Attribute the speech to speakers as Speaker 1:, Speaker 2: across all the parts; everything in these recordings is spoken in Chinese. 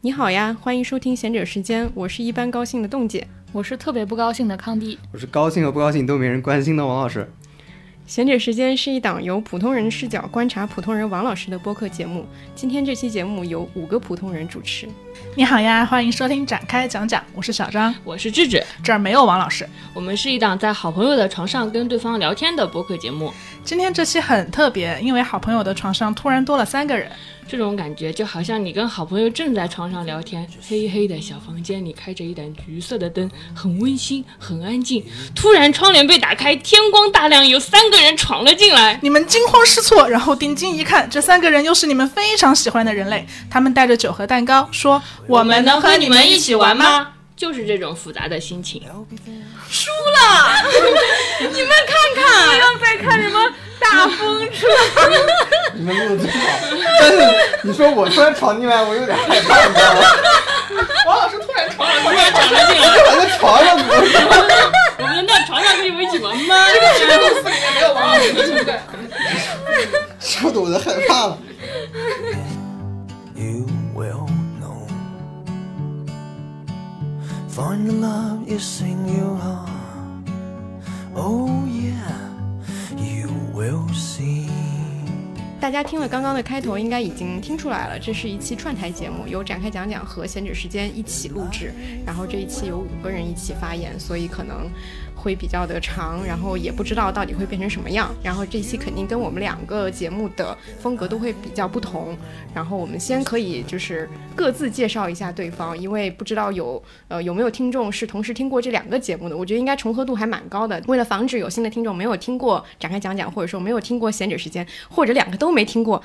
Speaker 1: 你好呀，欢迎收听《贤者时间》，我是一般高兴的冻姐。
Speaker 2: 我是特别不高兴的康迪，
Speaker 3: 我是高兴和不高兴都没人关心的王老师。
Speaker 1: 贤者时间是一档由普通人视角观察普通人王老师的播客节目。今天这期节目由五个普通人主持。
Speaker 4: 你好呀，欢迎收听展开讲讲，我是小张，
Speaker 2: 我是智智，
Speaker 4: 这儿没有王老师。
Speaker 2: 我们是一档在好朋友的床上跟对方聊天的播客节目。
Speaker 4: 今天这期很特别，因为好朋友的床上突然多了三个人。
Speaker 2: 这种感觉就好像你跟好朋友正在床上聊天，黑黑的小房间里开着一盏橘色的灯，很温馨，很安静。突然窗帘被打开，天光大亮，有三个人闯了进来。
Speaker 4: 你们惊慌失措，然后定睛一看，这三个人又是你们非常喜欢的人类。他们带着酒和蛋糕，说：“我们能和你们一起玩吗？”？
Speaker 2: 就是这种复杂的心情。哦
Speaker 3: 你们录的真好，但是你说我突然闯进来，我有点害怕，你知道吗？
Speaker 4: 王老师突然
Speaker 2: 王老师突然闯了进来，
Speaker 3: 我在床上，
Speaker 2: 我们能到床上跟你们一起玩 吗？
Speaker 3: 说的我都害怕了。
Speaker 5: you will know. Find the love you sing your heart. Oh yeah, you will see.
Speaker 1: 大家听了刚刚的开头，应该已经听出来了，这是一期串台节目，由展开讲讲和贤者时间一起录制。然后这一期有五个人一起发言，所以可能会比较的长，然后也不知道到底会变成什么样。然后这期肯定跟我们两个节目的风格都会比较不同。然后我们先可以就是各自介绍一下对方，因为不知道有呃有没有听众是同时听过这两个节目的，我觉得应该重合度还蛮高的。为了防止有新的听众没有听过展开讲讲，或者说没有听过贤者时间，或者两个都没听过，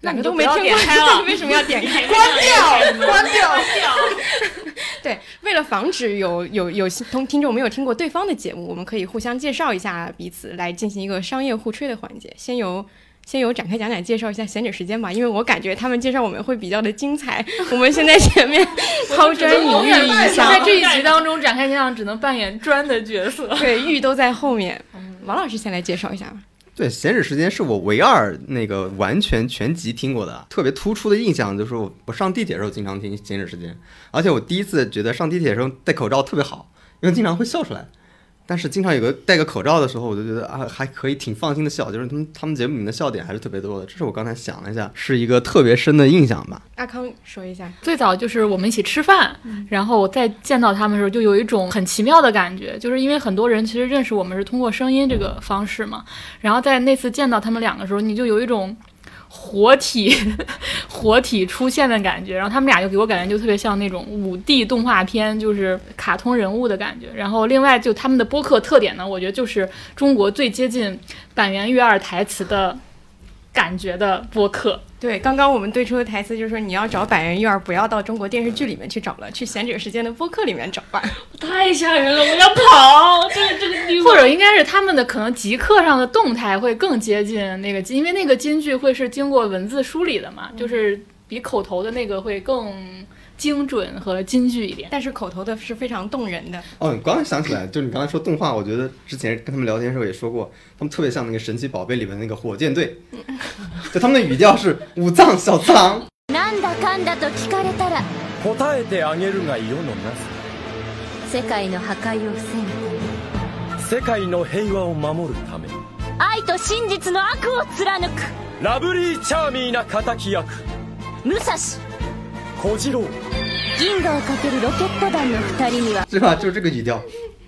Speaker 2: 那
Speaker 1: 两
Speaker 2: 你
Speaker 1: 个
Speaker 2: 就
Speaker 1: 都
Speaker 2: 不
Speaker 1: 没
Speaker 2: 要
Speaker 1: 听
Speaker 2: 点
Speaker 1: 过，
Speaker 2: 开 了
Speaker 1: 为什么要点 开？
Speaker 2: 关掉，关掉，关掉。
Speaker 1: 对，为了防止有有有新同听众没有听过对方的节目，我们可以互相介绍一下彼此，来进行一个商业互吹的环节。先由先由展开讲讲介绍一下闲者时间吧，因为我感觉他们介绍我们会比较的精彩。我们现在前 面抛砖引玉一
Speaker 2: 在
Speaker 1: 下，
Speaker 2: 这一集
Speaker 6: 当中，展开讲讲只能扮演砖的角色。
Speaker 1: 对玉都在后面。王老师先来介绍一下吧。
Speaker 3: 对，闲止时间是我唯二那个完全全集听过的，特别突出的印象就是我我上地铁的时候经常听闲止时间，而且我第一次觉得上地铁的时候戴口罩特别好，因为经常会笑出来。但是经常有个戴个口罩的时候，我就觉得啊还可以挺放心的笑，就是他们他们节目里面的笑点还是特别多的。这是我刚才想了一下，是一个特别深的印象吧。
Speaker 1: 阿康说一下，
Speaker 6: 最早就是我们一起吃饭，然后我再见到他们的时候，就有一种很奇妙的感觉，就是因为很多人其实认识我们是通过声音这个方式嘛。然后在那次见到他们两个的时候，你就有一种活体 活体出现的感觉。然后他们俩就给我感觉就特别像那种五 D 动画片，就是卡通人物的感觉。然后另外就他们的播客特点呢，我觉得就是中国最接近板垣悦二台词的感觉的播客。
Speaker 1: 对，刚刚我们对出的台词就是说，你要找百元院，不要到中国电视剧里面去找了，去闲者时间的播客里面找吧。
Speaker 2: 太吓人了，我要跑！这个这个地方，
Speaker 6: 或者应该是他们的可能极客上的动态会更接近那个金，因为那个金句会是经过文字梳理的嘛，就是比口头的那个会更精准和金句一点。
Speaker 1: 但是口头的是非常动人的。
Speaker 3: 哦，你刚刚想起来，就是你刚才说动画，我觉得之前跟他们聊天的时候也说过，他们特别像那个神奇宝贝里面那个火箭队， 就他们的语调是武藏小次郎，
Speaker 7: なんだかんだと聞かれたら
Speaker 8: 答えてあげるが世のな
Speaker 7: 世界の破壊を防
Speaker 8: す世界の平和を守るため
Speaker 7: ぐ愛と真実の悪を貫く
Speaker 8: ラブリーチャーミーな敵役
Speaker 7: 武蔵
Speaker 8: 小次郎
Speaker 7: 銀河をかけるロケット団の二人には
Speaker 3: 对吧？ 就是这个语调。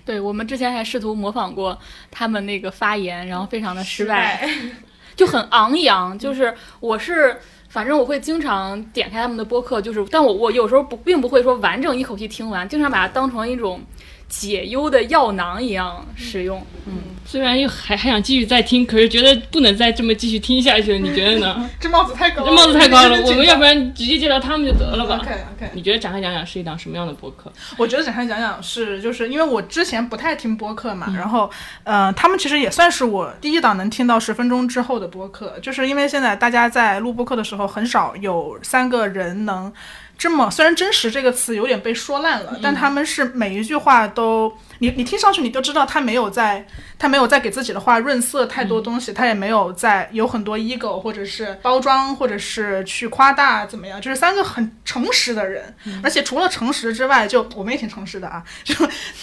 Speaker 6: 对我们之前还试图模仿过他们那个发言，然后非常的失败， 就很昂扬。就是我是。反正我会经常点开他们的播客，就是，但我我有时候不并不会说完整一口气听完，经常把它当成一种解忧的药囊一样使用。
Speaker 2: 虽然又还还想继续再听，可是觉得不能再这么继续听下去了。你觉 得呢？
Speaker 4: 这帽子太高了，
Speaker 2: 这帽子太 高了，
Speaker 4: 真的
Speaker 2: 我
Speaker 4: 紧
Speaker 2: 们要
Speaker 4: 张
Speaker 2: 不然直接介绍他们就得 了吧？
Speaker 4: OK OK。
Speaker 2: 你觉得展开讲讲是一档什么样的博客？
Speaker 4: 我觉得展开讲讲是，就是因为我之前不太听播客嘛，然后呃，他们其实也算是我第一档能听到十分钟之后的播客，就是因为现在大家在录播客的时候，很少有三个人能这么，虽然“真实”这个词有点被说烂了，但他们是每一句话都。你你听上去你就知道他没有在他没有在给自己的话润色太多东西，他也没有在有很多 ego 或者是包装或者是去夸大怎么样，就是三个很诚实的人，而且除了诚实之外，就我们也挺诚实的啊，就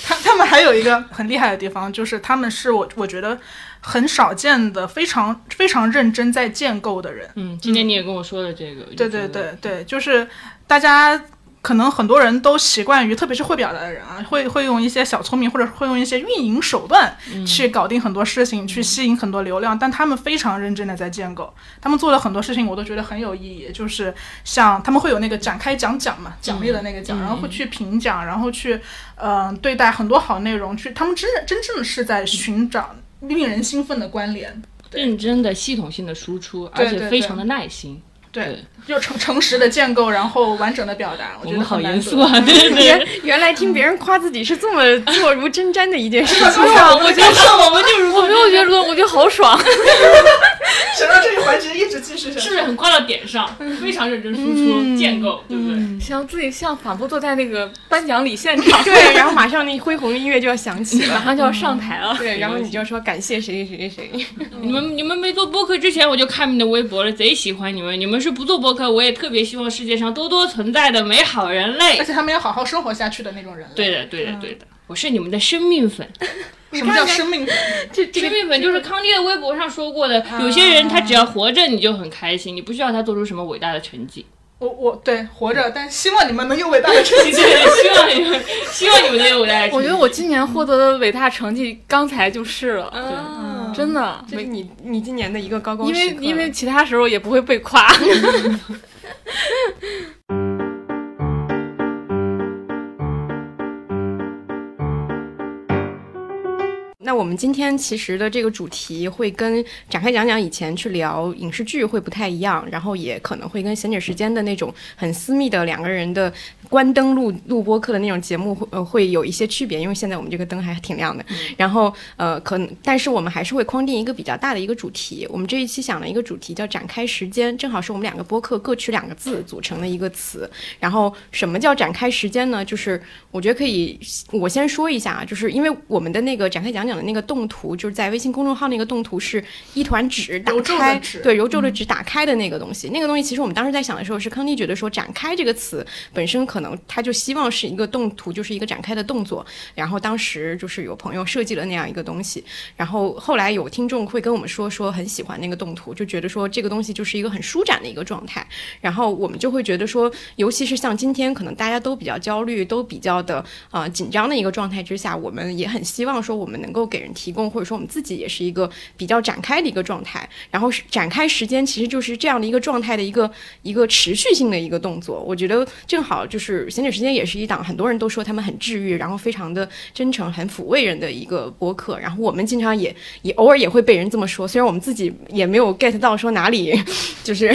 Speaker 4: 他他们还有一个很厉害的地方，就是他们是我我觉得很少见的非常非常认真在建构的人，
Speaker 2: 嗯，今天你也跟我说了这个，
Speaker 4: 对
Speaker 2: 我觉
Speaker 4: 对
Speaker 2: 得
Speaker 4: 对对，就是大家可能很多人都习惯于，特别是会表达的人啊，会会用一些小聪明或者会用一些运营手段
Speaker 2: 嗯
Speaker 4: 去搞定很多事情，去吸引很多流量，但他们非常认真的在建构，他们做了很多事情，我都觉得很有意义。就是像他们会有那个展开讲讲嘛，奖励的
Speaker 2: 嗯
Speaker 4: 那个奖，然后会去评奖，然后去嗯、呃对待很多好内容，去他们真真正是在寻找令人兴奋的关联。
Speaker 2: 认真的、系统性的输出，
Speaker 4: 对
Speaker 2: 而且
Speaker 4: 对
Speaker 2: 非
Speaker 4: 对
Speaker 2: 常的耐心。
Speaker 4: 对，就诚诚实的建构，然后完整的表达，我
Speaker 2: 我
Speaker 4: 觉
Speaker 2: 们
Speaker 4: 得
Speaker 2: 好
Speaker 4: 很难
Speaker 2: 严
Speaker 4: 得
Speaker 2: 肃啊， 对对对
Speaker 1: 原。原来听别人夸自己是这么坐如针毡的一件事情。
Speaker 2: 我觉得我们 就是
Speaker 6: 嗯我没有觉得，我觉得好爽。
Speaker 4: 想到这个环节一直继续下
Speaker 2: 是不是很夸到 点上？
Speaker 4: 嗯
Speaker 2: 非常认真输出建构，对不对？
Speaker 6: 像自己像仿佛坐在那个颁奖礼现 场，
Speaker 1: 对，然后马上那恢宏的音乐就要响起
Speaker 6: 马
Speaker 1: 了。
Speaker 6: 上就要上台了。
Speaker 1: 对，然后你就说感谢谁谁谁谁谁。
Speaker 2: 你们你们没做播客之前，我就看你们的微博了，贼喜欢你们。你们是不做播客，我也特别希望世界上多多存在的美好人类
Speaker 4: 而。且他们要好好生活下去的那种人。
Speaker 2: 对，的，对的，对的。我是你们的生命粉，
Speaker 4: 什么叫生命？
Speaker 2: 这这个生命粉就是康爹的微博上说过的，有些人他只要活着你就很开心，你不需要他做出什么伟大的成绩。
Speaker 4: 我我对活着，但希望你们能有伟大的成绩。
Speaker 2: 对，希望你们，希望你们能有伟大的成绩。
Speaker 6: 我觉得我今年获得的伟大成绩，刚才就是了，
Speaker 1: 啊，
Speaker 6: 真的。
Speaker 1: 这是你你今年的一个高光
Speaker 6: 因为
Speaker 1: 时刻
Speaker 6: 因为其他时候也不会被夸。
Speaker 1: 那我们今天其实的这个主题会跟展开讲讲以前去聊影视剧会不太一样，然后也可能会跟闲者时间的那种很私密的两个人的关灯录录播课的那种节目会呃会有一些区别，因为现在我们这个灯还 挺亮的。然后呃，可能但是我们还是会框定一个比较大的一个主题。我们这一期想了一个主题叫展开时间，正好是我们两个播客各取两个字组成的一个词。然后什么叫展开时间呢？就是我觉得可以，我先说一下啊，就是因为我们的那个展开讲讲的那个动图，就是在微信公众号那个动图是一团纸打
Speaker 4: 揉皱的
Speaker 1: 开，
Speaker 4: 纸嗯
Speaker 1: 对，揉皱的纸打开的那个东西。那个东西其实我们当时在想的时候，是康妮觉得说“展开”这个词本身可能他就希望是一个动图，就是一个展开的动作。然后当时就是有朋友设计了那样一个东西，然后后来有听众会跟我们说说很喜欢那个动图，就觉得说这个东西就是一个很舒展的一个状态。然后我们就会觉得说，尤其是像今天可能大家都比较焦虑，都比较的啊紧张的一个状态之下，我们也很希望说我们能够给人提供，或者说我们自己也是一个比较展开的一个状态。然后是展开时间其实就是这样的一个状态的一个一个持续性的一个动作。我觉得正好就是《闲者时间》也是一档很多人都说他们很治愈，然后非常的真诚、很抚慰人的一个播客。然后我们经常也也偶尔也会被人这么说，虽然我们自己也没有 get 到说哪里 就是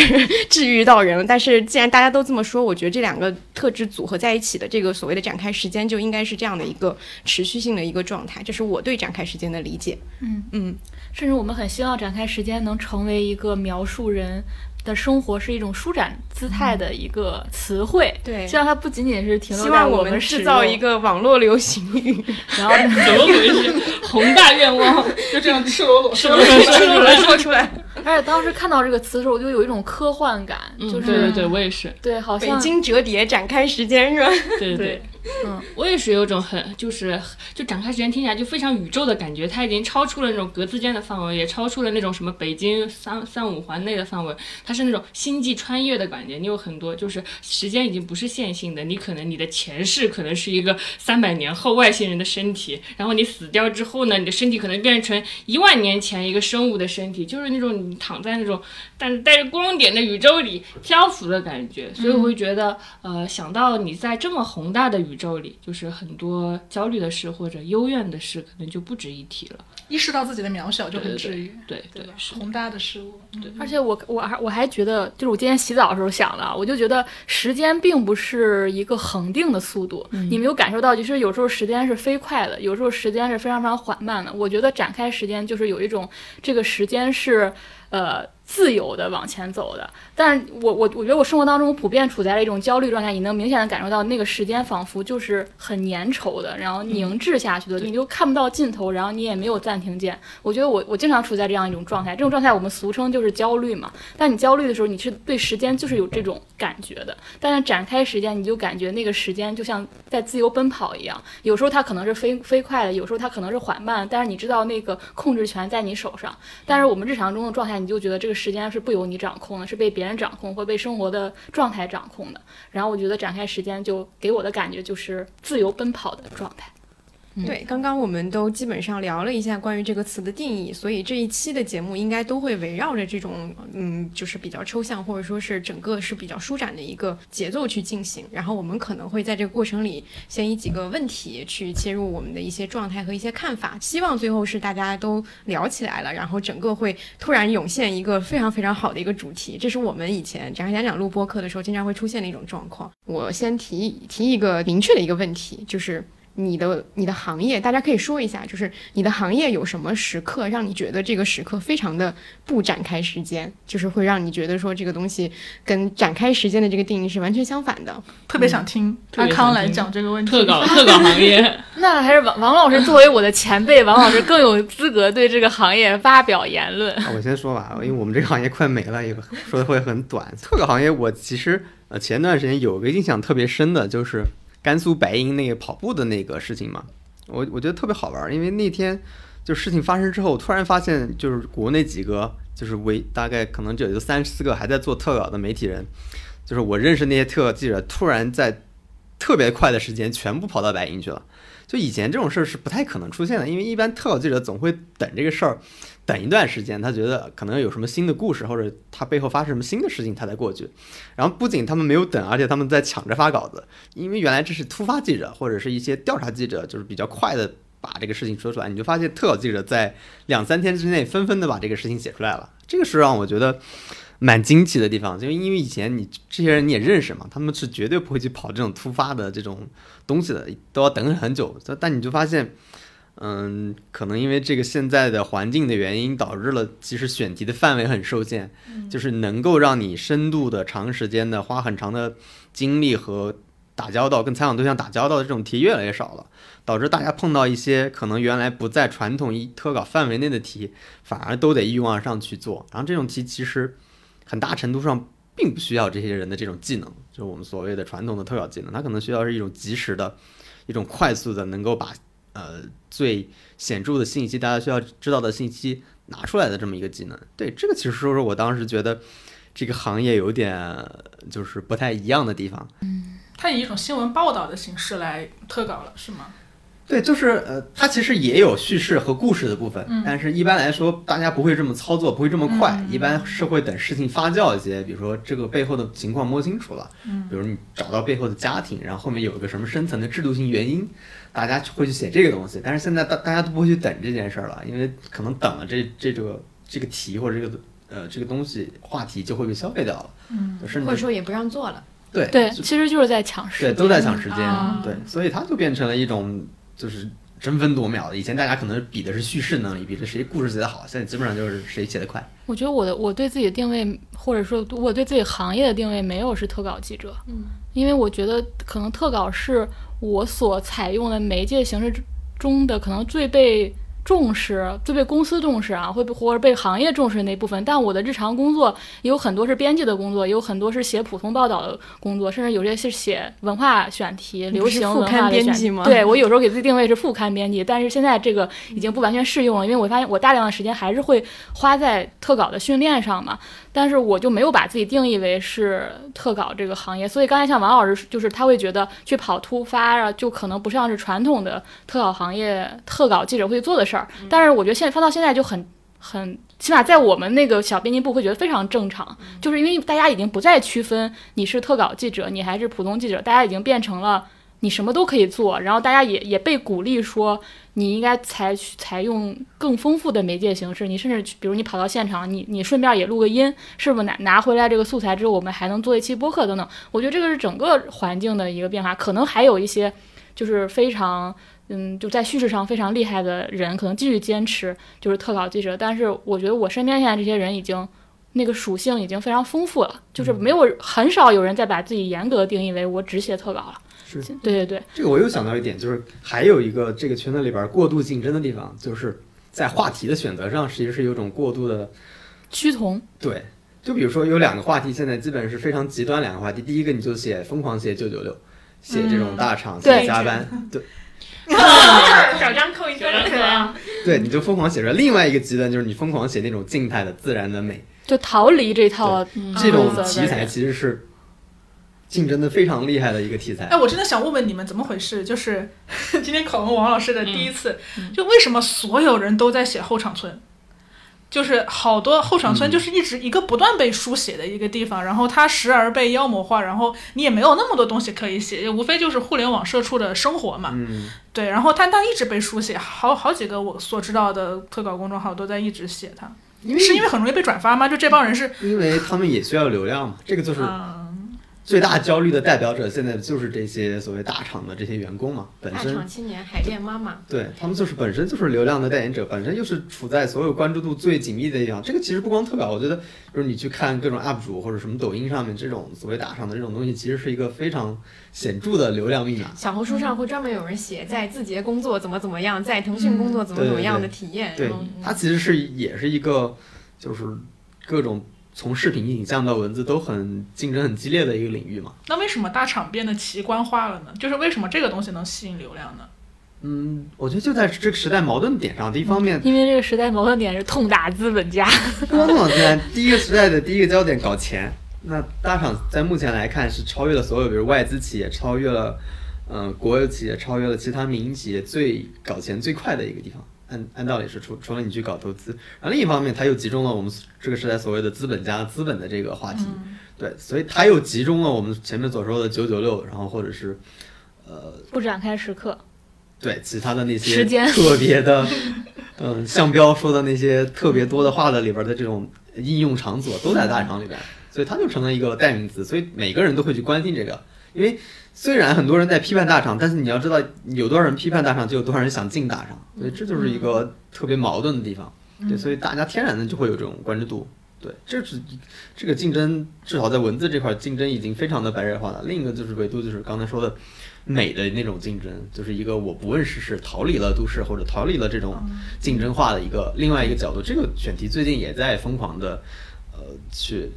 Speaker 1: 治愈到人了，但是既然大家都这么说，我觉得这两个特质组合在一起的这个所谓的展开时间，就应该是这样的一个持续性的一个状态。这是我对展开时间的理解。
Speaker 6: 甚至我们很希望展开时间能成为一个描述人的生活是一种舒展姿态的一个词汇。
Speaker 1: 对
Speaker 6: 希望它不仅仅是停留
Speaker 1: 希
Speaker 6: 在
Speaker 1: 望我
Speaker 6: 们
Speaker 1: 们
Speaker 6: 使
Speaker 1: 制造
Speaker 6: 用
Speaker 1: 一，个网络流行语。
Speaker 6: 然后
Speaker 2: 怎么回事？宏大愿望，
Speaker 4: 就这样赤裸裸说。
Speaker 1: 出来，说出来。
Speaker 6: 而且当时看到这个词的时候，我就有一种科幻感，就
Speaker 2: 嗯
Speaker 6: 是
Speaker 2: 对对对，我也是。
Speaker 6: 对好
Speaker 1: 北
Speaker 6: 像
Speaker 1: 京折叠展开时间是吧？
Speaker 2: 对对，
Speaker 6: 嗯，
Speaker 2: 我也是有一种很就是就展开时间听起来就非常宇宙的感觉，它已经超出了那种格子间的范围，也超出了那种什么北京三三五环内的范围，它是那种星际穿越的感觉。你有很多就是时间已经不是线性的，你可能你的前世可能是一个三百年后外星人的身体，然后你死掉之后呢，你的身体可能变成一万年前一个生物的身体，就是那种你躺在那种但是带着光点的宇宙里漂浮的感觉，
Speaker 1: 嗯
Speaker 2: 所以我会觉得，呃，想到你在这么宏大的宇宙里，就是很多焦虑的事或者幽怨的事，可能就不值一提了。
Speaker 4: 意识到自己的渺小就很治愈，
Speaker 2: 对对
Speaker 4: 吧
Speaker 2: 是，
Speaker 4: 宏大的事物，对，
Speaker 6: 而且我我还我还觉得，就是我今天洗澡的时候想了，我就觉得时间并不是一个恒定的速度。你没有感受到，就是有时候时间是飞快的，有时候时间是非常非常缓慢的。我觉得展开时间就是有一种这个时间是。呃自由的往前走的。但我我我觉得我生活当中，我普遍处在了一种焦虑状态，你能明显的感受到那个时间仿佛就是很粘稠的，然后凝滞下去的，你就看不到尽头，然后你也没有暂停键。我觉得我我经常处在这样一种状态，这种状态我们俗称就是焦虑嘛。但你焦虑的时候，你是对时间就是有这种感觉的，但是展开时间，你就感觉那个时间就像在自由奔跑一样，有时候它可能是飞飞快的，有时候它可能是缓慢，但是你知道那个控制权在你手上。但是我们日常中的状态，你就觉得这个时间是不由你掌控的，是被别人掌控，或被生活的状态掌控的。然后我觉得展开时间就给我的感觉就是自由奔跑的状态。
Speaker 1: 对，刚刚我们都基本上聊了一下关于这个词的定义，所以这一期的节目应该都会围绕着这种，嗯，就是比较抽象或者说是整个是比较舒展的一个节奏去进行。然后我们可能会在这个过程里，先以几个问题去切入我们的一些状态和一些看法，希望最后是大家都聊起来了，然后整个会突然涌现一个非常非常好的一个主题。这是我们以前展开讲讲录播课的时候经常会出现的一种状况。我先提提一个明确的一个问题，就是。你的你的行业，大家可以说一下，就是你的行业有什么时刻让你觉得这个时刻非常的不展开时间，就是会让你觉得说这个东西跟展开时间的这个定义是完全相反的。
Speaker 4: 特别想听
Speaker 2: 特
Speaker 4: 阿
Speaker 2: 别想
Speaker 4: 康来
Speaker 2: 听
Speaker 4: 讲这个问题。
Speaker 2: 特稿 特稿行业，
Speaker 6: 那还是王王老师作为我的前辈，王老师更有资格对这个行业发表言论。
Speaker 3: 啊我先说吧，因为我们这个行业快没了，也 说的会很短。特个行业，我其实呃前段时间有个印象特别深的，就是甘肃白银那个跑步的那个事情嘛，我我觉得特别好玩儿，因为那天就事情发生之后，突然发现就是国内几个就是唯大概可能只有就三四个还在做特稿的媒体人，就是我认识那些特稿记者，突然在特别快的时间全部跑到白银去了。就以前这种事儿是不太可能出现的，因为一般特稿记者总会等这个事儿等一段时间，他觉得可能有什么新的故事，或者他背后发生什么新的事情，他才过去。然后不仅他们没有等，而且他们在抢着发稿子，因为原来这是突发记者或者是一些调查记者，就是比较快的把这个事情说出来，你就发现特稿记者在两三天之内纷纷的把这个事情写出来了，这个是让我觉得。蛮惊奇的地方，就因为以前你这些人你也认识嘛，他们是绝对不会去跑这种突发的这种东西的，都要等很久。但但你就发现，嗯，可能因为这个现在的环境的原因，导致了其实选题的范围很受限，就是能够让你深度的、长时间的、花很长的精力和打交道、跟采访对象打交道的这种题越来越少了，导致大家碰到一些可能原来不在传统一特稿范围内的题，反而都得一拥而上去做。然后这种题其实很大程度上并不需要这些人的这种技能，就是我们所谓的传统的特稿技能，它可能需要是一种及时的、一种快速的，能够把呃最显著的信息，大家需要知道的信息拿出来的这么一个技能。对，这个其实说是我当时觉得这个行业有点呃就是不太一样的地方。
Speaker 4: 他以一种新闻报道的形式来特稿了，是吗？
Speaker 3: 对，就是呃，它其实也有叙事和故事的部分，
Speaker 4: 嗯
Speaker 3: 但是一般来说，大家不会这么操作，不会这么快，一般是会等事情发酵一些，比如说这个背后的情况摸清楚了，比如你找到背后的家庭，然后后面有一个什么深层的制度性原因，大家会去写这个东西。但是现在大大家都不会去等这件事儿了，因为可能等了这这个这个题或者这个呃这个东西话题就会被消费掉了，嗯，甚
Speaker 1: 或者
Speaker 3: 至
Speaker 1: 说也不让做了。
Speaker 3: 对
Speaker 6: 对，其实就是在抢时
Speaker 3: 对，
Speaker 6: 间。
Speaker 3: 都在抢时间，
Speaker 4: 啊
Speaker 3: 对，所以它就变成了一种就是争分夺秒的。以前大家可能比的是叙事能力，比的谁故事写得好，现在基本上就是谁写得快。
Speaker 6: 我觉得我的我对自己的定位，或者说我对自己行业的定位，没有是特稿记者，嗯，因为我觉得可能特稿是我所采用的媒介形式中的可能最被重视、最被公司重视啊，会被或者被行业重视的那部分。但我的日常工作也有很多是编辑的工作，也有很多是写普通报道的工作，甚至有些是写文化选题、
Speaker 1: 你
Speaker 6: 流
Speaker 1: 不是
Speaker 6: 行
Speaker 1: 副
Speaker 6: 文
Speaker 1: 刊
Speaker 6: 化的
Speaker 1: 编
Speaker 6: 选
Speaker 1: 辑
Speaker 6: 题
Speaker 1: 吗
Speaker 6: 对我有时候给自己定位是副刊编辑，但是现在这个已经不完全适用了，因为我发现我大量的时间还是会花在特稿的训练上嘛。但是我就没有把自己定义为是特稿这个行业，所以刚才像王老师，就是他会觉得去跑突发啊，就可能不像是传统的特稿行业特稿记者会做的事儿。但是我觉得现在放到现在就很很，起码在我们那个小编辑部会觉得非常正常，就是因为大家已经不再区分你是特稿记者，你还是普通记者，大家已经变成了。你什么都可以做，然后大家也也被鼓励说，你应该采取采用更丰富的媒介形式。你甚至去比如你跑到现场，你你顺便也录个音，是不是拿拿回来这个素材之后，我们还能做一期播客等等？我觉得这个是整个环境的一个变化，可能还有一些就是非常嗯，就在叙事上非常厉害的人，可能继续坚持就是特稿记者。但是我觉得我身边现在这些人已经那个属性已经非常丰富了，就是没有很少有人再把自己严格地定义为我只写特稿了。
Speaker 3: 是
Speaker 6: 对对对，
Speaker 3: 这个我又想到一点，就是还有一个这个圈子里边过度竞争的地方，就是在话题的选择上，其实是有种过度的
Speaker 6: 趋同，
Speaker 3: 对。就比如说有两个话题，现在基本是非常极端两个话题。第一个你就写疯狂写九九六，写这种大厂，
Speaker 6: 对
Speaker 3: 写加班，对
Speaker 2: 小张扣一分啊！
Speaker 3: 对，你就疯狂写出来。另外一个极端就是你疯狂写那种静态的、自然的美，
Speaker 6: 就逃离这套
Speaker 3: 这种
Speaker 6: 规则的
Speaker 3: 题材其实是竞争的非常厉害的一个题材
Speaker 4: 哎，。我真的想问问你们怎么回事？就是 今天考问王老师的第一次，就为什么所有人都在写后场村？就是好多后场
Speaker 3: 嗯
Speaker 4: 村就是一直一个不断被书写的一个地方，然后它时而被妖魔化，然后你也没有那么多东西可以写，也无非就是互联网社畜的生活嘛。
Speaker 3: 嗯，
Speaker 4: 对，然后但它一直被书写，好好几个我所知道的特稿公众号都在一直写它，
Speaker 3: 因为
Speaker 4: 是因为很容易被转发吗？就这帮人是
Speaker 3: 因为他们也需要流量嘛，这个就是
Speaker 4: 嗯，
Speaker 3: 最大焦虑的代表者，现在就是这些所谓大厂的这些员工嘛，本
Speaker 9: 大
Speaker 3: 身
Speaker 9: 厂青年海淀妈妈，
Speaker 3: 对他们就是本身就是流量的代言者，本身又是处在所有关注度最紧密的地方。这个其实不光特稿，我觉得就是你去看各种 UP 主或者什么抖音上面这种所谓大厂的这种东西，其实是一个非常显著的流量密码。
Speaker 9: 小红书上会专门有人写在字节工作怎么怎么样，在腾讯工作怎么怎么样的体验。
Speaker 3: 对
Speaker 9: 然后，
Speaker 3: 它其实是也是一个就是各种从视频影像到文字都很竞争很激烈的一个领域嘛。
Speaker 4: 那为什么大厂变得奇观化了呢？就是为什么这个东西能吸引流量呢？
Speaker 3: 嗯，我觉得就在这个时代矛盾点上，第一方面
Speaker 6: 因为这个时代矛盾点是痛打资本家，
Speaker 3: 不光往前，第一个时代的第一个焦点搞钱。那大厂在目前来看是超越了所有，比如外资企业，超越了嗯、呃国有企业，超越了其他民营企业最搞钱最快的一个地方。按按道理是除除了你去搞投资，然后另一方面它又集中了我们这个时代所谓的资本家资本的这个话题，对，所以它又集中了我们前面所说的九九六，然后或者是呃
Speaker 6: 不展开时刻，
Speaker 3: 对其他的那些
Speaker 6: 时间
Speaker 3: 特别的，嗯，像彪说的那些特别多的话的里边的这种应用场所都在大厂里边，所以它就成了一个代名词，所以每个人都会去关心这个。因为虽然很多人在批判大厂，但是你要知道，有多少人批判大厂，就有多少人想进大厂，所以这就是一
Speaker 6: 嗯
Speaker 3: 个特别矛盾的地方。对，所以大家天然的就会有这种关注度。对，这是这个竞争，至少在文字这块，竞争已经非常的白热化了。另一个就是维度，就是刚才说的美的那种竞争，就是一个我不问世事，逃离了都市或者逃离了这种竞争化的一个另外一个角度。这个选题最近也在疯狂的，呃，去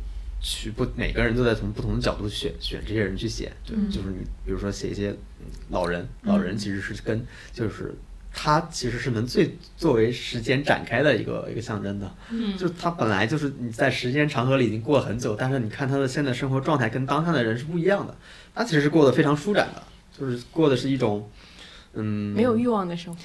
Speaker 3: 去不每个人都在从不同的角度选选这些人去写，对，就是你比如说写一些嗯老人，老人其实是跟就是。他其实是能最作为时间展开的一个一个象征的，
Speaker 2: 嗯
Speaker 3: 就是他本来就是你在时间长河里已经过了很久，但是你看他的现在生活状态跟当下的人是不一样的，他其实是过得非常舒展的，就是过的是一种，嗯，
Speaker 9: 没有欲望的生活，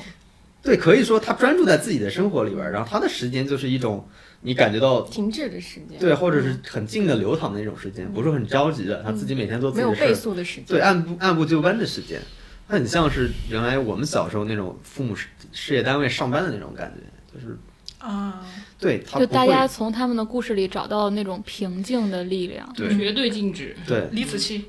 Speaker 3: 对，可以说他专注在自己的生活里边儿，然后他的时间就是一种你感觉到
Speaker 9: 停滞的时间，嗯
Speaker 3: 对，或者是很静的流淌的那种时间，不是很着急的，他自己每天做自
Speaker 9: 没有
Speaker 3: 己的事
Speaker 9: 倍
Speaker 3: 儿，
Speaker 9: 速的时间
Speaker 3: 对，。按部按部就班的时间，它很像是原来我们小时候那种父母事事业单位上班的那种感觉，就是
Speaker 4: 啊，
Speaker 3: 对他
Speaker 6: 就
Speaker 3: 不
Speaker 6: 大
Speaker 3: 会
Speaker 6: 家从他们的故事里找到那种平静的力量。
Speaker 3: 对
Speaker 2: 绝对禁止。
Speaker 3: 对
Speaker 4: 李子柒，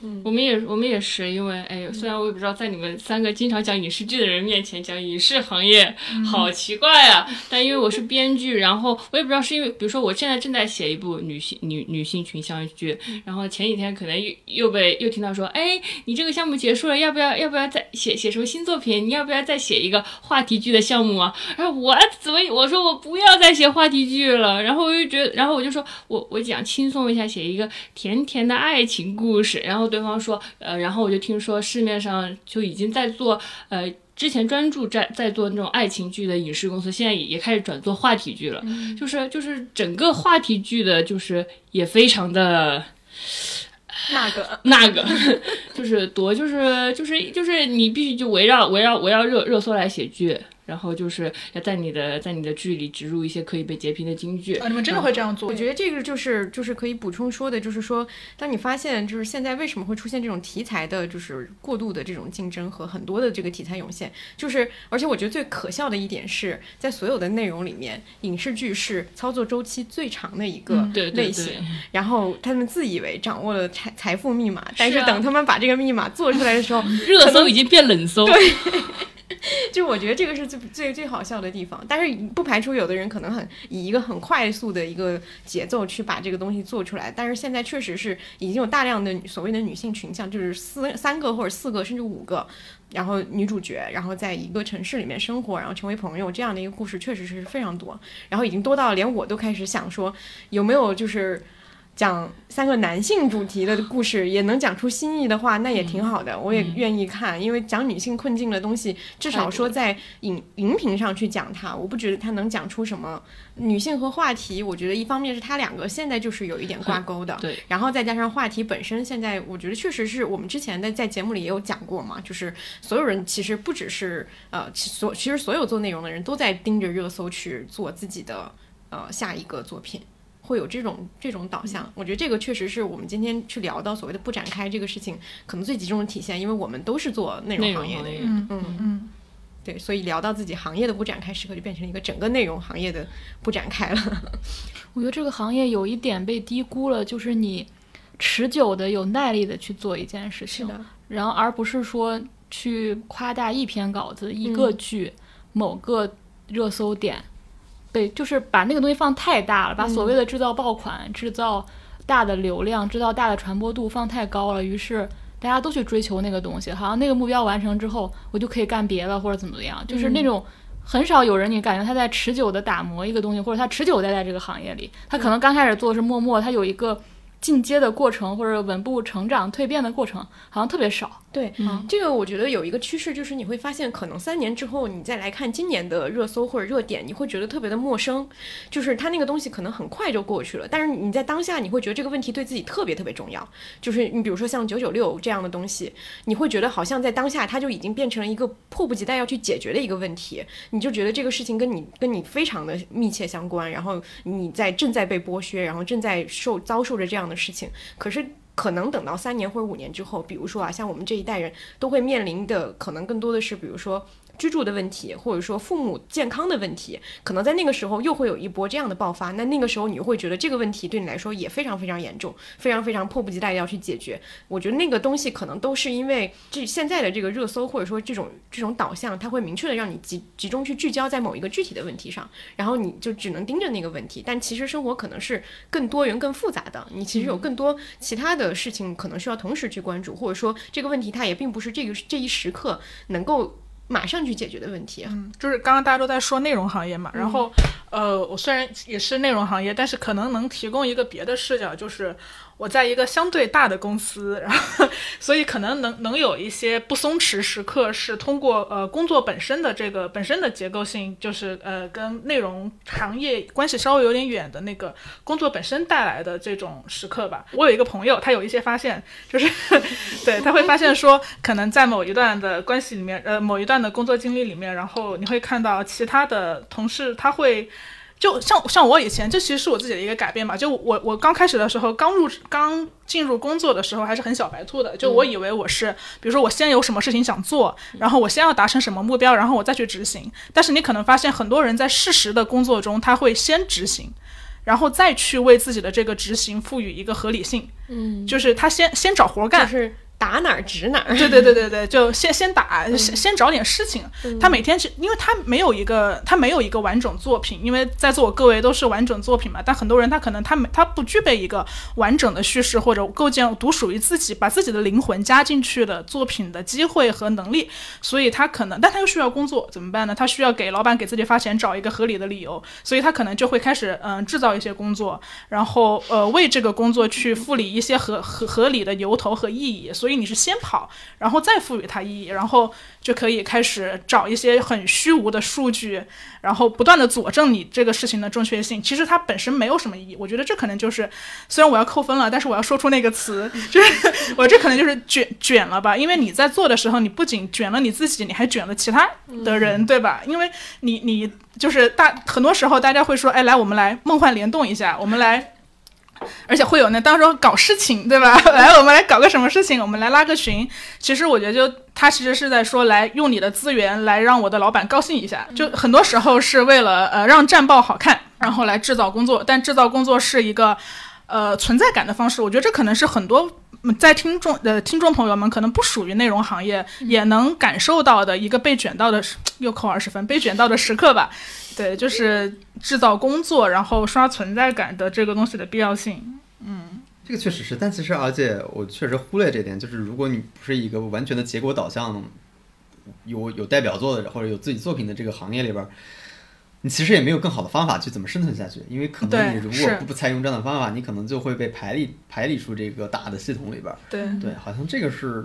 Speaker 4: 嗯，
Speaker 2: 我们也我们也是，因为哎，虽然我也不知道在你们三个经常讲影视剧的人面前讲影视行业好奇怪啊，但因为我是编剧，然后我也不知道是因为，比如说我现在正在写一部女性女女性群像剧，然后前几天可能又又被又听到说，哎，你这个项目结束了，要不要要不要再写写什么新作品？你要不要再写一个话题剧的项目啊？然后我怎么我说我不要再写话题剧了，然后我就觉得，然后我就说我我想轻松一下，写一个甜甜的爱情故事。然后对方说，呃，然后我就听说市面上就已经在做，呃。之前专注在在做那种爱情剧的影视公司，现在也也开始转做话题剧了，
Speaker 9: 嗯
Speaker 2: 就是就是整个话题剧的，就是也非常的
Speaker 9: 那个
Speaker 2: 那个，就是多，就是就是就是你必须就围绕围绕围绕热热搜来写剧，然后就是要在你的在你的剧里植入一些可以被截屏的金句
Speaker 4: 啊，。你们真的会这样做？
Speaker 9: 嗯我觉得这个就是就是可以补充说的，就是说，当你发现就是现在为什么会出现这种题材的，就是过度的这种竞争和很多的这个题材涌现，就是而且我觉得最可笑的一点是在所有的内容里面，影视剧是操作周期最长的一个
Speaker 4: 嗯
Speaker 2: 对对
Speaker 9: 类型，
Speaker 2: 对，
Speaker 9: 然后他们自以为掌握了财财富密码，但
Speaker 2: 是
Speaker 9: 是
Speaker 2: 啊
Speaker 9: 等他们把这个密码做出来的时候，
Speaker 2: 热搜已经变冷搜，
Speaker 1: 就我觉得这个是最最最好笑的地方，但是不排除有的人可能很以一个很快速的一个节奏去把这个东西做出来，但是现在确实是已经有大量的所谓的女性群像，就是四三个或者四个甚至五个，然后女主角，然后在一个城市里面生活，然后成为朋友这样的一个故事，确实是非常多，然后已经多到连我都开始想说有没有就是。讲三个男性主题的故事，也能讲出新意的话，那也挺好的，我也愿意看，因为讲女性困境的东西，至
Speaker 2: 太
Speaker 1: 少
Speaker 2: 多
Speaker 1: 说
Speaker 2: 了
Speaker 1: 在荧荧屏上去讲它，我不觉得它能讲出什么女性和话题。我觉得一方面是它两个现在就是有一点挂钩的，
Speaker 2: 对，
Speaker 1: 然后再加上话题本身，现在我觉得确实是我们之前的在节目里也有讲过嘛，就是所有人其实不只是呃，其所其实所有做内容的人都在盯着热搜去做自己的呃下一个作品。会有这种这种导向，我觉得这个确实是我们今天去聊到所谓的不展开这个事情，可能最集中的体现，因为我们都是做内容
Speaker 2: 内容
Speaker 1: 行业
Speaker 2: 行
Speaker 1: 的
Speaker 2: 业
Speaker 1: 人，
Speaker 4: 嗯
Speaker 1: 嗯
Speaker 4: 嗯，
Speaker 1: 对，所以聊到自己行业的不展开，时刻就变成了一个整个内容行业的不展开了。
Speaker 6: 我觉得这个行业有一点被低估了，就是你持久的、有耐力的去做一件事情，
Speaker 1: 的，
Speaker 6: 然后而不是说去夸大一篇稿子、一个剧、某个热搜点，被就是把那个东西放太大了，把所谓的制造爆款、制造大的流量、制造大的传播度放太高了，于是。大家都去追求那个东西，好像那个目标完成之后，我就可以干别的或者怎么样，就是那种很少有人你感觉他在持久的打磨一个东西，或者他持久地待在这个行业里，他可能刚开始做的是默默，他有一个进阶的过程或者稳步成长、蜕变的过程，好像特别少。
Speaker 1: 对，
Speaker 4: 嗯
Speaker 1: 这个我觉得有一个趋势，就是你会发现，可能三年之后你再来看今年的热搜或者热点，你会觉得特别的陌生，就是它那个东西可能很快就过去了，但是你在当下你会觉得这个问题对自己特别特别重要，就是你比如说像九九六这样的东西，你会觉得好像在当下它就已经变成了一个迫不及待要去解决的一个问题，你就觉得这个事情跟你跟你非常的密切相关，然后你在正在被剥削，然后正在受遭受着这样的事情，可是。可能等到三年或者五年之后，比如说啊，像我们这一代人都会面临的，可能更多的是，比如说居住的问题，或者说父母健康的问题，可能在那个时候又会有一波这样的爆发。那那个时候你又会觉得这个问题对你来说也非常非常严重，非常非常迫不及待地要去解决。我觉得那个东西可能都是因为这现在的这个热搜或者说这种这种导向，它会明确的让你集集中去聚焦在某一个具体的问题上，然后你就只能盯着那个问题。但其实生活可能是更多元、更复杂的，你其实有更多其他的事情可能需要同时去关注，或者说这个问题它也并不是这个这一时刻能够马上去解决的问题。
Speaker 4: 就是刚刚大家都在说内容行业嘛，然后，呃，我虽然也是内容行业，但是可能能提供一个别的视角，就是我在一个相对大的公司，然后所以可能 能能有一些不松弛时刻，是通过呃工作本身的这个本身的结构性，就是呃跟内容行业关系稍微有点远的那个工作本身带来的这种时刻吧。我有一个朋友，他有一些发现，就是 对他会发现说，可能在某一段的关系里面，呃某一段的工作经历里面，然后你会看到其他的同事他会。就像像我以前，这其实是我自己的一个改变吧。就我我刚开始的时候，刚入刚进入工作的时候，还是很小白兔的。就我以为我是，比如说我先有什么事情想做，然后我先要达成什么目标，然后我再去执行。但是你可能发现，很多人在事实的工作中，他会先执行，然后再去为自己的这个执行赋予一个合理性。嗯，就是他先先找活干
Speaker 1: 就，是打哪儿指哪儿。
Speaker 4: 对对对对对，就先先打，先先找点事情。他每天是因为他没有一个他没有一个完整作品，因为在座各位都是完整作品嘛，但很多人他可能他没他不具备一个完整的叙事或者构建独属于自己把自己的灵魂加进去的作品的机会和能力，所以他可能但他又需要工作，怎么办呢？他需要给老板给自己发钱找一个合理的理由，所以他可能就会开始嗯、制造一些工作，然后呃为这个工作去赋理一些合合合理的由头和意义，所以你是先跑，然后再赋予它意义，然后就可以开始找一些很虚无的数据，然后不断的佐证你这个事情的正确性。其实它本身没有什么意义，我觉得这可能就是，虽然我要扣分了，但是我要说出那个词， 就是我这可能就是卷卷了吧，因为你在做的时候，你不仅卷了你自己，你还卷了其他的人，对吧？因为你你就是大很多时候大家会说，哎，来我们来梦幻联动一下，我们来。而且会有那，当时候搞事情，对吧？ 来，我们来搞个什么事情？我们来拉个群，其实我觉得就他其实是在说来用你的资源来让我的老板高兴一下，就很多时候是为了呃让战报好看，然后来制造工作，但制造工作是一个。呃，存在感的方式，我觉得这可能是很多嗯在听众呃听众朋友们可能不属于内容行业，也能感受到的一个被卷到的时又扣二十分被卷到的时刻吧。对，就是制造工作，然后刷存在感的这个东西的必要性。
Speaker 3: 这个确实是，但其实而且我确实忽略这点，就是如果你不是一个完全的结果导向，有有代表作的或者有自己作品的这个行业里边儿，你其实也没有更好的方法去怎么生存下去，因为可能你
Speaker 4: 对
Speaker 3: 如
Speaker 4: 是
Speaker 3: 果不不采用这样的方法，你可能就会被排离排离出这个大的系统里边儿。
Speaker 4: 对，
Speaker 3: 对，好像这个是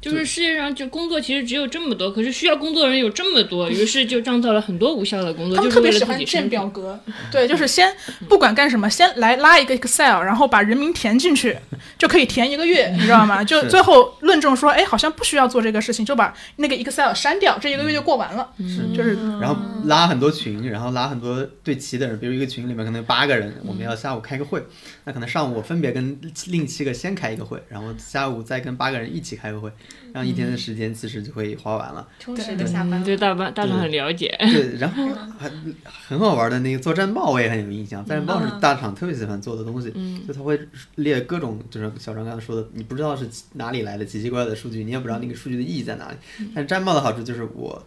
Speaker 2: 就是世界上就工作其实只有这么多，可是需要工作的人有这么多，于是就创造了很多无效的工作，
Speaker 4: 他
Speaker 2: 就
Speaker 4: 们
Speaker 2: 是
Speaker 4: 特
Speaker 2: 为
Speaker 4: 别
Speaker 2: 了
Speaker 4: 喜
Speaker 2: 自
Speaker 4: 欢
Speaker 2: 己
Speaker 4: 建
Speaker 2: 生嗯
Speaker 4: 表
Speaker 2: 存。
Speaker 4: 格，对，就是先不管干什么，先来拉一个 Excel，然后把人名填进去，就可以填一个月，你知道吗？就是最后论证说，哎，好像不需要做这个事情，就把那个 Excel 删掉，这一个月就过完了。
Speaker 2: 嗯
Speaker 4: 就是
Speaker 3: 然后拉很多群，然后拉很多对齐的人，比如一个群里面可能有八个人，我们要下午开个会，那可能上午我分别跟另七个先开一个会，然后下午再跟八个人一起开个会，然后一天的时间其实就会花完了。
Speaker 1: 充实的下班
Speaker 2: 嗯，
Speaker 1: 了
Speaker 2: 对大班大厂很了解，
Speaker 3: 对，然后
Speaker 10: 嗯
Speaker 3: 很很好玩的那个做战报我也很有印象，战报
Speaker 10: 嗯
Speaker 3: 是大厂特别喜欢做的东西，就他会列各种就是小张刚才说的，你不知道是哪里来的奇奇怪怪的数据，你也不知道那个数据的意义在哪里。
Speaker 10: 嗯
Speaker 3: 但是战报的好处就是我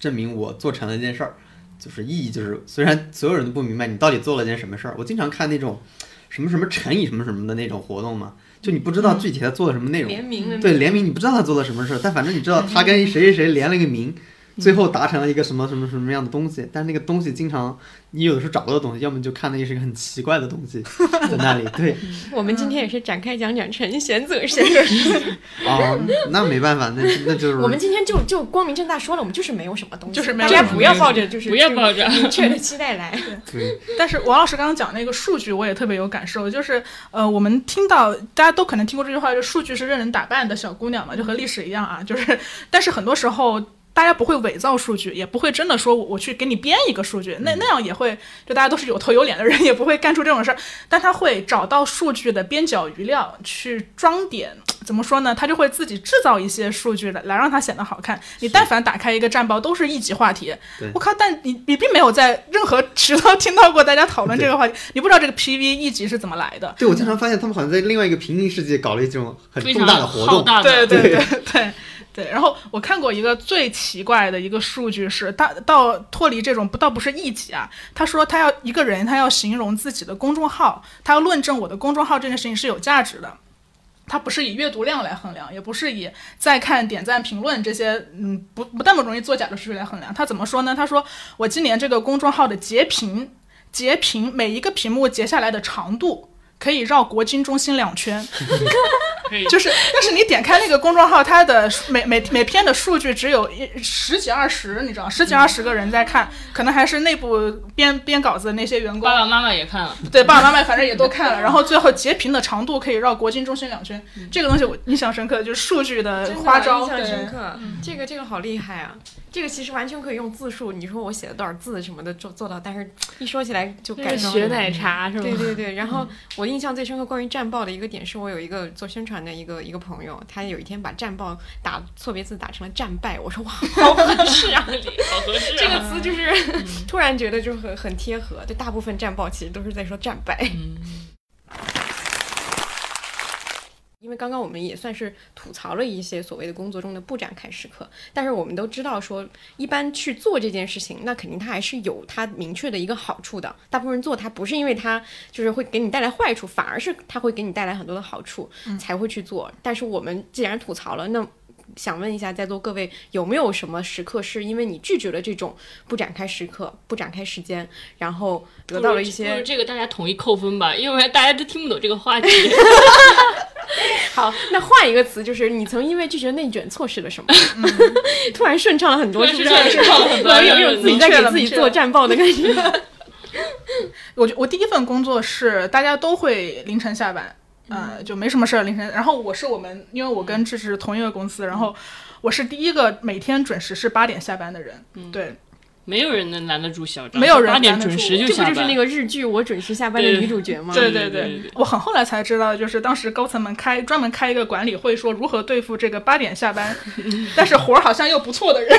Speaker 3: 证明我做成了一件事儿，就是意义就是虽然所有人都不明白你到底做了件什么事儿，我经常看那种什么什么乘以什么什么的那种活动嘛，就你不知道具体他做了什么内
Speaker 10: 嗯
Speaker 3: 容，
Speaker 10: 联名的
Speaker 3: 对联名，你不知道他做了什么事儿，但反正你知道他跟谁谁谁联了个名，最
Speaker 2: 嗯
Speaker 3: 后达成了一个什么什么什么样的东西。但是那个东西经常你有的时候找不到东西，要么就看那个是一个很奇怪的东 西在那里。对
Speaker 1: 我们今天也是展开讲讲陈嗯 贤泽先生。
Speaker 3: 啊，那没办法，那那就是
Speaker 1: 我们今天就就光明正大说了，我们就是没有什么东西，
Speaker 4: 就是没
Speaker 1: 大
Speaker 4: 有
Speaker 1: 家
Speaker 4: 什么
Speaker 1: 不要
Speaker 4: 东西
Speaker 1: 抱着就是
Speaker 2: 不要抱着
Speaker 1: 这种明确的期待 来。
Speaker 3: 对
Speaker 4: 但是王老师刚刚讲那个数据，我也特别有感受，就是呃，我们听到大家都可能听过这句话，就数据是任人打扮的小姑娘嘛，就和历史一样啊，就是，但是很多时候。大家不会伪造数据，也不会真的说我我去给你编一个数据，那那样也会就大家都是有头有脸的人，也不会干出这种事儿。但他会找到数据的边角余料去装点，怎么说呢？他就会自己制造一些数据来来让它显得好看。你但凡打开一个战报，都是一级话题，我靠！但你你并没有在任何 渠道听到过大家讨论这个话题，你不知道这个 PV 一集是怎么来的。
Speaker 3: 对，我经常发现他们好像在另外一个平行世界搞了一种很
Speaker 2: 非
Speaker 3: 重
Speaker 2: 常
Speaker 3: 大的活
Speaker 2: 浩
Speaker 3: 动。
Speaker 2: 大的
Speaker 4: 对对对对对。然后我看过一个最奇怪的一个数据是，他到脱离这种不倒不是一级啊，他说他要一个人他要形容自己的公众号，他要论证我的公众号这件事情是有价值的。它不是以阅读量来衡量，也不是以再看、点赞、评论这些，嗯，不不那么容易作假的数据来衡量。他怎么说呢？他说我今年这个公众号的截屏，截屏每一个屏幕截下来的长度可以绕国金中心两圈，就是但是你点开那个公众号，它的每每每篇的数据只有一十几二十，你知道，十几二十个人在看，可能还是内部编编稿子的那些员工
Speaker 2: 爸。爸妈妈也看了，
Speaker 4: 对，爸爸妈妈反正也都看了，然后最后截屏的长度可以绕国金中心两圈，这个东西我印象深刻，就是数据的
Speaker 1: 真的
Speaker 4: 花招，
Speaker 1: 印象深
Speaker 4: 对，
Speaker 1: 刻。这个这个好厉害啊！这个其实完全可以用字数，你说我写了多少字什么的做做到，但是一说起来就
Speaker 11: 就是
Speaker 1: 感动
Speaker 11: 学
Speaker 1: 了嗯
Speaker 11: 奶茶是吗？
Speaker 1: 对对对，然后我印象最深刻关于战报的一个点是，我有一个做宣传的一个一个朋友，他有一天把战报打错别字打成了战败，我说哇，好合适啊，
Speaker 2: 好合适
Speaker 1: 这
Speaker 2: 啊！
Speaker 1: 个词就是 突然觉得就很很贴合，就大部分战报其实都是在说战败。 因为刚刚我们也算是吐槽了一些所谓的工作中的不展开时刻，但是我们都知道说，一般去做这件事情，那肯定它还是有它明确的一个好处的。大部分人做它不是因为它就是会给你带来坏处，反而是它会给你带来很多的好处才会去做。但是我们既然吐槽了，那想问一下在座各位有没有什么时刻是因为你拒绝了这种不展开时刻、不展开时间，然后得到了一
Speaker 2: 不如
Speaker 1: 些
Speaker 2: 这个大家统一扣分吧，因为大家都听不懂这个话 题。
Speaker 1: 好， 那换一个词，就是你曾因为拒绝内卷错失了什么？ 突然顺畅了很多，是不是？
Speaker 2: 突然顺畅了 很多
Speaker 1: 有有有自己在给自己做战报的感 觉。
Speaker 4: 我觉我第一份工作是大家都会凌晨下班，呃，
Speaker 1: 嗯
Speaker 4: 就没什么事儿凌晨。然后我是我们，因为我跟志志同一个公司，然后我是第一个每天准时是八点下班的人，
Speaker 1: 嗯
Speaker 4: 对，
Speaker 2: 没有人能拦得住小张，
Speaker 4: 没有人
Speaker 2: 八点
Speaker 4: 拦得
Speaker 2: 准
Speaker 4: 住
Speaker 2: 时就
Speaker 1: 这不
Speaker 2: 下班。
Speaker 1: 就是那个日剧《我准时下班》的女主角吗？
Speaker 4: 对
Speaker 2: 对对
Speaker 4: 对
Speaker 2: 对，
Speaker 4: 我很后来才知道，就是当时高层们开专门开一个管理会，说如何对付这个八点下班，但是活儿好像又不错的 人。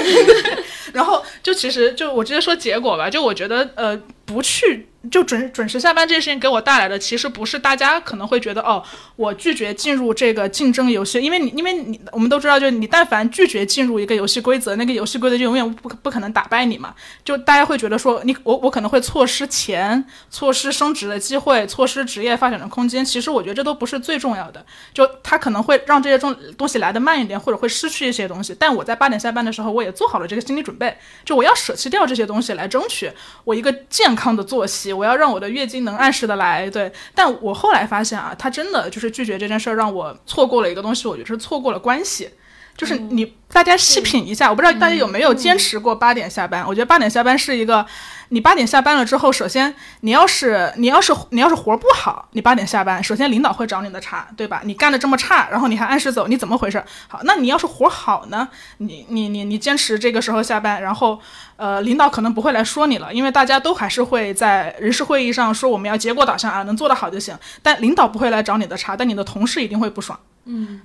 Speaker 4: 然后就其实就我直接说结果吧，就我觉得呃不去就准准时下班这件事情给我带来的，其实不是大家可能会觉得哦，我拒绝进入这个竞争游戏，因为你因为你我们都知道，就是你但凡拒绝进入一个游戏规则，那个游戏规则就永远不不可能打败你嘛。就大家会觉得说你我我可能会错失钱，错失升职的机会，错失职业发展的空间。其实我觉得这都不是最重要的，就它可能会让这些东东西来的慢一点，或者会失去一些东西。但我在八点下班的时候，我也做好了这个心理准备，就我要舍弃掉这些东西来争取我一个健康的作息，我要让我的月经能按时的来。对，但我后来发现啊，他真的就是拒绝这件事儿，让我错过了一个东西，我觉得是错过了关系。就是你，大家细品一下，我不知道大家有没有坚持过八点下班。我觉得八点下班是一个，你八点下班了之后，首先你要是你要是你要是活儿不好，你八点下班，首先领导会找你的茬，对吧？你干的这么差，然后你还按时走，你怎么回事？好，那你要是活儿好呢，你你你你坚持这个时候下班，然后呃，领导可能不会来说你了，因为大家都还是会在人事会议上说我们要结果导向啊，能做得好就行。但领导不会来找你的茬，但你的同事一定会不爽。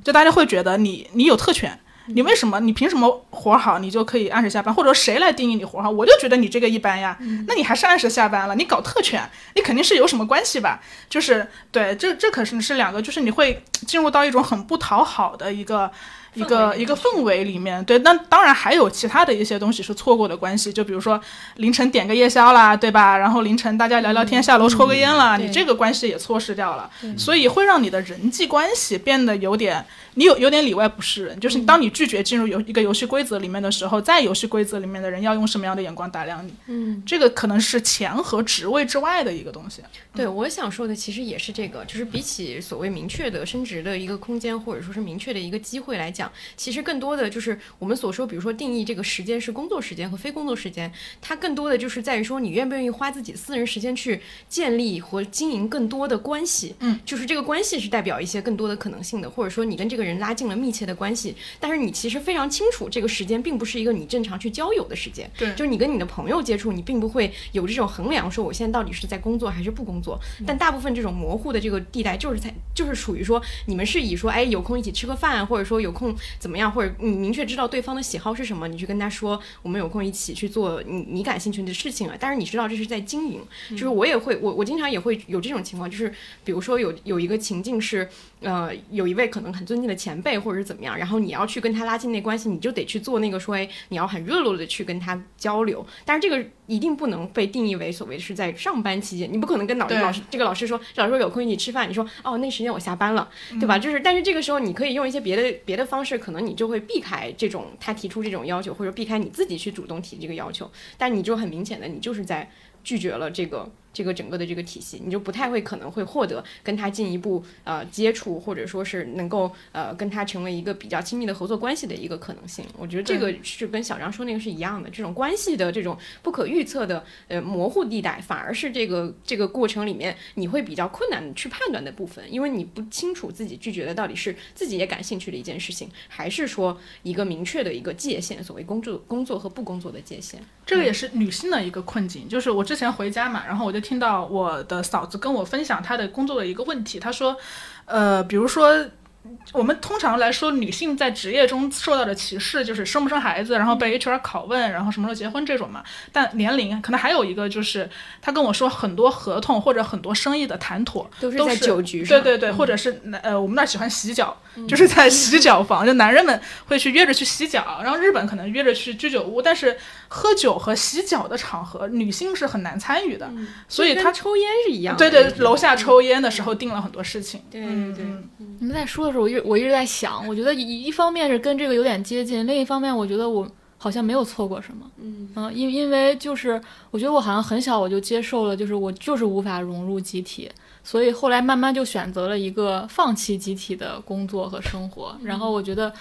Speaker 4: 就大家会觉得你你有特权，你为什么你凭什么活好你就可以按时下班，或者谁来定义你活好？我就觉得你这个一般呀，那你还是按时下班了，你搞特权，你肯定是有什么关系吧？就是对，这这可是是两个，就是你会进入到一种很不讨好的一个。一个一个氛围里面，对，那当然还有其他的一些东西是错过的关系，就比如说凌晨点个夜宵啦，对吧？然后凌晨大家聊聊天，下楼抽个烟啦，你
Speaker 1: 对
Speaker 4: 这个关系也错失掉了，所以会让你的人际关系变得有点，你有有点里外不是人，就是当你拒绝进入游一个游戏规则里面的时候，在游戏规则里面的人要用什么样的眼光打量你，嗯，这个可能是钱和职位之外的一个东西，
Speaker 1: 对，我想说的其实也是这个，就是比起所谓明确的升职的一个空间，或者说是明确的一个机会来讲，其实更多的就是我们所说，比如说定义这个时间是工作时间和非工作时间，它更多的就是在于说你愿不愿意花自己私人时间去建立和经营更多的关系。
Speaker 4: 嗯，
Speaker 1: 就是这个关系是代表一些更多的可能性的，或者说你跟这个人拉近了密切的关系，但是你其实非常清楚这个时间并不是一个你正常去交友的时间。
Speaker 4: 对
Speaker 1: 就是你跟你的朋友接触，你并不会有这种衡量，说我现在到底是在工作还是不工作。但大部分这种模糊的这个地带，就是在就是属于说你们是以说哎有空一起吃个饭，或者说有空怎么样，或者你明确知道对方的喜好是什么，你去跟他说我们有空一起去做你你感兴趣的事情啊。但是你知道这是在经营，就是我也会我我经常也会有这种情况，就是比如说有有一个情境是呃有一位可能很尊敬的前辈或者是怎么样，然后你要去跟他拉近那关系，你就得去做那个说哎你要很热络的去跟他交流，但是这个一定不能被定义为所谓是在上班期间，你不可能跟老师
Speaker 4: 对
Speaker 1: 老师这个老师说老师说有空一起吃饭，你说哦那时间我下班了，对吧？就是但是这个时候你可以用一些别的别的方式，可能你就会避开这种他提出这种要求，或者避开你自己去主动提这个要求，但你就很明显的你就是在拒绝了这个这个整个的这个体系，你就不太会可能会获得跟他进一步呃接触，或者说是能够呃跟他成为一个比较亲密的合作关系的一个可能性。我觉得这个是跟小张说那个是一样的，这种关系的这种不可预测的呃模糊地带，反而是这个这个过程里面你会比较困难去判断的部分，因为你不清楚自己拒绝的到底是自己也感兴趣的一件事情，还是说一个明确的一个界限，所谓工作工作和不工作的界限。
Speaker 4: 这个也是女性的一个困境，就是我之前回家嘛，然后我就听到我的嫂子跟我分享她的工作的一个问题，她说，呃，比如说。我们通常来说，女性在职业中受到的歧视就是生不生孩子，然后被 HR 拷问，然后什么时候结婚这种嘛。但年龄可能还有一个就是，她跟我说很多合同或者很多生意的谈妥
Speaker 1: 都是
Speaker 4: 都
Speaker 1: 在
Speaker 4: 是
Speaker 1: 酒局
Speaker 4: 对
Speaker 1: 上，嗯
Speaker 4: 对对，或者是男呃，我们那儿喜欢洗脚，就是在洗脚房，就男人们会去约着去洗脚，然后日本可能约着去居酒屋，但是喝酒和洗脚的场合，女性是很难参与的，
Speaker 9: 嗯
Speaker 4: 所以
Speaker 1: 嗯跟
Speaker 4: 她
Speaker 1: 抽烟是一样嗯
Speaker 4: 对
Speaker 1: 的。
Speaker 4: 对楼下抽烟的时候定了很多事情，
Speaker 1: 对对对
Speaker 4: 嗯
Speaker 6: 你们在说的时候，我一我一直在想，我觉得一一方面是跟这个有点接近，另一方面我觉得我好像没有错过什么。嗯因因为就是我觉得我好像很小我就接受了，就是我就是无法融入集体，所以后来慢慢就选择了一个放弃集体的工作和生活。然后我觉得。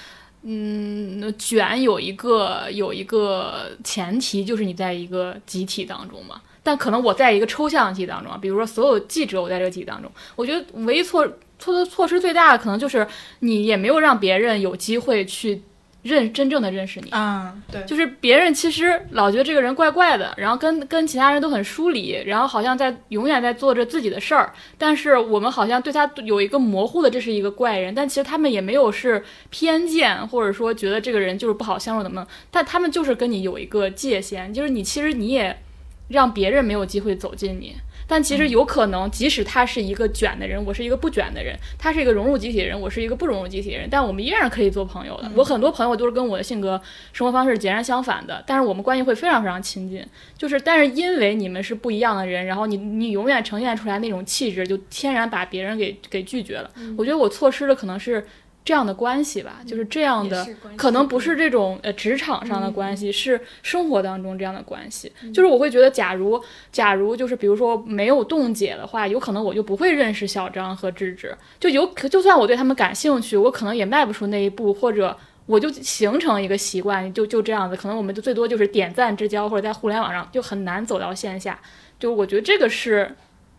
Speaker 6: 嗯，卷有一个有一个前提，就是你在一个集体当中嘛。但可能我在一个抽象集体当中啊，比如说所有记者，我在这个集体当中，我觉得唯一错措措施最大的可能就是你也没有让别人有机会去认真正的认识你。
Speaker 1: 嗯
Speaker 4: 啊对，
Speaker 6: 就是别人其实老觉得这个人怪怪的，然后跟跟其他人都很疏离，然后好像在永远在做着自己的事儿，但是我们好像对他有一个模糊的这是一个怪人，但其实他们也没有是偏见，或者说觉得这个人就是不好相处怎么，但他们就是跟你有一个界限，就是你其实你也让别人没有机会走进你。但其实有可能，即使他是一个卷的人，我是一个不卷的人；他是一个融入集体的人，我是一个不融入集体的人。但我们依然可以做朋友的。我很多朋友都是跟我的性格、生活方式截然相反的，但是我们关系会非常非常亲近。就是，但是因为你们是不一样的人，然后你你永远呈现出来那种气质，就天然把别人给给拒绝了。我觉得我错失的可能是这样的关系吧，就是这样的，可能不
Speaker 1: 嗯
Speaker 6: 是这种呃职场上的关系，是生活当中这样的关系。就是我会觉得，假如假如就是比如说没有冻结的话，有可能我就不会认识小张和芝芝，就有可就算我对他们感兴趣，我可能也迈不出那一步，或者。我就形成一个习惯，就就这样子，可能我们就最多就是点赞之交，或者在互联网上就很难走到线下。就我觉得这个是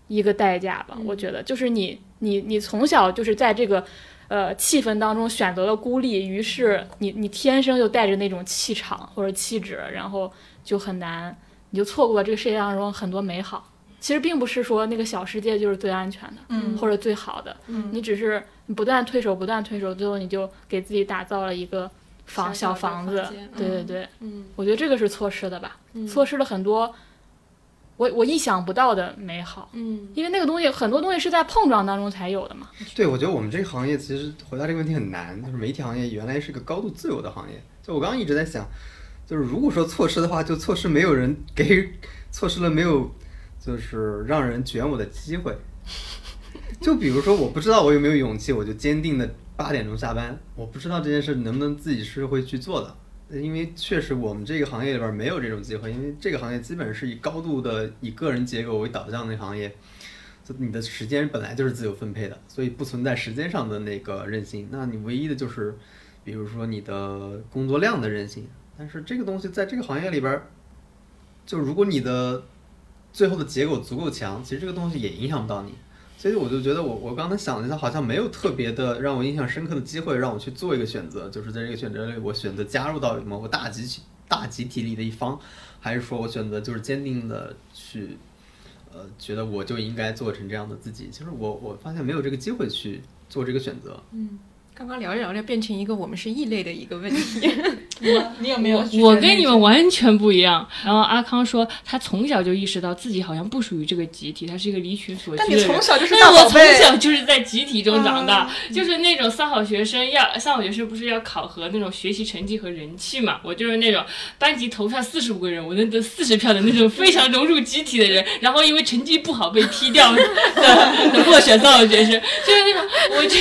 Speaker 6: 一个代价吧。我觉得就是你你你从小就是在这个呃气氛当中选择了孤立，于是你你天生就带着那种气场或者气质，然后就很难，你就错过了这个世界当中很多美好。其实并不是说那个小世界就是最安全的，
Speaker 4: 嗯
Speaker 6: 或者最好的，
Speaker 4: 嗯
Speaker 6: 你只是不断退守，不断退守，最后你就给自己打造了一个房
Speaker 2: 小小的
Speaker 6: 房子
Speaker 2: 房间，
Speaker 6: 对对对，
Speaker 2: 嗯
Speaker 6: 我觉得这个是错失的吧，
Speaker 2: 嗯
Speaker 6: 错失了很多我我意想不到的美好，
Speaker 2: 嗯，
Speaker 6: 因为那个东西很多东西是在碰撞当中才有的嘛。
Speaker 3: 对，我觉得我们这个行业其实回答这个问题很难，就是媒体行业原来是个高度自由的行业。就我刚刚一直在想，就是如果说错失的话，就错失没有人给，错失了没有就是让人卷我的机会。就比如说，我不知道我有没有勇气，我就坚定的八点钟下班。我不知道这件事能不能自己是会去做的，因为确实我们这个行业里边没有这种机会，因为这个行业基本是以高度的以个人结构为导向的行业，就你的时间本来就是自由分配的，所以不存在时间上的那个任性。那你唯一的就是，比如说你的工作量的任性。但是这个东西在这个行业里边儿，就如果你的最后的结果足够强，其实这个东西也影响不到你。所以我就觉得我我刚才想了一下，好像没有特别的让我印象深刻的机会让我去做一个选择，就是在这个选择里，我选择加入到某个大集体大集体里的一方，还是说我选择就是坚定的去呃，觉得我就应该做成这样的自己。其实我我发现没有这个机会去做这个选择。
Speaker 1: 刚刚聊着聊着变成一个我们是异类的一个问题，
Speaker 4: 你有没有？
Speaker 2: 我跟你们完全不一样。然后阿康说，他从小就意识到自己好像不属于这个集体，他是一个离群索居
Speaker 4: 但
Speaker 2: 的
Speaker 4: 你
Speaker 2: 人。
Speaker 4: 从小就是
Speaker 2: 但
Speaker 4: 大
Speaker 2: 是我
Speaker 4: 宝
Speaker 2: 从
Speaker 4: 贝，嗯
Speaker 2: 小就是在集体中长大，就是那种三好学生要三好学生不是要考核那种学习成绩和人气嘛？我就是那种班级投票四十五个人，我能得四十票的那种非常融入集体的人，然后因为成绩不好被踢掉的 的落选三好学生，就是那种我就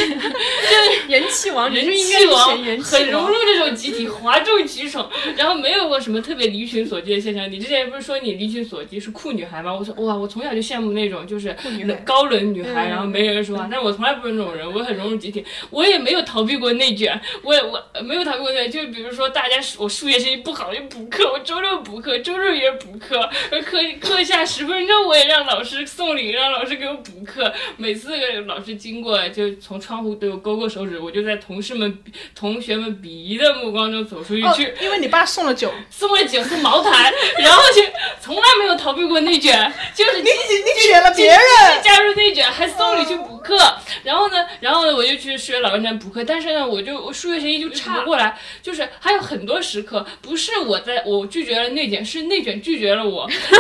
Speaker 1: 人气王，
Speaker 2: 人
Speaker 1: 人
Speaker 2: 气王
Speaker 1: 人气
Speaker 2: 很融
Speaker 1: 王
Speaker 2: 入这种集体，哗众取宠，然后没有过什么特别离群索居的现象。你之前不是说你离群索居是酷女孩吗？我说哇，我从小就羡慕那种就是
Speaker 1: 女孩嗯
Speaker 2: 高冷女孩，然后没人说话。但是我从来不是那种人，我很融入集体，我也没有逃避过内卷，我也我没有逃避过内卷。就是比如说大家数我数学成绩不好就补课，我周六补课，周日也补课，课课下十分钟我也让老师送礼，让老师给我补课。每次老师经过，就从窗户对我勾勾手指，我就在同事们、同学们鄙夷的目光中走出去，
Speaker 4: 哦，因为你爸送了酒，
Speaker 2: 送了几副茅台，然后就从来没有逃避过内 卷，就是
Speaker 4: 你你你卷了别人，哦
Speaker 2: 去加入内卷，还送你去补课。然后呢，然后呢，我就去学老师站补课，但是呢，我就我数学成绩就差不过来，就是还有很多时刻不是我在我拒绝了内卷，是内卷拒绝了我。 就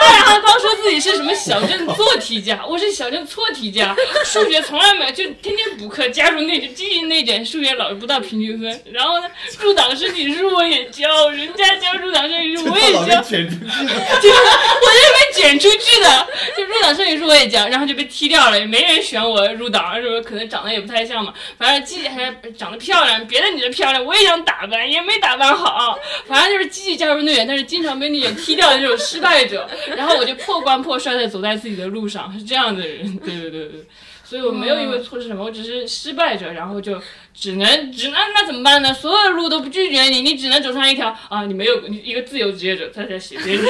Speaker 2: 哎呀，刚说自己是什么小镇做题家，我是小镇错题家，数学从来没有就天天补课，加入内卷，积极内卷，数学老是不到平均分。然后呢，入党申请书我也交，人家交入党申请书我也交
Speaker 3: 被，卷出 去了。
Speaker 2: 就是我就是被卷出去的， 就入党申请书我也交，然后就被踢掉了，也没人选我入党，是不是？可能长得也不太像嘛，反正积极还是长得漂亮，别的女的漂亮，我也想打扮，也没打扮好，反正就是积极加入内卷，但是经常被内卷踢掉的那种失败者， 然后我就破罐破摔的走在自己的路上，是这样的人，对对对对。所以我没有因为错失什么，我只是失败者，然后就只能只能那怎么办呢？所有的路都不拒绝你，你只能走上一条啊，你没有你一个自由职业者，他在写 别人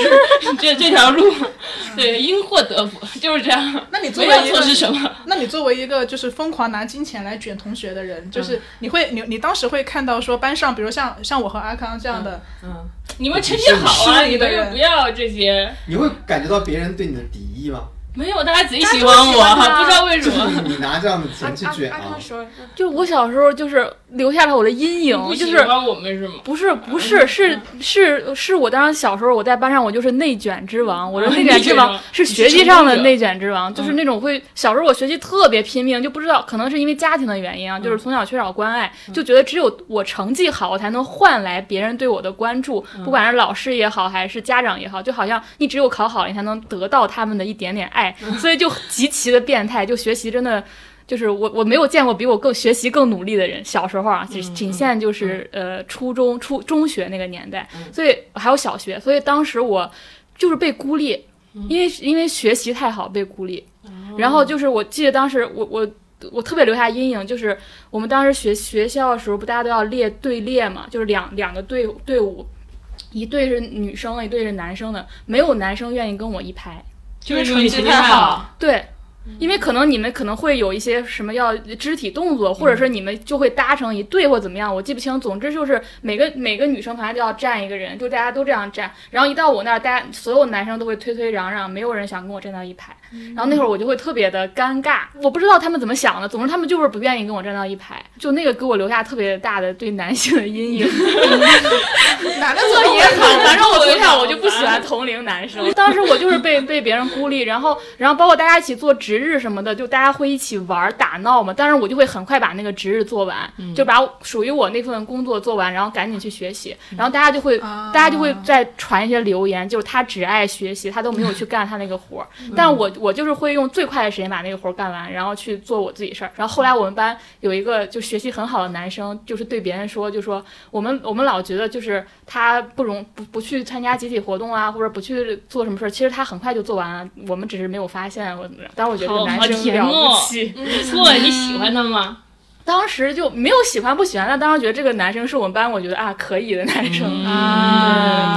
Speaker 2: 这这条路，对，因祸得福 就是这样。
Speaker 4: 那你作
Speaker 2: 没
Speaker 4: 为
Speaker 2: 有
Speaker 4: 一
Speaker 2: 错
Speaker 4: 个
Speaker 2: 失什 么？
Speaker 4: 那你作为一个就是疯狂拿金钱来卷同学的人，就是你会你你当时会看到说班上，比如像像我和阿康这样的，
Speaker 2: 嗯，你们成绩好啊，
Speaker 4: 是
Speaker 2: 你
Speaker 4: 一个
Speaker 2: 们又
Speaker 4: 人
Speaker 2: 不要这些，
Speaker 3: 你会感觉到别人对你的敌意吗？
Speaker 2: 没有，大家贼喜欢我，
Speaker 6: 大家都喜欢他
Speaker 2: 不知道为 什
Speaker 3: 就
Speaker 2: 么。
Speaker 3: 是你拿这样的钱去卷
Speaker 9: 阿
Speaker 3: 啊
Speaker 9: 康，说，
Speaker 6: 就我小时候就是留下了我的阴
Speaker 2: 你不嗯
Speaker 6: 影，就
Speaker 2: 喜
Speaker 6: 是
Speaker 2: 欢我们是吗？
Speaker 6: 不是不是是是是我当时小时候我在班上我就是内卷之王，我的内卷之王
Speaker 2: 啊
Speaker 6: 是
Speaker 2: 内卷之
Speaker 6: 学
Speaker 2: 王
Speaker 6: 习上的内卷之王，就是
Speaker 2: 嗯
Speaker 6: 那种会小时候我学习特别拼命，就不知道可能是因为家庭的原因啊，就是从小缺少关爱，就觉得只有我成绩好，我才能换来别人对我的关注，不管是老师也好还是家长也好，就好像你只有考好，你才能得到他们的一点点爱，所以就极其的变态，就学习真的。就是我我没有见过比我更学习更努力的人。小时候啊，仅仅限就是、呃初中、初中学那个年代，所以还有小学，所以当时我就是被孤立，因为因为学习太好被孤立。然后就是我记得当时我我。我特别留下阴影，就是我们当时学学校的时候，不大家都要列队列嘛，就是两两个队伍队伍，一队是女生的，一队是男生的，没有男生愿意跟我一排，
Speaker 2: 就是
Speaker 4: 因为成绩太好，
Speaker 6: 对，因为可能你们可能会有一些什么要肢体动作，或者是你们就会搭成一队或怎么样，我记不清。总之就是每个每个女生旁边都要站一个人，就大家都这样站。然后一到我那儿，大家所有男生都会推推攘攘，没有人想跟我站到一排。然后那会儿我就会特别的尴尬，我不知道他们怎么想的，总之他们就是不愿意跟我站到一排，就那个给我留下特别大的对男性的阴影。
Speaker 4: 男的
Speaker 6: 这
Speaker 4: 做
Speaker 6: 也好，反正我从小我就不喜欢同龄男生。当时我就是被被别人孤立，然后然后包括大家一起做值日什么的，就大家会一起玩儿打闹嘛。但是我就会很快把那个值日做完，就把我属于我那份工作做完，然后赶紧去学习。然后大家就会、
Speaker 4: 啊
Speaker 6: 大家就会再传一些留言，就是他只爱学习，他都没有
Speaker 2: 嗯
Speaker 6: 去干他那个活儿。但我我就是会用最快的时间把那个活儿干完，然后去做我自己事儿。然后后来我们班有一个就学习很好的男生，就是对别人说，就说我们我们老觉得就是他不容不不去参加集体活动啊，或者不去做什么事儿，其实他很快就做完了，我们只是没有发现或者怎么着。但是我觉得这
Speaker 2: 好
Speaker 6: 个男
Speaker 2: 好
Speaker 6: 生
Speaker 2: 甜
Speaker 6: 了
Speaker 2: 哦
Speaker 6: 不起，
Speaker 2: 不错，你喜欢他吗？
Speaker 6: 当时就没有喜欢不喜欢，但当时觉得这个男生是我们班我觉得啊可以的男生。
Speaker 2: 嗯
Speaker 4: 啊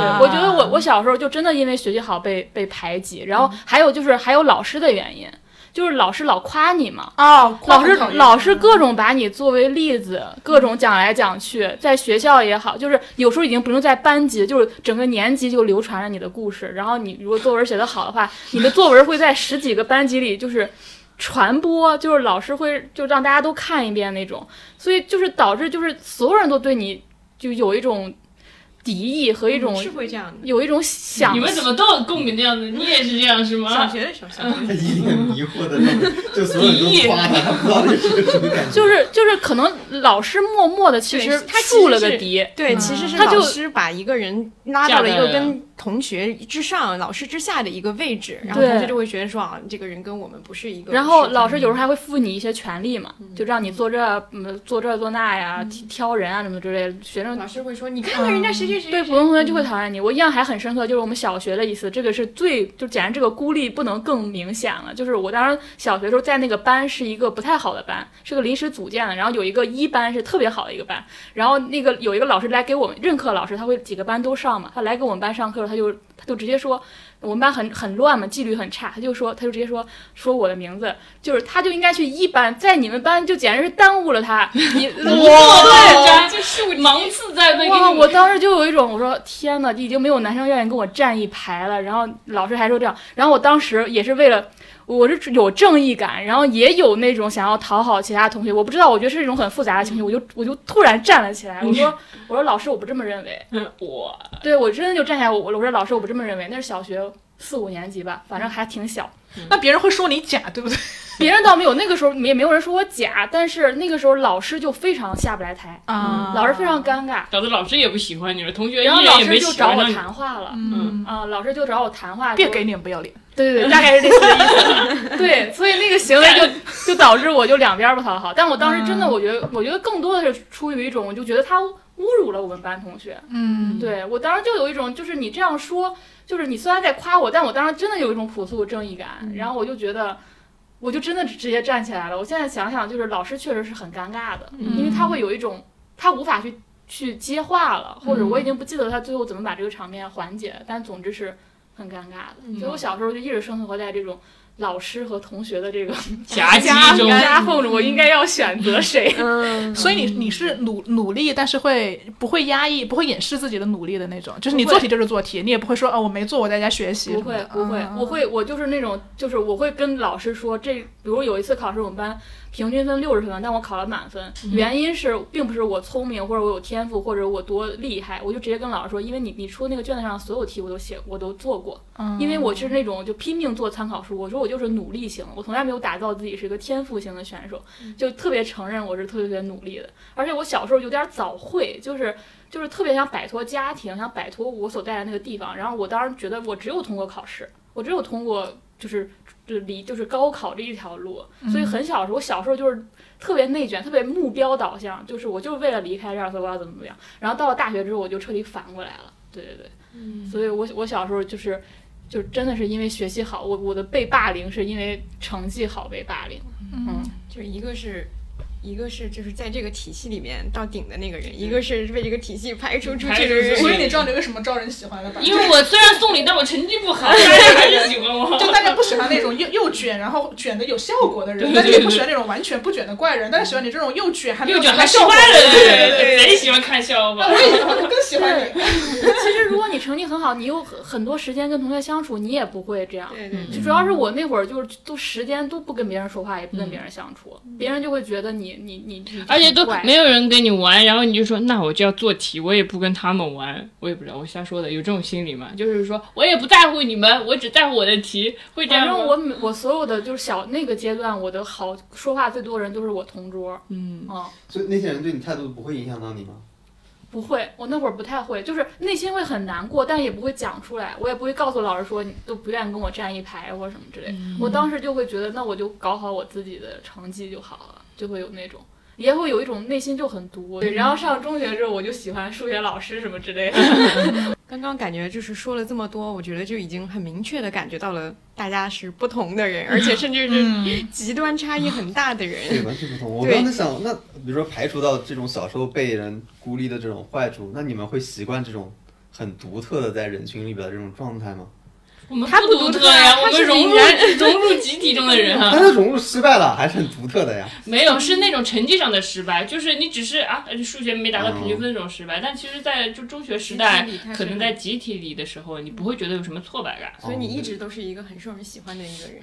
Speaker 6: 嗯对，我觉得我我小时候就真的因为学习好被被排挤，然后还有就是还有老师的原因，就是老师老夸你嘛，
Speaker 4: 哦，
Speaker 6: 老师老师各种把你作为例子，各种讲来讲去，在学校也好，就是有时候已经不用在班级，就是整个年级就流传着你的故事。然后你如果作文写得好的话，你的作文会在十几个班级里就是传播，就是老师会就让大家都看一遍那种。所以就是导致就是所有人都对你就有一种敌意和一种、
Speaker 1: 嗯
Speaker 9: 是会这样的。
Speaker 6: 有一种想
Speaker 2: 你们怎么都有共鸣这样子？你也是这样是
Speaker 9: 小
Speaker 1: 嗯
Speaker 2: 吗？
Speaker 9: 学的时候，小学的时候
Speaker 3: 一脸迷惑的那种，就所有人都夸他，他不知道这是个什么感觉。
Speaker 6: 就是就是可能老师默默的其实
Speaker 9: 对他其实
Speaker 6: 树了个
Speaker 9: 是
Speaker 6: 敌。
Speaker 9: 对，其
Speaker 1: 嗯
Speaker 9: 实是
Speaker 6: 他就
Speaker 9: 老师把一个人拉到了一
Speaker 2: 架在
Speaker 9: 个跟同学之上、老师之下的一个位置，然后
Speaker 6: 对
Speaker 9: 同学就会觉得说啊，这个人跟我们不是一个。
Speaker 6: 然后老师有时候还会赋你一些权利嘛，就让你做这、嗯、做这做那呀，
Speaker 9: 嗯
Speaker 6: 挑人啊什么之类的。学生
Speaker 9: 老师会说，你
Speaker 4: 啊
Speaker 9: 看看人家谁谁谁。
Speaker 6: 对普通同学就会讨厌你。我印象还很深刻，就是我们小学的一次，这个是最就简直这个孤立不能更明显了。就是我当时小学时候在那个班是一个不太好的班，是个临时组建的，然后有一个一班是特别好的一个班，然后那个有一个老师来给我们任课老师，他会几个班都上嘛，他来给我们班上课的时候，他就他就直接说。我们班很很乱嘛，纪律很差，他就说，他就直接说说我的名字，就是他就应该去一班，在你们班就简直是耽误了他。你
Speaker 2: 啊哇，这是芒刺在那
Speaker 6: 哇！
Speaker 2: 给
Speaker 6: 我当时就有一种，我说天哪，已经没有男生愿意跟我站一排了。然后老师还说这样，然后我当时也是为了，我是有正义感，然后也有那种想要讨好其他同学。我不知道，我觉得是一种很复杂的情绪，我就我就突然站了起来，我 说我说老师，我不这么认为。
Speaker 2: 你，我
Speaker 6: 对我真的就站起来，我我说老师，我不这么认为。那是小学四五年级吧，反正还挺小。
Speaker 4: 那别人会说你假，对不对？
Speaker 6: 别人倒没有，那个时候也没有人说我假，但是那个时候老师就非常下不来台，
Speaker 4: 啊
Speaker 6: 嗯老师非常尴尬。
Speaker 2: 搞得老师也不喜欢你了，同学一
Speaker 6: 然后老
Speaker 2: 点也
Speaker 6: 师
Speaker 2: 没
Speaker 6: 就
Speaker 2: 喜
Speaker 6: 找
Speaker 2: 欢
Speaker 6: 我
Speaker 2: 上你。
Speaker 6: 谈话了，
Speaker 4: 嗯，
Speaker 6: 啊、老师就找我谈话，
Speaker 4: 别
Speaker 6: 就
Speaker 4: 给脸不要脸。
Speaker 6: 对对对，大概是这个意思。 对，所以那个行为 就就导致我就两边儿不讨好。但我当时真的，我觉得，我觉得更多的是出于一种，我就觉得他侮辱了我们班同学。
Speaker 4: 嗯，
Speaker 6: 对我当时就有一种，就是你这样说，就是你虽然在夸我，但我当时真的有一种朴素的正义
Speaker 2: 嗯
Speaker 6: 感。然后我就觉得，我就真的直接站起来了。我现在想想，就是老师确实是很尴尬的，
Speaker 2: 嗯
Speaker 6: 因为他会有一种他无法去去接话了，或者
Speaker 2: 嗯
Speaker 6: 我已经不记得他最后怎么
Speaker 2: 嗯
Speaker 6: 把这个场面缓解，但总之是很尴尬的。所以我小时候就一直生活在这种老师和同学的这个
Speaker 2: 夹击
Speaker 6: 夹
Speaker 2: 中，
Speaker 6: 夹缝中，我应该要选择谁？
Speaker 9: 嗯，
Speaker 4: 所以你你是努努力，但是会不会压抑，不会掩饰自己的努力的那种，就是你
Speaker 6: 不会
Speaker 4: 做题就是做题，你也不会说哦我没做，我在家学习。
Speaker 6: 不会，不
Speaker 4: 嗯
Speaker 6: 会，我会，我就是那种，就是我会跟老师说，这，比如有一次考试，我们班平均分六十分，但我考了满分，原因是并不是我聪明或者我有天赋或者我多厉害，我就直接跟老师说，因为你你出那个卷子上所有题我都写，我都做过，因为我是那种就拼命做参考书，我说我就是努力型，我从来没有打造自己是一个天赋型的选手，就特别承认我是特别特别努力的，而且我小时候有点早会，就是就是特别想摆脱家庭，想摆脱我所在的那个地方。然后我当时觉得我只有通过考试，我只有通过就是就是离就是高考这一条路。所以很小的时候，我小时候就是特别内卷，特别目标导向，就是我就是为了离开这儿，所以我要怎么怎么样。然后到了大学之后，我就彻底反过来了。对对对，所以我我小时候就是。就真的是因为学习好，我我的被霸凌是因为成绩好被霸凌。 嗯，
Speaker 9: 就一个是。一个是就是在这个体系里面到顶的那个人，一个是被这个体系排除出去的
Speaker 2: 排除
Speaker 9: 人
Speaker 2: 出，去
Speaker 4: 所以你知道你为什么招人喜欢了吧？
Speaker 2: 因为我虽然送礼，但我成绩不好，大家还是喜欢我。
Speaker 4: 就大家不喜欢那种又又卷，然后卷的有效果的人，但是也不喜欢那种完全不卷的怪人，但是喜欢你这种又卷还没
Speaker 2: 又
Speaker 4: 有
Speaker 2: 卷
Speaker 4: 什么
Speaker 2: 还失
Speaker 4: 效果
Speaker 2: 败
Speaker 4: 的人。
Speaker 2: 了，对对对，谁喜欢看 笑话？
Speaker 4: 我也会更喜欢你。
Speaker 6: 其实如果你成绩很好，你有很很多时间跟同学相处，你也不会这样。
Speaker 9: 对 对
Speaker 6: 就主要是我那会儿就是都时间都不跟别人说话，也不跟别人相处，别人就会觉得你你你你，
Speaker 2: 嗯而且都
Speaker 6: 怪
Speaker 2: 没有人跟你玩，然后你就说那我就要做题，我也不跟他们玩，我也不知道我瞎说的，有这种心理吗？就是说我也不在乎你们，我只在乎我的题，会这样
Speaker 6: 反
Speaker 2: 吗
Speaker 6: 正我每我所有的就是小那个阶段，我的好说话最多的人就是我同桌，
Speaker 2: 嗯，
Speaker 6: 嗯，
Speaker 3: 所以那些人对你态度不会影响到你吗？
Speaker 6: 不会，我那会儿不太会，就是内心会很难过，但也不会讲出来，我也不会告诉老师说你都不愿意跟我站一排或者什么之类。
Speaker 2: 嗯
Speaker 6: 我当时就会觉得，那我就搞好我自己的成绩就好了，就会有那种，也会有一种内心就很毒。
Speaker 2: 嗯
Speaker 6: 对，然后上中学之后，我就喜欢数学老师什么之类的。
Speaker 9: 刚刚感觉就是说了这么多，我觉得就已经很明确的感觉到了大家是不同的人，而且甚至
Speaker 2: 嗯
Speaker 9: 是极端差异很大的
Speaker 3: 对，
Speaker 9: 人。
Speaker 3: 完全不同。我
Speaker 9: 对
Speaker 3: 刚才想，那比如说排除到这种小时候被人孤立的这种坏处，那你们会习惯这种很独特的在人群里边的这种状态吗？
Speaker 2: 我们
Speaker 9: 他
Speaker 2: 不
Speaker 9: 不
Speaker 2: 独
Speaker 9: 独
Speaker 2: 特
Speaker 9: 特啊
Speaker 2: 呀，
Speaker 9: 他
Speaker 2: 我们
Speaker 9: 是
Speaker 2: 融入
Speaker 9: 引人
Speaker 2: 融入集体中的人啊
Speaker 3: 但，是融入失败了，还是很独特的呀。
Speaker 2: 没有是那种成绩上的失败，就是你只是啊数学没达到平均分那种失败，但其实，在就中学时代
Speaker 9: 集体里，它是
Speaker 2: 可能在集体里的时候，你不会觉得有什么挫败感。
Speaker 9: 所以你一直都是一个很受人喜欢的一个人。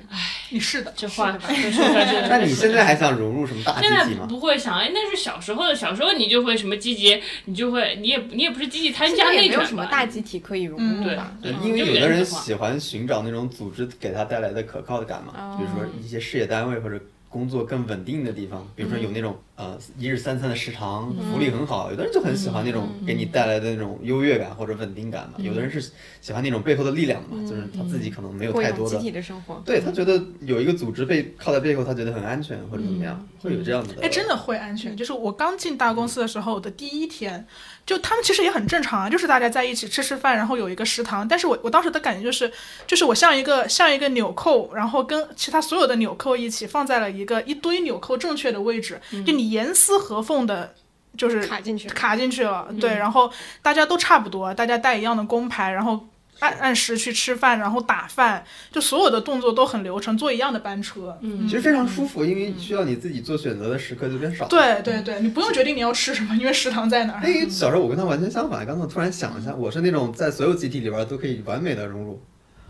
Speaker 4: 你嗯是的，
Speaker 2: 这话说出来真 的
Speaker 3: 那你现在还想融入什么大
Speaker 2: 现在
Speaker 3: 集体吗？
Speaker 2: 不会想，哎，那是小时候的，小时候你就会什么积极，你就会，你也你也不是积极参
Speaker 9: 现
Speaker 2: 加
Speaker 9: 在
Speaker 2: 那
Speaker 9: 也没
Speaker 2: 种
Speaker 9: 有什么大集体可以融入
Speaker 2: 对
Speaker 9: 吧？
Speaker 3: 对
Speaker 2: 嗯
Speaker 3: 因为
Speaker 2: 就
Speaker 3: 有的人
Speaker 2: 原子化
Speaker 3: 喜欢寻找那种组织给他带来的可靠的感嘛，比如说一些事业单位或者工作更稳定的地方，比如说有那种呃一日三餐的食堂，福利很好，有的人就很喜欢那种给你带来的那种优越感或者稳定感嘛，有的人是喜欢那种背后的力量嘛，就是他自己可能没有
Speaker 9: 过一
Speaker 3: 太
Speaker 9: 种
Speaker 3: 多
Speaker 9: 集
Speaker 3: 的
Speaker 9: 体，的生活。
Speaker 3: 对他觉得有一个组织被靠在背后，他觉得很安全或者怎么样，会有这样子的。
Speaker 4: 哎，真的会安全。就是我刚进大公司的时候的第一天，就他们其实也很正常啊，就是大家在一起吃吃饭，然后有一个食堂。但是我我当时的感觉就是，就是我像一个像一个纽扣，然后跟其他所有的纽扣一起放在了一个一堆纽扣正确的位置，
Speaker 2: 嗯
Speaker 4: 就你严丝合缝的，就是
Speaker 9: 卡进去了
Speaker 4: 卡进去了。
Speaker 9: 嗯
Speaker 4: 对，然后大家都差不多，大家带一样的工牌，然后。按按时去吃饭，然后打饭，就所有的动作都很流程，坐一样的班车。嗯，
Speaker 3: 其实非常舒服，因为需要你自己做选择的时刻就变少了。
Speaker 4: 对对对，你不用决定你要吃什么，因为食堂在哪儿。
Speaker 3: 哎，小时候我跟他完全相反。刚才我突然想了一下，我是那种在所有集体里边都可以完美的融入。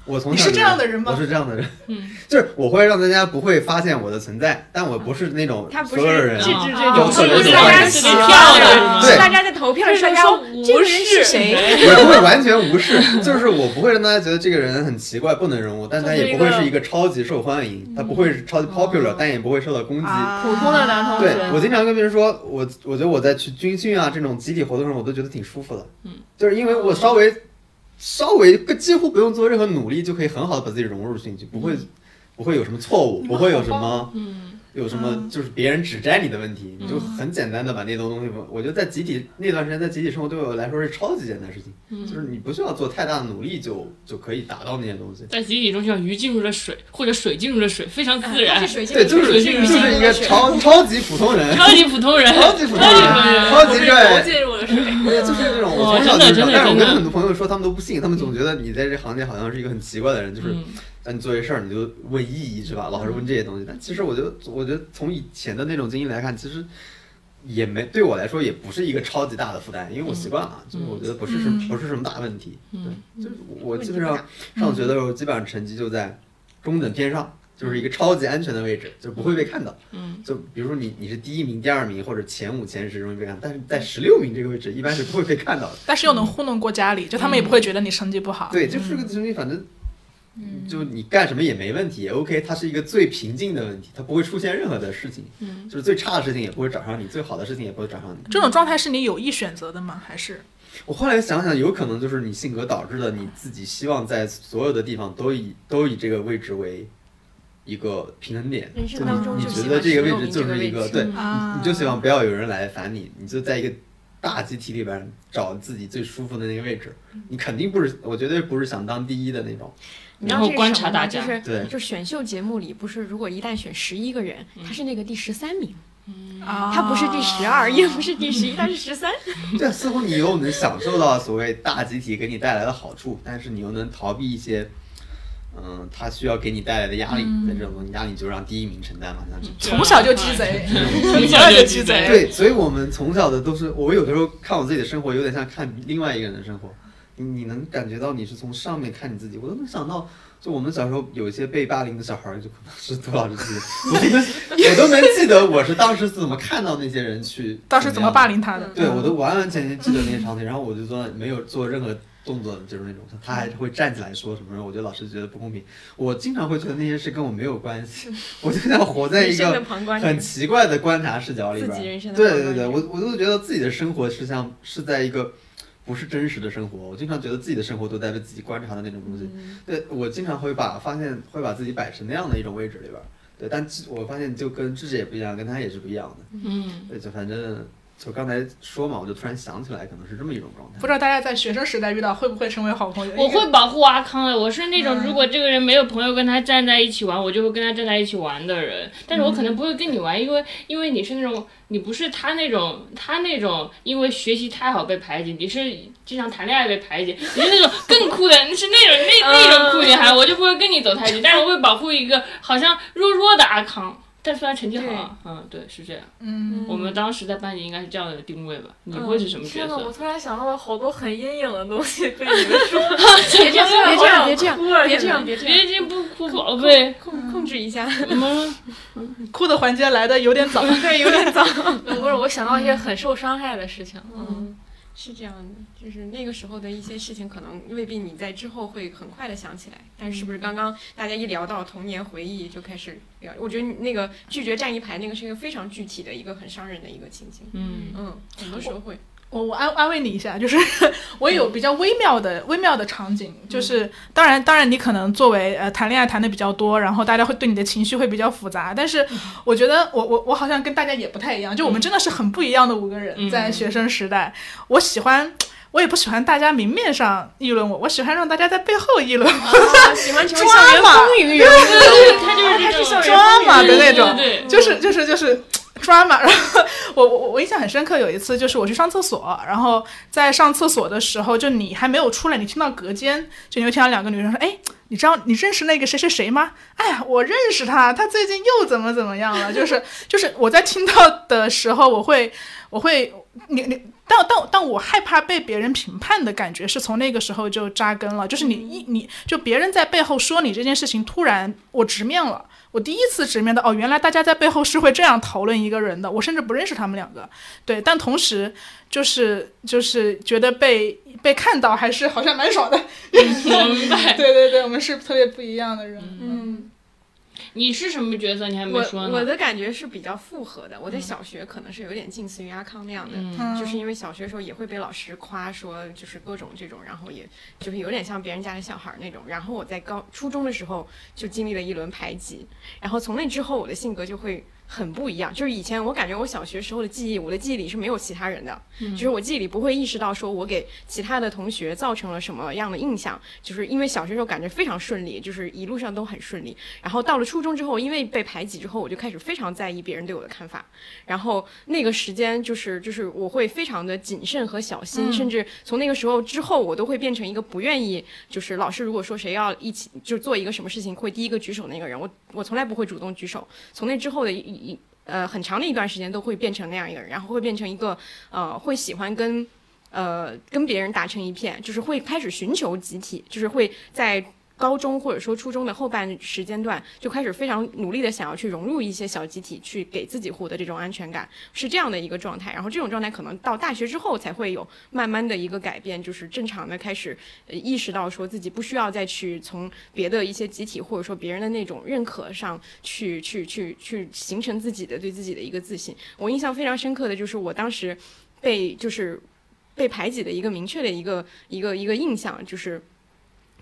Speaker 3: 我从小
Speaker 4: 你是
Speaker 3: 就
Speaker 4: 这样的人吗嗯
Speaker 3: 我是这样的人， 就是我会让大家不会发现我的存在，但我不是那种
Speaker 9: 他不
Speaker 3: 所有
Speaker 9: 是
Speaker 3: 人
Speaker 9: 制止这
Speaker 2: 啊
Speaker 9: 种，
Speaker 3: 有所
Speaker 9: 是
Speaker 3: 有
Speaker 9: 不是
Speaker 3: 人
Speaker 9: 大家
Speaker 3: 关
Speaker 9: 投
Speaker 3: 系
Speaker 2: 是
Speaker 9: 票
Speaker 2: 票
Speaker 9: 的，
Speaker 3: 的
Speaker 9: 是大家在投票的时候，大家
Speaker 2: 无
Speaker 9: 这个人是
Speaker 2: 视
Speaker 9: 谁？
Speaker 3: 我不会完全无视，就是我不会让大家觉得这个人很奇怪不能融入，但他
Speaker 6: 就是
Speaker 3: 也
Speaker 6: 一
Speaker 3: 不会
Speaker 6: 个
Speaker 3: 是一个超级受欢迎，他不会是超级
Speaker 4: 哦
Speaker 3: popular，、但也不会受到攻击。
Speaker 4: 啊
Speaker 9: 啊
Speaker 6: 普通的男同
Speaker 3: 对
Speaker 6: 学，
Speaker 3: 我经常跟别人说，我我觉得我在去军训啊这种集体活动上，我都觉得挺舒服的。嗯，就是因为我稍微稍微几乎不用做任何努力，就可以很好的把自己融入进去，不会、不会有什么错误，不会有什么嗯有什么就是别人指摘你的问题，你就很简单的把那种东西把，我觉得在集体那段时间在集体生活对我来说是超级简单的事情，就是你不需要做太大的努力就就可以达到那些东西。
Speaker 2: 在集体中，像鱼进入了水，或者水进入了水，非常自然
Speaker 9: 是，水性
Speaker 3: 对，就是
Speaker 2: 嗯水
Speaker 3: 就
Speaker 2: 性
Speaker 3: 是一个超超级普通人，
Speaker 2: 超级普通人，
Speaker 3: 超级普通
Speaker 2: 超级普通
Speaker 3: 人，
Speaker 2: 人
Speaker 3: 超
Speaker 6: 我
Speaker 3: 级对。
Speaker 6: 进入了
Speaker 2: 口水。
Speaker 3: 对，就是这种，我
Speaker 2: 哇
Speaker 3: 从小
Speaker 2: 哦真的
Speaker 3: 就是这样但
Speaker 2: 真的
Speaker 3: 是我
Speaker 2: 真
Speaker 3: 跟
Speaker 2: 的
Speaker 3: 很多朋友说，他们都不信，他们总觉得你在这行业好像是一个很奇怪的人，就是
Speaker 2: 嗯
Speaker 3: 那你做这事儿，你就问意义是吧？老是问这些东西。但其实我觉得，我觉得从以前的那种经历来看，其实也没对我来说也不是一个超级大的负担，因为我习惯了，就是我觉得不是什么、
Speaker 4: 嗯
Speaker 3: 不是什么大问题。
Speaker 2: 嗯
Speaker 3: 对，就是我基本上上学的时候，基本上成绩就在中等偏上。就是一个超级安全的位置，就不会被看到。
Speaker 2: 嗯，
Speaker 3: 就比如说你你是第一名、第二名或者前五、前十容易被看，但是在十六名这个位置一般是不会被看到的。
Speaker 4: 但是又能糊弄过家里，就他们也不会觉得你成绩不
Speaker 2: 嗯
Speaker 4: 好。
Speaker 3: 对，就是个东西，反正就你干什么也没问题也，OK，它是一个最平静的问题，它不会出现任何的事情，
Speaker 2: 嗯
Speaker 3: 就是最差的事情也不会找上你，最好的事情也不会找上你。
Speaker 4: 这种状态是你有意选择的吗？还是
Speaker 3: 我后来想想，有可能就是你性格导致的，你自己希望在所有的地方都以都以这个位置为一个平衡点，
Speaker 9: 人生
Speaker 3: 就
Speaker 9: 当
Speaker 3: 你
Speaker 9: 中
Speaker 3: 你
Speaker 9: 就
Speaker 3: 觉
Speaker 9: 喜
Speaker 3: 得
Speaker 9: 欢
Speaker 3: 这个
Speaker 9: 十
Speaker 3: 位
Speaker 9: 六
Speaker 3: 置
Speaker 9: 名
Speaker 3: 就
Speaker 9: 这个
Speaker 3: 是
Speaker 9: 位
Speaker 3: 一个
Speaker 9: 置
Speaker 3: 对，
Speaker 4: 啊，
Speaker 3: 你就希望不要有人来烦你，你就在一个大集体里边找自己最舒服的那个位置。
Speaker 9: 嗯
Speaker 3: 你肯定不是，我绝对不是想当第一的那种。
Speaker 9: 你知道
Speaker 2: 然后
Speaker 9: 这是
Speaker 2: 观
Speaker 9: 什
Speaker 2: 察
Speaker 9: 么吗
Speaker 2: 大
Speaker 9: 就
Speaker 2: 家
Speaker 9: 是
Speaker 3: 对
Speaker 9: 就是选秀节目里，不是如果一旦选十一个人，
Speaker 2: 嗯
Speaker 9: 他是那个第十三名，嗯
Speaker 4: 啊，
Speaker 9: 他不是第十二，也不是第十一，他是 十三。
Speaker 3: 对，啊似乎你又能享受到所谓大集体给你带来的好处，但是你又能逃避一些，嗯，他需要给你带来的压力。
Speaker 9: 嗯
Speaker 3: 但这种东西压力就让第一名承担嘛，那就。
Speaker 4: 从小就鸡贼，
Speaker 2: 从小就鸡贼
Speaker 3: 对，所以我们从小的都是，我有的时候看我自己的生活，有点像看另外一个人的生活。你你能感觉到你是从上面看你自己，我都能想到，就我们小时候有一些被霸凌的小孩儿，就可能是杜老师自己，我都能我都能记得我是当时怎么看到那些人去，
Speaker 4: 当时怎么霸凌他的？
Speaker 3: 对，我都完完全全记得那些场景，然后我就说没有做任何动作，就是那种他还会站起来说什么，我觉得老师觉得不公平。我经常会觉得那些事跟我没有关系，我就像活在一
Speaker 9: 人生的
Speaker 3: 个
Speaker 9: 旁观者
Speaker 3: 很奇怪的观察视角里边
Speaker 9: 自己人生
Speaker 3: 儿。
Speaker 9: 的
Speaker 3: 对
Speaker 9: 旁
Speaker 3: 对
Speaker 9: 观
Speaker 3: 对，
Speaker 9: 者
Speaker 3: 我我都觉得自己的生活是像是在一个。不是真实的生活，我经常觉得自己的生活都在被自己观察的那种东西。
Speaker 9: 嗯
Speaker 3: 对我经常会把发现会把自己摆成那样的一种位置里边儿。对，但其我发现就跟智智也不一样，跟他也是不一样的。
Speaker 2: 嗯，
Speaker 3: 对，就反正就刚才说嘛，我就突然想起来，可能是这么一种状态
Speaker 4: 不。知道大家在学生时代遇到会不会成为好朋友？
Speaker 2: 我会保护阿康的。我是那种
Speaker 4: 嗯
Speaker 2: 如果这个人没有朋友跟他站在一起玩，我就会跟他站在一起玩的人。但是我可能不会跟你玩，因为因为你是那种你不是他那种他那种因为学习太好被排挤，你是就像谈恋爱被排挤，你是那种更酷的，你是那种那那种酷女孩，我就不会跟你走太近。但是我会保护一个好像弱弱的阿康。但虽然成绩好啊，嗯，对，是这样。
Speaker 4: 嗯，
Speaker 2: 我们当时在班级应该是这样的定位吧？你会是什
Speaker 9: 嗯
Speaker 2: 么角
Speaker 6: 天呐，我
Speaker 2: 色？
Speaker 6: 突然想到了好多很阴影的东西被你们说，
Speaker 9: 别这样， 别这样，别这样
Speaker 6: 哭啊，
Speaker 9: 别这
Speaker 6: 现在
Speaker 9: 样，别这样，
Speaker 2: 别这不哭宝贝，
Speaker 9: 控控制一下。
Speaker 2: 我们
Speaker 4: 哭的环节来的有点早，对，有点早。
Speaker 6: 嗯不是我想到一些很受伤害的事情。嗯，
Speaker 9: 嗯，是这样的，就是那个时候的一些事情，可能未必你在之后会很快的想起来，但是不是刚刚大家一聊到童年回忆就开始聊？我觉得你那个拒绝站一排那个是一个非常具体的一个很伤人的一个情景。
Speaker 2: 嗯。
Speaker 9: 嗯，很多时候会，
Speaker 4: 我我安安慰你一下，就是 我也有
Speaker 2: 嗯
Speaker 4: 比较微妙的微妙的场景，就是当然当然你可能作为呃谈恋爱谈的比较多，然后大家会对你的情绪会比较复杂，但是
Speaker 2: 嗯
Speaker 4: 我觉得我我我好像跟大家也不太一样，就我们真的是很不一样的五个人，
Speaker 2: 嗯
Speaker 4: 在学生时代，我喜欢。我也不喜欢大家明面上议论我，我喜欢让大家在背后议论我。
Speaker 9: 啊、
Speaker 6: 嗯
Speaker 9: 喜欢成为校园风云人物，
Speaker 2: 对，他就是这种
Speaker 4: 抓马的那种，
Speaker 2: 对对对
Speaker 4: 就是就是就是抓马。然后我我我印象很深刻，有一次就是我去上厕所，然后在上厕所的时候，就你还没有出来，你听到隔间就你会听到两个女生说：“哎，你知道你认识那个谁谁谁吗？”哎呀，我认识他，他最近又怎么怎么样了？就是就是我在听到的时候，我会我会你你。但但但我害怕被别人评判的感觉是从那个时候就扎根了，就是你一你就别人在背后说你这件事情，突然我直面了，我第一次直面的哦，原来大家在背后是会这样讨论一个人的，我甚至不认识他们两个，对，但同时就是就是觉得被被看到还是好像蛮爽的，
Speaker 2: 我明白。
Speaker 4: 对对对，我们是特别不一样的人，
Speaker 9: 嗯，
Speaker 2: 你是什么角色？你还没
Speaker 9: 我
Speaker 2: 说
Speaker 9: 我
Speaker 2: 呢。
Speaker 9: 的感觉是比较复合的，我在小学可能是有点近似于阿康那样的，
Speaker 2: 嗯
Speaker 4: 嗯
Speaker 9: 就是因为小学的时候也会被老师夸说，就是各种这种，然后也就是有点像别人家的小孩儿那种。然后我在高初中的时候就经历了一轮排挤，然后从那之后我的性格就会
Speaker 1: 很不一样。就是以前我感觉我小学时候的记忆，我的记忆里是没有其他人的，就是我记忆里不会意识到说我给其他的同学造成了什么样的印象，就是因为小学时候感觉非常顺利，就是一路上都很顺利。然后到了初中之后，因为被排挤之后，我就开始非常在意别人对我的看法。然后那个时间就是就是我会非常的谨慎和小心，甚至从那个时候之后，我都会变成一个不愿意就是老师如果说谁要一起就做一个什么事情，会第一个举手那个人。我我从来不会主动举手，从那之后的一一呃很长的一段时间都会变成那样一个人，然后会变成一个呃会喜欢跟。呃，跟别人打成一片，就是会开始寻求集体，就是会在高中或者说初中的后半时间段就开始非常努力的想要去融入一些小集体，去给自己获得这种安全感，是这样的一个状态。然后这种状态可能到大学之后才会有慢慢的一个改变，就是正常的开始呃意识到说自己不需要再去从别的一些集体或者说别人的那种认可上去去去去形成自己的对自己的一个自信。我印象非常深刻的就是我当时被就是。被排挤的一个明确的一个一个一个印象，就是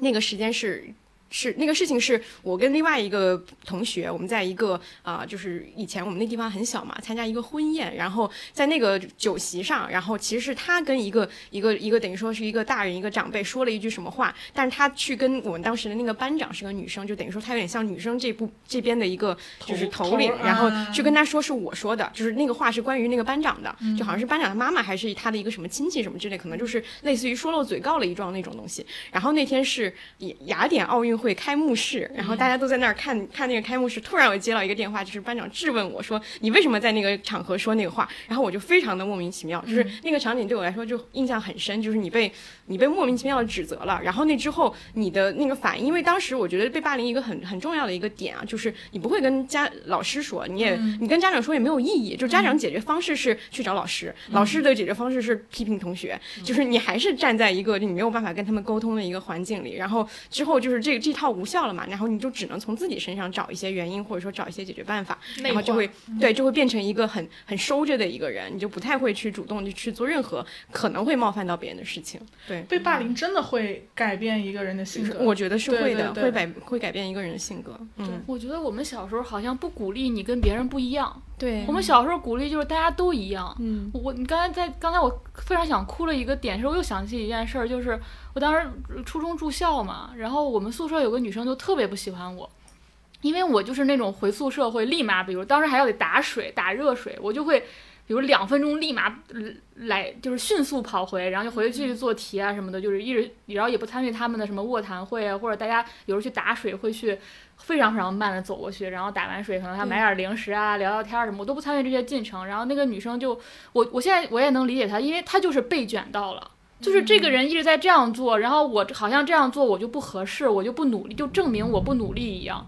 Speaker 1: 那个时间是是那个事情是我跟另外一个同学，我们在一个啊、就是以前我们那地方很小嘛，参加一个婚宴，然后在那个酒席上，然后其实是他跟一个一个一个等于说是一个大人一个长辈说了一句什么话，但是他去跟我们当时的那个班长是个女生，就等于说他有点像女生这部这边的一个就是
Speaker 2: 头啊
Speaker 1: 头领
Speaker 2: 头，
Speaker 1: 然后去跟他说是我说的，就是那个话是关于那个班长的，
Speaker 2: 嗯
Speaker 1: 就好像是班长的妈妈还是他的一个什么亲戚什么之类，可能就是类似于说漏嘴告了一状那种东西。然后那天是雅雅典奥运会开幕式，然后大家都在那儿看看那个开幕式，突然我接到一个电话，就是班长质问我说你为什么在那个场合说那个话，然后我就非常的莫名其妙，就是那个场景对我来说就印象很深，就是你被你被莫名其妙的指责了，然后那之后你的那个反应，因为当时我觉得被霸凌一个很很重要的一个点啊，就是你不会跟家老师说，你也、
Speaker 2: 嗯
Speaker 1: 你跟家长说也没有意义，就家长解决方式是去找老师，
Speaker 2: 嗯
Speaker 1: 老师的解决方式是批评同学，就是你还是站在一个你没有办法跟他们沟通的一个环境里，然后之后就是这这套无效了嘛，然后你就只能从自己身上找一些原因，或者说找一些解决办法，
Speaker 2: 内
Speaker 1: 然后就
Speaker 2: 化嗯
Speaker 1: 会对，就会变成一个很很收着的一个人，你就不太会去主动的去做任何可能会冒犯到别人的事情。对，
Speaker 4: 被霸凌真的会改变一个人的性格。
Speaker 1: 我觉得是
Speaker 4: 对
Speaker 1: 会
Speaker 4: 对
Speaker 1: 的，
Speaker 4: 对
Speaker 1: 会改会改变一个人的性格。嗯，
Speaker 6: 我觉得我们小时候好像不鼓励你跟别人不一样，
Speaker 1: 对
Speaker 6: 我们小时候鼓励就是大家都一样。
Speaker 1: 嗯
Speaker 6: 我你刚才在刚才我非常想哭的一个点是，我又想起一件事儿，就是我当时初中住校嘛，然后我们宿舍有个女生就特别不喜欢我，因为我就是那种回宿舍会立马，比如当时还要得打水打热水，我就会比如两分钟立马呃来就是迅速跑回，然后就回去继续做题啊什么的，就是一直然后也不参与他们的什么卧谈会啊，或者大家有时候去打水会去。非常非常慢的走过去，然后打完水可能还买点零食啊、聊聊天儿什么，我都不参与这些进程。然后那个女生就我我现在我也能理解她，因为她就是被卷到了，就是这个人一直在这样做，然后我好像这样做我就不合适，我就不努力，就证明我不努力一样。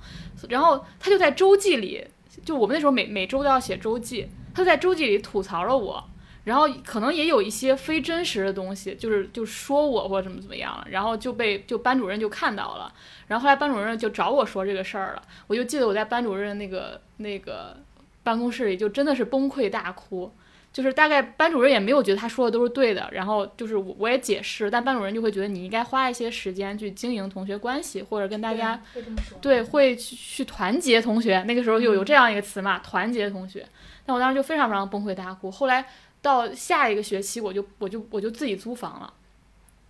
Speaker 6: 然后她就在周记里，就我们那时候每每周都要写周记，她就在周记里吐槽了我。然后可能也有一些非真实的东西，就是就说我或者怎么怎么样了，然后就被就班主任就看到了，然后后来班主任就找我说这个事儿了，我就记得我在班主任那个那个办公室里就真的是崩溃大哭，就是大概班主任也没有觉得他说的都是对的，然后就是我我也解释，但班主任就会觉得你应该花一些时间去经营同学关系，或者跟大家
Speaker 4: 会这么说。嗯
Speaker 6: 对，会去去团结同学。那个时候有有这样一个词嘛，团结同学。但我当时就非常非常崩溃大哭。后来到下一个学期，我就我就我就自己租房了。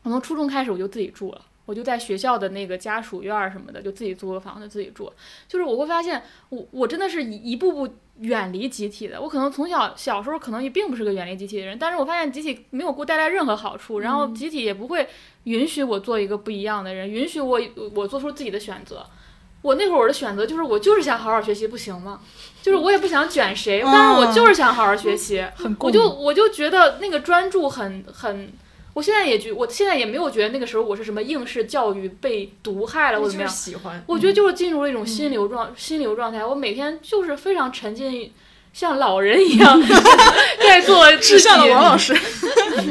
Speaker 6: 我从初中开始我就自己住了，我就在学校的那个家属院儿什么的，就自己租个房子自己住。就是我会发现，我我真的是一一步步远离集体的。我可能从小小时候可能也并不是个远离集体的人，但是我发现集体没有给我带来任何好处，然后集体也不会允许我做一个不一样的人，允许我我做出自己的选择。我那会儿我的选择就是我就是想好好学习，不行吗？就是我也不想卷谁，但是我就是想好好学习。
Speaker 4: 很
Speaker 6: 我
Speaker 4: 共
Speaker 6: 就我就觉得那个专注很很，我现在也觉，我现在也没有觉得那个时候我是什么应试教育被毒害了或者怎么
Speaker 1: 就是
Speaker 6: 样。
Speaker 1: 喜欢。
Speaker 6: 我觉得
Speaker 4: 嗯
Speaker 6: 就是进入了一种心流状、心流状态，我每天就是非常沉浸于。像老人一样 在 做志
Speaker 4: 像了王老师，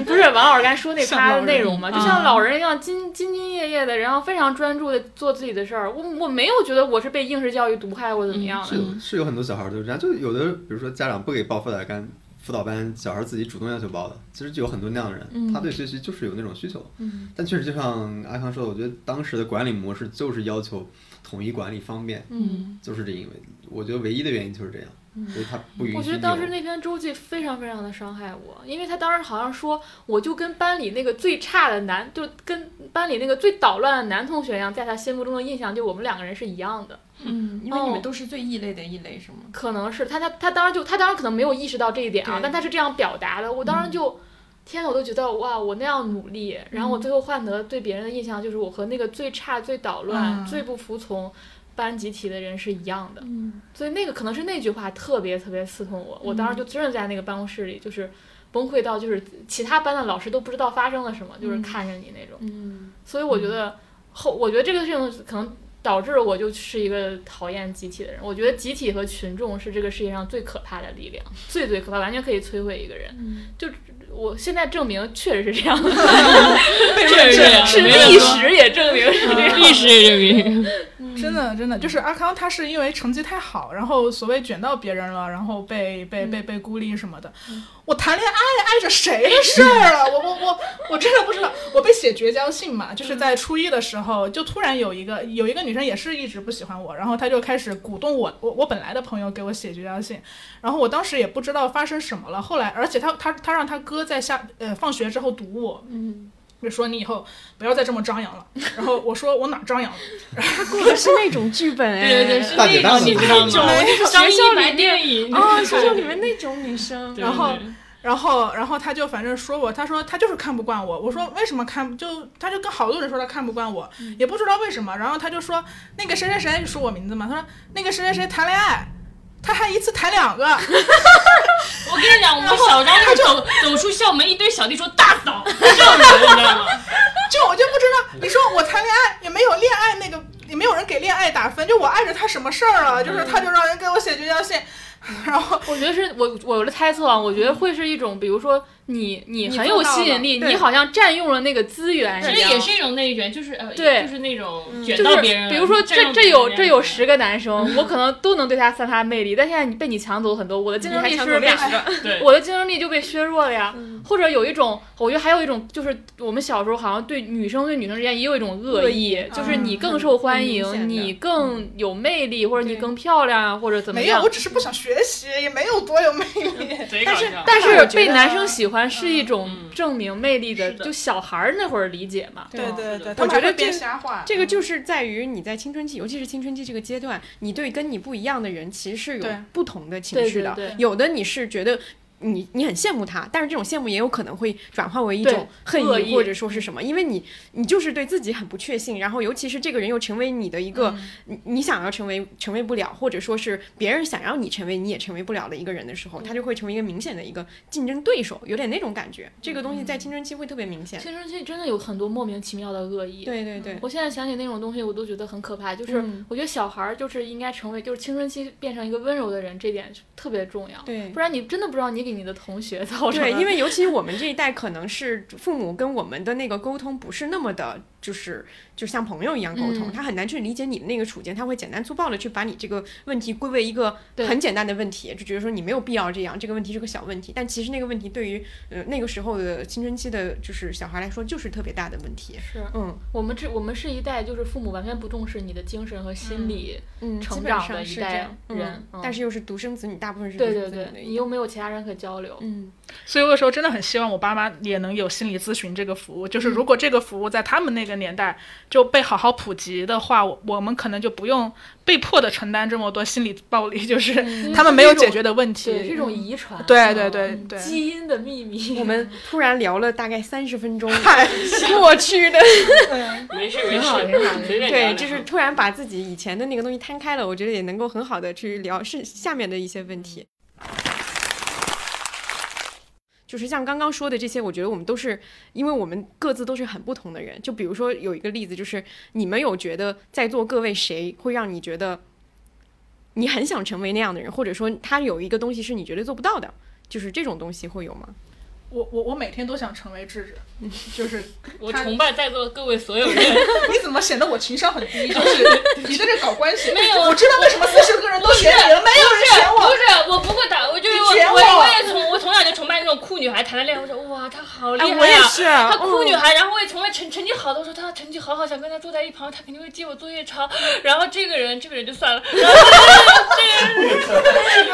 Speaker 6: 不是王老师刚才说那
Speaker 4: 像老
Speaker 6: 趴的
Speaker 4: 人啊
Speaker 6: 内容嘛，就像老人一样兢兢兢业业的，然后非常专注的做自己的事儿。我我没有觉得我是被应试教育毒害或怎
Speaker 4: 嗯
Speaker 6: 么样的，
Speaker 3: 是
Speaker 9: 嗯
Speaker 3: 有是有很多小孩儿都是这样，就有的比如说家长不给报辅导班，辅导班小孩儿自己主动要求报的，其实就有很多那样的人，
Speaker 9: 嗯
Speaker 3: 他对学习就是有那种需求。嗯、但确实就像阿康说的，我觉得当时的管理模式就是要求统一管理方便，
Speaker 6: 嗯
Speaker 3: 就是这因为我觉得唯一的原因就是这样。所以他不允许
Speaker 6: 我觉得
Speaker 3: 你
Speaker 6: 当时
Speaker 3: 有
Speaker 6: 那篇周记非常非常的伤害我，因为他当时好像说，我就跟班里那个最差的男，就跟班里那个最捣乱的男同学一样，在他心目中的印象就我们两个人是一样的。
Speaker 12: 嗯，因为你
Speaker 6: 哦
Speaker 12: 们都是最异类的异类，是吗？
Speaker 6: 可能是他他他当时就他当时可能没有意识到这一点
Speaker 12: 嗯对，
Speaker 6: 啊但他是这样表达的，我当时就。天呐，我都觉得哇，我那样努力，然后我最后换得对别人的印象就是我和那个最差、最捣乱、
Speaker 12: 嗯
Speaker 6: 最不服从班集体的人是一样的。
Speaker 12: 嗯
Speaker 6: 所以那个可能是那句话特别特别刺痛我，我当时就真的在那个办公室里就是崩溃到就是其他班的老师都不知道发生了什么，就是
Speaker 12: 嗯
Speaker 6: 看着你那种。
Speaker 12: 嗯
Speaker 6: 所以我觉得后，我觉得这个事情可能导致我就是一个讨厌集体的人。我觉得集体和群众是这个世界上最可怕的力量，最最可怕，完全可以摧毁一个人。
Speaker 12: 嗯，
Speaker 6: 就我现在证明确实是这样的，
Speaker 2: 被认证
Speaker 6: 是历史也证明是这
Speaker 4: 嗯
Speaker 6: 样。
Speaker 2: 历史也证明，
Speaker 4: 真的，真的就是阿康，他是因为成绩太好，然后所谓卷到别人了，然后被被被被孤立什么的。我谈恋爱碍着谁的事儿了？我我我我真的不知道。我被写绝交信嘛，就是在初一的时候，就突然有一个有一个女生也是一直不喜欢我，然后她就开始鼓动我，我我本来的朋友给我写绝交信，然后我当时也不知道发生什么了。后来，而且她她她让她哥在下呃放学之后堵我，嗯。就说你以后不要再这么张扬了。然后我说我哪儿张扬了？
Speaker 1: 过的是那种剧本 哎，
Speaker 2: 对对对，是
Speaker 3: 大姐
Speaker 2: 那
Speaker 3: 大的
Speaker 2: 种你知道吗？张
Speaker 1: 学校
Speaker 2: 一
Speaker 1: 里
Speaker 2: 白
Speaker 1: 面
Speaker 2: 电影
Speaker 1: 哦，学校里面那种女生，
Speaker 2: 对
Speaker 4: 然后
Speaker 2: 对对
Speaker 4: 然后，然后他就反正说我，他说他就是看不惯我。我说为什么看不就他就跟好多人说他看不惯我，也不知道为什么。然后他就说那个谁谁谁说我名字嘛，他说那个谁谁谁谈恋爱，他还一次谈两个。
Speaker 2: 我跟你讲，我们
Speaker 4: 然后
Speaker 2: 小张
Speaker 4: 他就
Speaker 2: 走走出校门，一堆小弟说大嫂，这种人你知道吗？
Speaker 4: 就我就不知道，你说我谈恋爱也没有恋爱那个，也没有人给恋爱打分，就我碍着他什么事儿了？就是他就让人给我写绝交信， 然后
Speaker 6: 我觉得是我我的猜测啊，我觉得会是一种，比如说你你
Speaker 4: 嗯你
Speaker 6: 很
Speaker 4: 做
Speaker 6: 有
Speaker 4: 到
Speaker 6: 吸
Speaker 4: 了
Speaker 6: 引力，
Speaker 4: 对
Speaker 6: 你好像占用了那个资源
Speaker 2: 其
Speaker 6: 一
Speaker 2: 实
Speaker 6: 样，
Speaker 2: 也是一种内卷，就是呃，
Speaker 6: 对
Speaker 2: 就是那种
Speaker 6: 就
Speaker 2: 卷到
Speaker 6: 是
Speaker 2: 别人了。
Speaker 6: 比如说
Speaker 2: 占
Speaker 6: 这这
Speaker 2: 用别人
Speaker 6: 有
Speaker 2: 的
Speaker 6: 这有十个男生，我可能都能对他散发魅力，但现在你被你抢走很多，我的竞争力是不是被
Speaker 2: 对，
Speaker 6: 我的竞争力就被削弱了呀？
Speaker 12: 嗯
Speaker 6: 或者有一种，我觉得还有一种就是我们小时候好像对女生对女生之间也有一种恶
Speaker 12: 恶
Speaker 6: 意，
Speaker 12: 意
Speaker 6: 就是
Speaker 12: 嗯
Speaker 6: 你更受欢
Speaker 12: 很明
Speaker 6: 迎，
Speaker 12: 显的嗯
Speaker 6: 你更有魅力，或者你
Speaker 12: 对
Speaker 6: 更漂亮啊，或者怎么
Speaker 4: 没有，
Speaker 6: 样
Speaker 4: 我？只是不想学习，也没有多有魅力。
Speaker 2: 贼
Speaker 6: 但
Speaker 2: 搞
Speaker 6: 是
Speaker 2: 笑。
Speaker 6: 但
Speaker 12: 但我
Speaker 6: 是
Speaker 12: 觉得
Speaker 6: 被男生喜欢是一种
Speaker 2: 嗯
Speaker 6: 证明魅力的，
Speaker 2: 是的
Speaker 6: 就小孩儿那会儿理解嘛。
Speaker 4: 对对对，
Speaker 2: 我
Speaker 4: 他们还
Speaker 1: 觉得
Speaker 4: 会编
Speaker 1: 这
Speaker 4: 瞎话。
Speaker 1: 这个就是在于你在青春期，尤其是青春期这个阶段，你对跟你不一样的人其实是有
Speaker 4: 对
Speaker 1: 不同的情绪的。
Speaker 6: 对对对
Speaker 1: 有的你是觉得你你很羡慕他，但是这种羡慕也有可能会转化为一
Speaker 6: 对
Speaker 1: 种恨
Speaker 6: 恶
Speaker 1: 意
Speaker 6: 意嗯
Speaker 1: 或者说是什么，因为你你就是对自己很不确信，然后尤其是这个人又成为你的一个、
Speaker 6: 嗯
Speaker 1: 你你想要成为成为不了，或者说是别人想要你成为你也成为不了的一个人的时
Speaker 6: 嗯
Speaker 1: 候，他就会成为一个明显的一个竞争对手，有点那种感觉。这个东西
Speaker 6: 嗯
Speaker 1: 在青春期会特别明显。
Speaker 6: 青春期真的有很多莫名其妙的恶意。
Speaker 1: 对对对，
Speaker 6: 嗯我现在想起那种东西，我都觉得很可怕。就是
Speaker 1: 嗯
Speaker 6: 我觉得小孩儿就是应该成为，就是青春期变成一个温柔的人，这点是特别重要。
Speaker 1: 对
Speaker 6: 不然你真的不知道你给你的同学 造成
Speaker 1: 对，
Speaker 6: 了
Speaker 1: 因为尤其我们这一代，可能是父母跟我们的那个沟通不是那么的，就是就像朋友一样沟通，
Speaker 6: 嗯
Speaker 1: 他很难去理解你的那个处境，他会简单粗暴的去把你这个问题归为一个
Speaker 6: 对
Speaker 1: 很简单的问题，就觉得说你没有必要这样，这个问题是个小问题，但其实那个问题对于呃那个时候的青春期的，就是小孩来说就是特别大的问题。
Speaker 6: 是
Speaker 1: 嗯
Speaker 6: 我们这我们是一代就是父母完全不重视你的精神和心理。
Speaker 1: 嗯，
Speaker 6: 成
Speaker 1: 基本
Speaker 6: 长的
Speaker 1: 上
Speaker 6: 一
Speaker 1: 是这
Speaker 6: 代
Speaker 1: 样
Speaker 6: 人
Speaker 1: 嗯
Speaker 6: 嗯，
Speaker 1: 但是又是独生子女，大部分是独
Speaker 6: 对
Speaker 1: 生
Speaker 6: 对
Speaker 1: 子
Speaker 6: 对，
Speaker 1: 女的
Speaker 6: 你
Speaker 1: 一代
Speaker 6: 又没有其他人可交流。
Speaker 1: 嗯，
Speaker 4: 所以我有时候真的很希望我爸妈也能有心理咨询这个服务。就是如果这个服务在他们那个年代就被好好普及的话，我我们可能就不用被迫的承担这么多心理暴力，
Speaker 2: 嗯
Speaker 4: 就是他们没有解决的问
Speaker 6: 对，是一
Speaker 4: 题。
Speaker 6: 种遗传。啊嗯
Speaker 4: 对对对对
Speaker 6: 基因的秘密。
Speaker 1: 我们突然聊了大概三十分钟
Speaker 4: 嗨
Speaker 1: 过去的。
Speaker 2: 没事没
Speaker 6: 挺好挺好
Speaker 2: 事，随 便聊
Speaker 1: 对，
Speaker 2: 聊
Speaker 1: 就是突然把自己以前的那个东西摊开了，我觉得也能够很好的去聊是下面的一些问题。就是像刚刚说的这些，我觉得我们都是，因为我们各自都是很不同的人。就比如说有一个例子，就是你们有觉得在座各位谁会让你觉得你很想成为那样的人，或者说他有一个东西是你绝对做不到的，就是这种东西会有吗？
Speaker 4: 我我我每天都想成为智智，
Speaker 2: 嗯
Speaker 4: 就是
Speaker 2: 我
Speaker 4: 他
Speaker 2: 崇拜在座各位所有人。
Speaker 4: 你怎么显得我情商很低？ 就是你在这搞关系，
Speaker 2: 没有
Speaker 4: 我知道为什么四十个人都选你了，没有人选
Speaker 2: 不
Speaker 4: 我。
Speaker 2: 是，我不会打，我就是
Speaker 4: 你
Speaker 2: 我，
Speaker 4: 选
Speaker 2: 我
Speaker 4: 我
Speaker 2: 我也从我从小就崇拜那种酷女孩，谈了恋爱，我说哇，她好厉害呀、
Speaker 4: 哎我也是
Speaker 2: 她酷
Speaker 4: 嗯
Speaker 2: 女孩，然后我也崇拜成成绩好的，我说她成绩好好，想跟她坐在一旁，她肯定会接我作业抄。然后这个人，这个人就算了，然后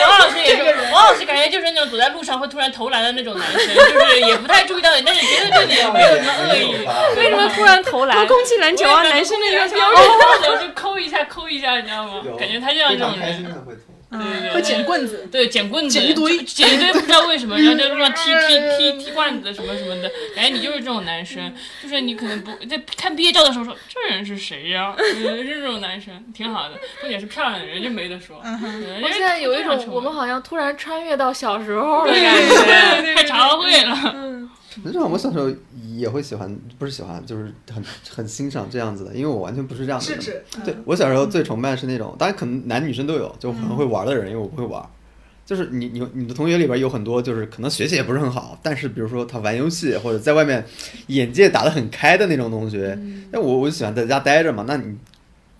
Speaker 2: 王老师也是，王老师感觉就是那种走在路上会突然投篮的那种男生，就是也不太注意到你，但是绝对对你也没 有什么恶意。
Speaker 6: 为什么突然投篮？
Speaker 9: 空气篮球啊，男生的一个标准。
Speaker 2: 准，就抠一下抠一下，你知道吗？ 感觉他就像
Speaker 3: 非
Speaker 2: 这种
Speaker 3: 常开心
Speaker 2: 人，
Speaker 3: 的会投。
Speaker 2: 对对对，
Speaker 4: 会捡棍子，
Speaker 2: 对，捡棍子，
Speaker 4: 捡一堆
Speaker 2: 就捡一堆，不知道为什么，然后在路上踢踢踢踢罐子什么什么的，感觉你就是这种男生，就是你可能不在看毕业照的时候说这人是谁呀、嗯，是这种男生，挺好的，重点是漂亮的人就没得说。嗯
Speaker 6: 我现在有一种我们好像突然穿越到小时候的
Speaker 2: 对
Speaker 6: 感
Speaker 2: 对
Speaker 6: 觉。
Speaker 2: 对对，太茶会了，
Speaker 3: 那正好我小时候也会喜欢，不是喜欢，就是很很欣赏这样子的，因为我完全不是这样的
Speaker 4: 智
Speaker 3: 人。
Speaker 4: 智，嗯
Speaker 3: 对我小时候最崇拜是那种，当然可能男女生都有，就很
Speaker 4: 嗯
Speaker 3: 会玩的人，因为我不会玩。就是你你你的同学里边有很多，就是可能学习也不是很好，但是比如说他玩游戏或者在外面眼界打得很开的那种同学，
Speaker 4: 嗯
Speaker 3: 那、我我就喜欢在家待着嘛。那你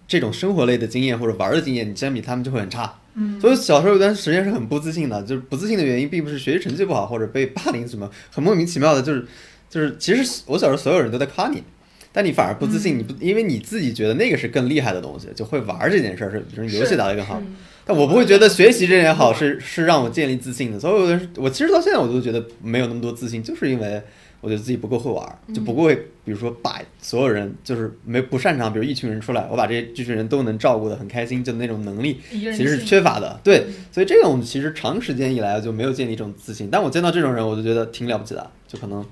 Speaker 3: 这种生活类的经验或者玩的经验，你相比他们就会很差。嗯，所以小时候有段时间是很不自信的，就是不自信的原因并不是学习成绩不好或者被霸凌什么，很莫名其妙的，就是就是其实我小时候所有人都在夸你，但你反而不自信，你不因为你自己觉得那个是更厉害的东西，就会玩儿这件事儿是，比如说游戏打得更好。但我不会觉得学习这件好是是让我建立自信的，所以我就是我其实到现在我都觉得没有那么多自信，就是因为我觉得自己不够会玩儿，就
Speaker 4: 嗯
Speaker 3: 不会比如说把所有人就是没不擅长，比如一群人出来，我把这这群人都能照顾的很开心，就那种能力
Speaker 4: 一个人
Speaker 3: 其实是
Speaker 4: 性嗯
Speaker 3: 缺乏的。对，所以这种其实长时间以来就没有建立这种自信，但我见到这种人我就觉得挺了不起的，就可能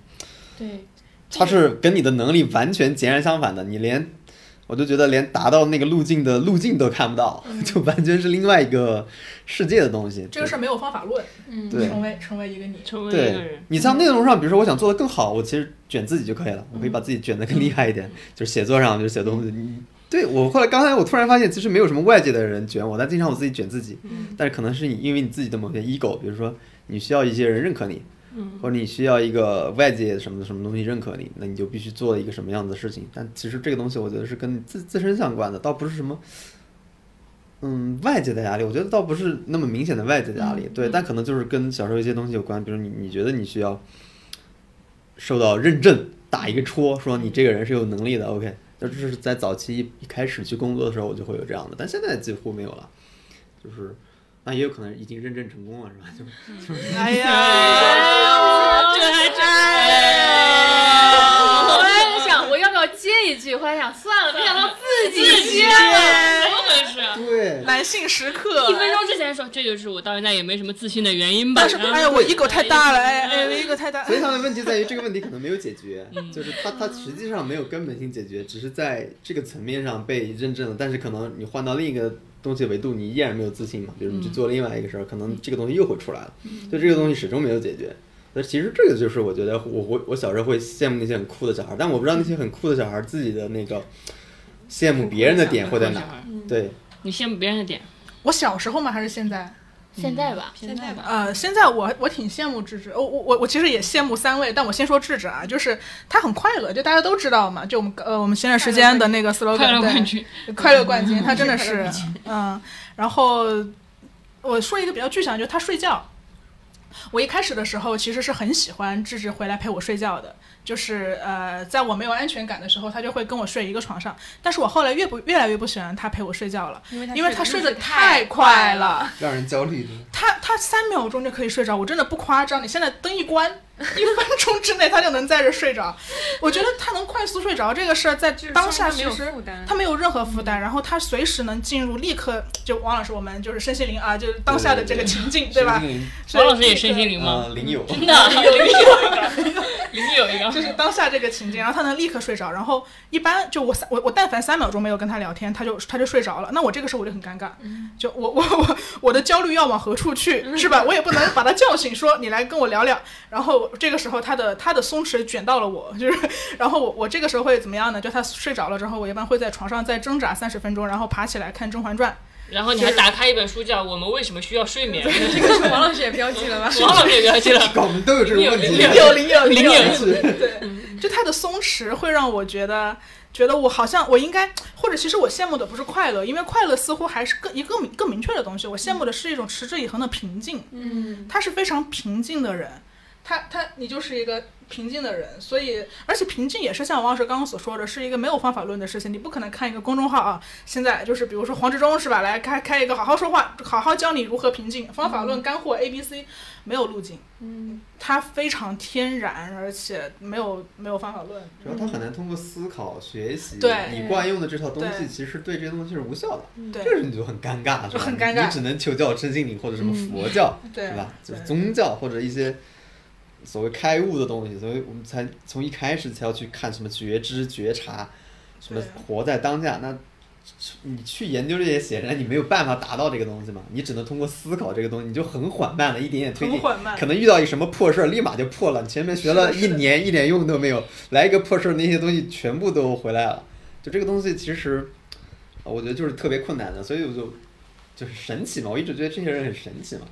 Speaker 2: 对，
Speaker 3: 它是跟你的能力完全截然相反的，你连我就觉得连达到那个路径的路径都看不到， 就完全是另外一个世界的东西。
Speaker 4: 嗯这个事儿没有方法论，
Speaker 6: 嗯
Speaker 3: 对
Speaker 4: 成为成为一个你。
Speaker 2: 成为
Speaker 3: 对
Speaker 2: 一个
Speaker 3: 对
Speaker 2: 人，嗯
Speaker 3: 你像内容上，比如说我想做的更好，我其实卷自己就可以了，我可以把自己卷得更厉害一点，
Speaker 2: 嗯
Speaker 3: 就是写作上，就是写东西。你对我后来刚才我突然发现，其实没有什么外界的人卷我，但经常我自己卷自己。
Speaker 2: 嗯
Speaker 3: 但是可能是你因为你自己的某些 ego，比如说你需要一些人认可你，
Speaker 2: 嗯
Speaker 3: 或者你需要一个外界什么什么东西认可你，那你就必须做一个什么样子的事情。但其实这个东西我觉得是跟你自自身相关的，倒不是什么。嗯，外界的压力，我觉得倒不是那么明显的外界的压力，对，但可能就是跟小时候一些东西有关，比如你你觉得你需要受到认证，打一个戳，说你这个人是有能力的，OK，那这是在早期一开始去工作的时候，我就会有这样的，但现在几乎没有了，就是。那也有可能已经认证成功了，是吧？就
Speaker 4: 哎呀，
Speaker 2: 这还真哎
Speaker 6: 我后来在想，我要不要接一句？后 来想算了，没想到自己接了。
Speaker 2: 怎么回 事？
Speaker 3: 对，
Speaker 4: 男性时刻
Speaker 2: 一分钟之前说，这就是我到现在也没什么自信的原因吧。
Speaker 4: 但是哎呀，我 ego 太大了，哎哎，ego 太 大。
Speaker 3: 所以他的问题在于这个问题可能没有解决，
Speaker 4: 嗯
Speaker 3: 就是他他实际上没有根本性解决，只是在这个层面上被认证了，但是可能你换到另一个东西维度，你依然没有自信嘛。比如
Speaker 4: 嗯
Speaker 3: 你去做另外一个事儿，可能这个东西又会出来了，就这个东西始终没有解决。那其实这个就是我觉得我我我小时候会羡慕那些很酷的小孩儿，但我不知道那些很酷的小孩儿自己的那个羡慕别人的点会在哪。
Speaker 4: 嗯
Speaker 3: 对，
Speaker 2: 你羡慕别人的点，
Speaker 4: 我小时候吗？还是现在？
Speaker 6: 现在吧，
Speaker 2: 现在吧。
Speaker 4: 呃，现在我我挺羡慕智智，我我我我其实也羡慕三位，但我先说智智啊，就是他很快乐，就大家都知道嘛，就我们呃我们前段时间的那个 slogan
Speaker 2: 快乐
Speaker 4: 对
Speaker 2: 冠军，
Speaker 4: 快乐冠军，他真的是，嗯，然后我说一个比较具象，就是他睡觉。我一开始的时候其实是很喜欢智智回来陪我睡觉的，就是呃，在我没有安全感的时候，他就会跟我睡一个床上。但是我后来越不越来越不喜欢他陪我睡觉了，因为他睡得太快了，
Speaker 3: 让人焦虑的。
Speaker 4: 他他三秒钟就可以睡着，我真的不夸张。你现在灯一关，一分钟之内他就能在这睡着。我觉得他能快速睡着这个事儿，在当下
Speaker 13: 没
Speaker 4: 其
Speaker 13: 有
Speaker 4: 实
Speaker 13: 负担
Speaker 4: 他没有任何负担，然后他随时能进入立刻就王老师，我们就是身心灵啊，就是当下的这个情
Speaker 3: 嗯
Speaker 4: 境，对吧？是
Speaker 2: 王老师也身心灵吗？
Speaker 3: 啊，灵友。
Speaker 2: 真的，有一个，你有一个，
Speaker 4: 就是当下这个情境，然后他能立刻睡着，然后一般就我三我我但凡三秒钟没有跟他聊天，他就他就睡着了，那我这个时候我就很尴尬，
Speaker 2: 嗯
Speaker 4: 就我我我我的焦虑要往何处去，是吧？我也不能把他叫醒，说你来跟我聊聊，然后这个时候他的他的松弛卷到了我，就是，然后我我这个时候会怎么样呢？就他睡着了之后，我一般会在床上再挣扎三十分钟，然后爬起来看《甄嬛传》。
Speaker 2: 然后你还打开一本书叫《我们为什么需要睡眠》，
Speaker 1: 这 个是王老师也标记了吧？
Speaker 2: 王老师也标记 了，
Speaker 3: 我们都有这
Speaker 2: 种
Speaker 3: 问题，
Speaker 2: 零
Speaker 4: 有
Speaker 2: 零有
Speaker 4: 零
Speaker 2: 零有，
Speaker 4: 对，就他的松弛会让我觉得。觉得我好像我应该，或者其实我羡慕的不是快乐，因为快乐似乎还是更一个更更明确的东西。我羡慕的是一种持之以恒的平静。
Speaker 1: 嗯，
Speaker 4: 他是非常平静的人，他他你就是一个平静的人，所以而且平静也是像王老师刚刚所说的，是一个没有方法论的事情。你不可能看一个公众号啊，现在就是比如说黄志忠是吧，来开开一个好好说话，好好教你如何平静，方法论干货 A B C，没有路径，
Speaker 1: 嗯，
Speaker 4: 它非常天然，而且没有没有方法论。
Speaker 3: 主要他很难通过思考、学习，
Speaker 4: 对
Speaker 3: 你惯用的这套东
Speaker 4: 对
Speaker 3: 西，其实对这些东西是无效的，
Speaker 4: 对
Speaker 3: 这时你就很尴尬，是
Speaker 4: 就
Speaker 3: 吧？
Speaker 4: 很尴尬
Speaker 3: 你只能求教身心灵或者什么佛教，
Speaker 4: 嗯对
Speaker 3: 是吧？就是
Speaker 4: 对
Speaker 3: 宗教或者一些所谓开悟的东西，所以我们才从一开始才要去看什么觉知、觉察，什么
Speaker 4: 对
Speaker 3: 活在当下。那你去研究这些，显然你没有办法达到这个东西嘛，你只能通过思考这个东西，你就很缓慢的一点点推进，
Speaker 4: 很缓慢
Speaker 3: 可能遇到一什么破事儿，立马就破了。你前面学了一年，一点用都没有，来一个破事儿，那些东西全部都回来了。就这个东西，其实呃我觉得就是特别困难的，所以我就就是神奇嘛，我一直觉得这些人很神奇嘛。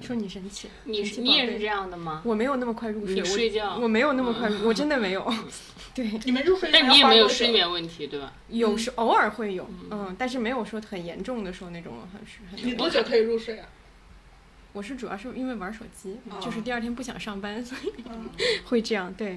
Speaker 1: 说你神奇，
Speaker 2: 你
Speaker 1: 神奇
Speaker 2: 你也
Speaker 1: 宝贝
Speaker 2: 是这样的吗？
Speaker 1: 我没有那么快入睡，
Speaker 2: 你睡觉
Speaker 1: 我我没有那么快
Speaker 6: 嗯
Speaker 1: 入，我真的没有。对，
Speaker 4: 你们入睡
Speaker 2: 但你也没有失眠问题，对吧？
Speaker 1: 有时偶尔会有，嗯，但是没有说很严重的说那种很是
Speaker 6: 嗯
Speaker 1: 很。
Speaker 4: 你多久可以入睡啊？
Speaker 1: 我是主要是因为玩手机，
Speaker 6: 嗯
Speaker 4: 哦
Speaker 1: 就是第二天不想上班，所以 会这样对。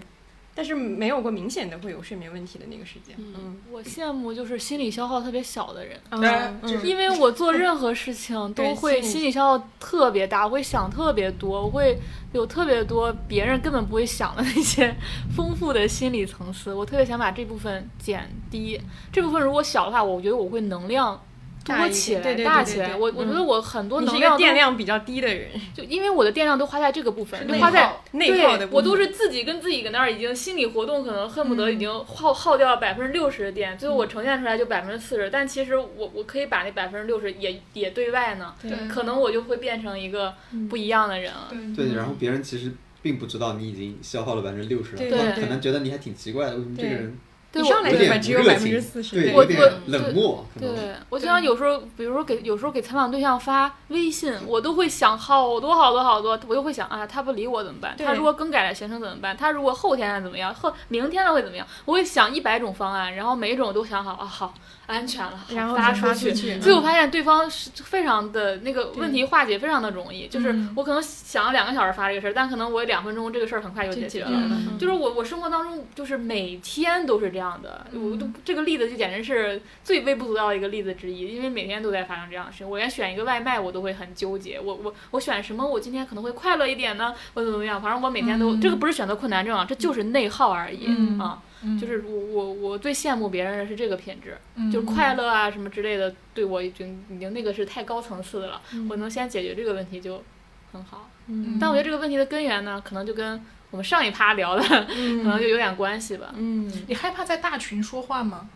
Speaker 1: 但是没有过明显的会有睡眠问题的那个时间，嗯，
Speaker 6: 我羡慕就是心理消耗特别小的人，
Speaker 1: 嗯
Speaker 4: 然
Speaker 1: 嗯
Speaker 4: 这是
Speaker 6: 因为我做任何事情
Speaker 1: 对
Speaker 6: 都会
Speaker 1: 心理
Speaker 6: 心理消耗特别大，我会想特别多，我会有特别多别人根本不会想的那些 丰富的心理层次。我特别想把这部分减低，这部分如果小的话，我觉得我会能量
Speaker 1: 大
Speaker 6: 多
Speaker 1: 一
Speaker 6: 起
Speaker 1: 点
Speaker 6: 来，
Speaker 1: 对对对
Speaker 6: 大
Speaker 1: 对
Speaker 6: 起来。
Speaker 1: 对
Speaker 6: 我我觉得
Speaker 1: 嗯
Speaker 6: 我很多
Speaker 1: 你是
Speaker 6: 能
Speaker 1: 一
Speaker 6: 量
Speaker 1: 个
Speaker 6: 都
Speaker 1: 电量比较低的人，
Speaker 6: 就因为我的电量都花在这个部分，
Speaker 4: 是
Speaker 6: 就
Speaker 4: 内
Speaker 6: 花在
Speaker 4: 耗
Speaker 1: 内
Speaker 6: 对
Speaker 1: 耗的部
Speaker 6: 我都
Speaker 1: 分
Speaker 6: 是自己跟自己搁那儿已经心理活动，可能恨不得已经耗、耗掉了百分之六十的电，最后我呈现出来就百分之四十，但其实我我可以把那百分之六十也也对外呢，
Speaker 4: 对
Speaker 6: 可能我就会变成一个不一样的人了。
Speaker 1: 嗯
Speaker 3: 对，然后别人其实并不知道你已经消耗了百分之六十了，
Speaker 1: 对
Speaker 3: 他们
Speaker 6: 对
Speaker 3: 可能觉得你还挺奇怪的，为什么这个
Speaker 1: 对
Speaker 3: 人
Speaker 6: 对
Speaker 1: 一
Speaker 6: 我
Speaker 1: 上来
Speaker 3: 有
Speaker 1: 就
Speaker 3: 点
Speaker 1: 把只有
Speaker 3: 不
Speaker 1: 百
Speaker 3: 热
Speaker 1: 分之
Speaker 3: 情
Speaker 1: 四，十，
Speaker 3: 对，
Speaker 6: 我
Speaker 3: 有
Speaker 6: 我
Speaker 3: 点冷漠，可能
Speaker 6: 对，我经常有时候，比如说给有时候给采访对象发微信，我都会想好多好多好多，我就会想啊，他不理我怎么办？他
Speaker 1: 对
Speaker 6: 如果更改了行程怎么办？他如果后天了怎么样？后明天了会怎么样？我会想一百种方案，然后每一种都想好啊，好安全了，好
Speaker 1: 然后
Speaker 6: 发
Speaker 1: 就
Speaker 6: 出
Speaker 1: 发
Speaker 6: 去嗯
Speaker 1: 出。去嗯
Speaker 6: 最后发现对方是非常的那个问题化解非常的容易，就是我可能想了两个小时发这个事儿，但可能我两分钟这个事儿很快就解决了。
Speaker 1: 嗯
Speaker 6: 就是我我生活当中就是每天都是这样的，我
Speaker 4: 嗯
Speaker 6: 都这个例子就简直是最微不足道的一个例子之一，因为每天都在发生这样的事情。我连选一个外卖我都会很纠结，我我我选什么我今天可能会快乐一点呢？我怎么怎么样？反正我每天都、这个不是选择困难症啊，这就是内耗而已、
Speaker 4: 嗯
Speaker 6: 啊。
Speaker 4: 嗯
Speaker 6: 就是我我我最羡慕别人的是这个品质，就是
Speaker 4: 嗯
Speaker 6: 快乐啊什么之类的，对我已经已经那个是太高层次的了。
Speaker 4: 嗯
Speaker 6: 我能先解决这个问题就很好。
Speaker 1: 嗯
Speaker 6: 但我觉得这个问题的根源呢，可能就跟我们上一趴聊的，可能就有点关系吧。
Speaker 1: 嗯，
Speaker 4: 你害怕在大群说话吗？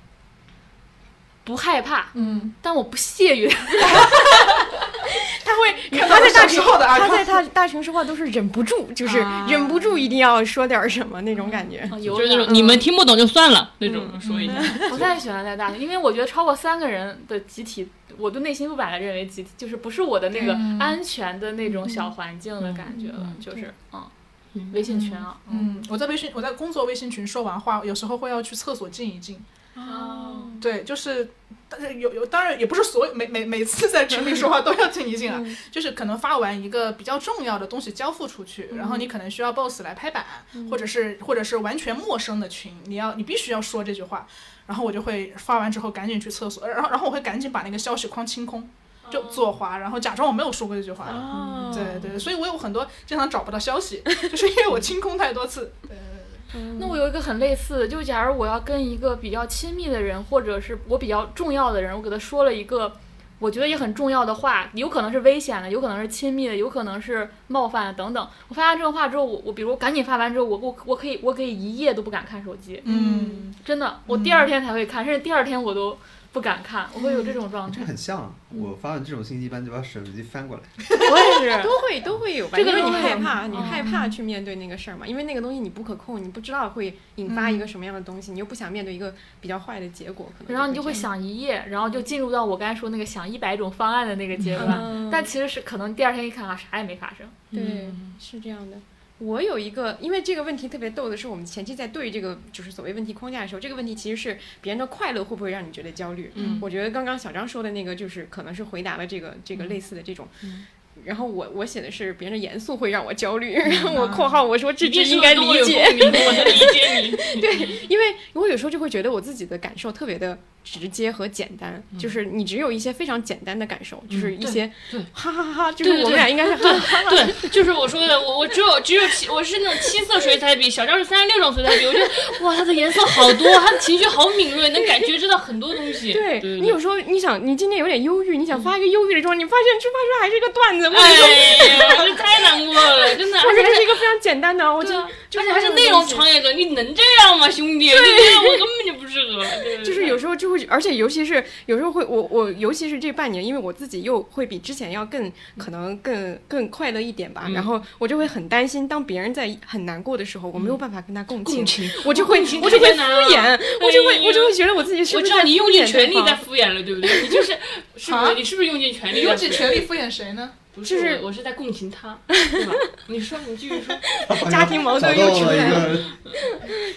Speaker 6: 不害怕，
Speaker 4: 嗯，
Speaker 6: 但我不屑于。
Speaker 1: 他 会
Speaker 4: 看他在大群后的啊
Speaker 1: 他在大大群说话都是忍不住，就是
Speaker 6: 啊
Speaker 1: 忍不住一定要说点儿什么那种感觉。
Speaker 6: 啊有
Speaker 2: 就是那
Speaker 6: 点嗯
Speaker 2: 种你们听不懂就算了那种说一下。
Speaker 6: 不太喜欢在大学，因为我觉得超过三个人的集体，我对内心不把它认为集体，就是不是我的那个安全的那种小环境的感觉了，就是嗯，微信群啊，
Speaker 4: 嗯，我在微信，我在工作微信群说完话，有时候会要去厕所静一静。
Speaker 6: 哦，
Speaker 4: 对，就是，但是有有，当然也不是所有每每每次在群里说话都要静一 静啊，就是可能发完一个比较重要的东西交付出去，然后你可能需要 boss 来拍板，或者是或者是完全陌生的群，你要你必须要说这句话，然后我就会发完之后赶紧去厕所，然后然后我会赶紧把那个消息框清空，就左滑，然后假装我没有说过这句话。嗯
Speaker 1: 哦
Speaker 4: 对对，所以我有很多经常找不到消息， 就是因为我清空太多次。对
Speaker 6: 那我有一个很类似的，就假如我要跟一个比较亲密的人，或者是我比较重要的人，我给他说了一个我觉得也很重要的话，有可能是危险的，有可能是亲密的，有可能是冒犯的等等。我发现这个话之后，我我比如我赶紧发完之后，我我我可以我可以一夜都不敢看手机，
Speaker 4: 嗯
Speaker 6: 真的，我第二天才会看，甚至第二天我都不敢看，我会有这种状
Speaker 4: 嗯
Speaker 6: 态。
Speaker 14: 很像，我发完这种信息一般就把手机翻过来。
Speaker 1: 嗯
Speaker 6: 我也 是，
Speaker 1: 都会都会有吧，
Speaker 6: 这个
Speaker 1: 因为
Speaker 6: 都
Speaker 1: 你
Speaker 6: 会
Speaker 1: 害
Speaker 6: 有
Speaker 1: 怕，你
Speaker 6: 嗯
Speaker 1: 害怕去面对那个事儿嘛，因为那个东西你不可控，你不知道会引发一个什么样的东西，你又不想面对一个比较坏的结果，可能
Speaker 6: 然后你就会
Speaker 1: 这样，
Speaker 6: 想一夜，然后就进入到我刚才说那个想一百种方案的那个阶段，
Speaker 1: 嗯
Speaker 6: 但其实是可能第二天一看啊，啥也没发生。
Speaker 1: 对，
Speaker 2: 嗯
Speaker 1: 是这样的。我有一个，因为这个问题特别逗的是，我们前期在对这个就是所谓问题框架的时候，这个问题其实是别人的快乐会不会让你觉得焦虑？
Speaker 13: 嗯
Speaker 1: 我觉得刚刚小张说的那个就是可能是回答了这个
Speaker 2: 嗯
Speaker 1: 这个类似的这种。然后我我写的是别人的严肃会让我焦虑，然后我括号我说这
Speaker 2: 嗯啊你这
Speaker 1: 这
Speaker 2: 时候
Speaker 1: 应该
Speaker 2: 跟
Speaker 1: 理
Speaker 2: 我有
Speaker 1: 解，
Speaker 2: 共鸣我能理解 你
Speaker 1: 对，因为我有时候就会觉得我自己的感受特别的直接和简单，就是你只有一些非常简单的感受，就是一些
Speaker 2: 嗯对
Speaker 1: 哈哈哈哈，就
Speaker 2: 对
Speaker 1: 是
Speaker 2: 对
Speaker 1: 我们俩
Speaker 2: 对
Speaker 1: 应该是哈
Speaker 2: 对
Speaker 1: 哈哈哈。
Speaker 2: 对，就是我说的，我我只有只有七，我是那种七色水彩笔，小张是三十六种水彩笔，我觉得哇，他的颜色好多，他的情绪好敏锐，能感觉知道很多东西。
Speaker 1: 对
Speaker 2: 对
Speaker 1: 你有时候你想你今天有点忧郁，你想发一个忧郁的状态，你发现这发出来还是一个段子，或者说，
Speaker 2: 哎呀，这太难过了，真的，
Speaker 1: 而
Speaker 2: 而
Speaker 1: 且
Speaker 2: 且
Speaker 1: 还是一
Speaker 2: 是。
Speaker 1: 个非常简单的，我觉
Speaker 2: 对
Speaker 1: 得
Speaker 2: 啊，
Speaker 1: 就
Speaker 2: 而且还是
Speaker 1: 这
Speaker 2: 内
Speaker 1: 种
Speaker 2: 容
Speaker 1: 东西
Speaker 2: 创业者，你能这样吗，兄弟？你这样我根本就不适合。对
Speaker 1: 就是有时候就会，而且尤其是有时候会，我我尤其是这半年，因为我自己又会比之前要
Speaker 2: 嗯
Speaker 1: 更可能更更快乐一点吧，然后我就会很担心，当别人在很难过的时候，我没有办法跟他共情，
Speaker 2: 嗯共情
Speaker 1: 我就会
Speaker 2: 共情
Speaker 1: 我就会
Speaker 2: 太
Speaker 1: 敷
Speaker 2: 难了
Speaker 1: 衍，我就
Speaker 2: 哎
Speaker 1: 会
Speaker 2: 呀
Speaker 1: 我就会觉得我自己是
Speaker 2: 我
Speaker 1: 不
Speaker 2: 知
Speaker 1: 是
Speaker 2: 道你
Speaker 1: 敷
Speaker 2: 用尽
Speaker 1: 衍
Speaker 2: 全
Speaker 1: 对
Speaker 2: 力
Speaker 1: 方
Speaker 2: 在敷衍了，对不对？你 就是是不
Speaker 4: 啊
Speaker 2: 是？你是不是用尽全力？
Speaker 4: 用尽全力。敷衍谁呢？
Speaker 2: 不，
Speaker 1: 就是
Speaker 2: 我我是在共情他， 对吧？你说，你继续说。
Speaker 1: 家庭矛盾又出来了。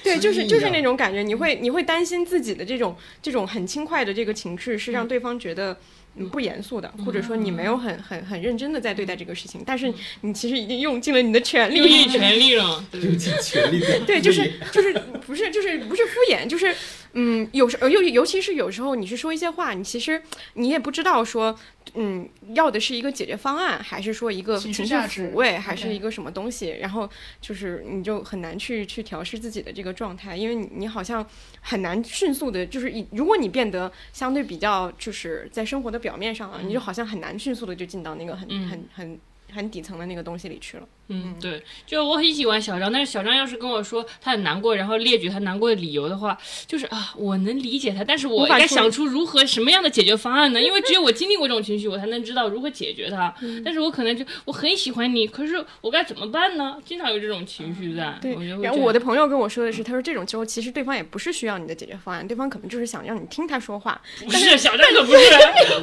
Speaker 1: 对，就
Speaker 14: 失
Speaker 1: 是
Speaker 14: 忆
Speaker 1: 就是
Speaker 14: 啊
Speaker 1: 那种感觉，
Speaker 2: 嗯
Speaker 1: 你会你会担心自己的这种这种很轻快的这个情绪是让对方觉得。嗯，不严肃的，或者说你
Speaker 2: 嗯
Speaker 1: 没有很很很认真的在对待这个事情，但是你其实已经用尽 了你的全
Speaker 2: 用尽
Speaker 1: 力。
Speaker 2: 全力了，对
Speaker 14: 用尽全力在
Speaker 1: 对，就是就是不是就是不是敷衍，就是嗯，有时候尤尤其是有时候你去说一些话，你其实你也不知道说嗯要的是一个解决方案，还是说一个
Speaker 4: 情
Speaker 1: 情
Speaker 4: 绪
Speaker 1: 绪
Speaker 4: 价值
Speaker 1: 抚慰，还是
Speaker 4: 对
Speaker 1: 一个什么东西，然后就是你就很难去去调试自己的这个状态，因为你你好像很难迅速的，就是一如果你变得相对比较就是在生活的表面上啊了，你
Speaker 4: 嗯
Speaker 1: 就好像很难迅速的就进到那个很、
Speaker 2: 嗯
Speaker 1: 很很很底层的那个东西里去了。
Speaker 2: 嗯，对，就是我很喜欢小张，但是小张要是跟我说他很难过，然后列举他难过的理由的话，就是啊，我能理解他，但是我
Speaker 1: 无
Speaker 2: 应
Speaker 1: 法
Speaker 2: 该
Speaker 1: 处
Speaker 2: 想
Speaker 1: 理嗯
Speaker 2: 出如何什么样的解决方案呢？因为只有我经历过这种情绪，我才能知道如何解决它。但是我可能就我很喜欢你，可是我该怎么办呢？经常有这种情绪在，
Speaker 1: 嗯对
Speaker 2: 我就，会
Speaker 1: 然
Speaker 2: 哦这
Speaker 1: 后
Speaker 2: 样嗯
Speaker 1: 我的朋友跟我说的是，他说这种时候其实对方也不是需要你的解决方案，对方可能就是想让你听他说话。
Speaker 2: 不是小张，可不是，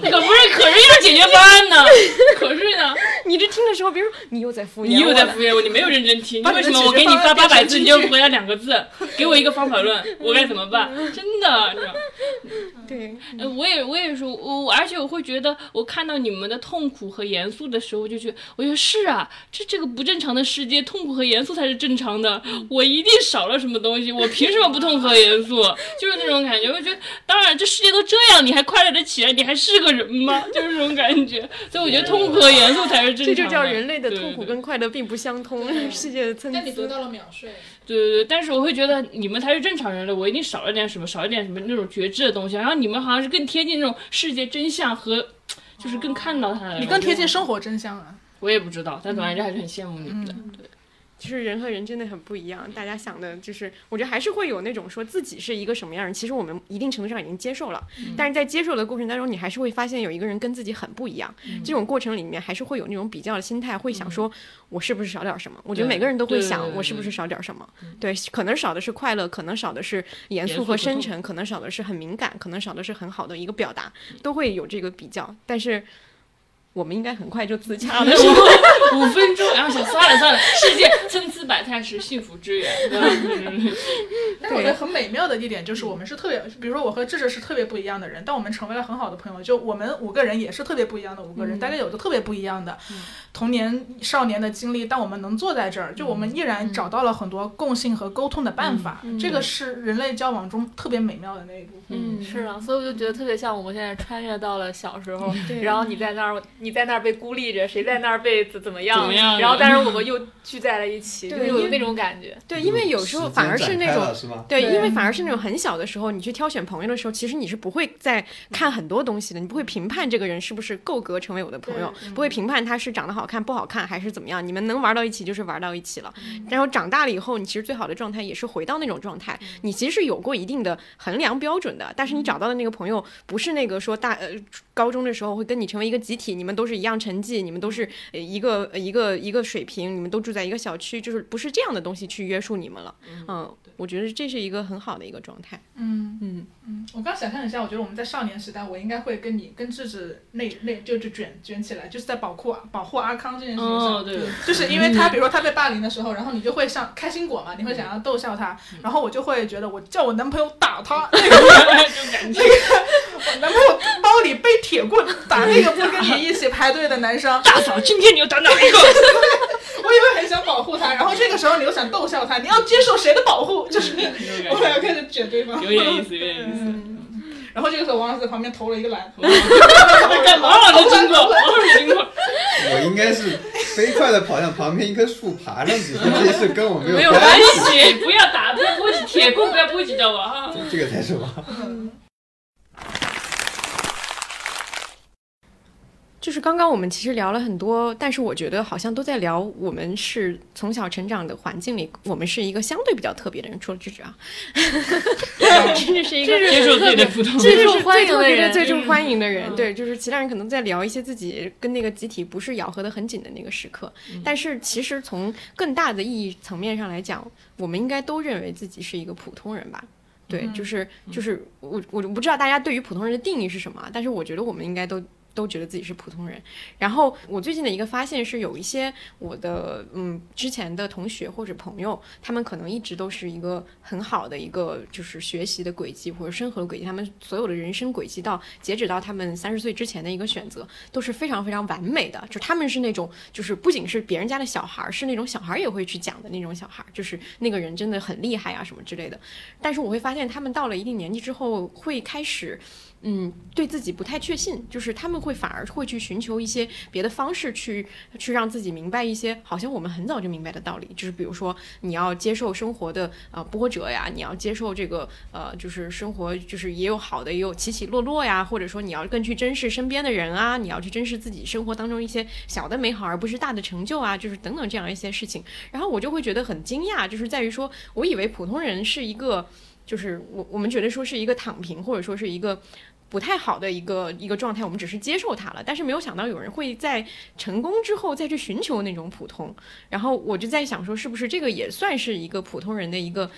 Speaker 2: 可不是，可是要解决方案呢，可是呢，
Speaker 1: 你这听的时候，比如说你又在敷衍，
Speaker 2: 你又在敷衍我，你没有认真听。你为什么我给你发八百字，你就回答两个 字，给我一个方法论，我该怎么办？真的，你知
Speaker 1: 衍。
Speaker 2: 道。
Speaker 1: 对，
Speaker 2: 呃， 我也我也是，我我而且我会觉得，我看到你们的痛苦和严肃的时候，我就觉得，我觉得是啊，这这个不正常的世界，痛苦和严肃才是正常的。我一定少了什么东西，我凭什么不痛苦和严 肃？就是那种感觉，我觉得，当然这世界都这样，你还快乐得起来，你还是个人吗？就是这种感觉。所以我觉得痛苦和严肃才是正
Speaker 1: 这
Speaker 2: 常的。
Speaker 1: 就叫人类的
Speaker 2: 对
Speaker 1: 痛苦
Speaker 2: 对
Speaker 1: 跟快乐并不相通，世界的参
Speaker 13: 但你得
Speaker 1: 差。
Speaker 13: 到了秒睡，
Speaker 2: 对对对，但是我会觉得你们才是正常人类，我一定少了点什么，少了点什么那种觉知的东西，然后你们好像是更贴近那种世界真相和，就是更看到它的。
Speaker 4: 嗯你更贴近生活真相啊！
Speaker 2: 我也不知道，但总而言之还是很羡慕你
Speaker 4: 嗯
Speaker 2: 们的。对，
Speaker 1: 就是人和人真的很不一样，大家想的就是，我觉得还是会有那种说自己是一个什么样的人，其实我们一定程度上已经接受了，
Speaker 2: 嗯
Speaker 1: 但是在接受的过程当中，你还是会发现有一个人跟自己很不一样。
Speaker 2: 嗯
Speaker 1: 这种过程里面，还是会有那种比较的心态，会想说我是不是少点什么？我觉得
Speaker 2: 对
Speaker 1: 每个人都会
Speaker 2: 对对
Speaker 1: 想
Speaker 2: 对
Speaker 1: 我是不
Speaker 2: 对
Speaker 1: 是少点什么？对，可能少的是快乐，可能少的是严
Speaker 2: 严
Speaker 1: 肃
Speaker 2: 肃
Speaker 1: 和
Speaker 2: 和
Speaker 1: 深
Speaker 2: 痛
Speaker 1: 沉，可能少的是很敏感，可能少的是很好的一个表达，
Speaker 2: 嗯
Speaker 1: 都会有这个比较。但是我们应该很快就自 洽了，是吧？
Speaker 2: 五分钟，然后想算了算了，世界参差百态是幸福之源。嗯
Speaker 4: 但是我觉得很美妙的一点就是，我们是特别，比如说我和智智是特别不一样的人，但我们成为了很好的朋友。就我们五个人也是特别不一样的五个人，大家有的特别不一样的童年、少年的经历，但我们能坐在这儿，就我们依然找到了很多共性和沟通的办法。这个是人类交往中特别美妙的那一部
Speaker 6: 嗯
Speaker 4: 分。
Speaker 6: 嗯，是啊，所以我就觉得特别像我们现在穿越到了小时候，
Speaker 1: 对
Speaker 6: 然后你在那儿
Speaker 15: 你在那儿被孤立着，谁在那儿被怎怎么样，
Speaker 1: 怎么样
Speaker 15: 然后但是我们又聚在了一起，就
Speaker 1: 对
Speaker 15: 有
Speaker 1: 因为
Speaker 15: 那种感觉。
Speaker 1: 对，因为有时候反而是
Speaker 15: 时
Speaker 1: 那
Speaker 15: 间展开了是
Speaker 1: 种
Speaker 15: 吧
Speaker 1: 对，
Speaker 15: 对
Speaker 1: 因为反而是那种很小的时候，你去挑选朋友的时候，其实你是不会再看很多东西的，你不会评判这个人是不是够格成为我的朋友
Speaker 15: 对，
Speaker 1: 不会评判他是长得好看不好看还是怎么样，你们能玩到一起就是玩到一起了。然后长大了以后，你其实最好的状态也是回到那种状态，你其实是有过一定的衡量标准的，但是你找到的那个朋友不是那个说大呃高中的时候会跟你成为一个集体，你们都是一样成绩，你们都是呃一个呃一个一个水平，你们都住在一个小区，就是不是这样的东西去约束你们了。嗯，我觉得这是一个很好的一个状态。
Speaker 4: 嗯
Speaker 1: 嗯，
Speaker 4: 嗯，我刚想象一下，我觉得我们在少年时代，我应该会跟你跟智智内内就就卷卷起来，就是在保护保护阿康这件事情上，
Speaker 2: 哦对
Speaker 4: 就是因为他
Speaker 2: 嗯
Speaker 4: 比如说他被霸凌的时候，然后你就会像开心果嘛，你会想要逗笑他，
Speaker 2: 嗯
Speaker 4: 然后我就会觉得我叫我男朋友打他，那个那个我男朋友包里背铁棍打那个不跟你一起排队的男 生，
Speaker 2: 大嫂，今天你要打哪一个？
Speaker 4: 我以为很想保护他，然后这个时候你又想逗笑他，你要接受谁的保护？就是我俩开始卷对方，
Speaker 2: 有点意思，有点意思。
Speaker 4: 然后这个时候，王老师在旁边投了一个篮，
Speaker 2: 干嘛？王老师经过，王老师经过，
Speaker 3: 我应该是飞快的跑向旁边一棵树爬上去，但这事跟我没
Speaker 2: 没
Speaker 3: 有
Speaker 2: 有关
Speaker 3: 系。
Speaker 2: 系，不要打，不要波及铁棍，不要波及到我啊！
Speaker 3: 这个才是我。
Speaker 1: 就是刚刚我们其实聊了很多，但是我觉得好像都在聊我们是从小成长的环境里，我们是一个相对比较特别的人。除了芝芝啊，真的是一个
Speaker 2: 这是 接受自己的普通
Speaker 1: 这就是
Speaker 2: 接受欢迎的人
Speaker 1: 最受欢迎的
Speaker 2: 嗯
Speaker 1: 人。对，就是其他人可能在聊一些自己跟那个集体不是咬合的很紧的那个时刻，
Speaker 2: 嗯
Speaker 1: 但是其实从更大的意义层面上来讲，我们应该都认为自己是一个普通人吧。对，
Speaker 2: 嗯
Speaker 1: 就是就是我我不知道大家对于普通人的定义是什么啊，但是我觉得我们应该都都觉得自己是普通人。然后我最近的一个发现是，有一些我的嗯之前的同学或者朋友，他们可能一直都是一个很好的一个就是学习的轨迹或者生活的轨迹，他们所有的人生轨迹到截止到他们三十岁之前的一个选择都是非常非常完美的，就他们是那种就是不仅是别人家的小孩儿，是那种小孩儿也会去讲的那种小孩儿，就是那个人真的很厉害啊什么之类的。但是我会发现，他们到了一定年纪之后，会开始，嗯，对自己不太确信，就是他们会反而会去寻求一些别的方式去去让自己明白一些好像我们很早就明白的道理，就是比如说你要接受生活的呃波折呀，你要接受这个呃就是生活就是也有好的，也有起起落落呀，或者说你要更去珍视身边的人啊，你要去珍视自己生活当中一些小的美好，而不是大的成就啊，就是等等这样一些事情。然后我就会觉得很惊讶，就是在于说，我以为普通人是一个。就是我我们觉得说是一个躺平，或者说是一个不太好的一个一个状态，我们只是接受它了。但是没有想到有人会在成功之后再去寻求那种普通。然后我就在想说，是不是这个也算是一个普通人的一个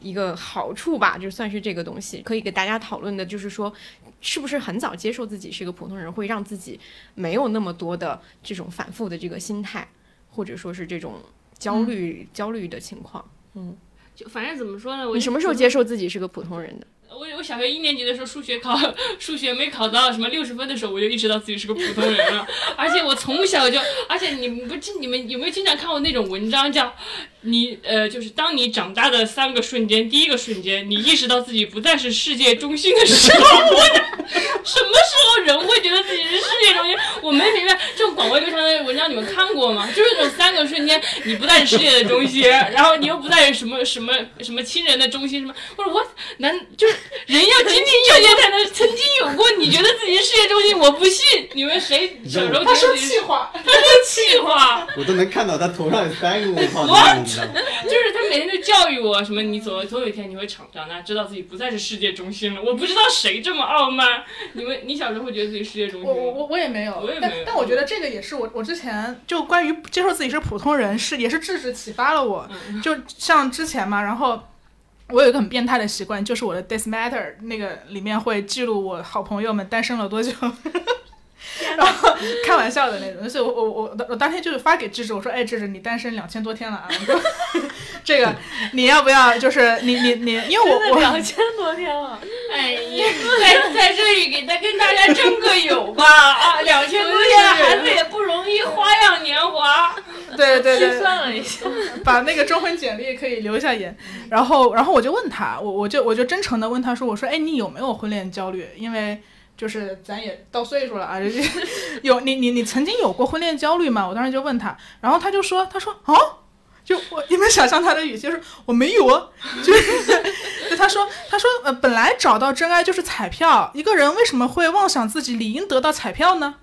Speaker 1: 一个好处吧？就算是这个东西可以给大家讨论的，就是说是不是很早接受自己是一个普通人，会让自己没有那么多的这种反复的这个心态，或者说是这种焦
Speaker 2: 嗯
Speaker 1: 虑、焦虑的情况。嗯，
Speaker 2: 就反正怎么说呢，我
Speaker 1: 你什么时候接受自己是个普通人的？
Speaker 2: 我我小学一年级的时候，数学考 数学没考到什么六十分的时候，我就意识到自己是个普通人了。而且我从小就，而且你们不记你们有没有经常看过那种文章叫你呃，就是当你长大的三个瞬间，第一个瞬间，你意识到自己不再是世界中心的时候，我的什么时候人会觉得自己是世界中心？我没明白这种广为流传的文章，你们看过吗？就是那种三个瞬间，你不再是世界的中心，然后你又不再是什么什么什么亲人的中心，什么我说我难就是 人要经历这些才能曾经有过你觉得自己是世界中心，我不信你们谁小时候
Speaker 4: 他说
Speaker 2: 觉得自己
Speaker 4: 气
Speaker 2: 是
Speaker 4: 话，
Speaker 2: 他说气话。
Speaker 3: 我都能看到他头上有三个我靠！
Speaker 2: What？
Speaker 3: 你知道吗
Speaker 2: 就是他每天都教育我，什么你总总有一天你会长长大，知道自己不再是世界中心了。我不知道谁这么傲慢。你们，你小时候会觉得自己世界中
Speaker 4: 我
Speaker 2: 心
Speaker 4: 我
Speaker 2: 吗？
Speaker 4: 我我也没有，
Speaker 2: 我也
Speaker 4: 但
Speaker 2: 没有
Speaker 4: 但我觉得这个也是我我之前就关于接受自己是普通人是也是智智启发了我，
Speaker 2: 嗯
Speaker 4: 就像之前嘛，然后。我有一个很变态的习惯，就是我的 This Matter 那个里面会记录我好朋友们单身了多久， 然后开玩笑的那种。所以我我我我当天就是发给智智，我说：“哎，智智，你单身两千多天了啊， 我说这个你要不要？就是你你你，因为我
Speaker 15: 真
Speaker 4: 我
Speaker 15: 的两千多天了，
Speaker 2: 哎呀， 在在这里给他跟大家争个友吧啊！两千多天了，孩子也不容易，花样年华。
Speaker 4: 对对对
Speaker 15: 计算了一下，
Speaker 4: 把那个征婚简历可以留一下言。然后，然后我就问他，我我就我就真诚的问他说，我说，哎，你有没有婚恋焦虑？因为就是咱也到岁数了啊，这有你你你曾经有过婚恋焦虑吗？我当时就问他，然后他就说，他说哦。就我，你们想象他的语气就是我没有啊， 就是就他说他说呃，本来找到真爱就是彩票，一个人为什么会妄想自己理应得到彩票呢？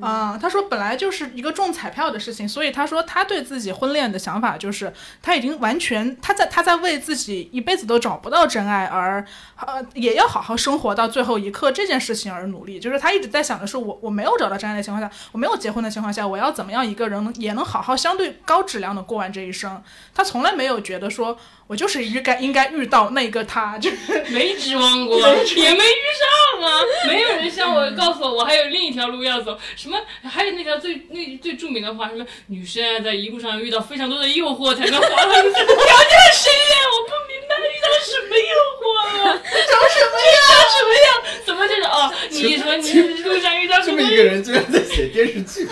Speaker 4: 啊、他说本来就是一个中彩票的事情，所以他说他对自己婚恋的想法就是他已经完全他在他在为自己一辈子都找不到真爱而呃也要好好生活到最后一刻这件事情而努力，就是他一直在想的是我我没有找到真爱的情况下，我没有结婚的情况下，我要怎么样一个人能也能好好相对高质量的过完这一生？他从来没有觉得说我就是应该应该遇到那个他，就是
Speaker 2: 没指望过，也没遇上啊，没有人像我告诉我，我还有另一条路要走。什么？还有那条最那最著名的话，什么女生啊，在一路上遇到非常多的诱惑，才能怀恨 条件实验，我不明白遇到什么诱惑了，
Speaker 4: 长什么
Speaker 2: 样？长什么样？怎么这种哦？你说你路上遇到什
Speaker 3: 这
Speaker 2: 么
Speaker 3: 么一个人居然在写电视剧，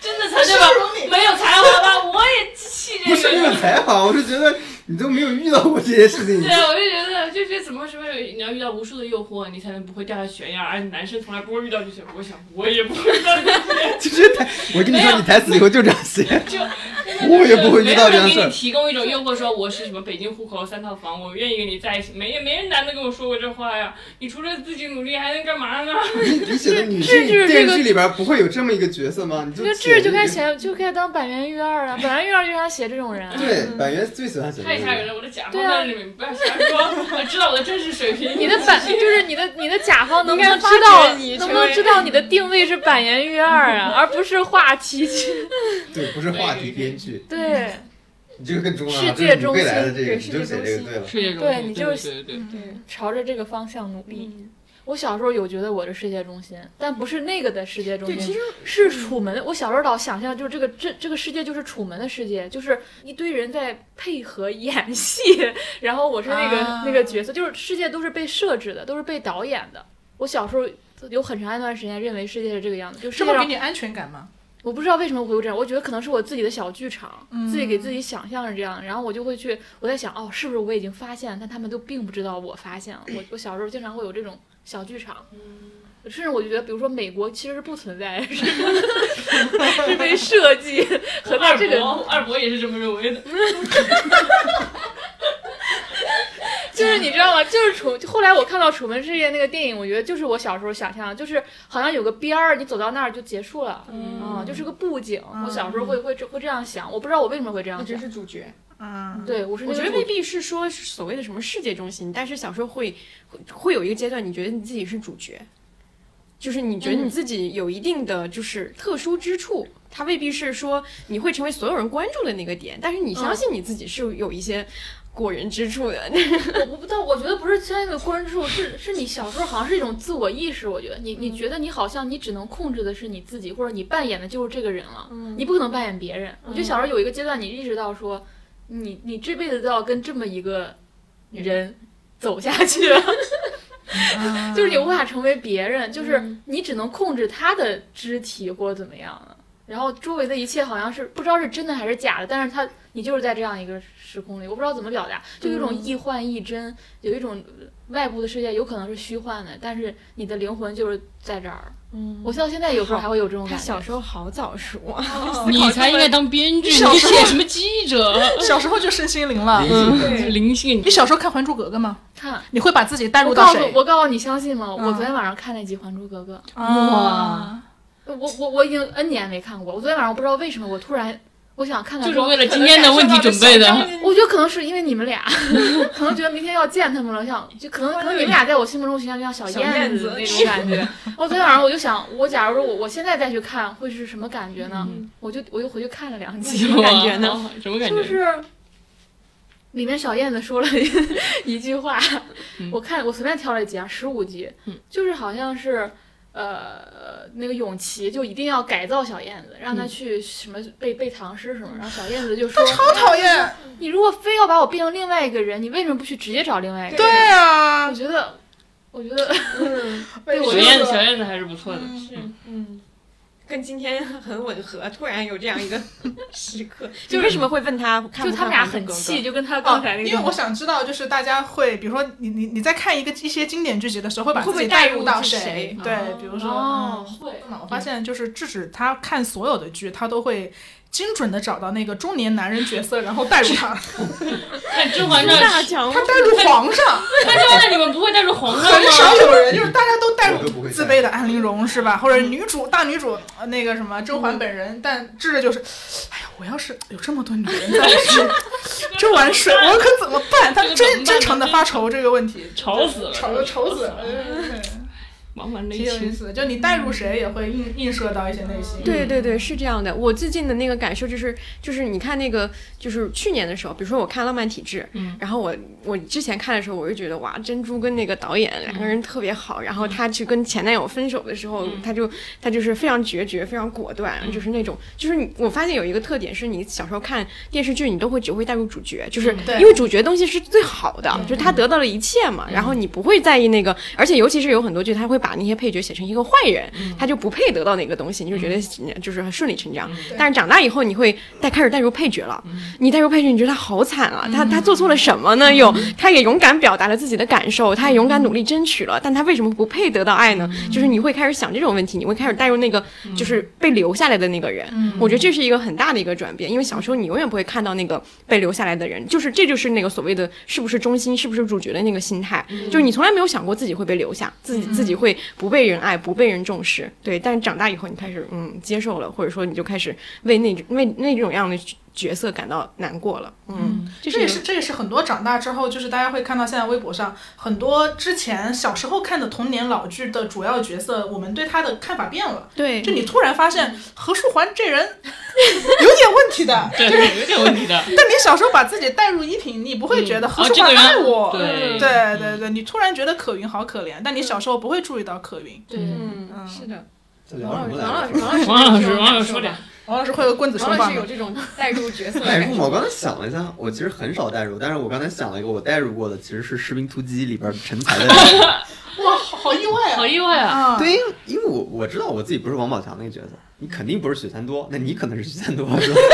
Speaker 2: 真的才对吧？没有才华吧？我也气这
Speaker 3: 不
Speaker 2: 个。
Speaker 3: 是没有才华，我是觉得你都没有遇到过这些事情。你
Speaker 2: 对啊，我就觉得就是怎么什么，你要遇到无数的诱惑，你才能不会掉下悬崖。而男生从来不会遇到这些，我想我也不会遇到这 些。
Speaker 3: 我跟你说，你台词以后就这样写。
Speaker 2: 就
Speaker 3: 我也不会遇到这样事
Speaker 2: 没有人给
Speaker 3: 儿
Speaker 2: 你。提供一种诱惑，说我是什么北京户口三套房，我愿意跟你在一起。没没人男的跟我说过这话呀。你除了自己努力，还能干嘛呢？
Speaker 3: 你写的女
Speaker 2: 这
Speaker 3: 性
Speaker 2: 就是这个
Speaker 3: 电视剧里边不会有这么一个角色吗？你就
Speaker 6: 那
Speaker 3: 写
Speaker 6: 智
Speaker 3: 一
Speaker 6: 就
Speaker 3: 个
Speaker 6: 该写，就该当板垣育二了。板垣育二就想写这种人。啊
Speaker 3: 对，板垣最喜欢写这
Speaker 2: 太
Speaker 3: 个
Speaker 2: 吓人
Speaker 3: 人。
Speaker 2: 了，我的甲方
Speaker 6: 对啊
Speaker 2: 在里面，你不要瞎说，我知道我的真实水 平。
Speaker 6: 你的板就是你的你的甲方能不能
Speaker 2: 应该
Speaker 6: 知
Speaker 2: 发掘
Speaker 6: 道
Speaker 2: 你
Speaker 6: 能不能知道你的定位是板垣育二啊，而不是话题剧。
Speaker 3: 对，不是话题编剧，
Speaker 6: 对，
Speaker 3: 你这个更重要
Speaker 6: 世
Speaker 3: 了，这
Speaker 6: 界
Speaker 3: 啊是你
Speaker 6: 中
Speaker 3: 未
Speaker 6: 心
Speaker 3: 来的这个，
Speaker 6: 对
Speaker 3: 你就写这个对了。
Speaker 6: 对你就
Speaker 2: 对对
Speaker 6: 嗯朝着这个方向努力。我小时候有觉得我是世界中心，但不是那个的世界中心，
Speaker 13: 对其实
Speaker 6: 是楚门的。我小时候老想象，就是这个这这个世界就是楚门的世界，就是一堆人在配合演戏， 然后我是那个、
Speaker 13: 啊
Speaker 6: 那个角色，就是世界都是被设置的，都是被导演的。我小时候有很长一段时间认为世界是这个样子，就世
Speaker 4: 这
Speaker 6: 界
Speaker 4: 么
Speaker 6: 上
Speaker 4: 给你安全感吗？
Speaker 6: 我不知道为什么会有这样，我觉得可能是我自己的小剧场，
Speaker 4: 嗯
Speaker 6: 自己给自己想象是这样，然后我就会去，我在想，哦，是不是我已经发现，但他们都并不知道我发现了。我我小时候经常会有这种小剧场，甚至我就觉得，比如说美国其实是不存在，是是被设计和
Speaker 2: 我二
Speaker 6: 他这个
Speaker 2: 伯二伯也是这么认为的。
Speaker 6: 就是你知道吗？就是楚，就后来我看到《楚门世界》那个电影，我觉得就是我小时候想象的，就是好像有个边儿，你走到那儿就结束了，嗯，就是个布景。我小时候会会会这样想，我不知道我为什么会这样想。
Speaker 1: 你真是主角。
Speaker 4: 嗯，
Speaker 6: 对，我是那
Speaker 1: 我
Speaker 6: 个
Speaker 1: 觉得
Speaker 6: 主
Speaker 1: 未必是说是所谓的什么世界中心，但是小时候会会会有一个阶段，你觉得你自己是主角，就是你觉得你自己有一定的就是特殊之处，它未必是说你会成为所有人关注的那个点，但是你相信你自己是有一些过人之处的。
Speaker 6: 我不不但我觉得不是相应的关注，是是你小时候好像是一种自我意识。我觉得你你觉得你好像你只能控制的是你自己，或者你扮演的就是这个人了，
Speaker 13: 嗯
Speaker 6: 你不可能扮演别人。我觉得小时候有一个阶段，你意识到说，你你这辈子都要跟这么一个人走下去了。
Speaker 4: 嗯
Speaker 6: 就是你无法成为别人，就是你只能控制他的肢体或者怎么样了。然后周围的一切好像是不知道是真的还是假的，但是他你就是在这样一个时空里，我不知道怎么表达，就有一种
Speaker 13: 嗯
Speaker 6: 亦幻亦真，有一种外部的世界有可能是虚幻的，但是你的灵魂就是在这儿。
Speaker 1: 嗯
Speaker 6: 我到现在有时候还会有这种
Speaker 1: 他
Speaker 6: 感觉。
Speaker 1: 小时候好早熟啊，
Speaker 2: 哦你才应该当编剧，
Speaker 4: 你小
Speaker 2: 你
Speaker 4: 时候
Speaker 2: 写什么记 者？
Speaker 4: 小时候就身心灵了。
Speaker 2: 嗯，灵性
Speaker 4: 你。小时候看《还珠格格》吗？
Speaker 6: 看，
Speaker 4: 你会把自己带入
Speaker 6: 我
Speaker 4: 到
Speaker 6: 告诉
Speaker 4: 谁？
Speaker 6: 我告诉你，相信吗？我
Speaker 4: 嗯
Speaker 6: 昨天晚上看那集《还珠格格》，
Speaker 4: 啊，
Speaker 6: 我我我已经 N 年没看过，我昨天晚上不知道为什么我突然我想看看
Speaker 2: 就是
Speaker 6: 说
Speaker 2: 为了今天的问题准备的。
Speaker 6: 我觉得可能是因为你们俩，可能觉得明天要见他们了，想就可能可能你们俩在我心目中形象就像小
Speaker 13: 小燕
Speaker 6: 燕
Speaker 13: 子
Speaker 6: 子那种感 觉。我昨天晚上我就想，我假如说我我现在再去看，会是什么感觉呢？我就我就回去看了两 集，
Speaker 1: 什么感觉呢
Speaker 2: 哇？哦什么感觉？
Speaker 6: 就是里面小燕子说了一一 句话，我看我随便挑了一集啊，十五集，就是好像是。呃，那个永琪就一定要改造小燕子，让她
Speaker 2: 嗯
Speaker 6: 去什么背背唐诗什么，然后小燕子就说：“
Speaker 4: 超讨厌。
Speaker 6: 你如果非要把我变成另外一个人，你为什么不去直接找另外一个人？”
Speaker 4: 对啊
Speaker 6: 我，觉得，我觉得，
Speaker 13: 嗯，
Speaker 6: 对我
Speaker 2: 小
Speaker 6: 觉
Speaker 2: 燕
Speaker 6: 得
Speaker 2: 嗯子，小燕子还是不错的。
Speaker 13: 嗯，
Speaker 1: 跟今天很吻合，突然有这样一个 时刻，就为什么会问他看不看
Speaker 4: 就他们俩
Speaker 1: 还是
Speaker 4: 很
Speaker 1: 格格
Speaker 4: 气就
Speaker 6: 跟他
Speaker 4: 哦，因为我想知道，就是大家会，比如说你你你在看一个一些经典剧集的时候，会把
Speaker 1: 会不
Speaker 4: 自
Speaker 1: 会
Speaker 4: 己
Speaker 1: 带
Speaker 4: 带
Speaker 1: 入
Speaker 4: 到
Speaker 1: 是谁
Speaker 4: 对
Speaker 1: 哦，
Speaker 4: 比如说，
Speaker 1: 哦
Speaker 4: 嗯
Speaker 1: 会
Speaker 4: 我发现就是制止他看所有的剧，他都会精准的找到那个中年男人角色，然后带入他。
Speaker 2: 看哎《甄嬛 传》，
Speaker 4: 大强他带入皇上
Speaker 2: 看甄嬛传》你们不会带入皇 上吗？
Speaker 4: 很少有人就是大家都带入自卑的安陵容是吧？或者女主大女主呃那个什么甄嬛本人，但智的就是，哎呀，我要是有这么多女人在身，这碗水我可怎么办？他真真诚的发愁这个问题，
Speaker 2: 愁死了
Speaker 4: 愁愁死了，嗯
Speaker 2: 往往内
Speaker 4: 挺有意
Speaker 2: 心。
Speaker 4: 思的。就你带入谁也会映映射到一些内心。嗯
Speaker 1: 对对对，是这样的。我最近的那个感受就是，就是你看那个，就是去年的时候，比如说我看《浪漫体质》，
Speaker 2: 嗯
Speaker 1: 然后我我之前看的时候，我就觉得哇，珍珠跟那个导演两个
Speaker 2: 嗯
Speaker 1: 人特别好。然后她去跟前男友分手的时候，她就她就是非常决绝，非常果断，
Speaker 2: 嗯
Speaker 1: 就是那种就是你我发现有一个特点是你小时候看电视剧，你都会只会带入主角，就是
Speaker 2: 嗯对嗯
Speaker 1: 因为主角东西是最好的，就是他得到了一切嘛，然后你不会在意那个，而且尤其是有很多剧，他会把那些配角写成一个坏人，他就不配得到哪个东西，你就觉得就是很顺理成章。但是长大以后，你会带开始带入配角了，你带入配角，你觉得他好惨啊，他他做错了什么呢？又他也勇敢表达了自己的感受，他也勇敢努力争取了，但他为什么不配得到爱呢？就是你会开始想这种问题，你会开始带入那个就是被留下来的那个人。
Speaker 2: 嗯
Speaker 1: 我觉得这是一个很大的一个转变，因为小时候你永远不会看到那个被留下来的人，就是这就是那个所谓的是不是中心，是不是主角的那个心态，就是你从来没有想过自己会被留下，自己自己会不被人爱，不被人重视。对，但是长大以后，你开始嗯接受了，或者说你就开始为那为那种样的角色感到难过了。嗯，这
Speaker 4: 这
Speaker 1: 是一个
Speaker 4: 也是这也是很多长大之后，就是大家会看到现在微博上很多之前小时候看的童年老剧的主要角色，我们对他的看法变了。
Speaker 1: 对
Speaker 4: 就你突然发现
Speaker 2: 嗯
Speaker 4: 何书桓这人 有点问题的，
Speaker 2: 对
Speaker 4: 就是
Speaker 2: 有点问题 的
Speaker 4: 但你小时候把自己带入依萍，你不会觉得何书桓
Speaker 2: 嗯嗯哦这个人
Speaker 4: 爱我，
Speaker 2: 对
Speaker 4: 对对对，你突然觉得可云好可怜，但你小时候不会注意到可云。
Speaker 1: 对，嗯，是的。
Speaker 16: 王老师
Speaker 1: 王老师，
Speaker 16: 王老师
Speaker 1: 王老师
Speaker 16: 说
Speaker 1: 点。
Speaker 4: 王老师会有棍子手
Speaker 1: 王老
Speaker 4: 法
Speaker 1: 师有
Speaker 4: 吗？
Speaker 1: 这种带入角色的
Speaker 3: 代
Speaker 1: 感
Speaker 3: 入哎嘛，我
Speaker 1: 受。
Speaker 3: 刚才想了一下，我其实很少代入，但是我刚才想了一个我代入过的，其实是《士兵突击》里边陈才的人。
Speaker 4: 哇，好好意外啊！
Speaker 2: 好意外啊
Speaker 3: 对，因为因为我我知道我自己不是王宝强那个角色，你肯定不是许三多，那你可能是许三多，是吧？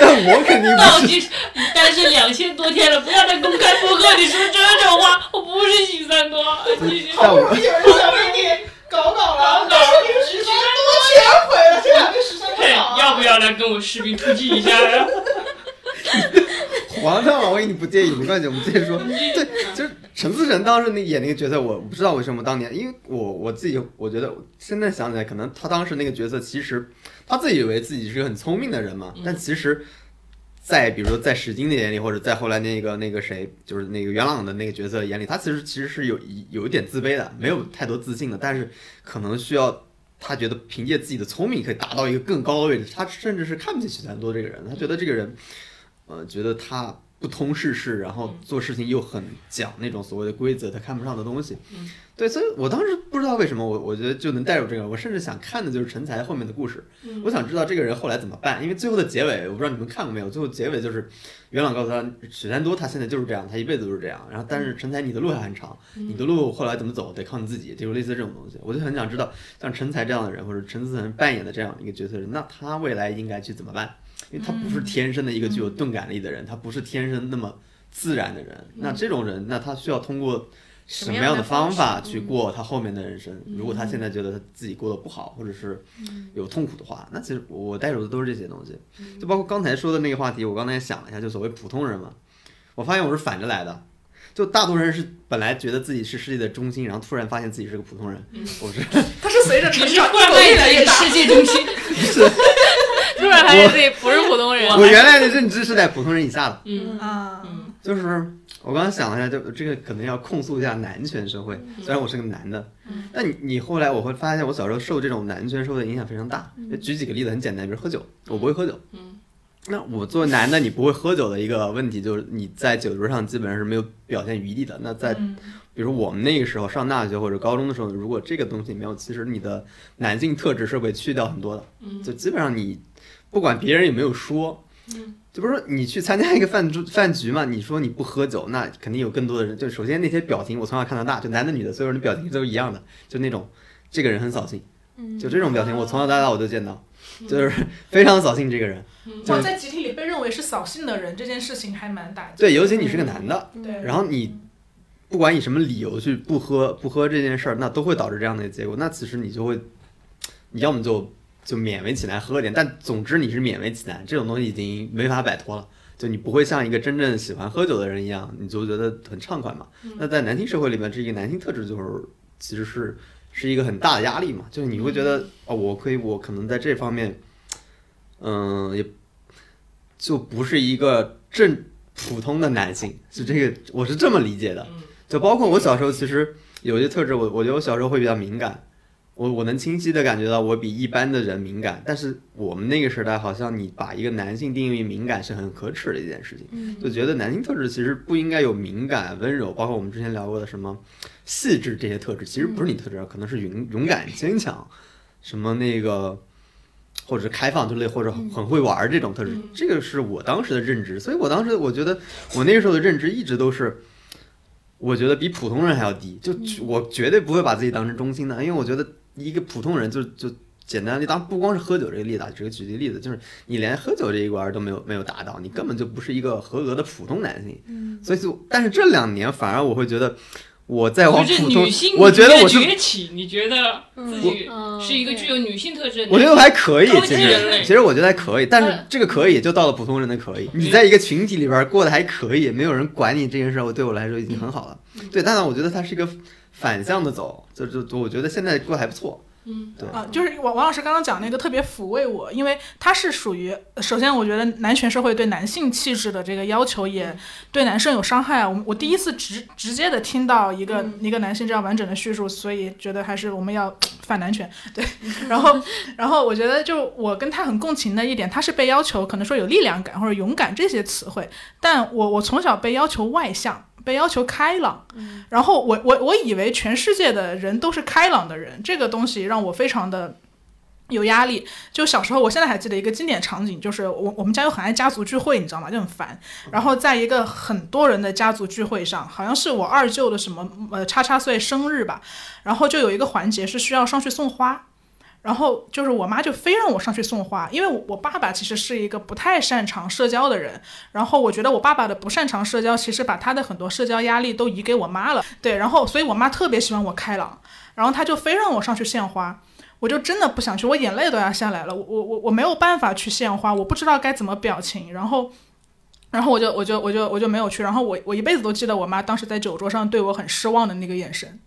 Speaker 3: 但我肯定
Speaker 2: 到
Speaker 3: 不
Speaker 2: 底
Speaker 3: 是。
Speaker 2: 是单身两千多天了，不要再公开播客里说这种话，我不是许三多，你
Speaker 3: 但我
Speaker 4: 有人想被你搞搞了，搞了十三多钱毁了，这两个十三
Speaker 2: 嘿，哎要不要来跟我士兵突击一下呀？
Speaker 3: 皇上，我以为你不介意，没关系，我们接着说。对，就是陈思诚当时那演那个角色，我不知道为什么当年，因为我我自己我觉得现在想起来，可能他当时那个角色其实他自己以为自己是个很聪明的人嘛，但其实。在比如说，在史金的眼里，或者在后来那个那个谁，就是那个元朗的那个角色眼里，他其实其实是有一有一点自卑的，没有太多自信的，但是可能需要他觉得凭借自己的聪明可以达到一个更高的位置。他甚至是看不起许三多这个人，他觉得这个人呃，觉得他不通世事，然
Speaker 2: 嗯
Speaker 3: 后做事情又很讲那种所谓的规则，他看不上的东西。
Speaker 2: 嗯
Speaker 3: 对，所以我当时不知道为什么我我觉得就能带入这个，我甚至想看的就是陈才后面的故事，
Speaker 2: 嗯
Speaker 3: 我想知道这个人后来怎么办，因为最后的结尾我不知道你们看过没有，最后结尾就是元朗告诉他许三多他现在就是这样，他一辈子都是这样，然后但是陈才你的路还很长，
Speaker 2: 嗯
Speaker 3: 你的路后来怎么走得靠你自己，就是类似这种东西，我就很想知道像陈才这样的人或者陈思诚扮演的这样一个角色人，那他未来应该去怎么办？因为他不是天生的一个具有钝感力的人，他不是天生那么自然的人。那这种人，那他需要通过嗯什么样的方嗯法去过他后面的人生？如果他现在觉得他自己过得不好，或者是有痛苦的话，那其实我带入的都是这些东西。就包括刚才说的那个话题，我刚才也想了一下，就所谓普通人嘛，我发现我是反着来的。就大多数人是本来觉得自己是世界的中心，然后突然发现自己是个普通人。我是
Speaker 4: 他是随着成长
Speaker 2: 你是
Speaker 4: 越走越来越大，
Speaker 2: 世界中心，
Speaker 6: 突然发现自己不是普通人。
Speaker 3: 我原来的认知是在普通人以下的。
Speaker 2: 嗯
Speaker 4: 啊，
Speaker 3: 就是我刚刚想了一下，就这个可能要控诉一下男权社会。虽然我是个男的，但你你后来我会发现，我小时候受这种男权社会的影响非常大。就举几个例子很简单，比如喝酒，我不会喝酒。那我作为男的，你不会喝酒的一个问题就是你在酒桌上基本上是没有表现余地的。那在比如我们那个时候上大学或者高中的时候，如果这个东西没有，其实你的男性特质是被去掉很多的。就基本上你不管别人有没有说，就不是说你去参加一个饭桌饭局嘛，你说你不喝酒，那肯定有更多的人。就首先那些表情，我从小看到大，就男的女的，所有人的表情都是一样的，就那种这个人很扫兴
Speaker 4: 嗯，
Speaker 3: 就这种表情我从小到大我就见到，就是非常扫兴这个人。就
Speaker 4: 我
Speaker 2: 嗯
Speaker 3: 是
Speaker 4: 在集体里被认为是扫兴的人，这件事情还蛮打击。
Speaker 3: 对，尤其你是个男
Speaker 2: 嗯
Speaker 3: 的，
Speaker 4: 对
Speaker 3: 然后你不管以什么理由去不喝不喝这件事儿，那都会导致这样的结果。那其实你就会，你要么就就勉为其难喝点，但总之你是勉为其难，这种东西已经没法摆脱了。就你不会像一个真正喜欢喝酒的人一样，你就觉得很畅快嘛
Speaker 14: 嗯。
Speaker 3: 那在男性社会里面，这一个男性特质就是其实是是一个很大的压力嘛，就是你会觉得哦，我可以，我可能在这方面，嗯、也就不是一个正普通的男性，是这个我是这么理解的。就包括我小时候，其实有些特质我，我觉得我小时候会比较敏感，我我能清晰的感觉到我比一般的人敏感，但是我们那个时代好像你把一个男性定义为敏感是很可耻的一件事情，
Speaker 14: 嗯
Speaker 3: 就觉得男性特质其实不应该有敏感、温柔，包括我们之前聊过的什么细致这些特质，其实不是你特质，可能是勇勇敢、坚强，什么那个。或者开放之类，或者很
Speaker 2: 嗯
Speaker 3: 很会玩儿这种特质，这个是我当时的认知。所以我当时我觉得，我那个时候的认知一直都是，我觉得比普通人还要低。就
Speaker 2: 嗯
Speaker 3: 我绝对不会把自己当成中心的，因为我觉得一个普通人就就简单的，当然不光是喝酒这个例子，啊，只是举个例子，就是你连喝酒这一关都没有没有达到，你根本就不是一个合格的普通男性。
Speaker 14: 嗯
Speaker 3: 所以就，但是这两年反而我会觉得。我在往
Speaker 2: 就是
Speaker 3: 普
Speaker 2: 女
Speaker 3: 通
Speaker 2: 性，，
Speaker 3: 我觉得我是
Speaker 2: 崛起，你觉得自己
Speaker 4: 哦
Speaker 2: 是
Speaker 4: 嗯
Speaker 2: 一个具有女性特质的男性，
Speaker 3: 我觉得还可以
Speaker 2: 高，级
Speaker 3: 其
Speaker 2: 人
Speaker 3: 实
Speaker 2: 类
Speaker 3: 其实我觉得还可以，但
Speaker 1: 嗯
Speaker 3: 是这个可以就到了普通人的可以。你在一个群体里边过得还可以，没有人管你这件事，我对我来说已经很好了。
Speaker 1: 嗯
Speaker 3: 对，当然我觉得它是一个反向的走，就就就我觉得现在过得还不错。
Speaker 4: 嗯
Speaker 3: 对
Speaker 4: 啊，就是王王老师刚刚讲那个特别抚慰我，因为他是属于，首先我觉得男权社会对男性气质的这个要求也对男生有伤害啊。我我第一次直直接的听到一个、一个男性这样完整的叙述，所以觉得还是我们要反男权。对，然后然后我觉得就我跟他很共情的一点，他是被要求可能说有力量感或者勇敢这些词汇，但我我从小被要求外向，被要求开朗。然后我我我以为全世界的人都是开朗的人，这个东西让我非常的有压力。就小时候，我现在还记得一个经典场景，就是我我们家又很爱家族聚会，你知道吗？就很烦。然后在一个很多人的家族聚会上，好像是我二舅的什么呃叉叉岁生日吧，然后就有一个环节是需要上去送花。然后就是我妈就非让我上去送花，因为我我爸爸其实是一个不太擅长社交的人，然后我觉得我爸爸的不擅长社交，其实把他的很多社交压力都移给我妈了，对，然后所以我妈特别喜欢我开朗，然后她就非让我上去献花，我就真的不想去，我眼泪都要下来了，我我我我没有办法去献花，我不知道该怎么表情，然后。然后我就我就我就我就没有去，然后我我一辈子都记得我妈当时在酒桌上对我很失望的那个眼神，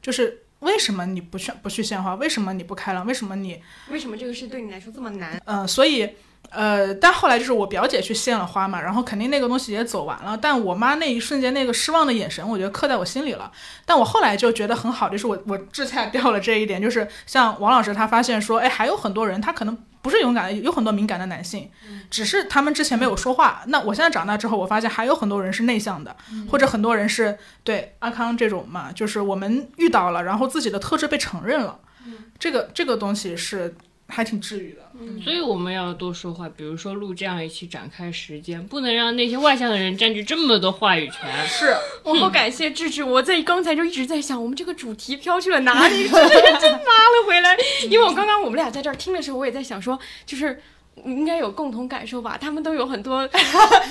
Speaker 4: 就是为什么你不去不去献花，为什么你不开朗，为什么你
Speaker 1: 为什么这个事对你来说这么难？
Speaker 4: 嗯，所以呃，但后来就是我表姐去献了花嘛，然后肯定那个东西也走完了，但我妈那一瞬间那个失望的眼神，我觉得刻在我心里了。但我后来就觉得很好，就是我我志恰掉了这一点，就是像王老师他发现说，哎，还有很多人他可能。不是勇敢，有很多敏感的男性，只是他们之前没有说话。那我现在长大之后，我发现还有很多人是内向的，或者很多人是对阿康这种嘛，就是我们遇到了，然后自己的特质被承认了，这个这个东西是还挺治愈的。
Speaker 2: 所以我们要多说话，比如说录这样一期展开时间，不能让那些外向的人占据这么多话语权。
Speaker 4: 是
Speaker 1: 我好感谢智智，我在刚才就一直在想，我们这个主题飘去了哪里？真是真拉了回来。因为我刚刚我们俩在这儿听的时候，我也在想说，就是应该有共同感受吧，他们都有很多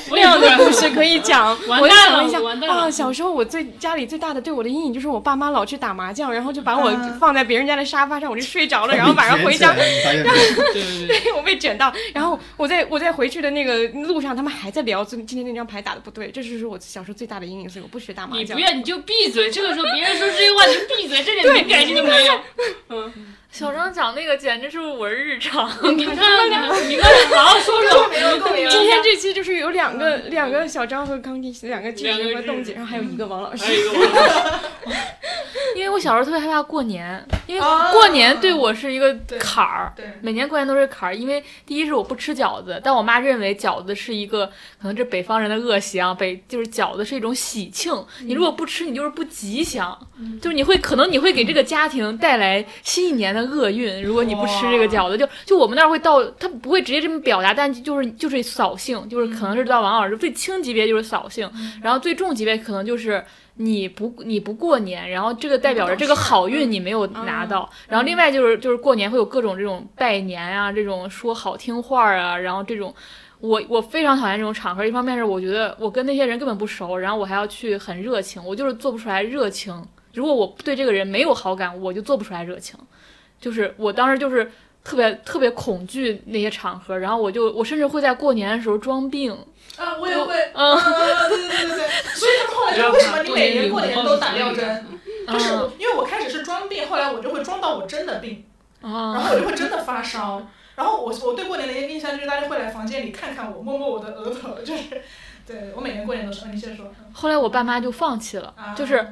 Speaker 1: 那样的故事可以讲。
Speaker 2: 完
Speaker 1: 我就
Speaker 2: 蛋
Speaker 1: 想
Speaker 2: 了
Speaker 1: 一下
Speaker 2: 完蛋
Speaker 1: 啊，
Speaker 2: 了
Speaker 1: 小时候我最家里最大的对我的阴影就是我爸妈老去打麻将，然后就把我
Speaker 2: 啊
Speaker 1: 放在别人家的沙发上，我就睡 着了，然后晚上回 家，
Speaker 2: 对对对，
Speaker 1: 我被卷到，然后我在我在回去的那个路上，他们还在聊今今天那张牌打的不对，这就是我小时候最大的阴影，所以我不学打麻
Speaker 2: 你
Speaker 1: 将。
Speaker 2: 不要你就闭嘴。这个时候别人说这些话，你就闭嘴，这点敏感性都没有。
Speaker 6: 小张讲那个简直是我日常，
Speaker 2: 你看看你看看好好说说
Speaker 1: 今天这期就是有两个
Speaker 2: 嗯
Speaker 1: 两个小张和康迪两个智人和冻姐，然后还有一个王老师。
Speaker 6: 因为我小时候特别害怕过年，因为过年对我是一个坎儿，每年过年都是坎儿。因为第一是我不吃饺子，但我妈认为饺子是一个可能这北方人的恶习啊，北就是饺子是一种喜庆，你如果不吃，你就是不吉祥，就是你会可能你会给这个家庭带来新一年的厄运。如果你不吃这个饺子，就就我们那儿会到，他不会直接这么表达，但就是就是扫兴，就是可能是到王老师最轻级别就是扫兴，然后最重级别可能就是。你不你不过年，然后这个代表着这个好
Speaker 4: 嗯
Speaker 6: 运你没有拿到。然后另外就是就是过年会有各种这种拜年啊，这种说好听话啊，然后这种。我我非常讨厌这种场合，一方面是我觉得我跟那些人根本不熟，然后我还要去很热情，我就是做不出来热情。如果我对这个人没有好感，我就做不出来热情。就是我当时就是特别特别恐惧那些场合，然后我就我甚至会在过年的时候装病。
Speaker 4: 啊，我也会，嗯，对对对对对，所以他们后 来就为什么你每年过年都打吊针？就是
Speaker 6: 嗯
Speaker 4: 我因为我开始是装病，后来我就会装到我真的病，
Speaker 6: 然
Speaker 4: 后我就会真的发烧。然后我我对过年的一个印象就是大家会来房间里看看我，摸摸我的额头，就是，对我每年过年都是，嗯你先说。啊
Speaker 6: 后来我爸妈就放弃了，就是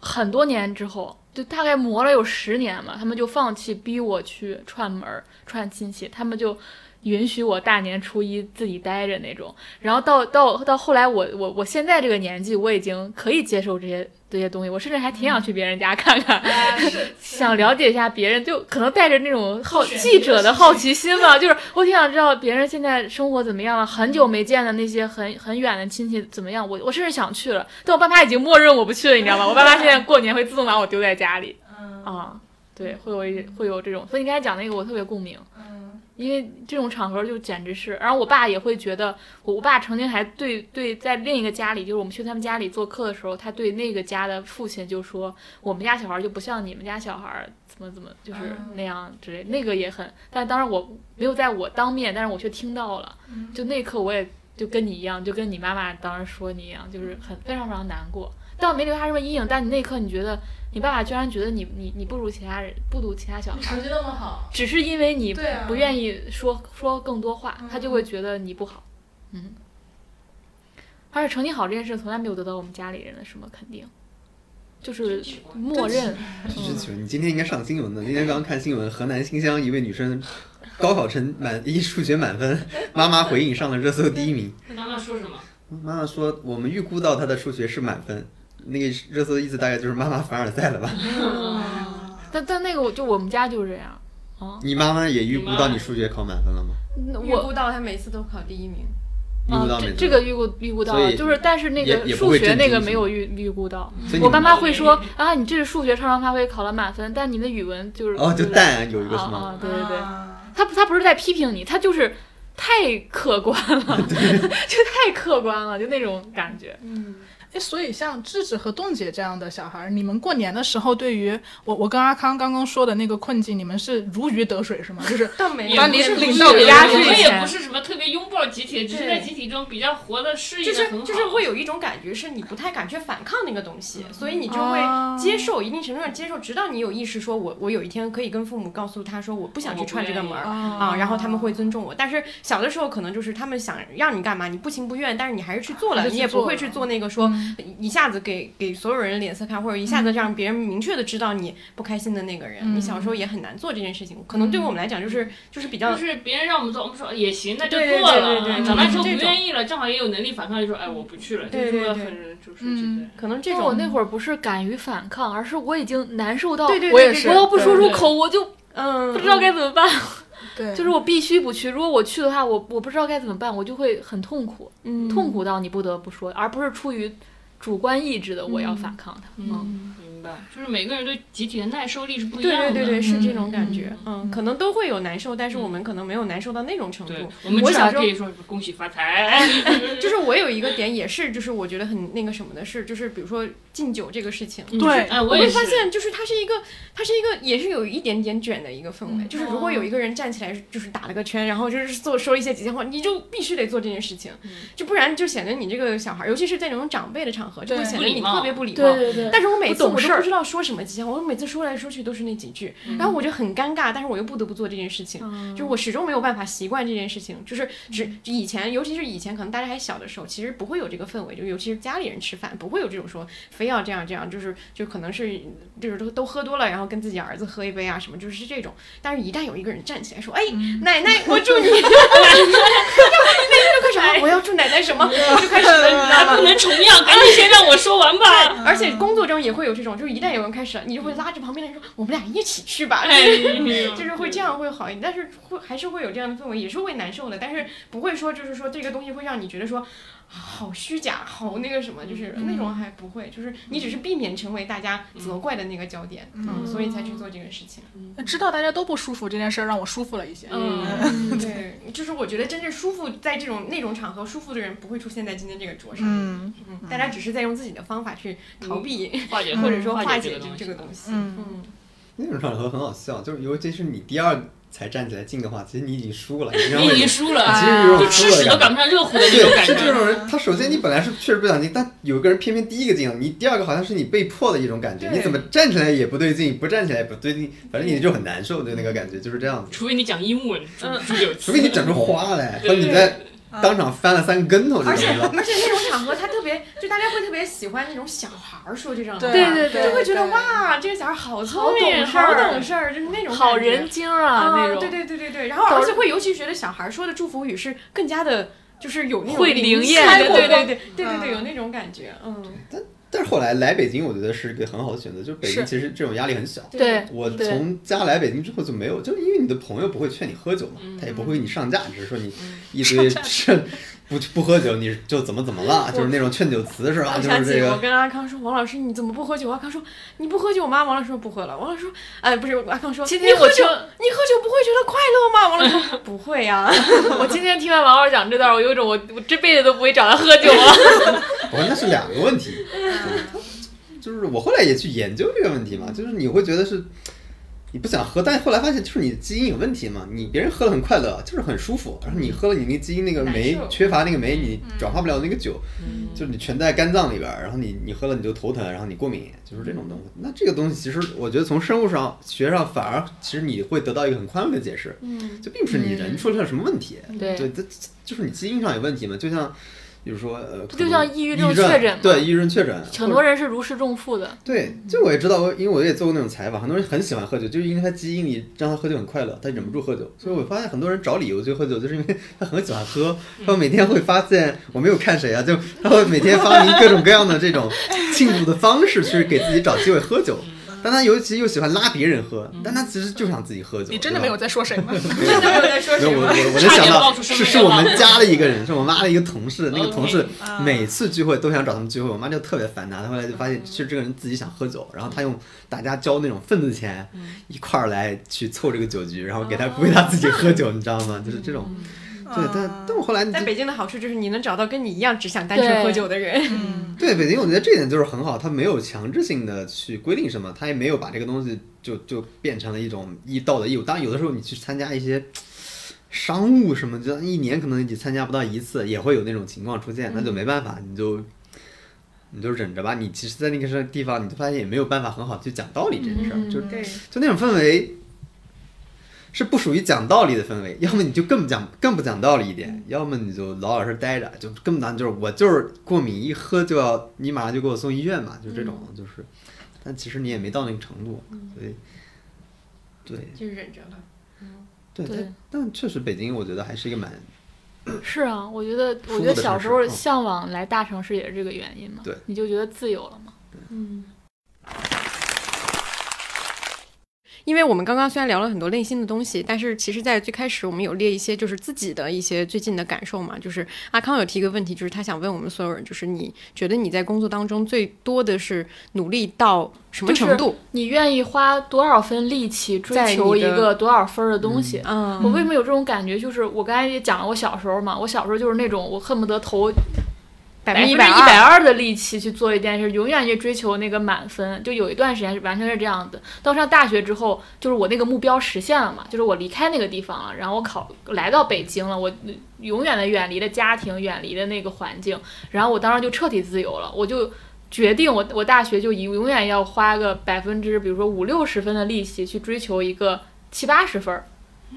Speaker 6: 很多年之后，就大概磨了有十年嘛，他们就放弃逼我去串门儿、串亲戚，他们就允许我大年初一自己待着那种。然后到到到后来我，我我现在这个年纪，我已经可以接受这些这些东西，我甚至还挺想去别人家看看， 想了解一下别人，就可能带着那种好记者的好奇心吧，就是我挺想知道别人现在生活怎么样了，很久没见的那些很很远的亲戚怎么样，我我甚至想去了，但我爸妈已经默认我不去了，你知道吗？我爸妈现在过年会自动把我丢在家里，啊，对，会有一会有这种，所以你刚才讲那个我特别共鸣，
Speaker 4: 嗯
Speaker 6: 因为这种场合就简直是，然后我爸也会觉得，我我爸曾经还对对在另一个家里，就是我们去他们家里做客的时候，他对那个家的父亲就说，我们家小孩就不像你们家小孩怎么怎么就是那样之类，那个也很，但当然我没有在我当面，但是我却听到了，就那一刻我也就跟你一样，就跟你妈妈当时说你一样，就是很非常非常难过，但我没留下什么阴影，但你那一刻你觉得。你爸爸居然觉得你你你不如其他人，不如其他小孩，
Speaker 4: 成绩那么好，
Speaker 6: 只是因为你
Speaker 4: 对啊
Speaker 6: 不愿意说、说更多话，他就会觉得你不好。嗯，而且成绩好这件事从来没有得到我们家里人的什么肯定，就是默认。
Speaker 14: 这是球，你今天应该上新闻的。今天刚看新闻，河南新乡一位女生高考成满一数学满分，妈妈回应上了热搜第一名。
Speaker 2: 妈妈说什么？
Speaker 14: 妈妈说我们预估到她的数学是满分，那个热搜的意思大概就是妈妈凡尔赛了吧？
Speaker 6: 但但那个我就我们家就是这样啊。
Speaker 14: 你妈妈也预估到你数学考满分了吗？
Speaker 6: 那
Speaker 1: 预
Speaker 6: 我
Speaker 1: 估到他每次都考第一名。
Speaker 14: 预估到
Speaker 6: 哦这
Speaker 14: 没？
Speaker 6: 这个预估预估到
Speaker 14: 所
Speaker 6: 了，
Speaker 14: 以
Speaker 6: 就是但是那
Speaker 14: 也
Speaker 6: 个
Speaker 14: 也不
Speaker 6: 数
Speaker 14: 会
Speaker 6: 学
Speaker 14: 震
Speaker 6: 那
Speaker 14: 惊
Speaker 6: 个
Speaker 14: 是
Speaker 6: 没有预预估到
Speaker 14: 所以。你
Speaker 6: 我爸
Speaker 14: 们
Speaker 6: 妈会说啊，你这是数学超常发挥考了满分，但你的语文就是
Speaker 14: 哦，就是蛋有一个是
Speaker 6: 啊
Speaker 14: 吗？
Speaker 6: 啊，对对对，他不他不是在批评你，他就是太客观了，就太客观了，就那种感觉。
Speaker 4: 嗯，哎，所以像智智和冻姐这样的小孩儿，你们过年的时候，对于我我跟阿康刚刚说的那个困境，你们是如鱼得水是吗？就是
Speaker 1: 倒没
Speaker 4: 把
Speaker 1: 有
Speaker 4: 你
Speaker 1: 也不
Speaker 4: 领
Speaker 1: 是
Speaker 4: 到
Speaker 1: 有
Speaker 4: 家
Speaker 1: 我
Speaker 4: 去
Speaker 1: 们
Speaker 4: 以
Speaker 1: 也
Speaker 4: 前
Speaker 2: 不是什么特别拥抱集体，只是
Speaker 1: 对
Speaker 2: 在集体中比较活的适应
Speaker 1: 就
Speaker 2: 的
Speaker 1: 是
Speaker 2: 很好。
Speaker 1: 就是会有一种感觉，是你不太敢去反抗那个东西，所以你就
Speaker 2: 啊
Speaker 1: 会接受，一定程度上接受，直到你有意识说我，我有一天可以跟父母告诉他说，我不想去串这个门儿
Speaker 2: 我不愿意
Speaker 1: 啊，然后他们会尊重我。但是小的时候可能就是他们想让你干嘛，你不情不愿，但是你还是去做了，
Speaker 2: 还是去
Speaker 1: 你也
Speaker 2: 做
Speaker 1: 不
Speaker 2: 了
Speaker 1: 会去做那个说
Speaker 4: 嗯
Speaker 1: 一下子给给所有人脸色看，或者一下子让别人明确的知道你不开心的那个人。
Speaker 2: 嗯
Speaker 1: 你小时候也很难做这件事情，可能对我们来讲就是就是比较
Speaker 2: 就是别人让我们做，我们说也行，那就
Speaker 1: 对对
Speaker 2: 做了。
Speaker 1: 对对对
Speaker 2: 长大之后不
Speaker 1: 这种
Speaker 2: 愿意了，正好也有能力反抗，就说哎，我不去了，
Speaker 1: 对
Speaker 2: 就是
Speaker 1: 对
Speaker 2: 说
Speaker 1: 对
Speaker 2: 很就是
Speaker 6: 嗯，
Speaker 1: 可能这
Speaker 6: 我
Speaker 1: 种
Speaker 6: 那会儿不是敢于反抗，而是我已经难受到，
Speaker 1: 对对对
Speaker 6: 我
Speaker 1: 我
Speaker 6: 也
Speaker 1: 也
Speaker 6: 是，
Speaker 1: 是
Speaker 6: 我要不说出
Speaker 1: 对对
Speaker 6: 口，我就
Speaker 1: 嗯
Speaker 6: 不知道该怎么办。
Speaker 4: 对
Speaker 6: 就是我必须不去。如果我去的话，我我不知道该怎么办，我就会很痛苦，
Speaker 1: 嗯
Speaker 6: 痛苦到你不得不说，而不是出于主观意志的我要反抗他。嗯，
Speaker 2: 明白。就是每个人对集体的耐受力是不一
Speaker 1: 对
Speaker 2: 样
Speaker 1: 对
Speaker 2: 的。
Speaker 1: 对对，是这种感觉。嗯，可能都会有难受，但是我们可能没有难受到那种程度。
Speaker 2: 我们至
Speaker 1: 小
Speaker 2: 少
Speaker 1: 时候
Speaker 2: 可以说恭喜发财。
Speaker 1: 就是我有一个点也是，就是我觉得很那个什么的是，就是比如说敬酒这个事情，
Speaker 2: 对
Speaker 1: 就是
Speaker 2: 哎
Speaker 1: 我
Speaker 2: 我也
Speaker 1: 会
Speaker 2: 是
Speaker 1: 发现就是它是一个，它是一个也是有一点点卷的一个氛围，就是如果有一个人站起来就是打了个圈，然后就是做说一些吉祥话，你就必须得做这件事情，
Speaker 6: 嗯
Speaker 1: 就不然就显得你这个小孩，尤其是在那种长辈的场合，就会
Speaker 6: 对
Speaker 1: 显得你
Speaker 6: 不礼貌
Speaker 1: 特别不礼貌。
Speaker 6: 对对对
Speaker 1: 但是我每次我
Speaker 6: 不
Speaker 1: 都
Speaker 6: 懂事儿
Speaker 1: 不知道说什么吉祥话，我每次说来说去都是那几句，然后我就很尴尬，但是我又不得不做这件事情，
Speaker 6: 嗯
Speaker 1: 就是我始终没有办法习惯这件事情，就是只就以前，尤其是以前可能大家还小的时候，其实不会有这个氛围，就尤其是家里人吃饭，不会有这种说非要这样这样，就是就可能是就是都都喝多了，然后跟自己儿子喝一杯啊什么，就是这种。但是，一旦有一个人站起来说：“哎，
Speaker 4: 嗯
Speaker 1: 奶奶，我祝你 要不你那就开始啊，我要祝奶奶什么，就开始了，你知道吗？
Speaker 2: 啊不能重样赶紧先让我说完吧
Speaker 1: 对而且工作中也会有这种，就是一旦有人开始了，你就会拉着旁边的人说：“我们俩一起去吧。”
Speaker 2: 哎 呦
Speaker 1: 就是会这样会好一点，但是会还是会有这样的氛围，也是会难受的，但是不会说就是说这个东西会让你觉得说。啊好虚假，好那个什么，就是那种还不会，就是你只是避免成为大家责怪的那个焦点，
Speaker 4: 嗯
Speaker 1: 所以才去做这个事情。
Speaker 4: 知道大家都不舒服这件事儿，让我舒服了一些。
Speaker 1: 嗯，对，就是我觉得真正舒服在这种那种场合舒服的人不会出现在今天这个桌上。
Speaker 4: 嗯
Speaker 1: 嗯，大家只是在用自己的方法去逃避、
Speaker 2: 嗯化解
Speaker 1: 或者说
Speaker 2: 嗯
Speaker 1: 化
Speaker 2: 化
Speaker 1: 解
Speaker 2: 解
Speaker 1: 这这个东西。
Speaker 4: 嗯
Speaker 3: 那种场合很好笑，就是尤其是你第二才站起来进的话，其实你已经输了，你
Speaker 2: 你已经输了
Speaker 3: 其实有
Speaker 2: 就
Speaker 3: 种
Speaker 2: 吃
Speaker 3: 输了
Speaker 2: 屎
Speaker 3: 的
Speaker 2: 都
Speaker 3: 感
Speaker 2: 赶
Speaker 3: 觉
Speaker 2: 不上热乎的那种感觉
Speaker 3: 对是这种人，他首先你本来是确实不想进，但有一个人偏偏第一个进了，你第二个好像是你被迫的一种感觉，
Speaker 2: 对
Speaker 3: 你怎么站起来也不对劲，不站起来也不对劲，反正你就很难受的那个感觉，就是这样子。
Speaker 2: 除非你讲英文，
Speaker 6: 嗯
Speaker 2: 就就有
Speaker 3: 除非你整出花来，
Speaker 2: 对
Speaker 3: 或者你在当场翻了三个跟头这
Speaker 1: 而且
Speaker 3: 种的。
Speaker 1: 而且那种场合，他特别就大家会特别喜欢那种小孩儿说这种话，
Speaker 4: 啊
Speaker 6: 对对对
Speaker 1: 就会觉得
Speaker 6: 对
Speaker 1: 哇，这个小孩好聪
Speaker 6: 好
Speaker 1: 明，
Speaker 6: 懂事
Speaker 1: 好
Speaker 6: 儿
Speaker 1: 懂事儿，就是那种
Speaker 6: 好
Speaker 1: 感觉
Speaker 6: 人精啊那种
Speaker 1: 对对对对对，然后
Speaker 6: 懂
Speaker 1: 而且会尤其觉得小孩儿说的祝福语是更加的，就是有那种
Speaker 6: 会灵
Speaker 1: 灵
Speaker 6: 验
Speaker 1: 气的对对
Speaker 6: 开火
Speaker 1: 对对对对，
Speaker 6: 嗯
Speaker 1: 有那种感觉，嗯。
Speaker 3: 但是后来来北京，我觉得是一个很好的选择，就是北京
Speaker 1: 是
Speaker 3: 其实这种压力很小。
Speaker 1: 对
Speaker 3: 我
Speaker 1: 对
Speaker 3: 从家来北京之后就没有，就是因为你的朋友不会劝你喝酒嘛，
Speaker 1: 嗯
Speaker 3: 他也不会给你上架，只是说你一堆是不不喝酒你就怎么怎么了，
Speaker 1: 我
Speaker 3: 就是那种劝酒词是吧？
Speaker 1: 我
Speaker 3: 就
Speaker 1: 想
Speaker 3: 是
Speaker 1: 起
Speaker 3: 这
Speaker 1: 我
Speaker 3: 个。
Speaker 1: 跟阿康说，王老师你怎么不喝酒？阿康说你不喝酒吗？王老师说不喝了。王老师说，哎，不是，阿康说，
Speaker 6: 今
Speaker 1: 你
Speaker 6: 天
Speaker 1: 喝
Speaker 6: 我
Speaker 1: 酒，你
Speaker 6: 听
Speaker 1: 喝酒不会觉得快乐吗？王老师说不会呀、
Speaker 6: 我今天听完王老师讲这段，我有一种我我这辈子都不会找他喝酒了。
Speaker 3: 我说那是两个问题，就是我后来也去研究这个问题嘛，就是你会觉得是你不想喝，但后来发现就是你的基因有问题嘛，你别人喝了很快乐，就是很舒服，然后你喝了你那个基因那个酶
Speaker 14: 难受嗯
Speaker 3: 缺乏那个酶，你转化不了那个酒，
Speaker 6: 嗯
Speaker 3: 就是你全在肝脏里边儿，然后你你喝了你就头疼，然后你过敏，就是这种东西。那这个东西其实我觉得从生物上学上反而其实你会得到一个很宽慰的解释，
Speaker 14: 嗯
Speaker 3: 就并不是你人出了什么问题，
Speaker 6: 嗯对
Speaker 3: 对，这就是你基因上有问题嘛，就像。比如说，呃，
Speaker 6: 就像抑郁症
Speaker 3: 症
Speaker 6: 确诊嘛
Speaker 3: 对，抑郁症确诊，
Speaker 6: 很多人是如释重负的。
Speaker 3: 对，就我也知道，我因为我也做过那种采访，很多人很喜欢喝酒，就是因为他基因里让他喝酒很快乐，他忍不住喝酒。所以我发现很多人找理由去喝酒，就是因为他很喜欢喝，他每天会发现我没有看谁啊，就他会每天发明各种各样的这种庆祝的方式去给自己找机会喝酒。但他尤其又喜欢拉别人喝，但他其实就想自己喝酒。
Speaker 4: 你真的没有在说谁吗？
Speaker 3: 真
Speaker 4: 的没有在
Speaker 3: 没有我我我能想到是是我们家的一个人，是我妈的一个同事，那个
Speaker 4: OK，
Speaker 3: 同事
Speaker 4: 啊
Speaker 3: 每次聚会都想找他们聚会，我妈就特别烦他，她后来就发现是这个人自己想喝酒，然后他用大家交那种份子钱一块儿来去凑这个酒局，然后给他不为他自己喝酒，你知道吗？就是这种，对，
Speaker 4: 嗯
Speaker 3: 但但我后来
Speaker 1: 在北京的好处就是你能找到跟你一样只想单纯
Speaker 3: 对
Speaker 1: 喝酒的人。
Speaker 4: 嗯
Speaker 3: 对北京，我觉得这点就是很好，他没有强制性的去规定什么，他也没有把这个东西就就变成了一种一道德义务。当然，有的时候你去参加一些商务什么，就一年可能你参加不到一次，也会有那种情况出现，那就没办法，你就你就忍着吧。你其实，在那个事地方，你就发现也没有办法很好去讲道理这件事儿，就
Speaker 1: 对，
Speaker 3: 就那种氛围是不属于讲道理的氛围，要么你就更不讲更不讲道理一
Speaker 1: 嗯
Speaker 3: 点，要么你就老老实实待着，就更难就是我就是过敏，一喝就要你马上就给我送医院嘛，就这种、
Speaker 1: 嗯
Speaker 3: 就是，但其实你也没到那个程度，所以对
Speaker 1: 就忍着了。嗯
Speaker 3: 对
Speaker 6: 对
Speaker 3: 但但确实北京我觉得还是一个蛮
Speaker 6: 是啊，我觉得
Speaker 3: 舒
Speaker 6: 我
Speaker 3: 服
Speaker 6: 觉
Speaker 3: 的
Speaker 6: 得小
Speaker 3: 城
Speaker 6: 时
Speaker 3: 市
Speaker 6: 候
Speaker 3: 嗯
Speaker 6: 向往来大城市也是这个原因嘛。
Speaker 3: 对
Speaker 6: 你就觉得自由了嘛。
Speaker 1: 嗯。 因为我们刚刚虽然聊了很多内心的东西，但是其实，在最开始我们有列一些就是自己的一些最近的感受嘛。就是阿康有提一个问题，就是他想问我们所有人，就是你觉得你在工作当中最多的是努力到什么程
Speaker 6: 就
Speaker 1: 度
Speaker 6: 是？你愿意花多少分力气
Speaker 1: 在你
Speaker 6: 追求一
Speaker 1: 的
Speaker 6: 个多少分儿的东西？
Speaker 1: 嗯
Speaker 6: 我为什么有这种感觉？就是我刚才也讲了，我小时候嘛，我小时候就是那种我恨不得投
Speaker 1: 百分
Speaker 6: 分之
Speaker 1: 之
Speaker 6: 一
Speaker 1: 一
Speaker 6: 百
Speaker 1: 百二
Speaker 6: 二的力气去做一件事，永远去追求那个满分。就有一段时间是完全是这样的。到上大学之后，就是我那个目标实现了嘛，就是我离开那个地方了，然后我考来到北京了，我永远的远离了家庭，远离了那个环境，然后我当时就彻底自由了，我就。决定我我大学就以永远要花个百分之，比如说五六十分的力气去追求一个七八十分儿，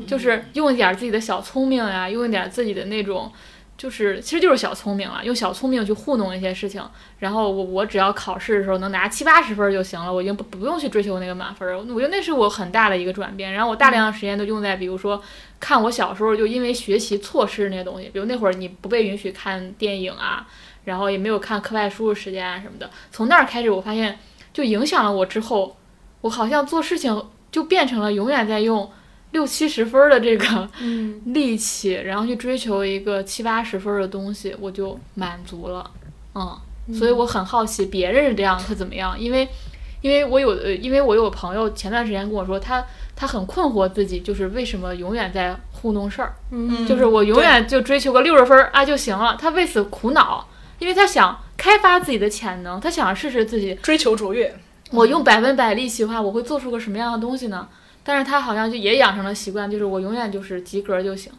Speaker 6: 就是用一点儿自己的小聪明呀、用一点儿自己的那种，就是其实就是小聪明了，啊用小聪明去糊弄一些事情。然后我我只要考试的时候能拿七八十分儿就行了，我已经不不用去追求那个满分儿了。我觉得那是我很大的一个转变。然后我大量的时间都用在比如说看我小时候就因为学习错失那些东西，比如那会儿你不被允许看电影啊，然后也没有看课外书的时间啊什么的。从那儿开始，我发现就影响了我之后，我好像做事情就变成了永远在用六七十分儿的这个
Speaker 1: 嗯
Speaker 6: 力气，然后去追求一个七八十分儿的东西，我就满足了。嗯，所以我很好奇别人是这样会怎么样，因为因为我有呃因为我有朋友前段时间跟我说，他他很困惑自己，就是为什么永远在糊弄事儿，
Speaker 1: 嗯
Speaker 6: 就是我永远就追求个六十分儿啊就行了，他为此苦恼，因为他想开发自己的潜能，他想试试自己
Speaker 4: 追求卓越。
Speaker 6: 我
Speaker 1: 嗯
Speaker 6: 用百分百力气的话，我会做出个什么样的东西呢？但是他好像就也养成了习惯，就是我永远就是及格就行，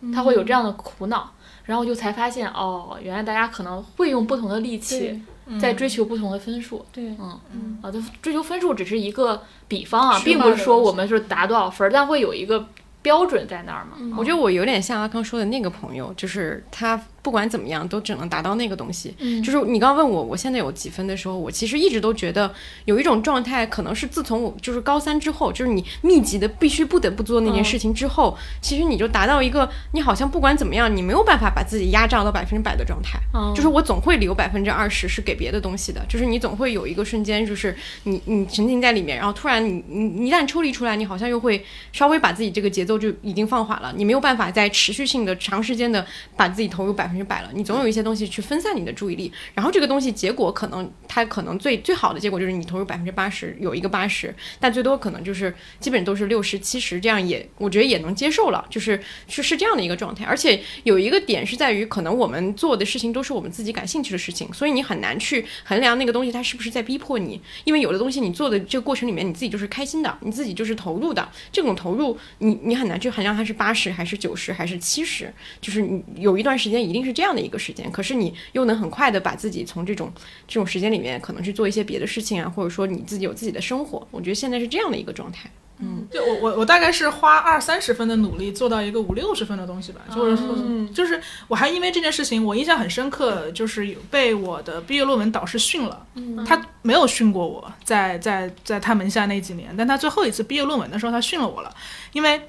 Speaker 6: 嗯，他会有这样的苦恼，然后我就才发现哦，原来大家可能会用不同的力气
Speaker 1: 对嗯
Speaker 6: 在追求不同的分数，
Speaker 1: 对，
Speaker 6: 嗯嗯，啊，就追求分数只是一个比方啊，
Speaker 1: 虚
Speaker 6: 并
Speaker 1: 化
Speaker 6: 不是
Speaker 1: 的
Speaker 6: 说
Speaker 1: 东
Speaker 6: 我们是达多少分儿，但会有一个标准在那儿嘛。
Speaker 1: 我觉得我有点像阿康说的那个朋友，就是他不管怎么样都只能达到那个东西。
Speaker 6: 嗯
Speaker 1: 就是你刚问我我现在有几分的时候，我其实一直都觉得有一种状态，可能是自从我就是高三之后，就是你密集的必须不得不做那件事情之后，其实你就达到一个你好像不管怎么样，你没有办法把自己压榨到百分之百的状态。
Speaker 6: 嗯
Speaker 1: 就是我总会留百分之二十是给别的东西的，就是你总会有一个瞬间，就是你你沉浸在里面，然后突然你你你一旦抽离出来，你好像又会稍微把自己这个节奏就已经放缓了，你没有办法再持续性的长时间的把自己投入百分之百了，你总有一些东西去分散你的注意力，然后这个东西结果可能它可能最最好的结果就是你投入百分之八十，有一个八十，但最多可能就是基本都是六十七十这样也，我觉得也能接受了，就是是是这样的一个状态。而且有一个点是在于，可能我们做的事情都是我们自己感兴趣的事情，所以你很难去衡量那个东西它是不是在逼迫你，因为有的东西你做的这个过程里面你自己就是开心的，你自己就是投入的，这种投入你你很难去衡量它是八十还是九十还是七十，就是你有一段时间一定是这样的一个时间，可是你又能很快的把自己从这种这种时间里面可能去做一些别的事情啊，或者说你自己有自己的生活，我觉得现在是这样的一个状态。
Speaker 4: 嗯就我我我大概是花二三十分的努力做到一个五六十分的东西吧，
Speaker 1: 嗯
Speaker 4: 就是说、就是我还因为这件事情我印象很深刻，就是有被我的毕业论文导师训了，
Speaker 1: 嗯
Speaker 4: 他没有训过我在在在他门下那几年，但他最后一次毕业论文的时候他训了我了，因为。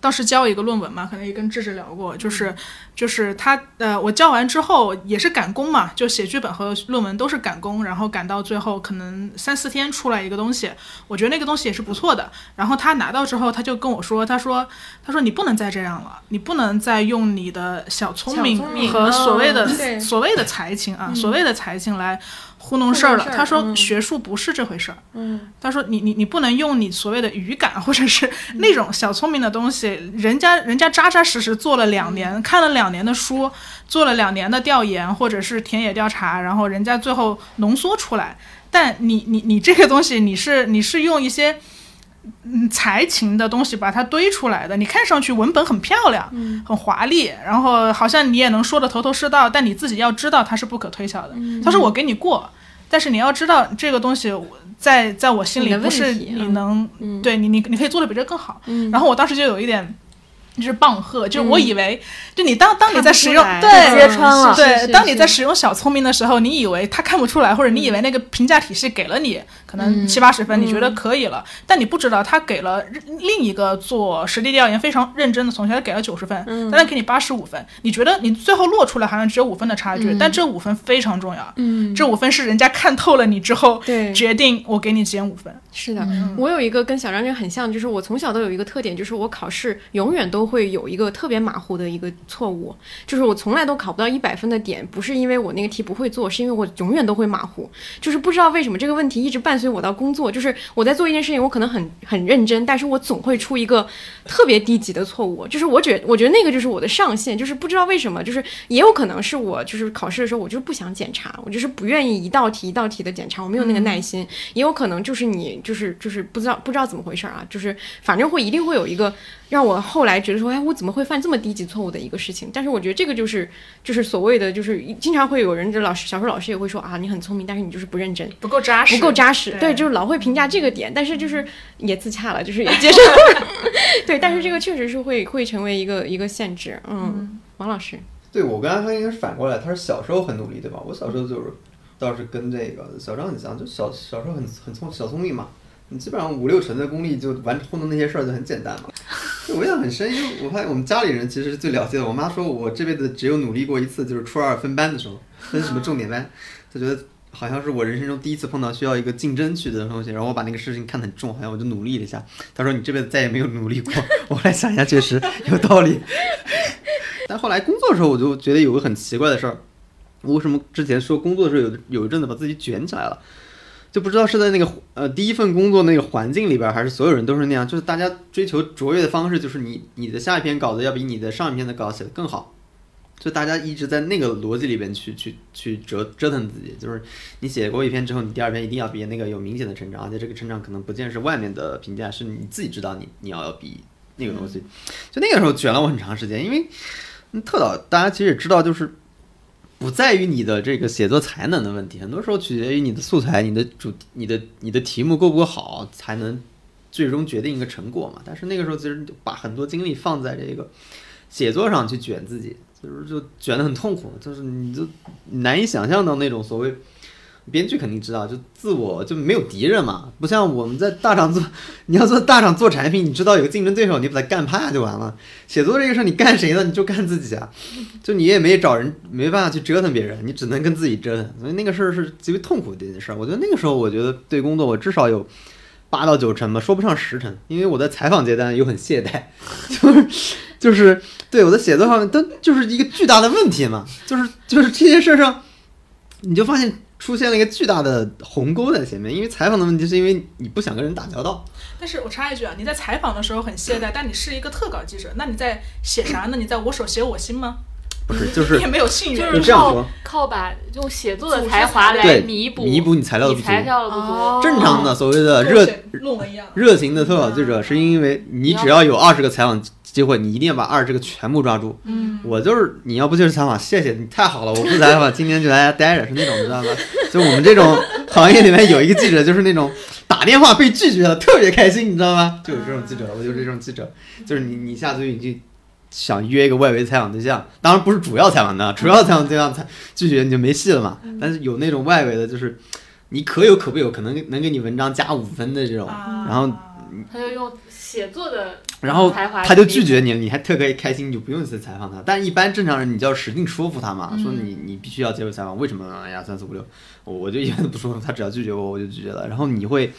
Speaker 4: 当时交一个论文嘛，可能也跟智智聊过，
Speaker 1: 嗯
Speaker 4: 就是就是他呃，我交完之后也是赶工嘛，就写剧本和论文都是赶工，然后赶到最后可能三四天出来一个东西，我觉得那个东西也是不错的。然后他拿到之后，他就跟我说，他说他说你不能再这样了，你不能再用你的小聪明
Speaker 1: 小聪明
Speaker 4: 和所谓的、
Speaker 1: 哦对
Speaker 4: 所谓的才情啊，
Speaker 1: 嗯
Speaker 4: 所谓的才情来糊弄事儿了
Speaker 1: 糊弄。事儿
Speaker 4: 他说
Speaker 1: 嗯
Speaker 4: 学术不是这回事儿。
Speaker 1: 嗯
Speaker 4: 他说你你你不能用你所谓的语感 或者是
Speaker 1: 嗯
Speaker 4: 那种小聪明的东西，人家人家扎扎实实做了两
Speaker 1: 嗯
Speaker 4: 年，看了两年的书，做了两年的调研或者是田野调查，然后人家最后浓缩出来。但你你你这个东西，你是你是用一些嗯才情的东西把它堆出来的，你看上去文本很漂亮，
Speaker 1: 嗯
Speaker 4: 很华丽，然后好像你也能说的头头是道，但你自己要知道它是不可推销的。
Speaker 1: 嗯
Speaker 4: 他说我给你过，但是你要知道这个东西我在在我心
Speaker 1: 你
Speaker 4: 里
Speaker 1: 的
Speaker 4: 不
Speaker 1: 问
Speaker 4: 是
Speaker 1: 题
Speaker 4: 你
Speaker 1: 嗯
Speaker 4: 能、
Speaker 1: 嗯
Speaker 4: 对你你你可以做的比这更好。
Speaker 1: 嗯
Speaker 4: 然后我当时就有一点。就是棒喝，就是我
Speaker 1: 嗯
Speaker 4: 以为，就你当当你在使用
Speaker 1: 看不出来
Speaker 4: 对
Speaker 1: 直接穿了是是
Speaker 4: 对，
Speaker 1: 是
Speaker 4: 当你在使用小聪明的时候，你以为他看不出来，或者你以为那个评价体系给了你可能
Speaker 1: 嗯
Speaker 4: 七八十分，你觉得
Speaker 1: 嗯
Speaker 4: 可以了，但你不知道他给了另一个做实地调研非常认真的同学，他给了九十分，
Speaker 1: 嗯
Speaker 4: 但他给你八十五分，你觉得你最后落出来好像只有五分的差距，
Speaker 1: 嗯
Speaker 4: 但这五分非常重要，
Speaker 1: 嗯
Speaker 4: 这五分是人家看透了你之后
Speaker 1: 对
Speaker 4: 决定我给你减五分，
Speaker 1: 是的，我有一个跟小张这个很像，就是我从小都有一个特点，就是我考试永远都会有一个特别马虎的一个错误，就是我从来都考不到一百分的点，不是因为我那个题不会做，是因为我永远都会马虎，就是不知道为什么这个问题一直伴随我到工作，就是我在做一件事情，我可能很很认真，但是我总会出一个特别低级的错误，就是我觉我觉得那个就是我的上限，就是不知道为什么，就是也有可能是我就是考试的时候我就是不想检查，我就是不愿意一道题一道题的检查，我没有那个耐心，也有可能就是你就是就是不知道不知道怎么回事儿啊，就是反正会一定会有一个让我后来觉得说，哎，我怎么会犯这么低级错误的一个事情？但是我觉得这个就是就是所谓的就是经常会有人，就老师小时候老师也会说啊，你很聪明，但是你就是不认真，
Speaker 4: 不够扎实
Speaker 1: 不够扎实，
Speaker 4: 对
Speaker 1: 对，就是老会评价这个点，但是就是也自洽了，就是也接受 对，但是这个确实是会会成为一个一个限制，嗯，王老师，
Speaker 3: 对我跟阿康应该是反过来，他是小时候很努力，对吧？我小时候就是倒是跟这个小张很像，就小小时候很很聪小聪明嘛，你基本上五六成的功力就完糊弄那些事儿就很简单嘛。就我印象很深，因为我发现我们家里人其实是最了解的。我妈说我这辈子只有努力过一次，就是初二分班的时候，分什么重点班，她觉得好像是我人生中第一次碰到需要一个竞争去的东西，然后我把那个事情看得很重，好像我就努力了一下。他说你这辈子再也没有努力过， 我后来想一下，确实有道理。但后来工作的时候，我就觉得有个很奇怪的事儿，我为什么之前说工作的时候有有一阵子把自己卷起来了，就不知道是在那个呃第一份工作那个环境里边儿，还是所有人都是那样，就是大家追求卓越的方式，就是你你的下一篇稿子要比你的上一篇的稿子写得更好。就大家一直在那个逻辑里边去去去折折腾自己，就是你写过一篇之后，你第二篇一定要比那个有明显的成长，而且这个成长可能不见是外面的评价，是你自己知道你你要比那个东西。就那个时候卷了我很长时间，因为嗯特导大家其实也知道，就是不在于你的这个写作才能的问题，很多时候取决于你的素材、你的主、你的你的题目够不够好，才能最终决定一个成果嘛。但是那个时候其实就把很多精力放在这个写作上去卷自己，就是就卷得很痛苦，就是你就难以想象到那种所谓。编剧肯定知道，就自我就没有敌人嘛，不像我们在大厂做，你要做大厂做产品，你知道有个竞争对手，你把他干趴就完了。写作这个事儿，你干谁呢？你就干自 己啊，就你也没找人，没办法去折腾别人，你只能跟自己折腾。所以那个事儿是极为痛苦的一件事儿。我觉得那个时候，我觉得对工作我至少有八到九成吧，说不上十成，因为我在采访阶段又很懈怠， 就是就是对我的写作方面，但就是一个巨大的问题嘛，就是就是这件事上。你就发现出现了一个巨大的鸿沟在前面，因为采访的问题是因为你不想跟人打交道，
Speaker 4: 但是我插一句啊，你在采访的时候很懈怠，但你是一个特稿记者，那你在写啥呢？你在我手写我心吗？
Speaker 3: 不是就是
Speaker 4: 你也没有信誉
Speaker 3: 就
Speaker 6: 就是
Speaker 3: 这样
Speaker 6: 靠
Speaker 3: 说，
Speaker 6: 靠把用写作的才华来
Speaker 3: 对
Speaker 6: 弥补
Speaker 3: 弥补你材料的不足
Speaker 6: 材料的不
Speaker 2: 哦
Speaker 6: 足，
Speaker 3: 正常的所谓的
Speaker 4: 跟
Speaker 3: 热
Speaker 4: 我写论文一样。
Speaker 3: 热情的特稿记者，是因为你只要有二十个采访机会，你一定要把二十个全部抓住。
Speaker 4: 嗯，
Speaker 3: 我就是你要不就是采访，谢谢你太好了，我 不采访，今天就来待着，是那种你知道吧？就我们这种行业里面有一个记者，就是那种打电话被拒绝了，特别开心，你知道吗？就有这种记者，我就是这种记者，就是你你下次你去。想约一个外围采访对象，当然不是主要采访的，主要采访对象才拒绝你就没戏了嘛。但是有那种外围的，就是你可有可不有，可能能给你文章加五分的这种，
Speaker 4: 啊
Speaker 3: 然后
Speaker 6: 他就用写作的
Speaker 3: 然后
Speaker 6: 才华
Speaker 3: 他就
Speaker 6: 去弥
Speaker 3: 拒
Speaker 6: 补
Speaker 3: 绝你了，你还特可以开心，你就不用去采访他。但一般正常人，你就要使劲说服他嘛，
Speaker 6: 嗯
Speaker 3: 说你你必须要接受采访，为什么？哎呀，三四五六，我我就一般都不说，他只要拒绝我，我就拒绝了。然后你会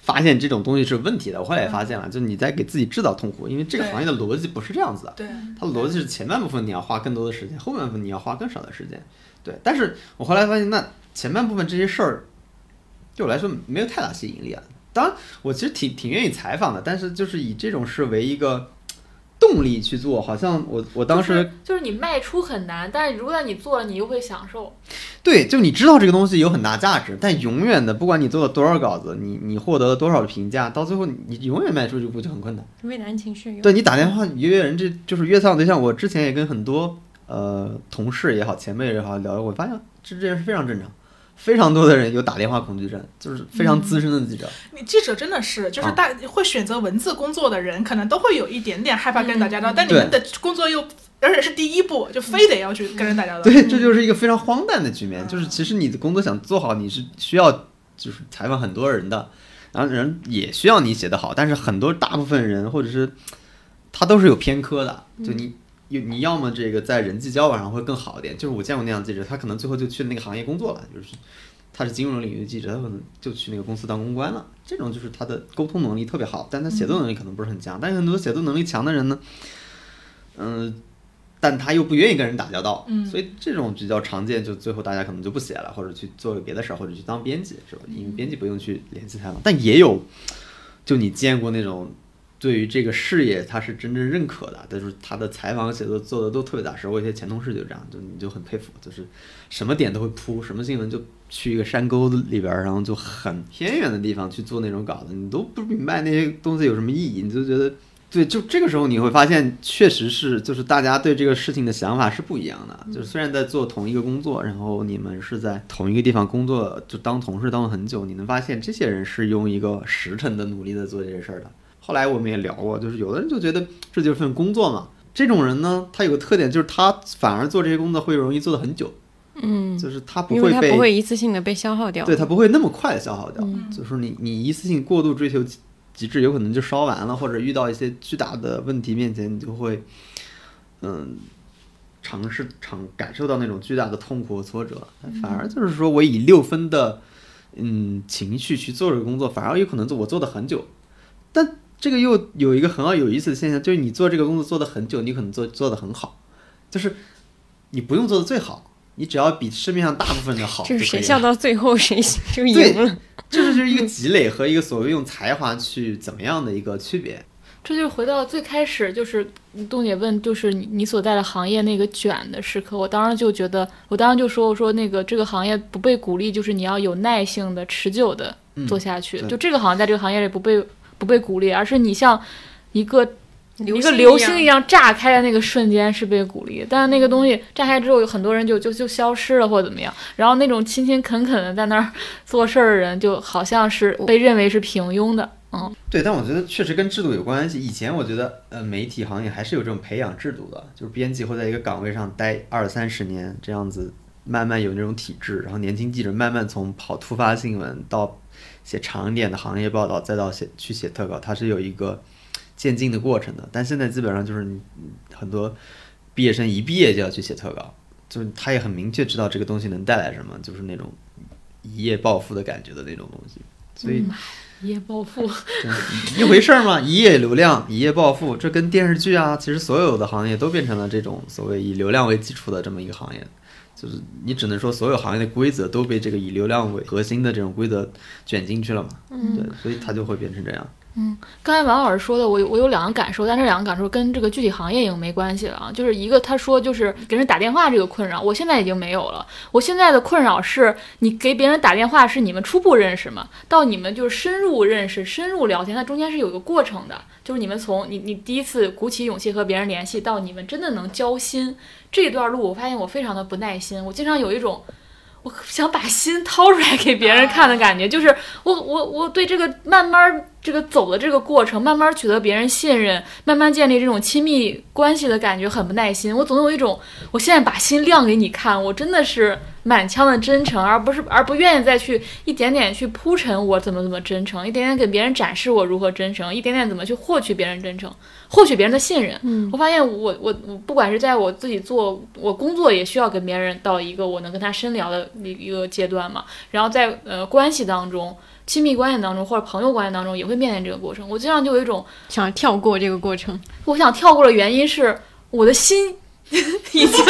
Speaker 3: 发现这种东西是有问题的。我后来也
Speaker 6: 嗯
Speaker 3: 发现了，就你在给自己制造痛苦，因为这个
Speaker 4: 对
Speaker 3: 行业的逻辑不是这样子的。
Speaker 4: 对，
Speaker 3: 它的逻辑是前半部分你要花更多的时间，后半部分你要花更少的时间。对，但是我后来发现，那前半部分这些事儿对我来说没有太大吸引力啊。当然，我其实挺挺愿意采访的，但是就是以这种事为一个动力去做，好像我我当时、
Speaker 6: 就是你卖出很难，但是如果你做了，你又会享受。
Speaker 3: 对，就你知道这个东西有很大价值，但永远的，不管你做了多少稿子，你你获得了多少评价，到最后你永远卖出去不就很困难？
Speaker 1: 畏难情绪有。
Speaker 3: 对你打电话约约人，这就是约采访对象。我之前也跟很多呃同事也好、前辈也好聊过，我发现这这件事非常正常，非常多的人有打电话恐惧症，就是非常资深的记者。
Speaker 4: 你记者真的是，
Speaker 3: 哦
Speaker 4: 就是大、会选择文字工作的人，可能都会有一点点害怕跟人打交道，但你们的工作又，而且是第一步，就非得要去跟人打交道。
Speaker 3: 对，这就是一个非常荒诞的局面。就是其实你的工作想做好，你是需要就是采访很多人的，然后人也需要你写得好，但是很多大部分人或者是他都是有偏科的，就你。有你要么这个在人际交往上会更好一点，就是我见过那样的记者，他可能最后就去那个行业工作了，就是他是金融领域的记者，他可能就去那个公司当公关了。这种就是他的沟通能力特别好，但他写作能力可能不是很强。但是很多写作能力强的人呢，嗯、但他又不愿意跟人打交道，
Speaker 4: 嗯
Speaker 3: 所以这种比较常见，就最后大家可能就不写了，或者去做个别的事儿，或者去当编辑，是吧？因为编辑不用去联系他嘛。但也有，就你见过那种对于这个事业他是真正认可的，但是他的采访写作做的都特别扎实。我有些前同事就这样，就你就很佩服，就是什么点都会扑，什么新闻就去一个山沟子里边儿，然后就很偏远的地方去做那种稿子，你都不明白那些东西有什么意义，你就觉得。对，就这个时候你会发现，确实是，就是大家对这个事情的想法是不一样的。就是虽然在做同一个工作，然后你们是在同一个地方工作，就当同事当了很久，你能发现这些人是用一个时辰的努力在做这些事儿的。后来我们也聊过，就是有的人就觉得这就是份工作嘛。这种人呢，他有个特点就是他反而做这些工作会容易做得很久，
Speaker 1: 嗯，
Speaker 3: 就是他不
Speaker 1: 因
Speaker 3: 会
Speaker 1: 为它
Speaker 3: 被
Speaker 1: 不会一次性的被消耗掉。
Speaker 3: 对，它不会那么快的消耗掉。
Speaker 1: 嗯
Speaker 3: 就是你你一次性过度追求极极致，有可能就烧完了，或者遇到一些巨大的问题面前，你就会，嗯，尝试尝感受到那种巨大的痛苦和挫折，
Speaker 1: 嗯
Speaker 3: 反而就是说我以六分的嗯情绪去做这个工作，反而有可能做我做的很久，但这个又有一个很好有意思的现象，就是你做这个工作做的很久，你可能做做的很好，就是你不用做的最好，你只要比市面上大部分的好就
Speaker 1: 就是
Speaker 3: 可
Speaker 1: 谁
Speaker 3: 以了
Speaker 1: 笑到最后谁就
Speaker 3: 对
Speaker 1: 赢了。嗯
Speaker 3: 这 就是一个积累和一个所谓用才华去怎么样的一个区别。
Speaker 6: 这就回到最开始，就是东姐问，就是你你所在的行业那个卷的时刻，我当时就觉得，我当时就说，我说那个这个行业不被鼓励，就是你要有耐性的、持久的
Speaker 15: 嗯
Speaker 6: 做下去。
Speaker 15: 对
Speaker 6: 就这个行业在这个行业里不被不被鼓励，而是你像一个
Speaker 15: 流
Speaker 6: 一个
Speaker 15: 星
Speaker 6: 流
Speaker 15: 一样
Speaker 6: 星一样炸开的那个瞬间是被鼓励，但是那个东西炸开之后，有很多人就就就消失了或者怎么样，然后那种勤勤恳恳的在那儿 做事儿的人，就好像是被认为是平庸的，嗯。
Speaker 3: 对，但我觉得确实跟制度有关系。以前我觉得，呃，媒体行业还是有这种培养制度的，就是编辑会在一个岗位上待二三十年，这样子慢慢有那种体制，然后年轻记者慢慢从跑突发新闻到写长一点的行业报道，再到写去写特稿，它是有一个渐进的过程的。但现在基本上就是你嗯很多毕业生一毕业就要去写特稿，就是他也很明确知道这个东西能带来什么，就是那种一夜暴富的感觉的那种东西。所以
Speaker 6: 嗯一夜暴富，
Speaker 3: 一回事儿嘛，一夜流量，一夜暴富，这跟电视剧啊，其实所有的行业都变成了这种所谓以流量为基础的这么一个行业，就是你只能说所有行业的规则都被这个以流量为核心的这种规则卷进去了嘛，
Speaker 6: 嗯
Speaker 3: 对，所以它就会变成这样。
Speaker 6: 嗯，刚才王老师说的，我有我有两个感受，但这两个感受跟这个具体行业已经没关系了啊。就是一个他说就是给人打电话这个困扰，我现在已经没有了。我现在的困扰是你给别人打电话是你们初步认识嘛，到你们就是深入认识、深入聊天，它中间是有一个过程的，就是你们从你你第一次鼓起勇气和别人联系，到你们真的能交心这段路，我发现我非常的不耐心，我经常有一种。我想把心掏出来给别人看的感觉，就是我我我对这个慢慢儿这个走的这个过程，慢慢儿取得别人信任，慢慢建立这种亲密关系的感觉很不耐心。我总有一种我现在把心亮给你看，我真的是满腔的真诚，而不是而不愿意再去一点点去铺陈我怎么怎么真诚，一点点给别人展示我如何真诚，一点点怎么去获取别人真诚，获取别人的信任。
Speaker 15: 嗯
Speaker 6: 我发现我我我不管是在我自己做我工作，也需要跟别人到一个我能跟他深聊的一一个阶段嘛。然后在呃关系当中，亲密关系当中或者朋友关系当中，也会面临这个过程。我经常就有一种
Speaker 9: 想跳过这个过程，
Speaker 6: 我想跳过的原因是我的心 已经，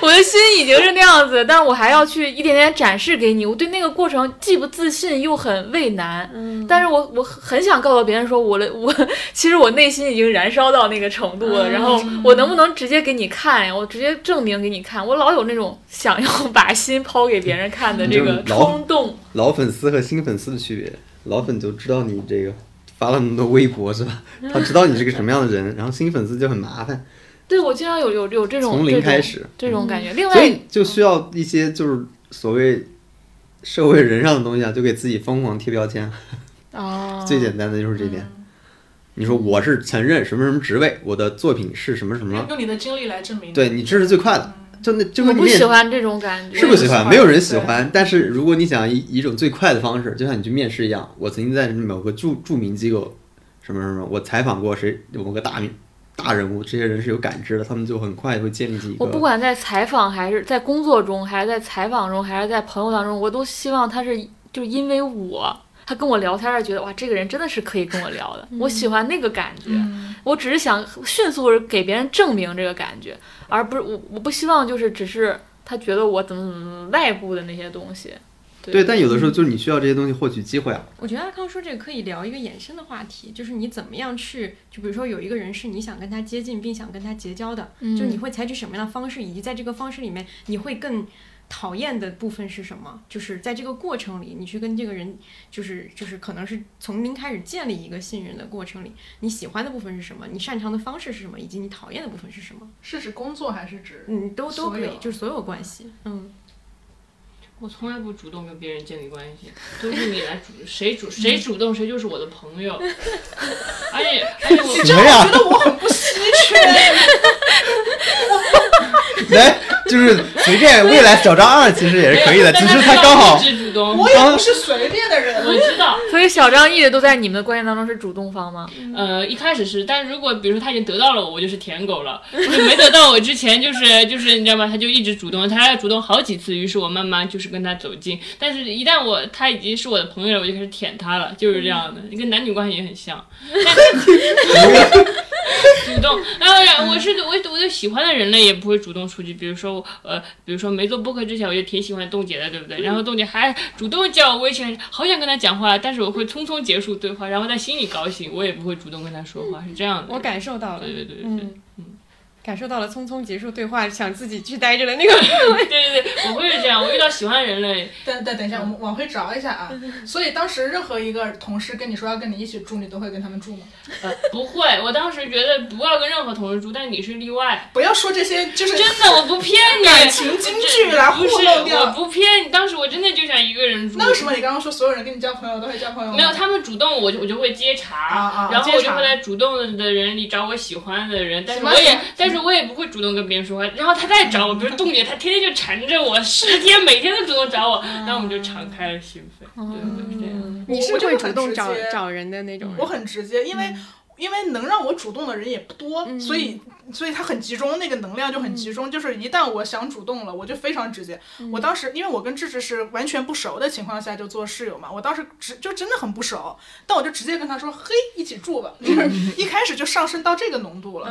Speaker 6: 我的心已经是那样子，但我还要去一点点展示给你。我对那个过程既不自信又很畏难，
Speaker 15: 嗯
Speaker 6: 但是我我很想告诉别人说我的我 其实我内心已经燃烧到那个程度了，
Speaker 15: 嗯
Speaker 6: 然后我能不能直接给你看呀？我直接证明给你看，我老有那种想要把心抛给别人看的这个
Speaker 3: 你就是老
Speaker 6: 冲动。
Speaker 3: 老粉丝和新粉丝的区别，老粉就知道你这个发了那么多微博是吧？他知道你是个什么样的人，然后新粉丝就很麻烦，
Speaker 6: 对我经常有有有这种
Speaker 3: 从
Speaker 6: 这
Speaker 3: 零
Speaker 6: 种
Speaker 3: 开始
Speaker 6: 这种感觉。另
Speaker 3: 所
Speaker 6: 外
Speaker 3: 以就需要一些就是所谓社会人上的东西啊，就给自己疯狂贴 标签。
Speaker 6: 啊，
Speaker 3: 最简单的就是这点。
Speaker 6: 嗯
Speaker 3: 你说我是曾任什么什么职位，我的作品是什么什么，
Speaker 6: 嗯
Speaker 4: 用你的经历来证明。
Speaker 3: 嗯对你这是最快的。就那这
Speaker 6: 我
Speaker 3: 个
Speaker 6: 不
Speaker 3: 你也
Speaker 6: 喜欢这种感觉，
Speaker 3: 是不喜欢，
Speaker 6: 对
Speaker 3: 没有人喜欢。但是如果你想以以一种最快的方式，就像你去面试一样，我曾经在某个著著名机构什么什么，我采访过谁某个大名大人物，这些人是有感知的，他们就很快会建立起一个。
Speaker 6: 我不管在采访还是在工作中，还是在采访中，还是在朋友当中，我都希望他是就因为我，他跟我聊天儿，觉得哇，这个人真的是可以跟我聊的，我喜欢那个感觉。我只是想迅速地给别人证明这个感觉，而不是我我不希望就是只是他觉得我怎么怎么怎么外部的那些东西。
Speaker 3: 对，但有的时候就是你需要这些东西获取机会啊。
Speaker 1: 我觉得阿康说这个可以聊一个延伸的话题，就是你怎么样去，就比如说有一个人是你想跟他接近并想跟他结交的，
Speaker 6: 嗯
Speaker 1: 就是你会采取什么样的方式，以及在这个方式里面你会更讨厌的部分是什么？就是在这个过程里，你去跟这个人，就是就是可能是从零开始建立一个信任的过程里，你喜欢的部分是什么？你擅长的方式是什么？以及你讨厌的部分是什么？
Speaker 4: 是指工作还是指
Speaker 1: 嗯，都都可
Speaker 4: 所
Speaker 1: 以
Speaker 4: 有，
Speaker 1: 就是所有关系，嗯。
Speaker 2: 我从来不主动跟别人建立关系，都是你来主，谁主谁主动谁就是我的 朋友。哎而且而 且我
Speaker 3: 什么呀
Speaker 2: 我觉得我很不稀缺。
Speaker 3: 来，
Speaker 14: 就是随便未来小张二其实也是可以的，只是他刚好
Speaker 4: 我也不是随便的人，
Speaker 2: 我知道。
Speaker 6: 所以小张一直都在你们的关系当中是主动方吗？
Speaker 2: 呃，一开始是，但如果比如说他已经得到了我，我就是舔狗了；就没得到我之前，就是 就是你知道吗？他就一直主动，他主动好几次，于是我慢慢就是跟他走近。但是，一旦我他已经是我的朋友了，我就开始舔他了，就是这样的，跟男女关系也很
Speaker 1: 嗯
Speaker 2: 像。主动，然后然后我是我我对喜欢的人类也不会主动出击，比如说我呃，比如说没做播客之前，我就挺喜欢冻姐的，对不
Speaker 1: 嗯
Speaker 2: 对？然后冻姐还主动叫我微信，好想跟她讲话，但是我会匆匆结束对话，然后在心里高兴，我也不会主动跟她说话，是这样的。
Speaker 1: 我感受到了，
Speaker 2: 对对对对对，
Speaker 1: 嗯，感受到了匆匆结束对话，想自己去待着的那个氛围。
Speaker 2: 对对对， 我会是这样，我遇到喜欢的人类，
Speaker 4: 等等等一下，我们往回找一下啊。所以当时任何一个同事跟你说要跟你一起住，你都会跟他们住吗？
Speaker 2: 呃，不会，我当时觉得不要跟任何同事住，但你是例外。
Speaker 4: 不要说这些，就是
Speaker 2: 真的，我不 骗你，
Speaker 4: 感情金句来糊
Speaker 2: 不是
Speaker 4: 弄掉
Speaker 2: 我不骗你，当时我真的就想一个人住。
Speaker 4: 那为什么你刚刚说所有人跟你交朋友都会交朋友吗？
Speaker 2: 没有，他们主动，我就我就会接茬，
Speaker 4: 啊
Speaker 2: 然后我
Speaker 4: 接
Speaker 2: 就
Speaker 4: 茬
Speaker 2: 会在主动的人里找我喜欢的人，但是
Speaker 4: 行吧
Speaker 2: 我
Speaker 4: 行
Speaker 2: 也
Speaker 4: 吧，
Speaker 2: 但是我也不会主动跟别人说话。然后他再找我，比如冻姐，他天天就缠着我， 十天每天都主动找我，
Speaker 4: 嗯
Speaker 2: 那我们就敞开了心扉。对对对，这样。
Speaker 1: 你是会主动找找人的那种人
Speaker 4: 我很直接，因为、
Speaker 2: 嗯
Speaker 4: 因为能让我主动的人也不多，所以所以他很集中，那个能量就很集
Speaker 2: 嗯
Speaker 4: 中。就是一旦我想主动了，我就非常直接。我当时因为我跟智智是完全不熟的情况下就做室友嘛，我当时直就真的很不熟，但我就直接跟他说：“嘿，一起住吧。” 就是一开始就上升到这个浓度
Speaker 1: 嗯
Speaker 4: 了，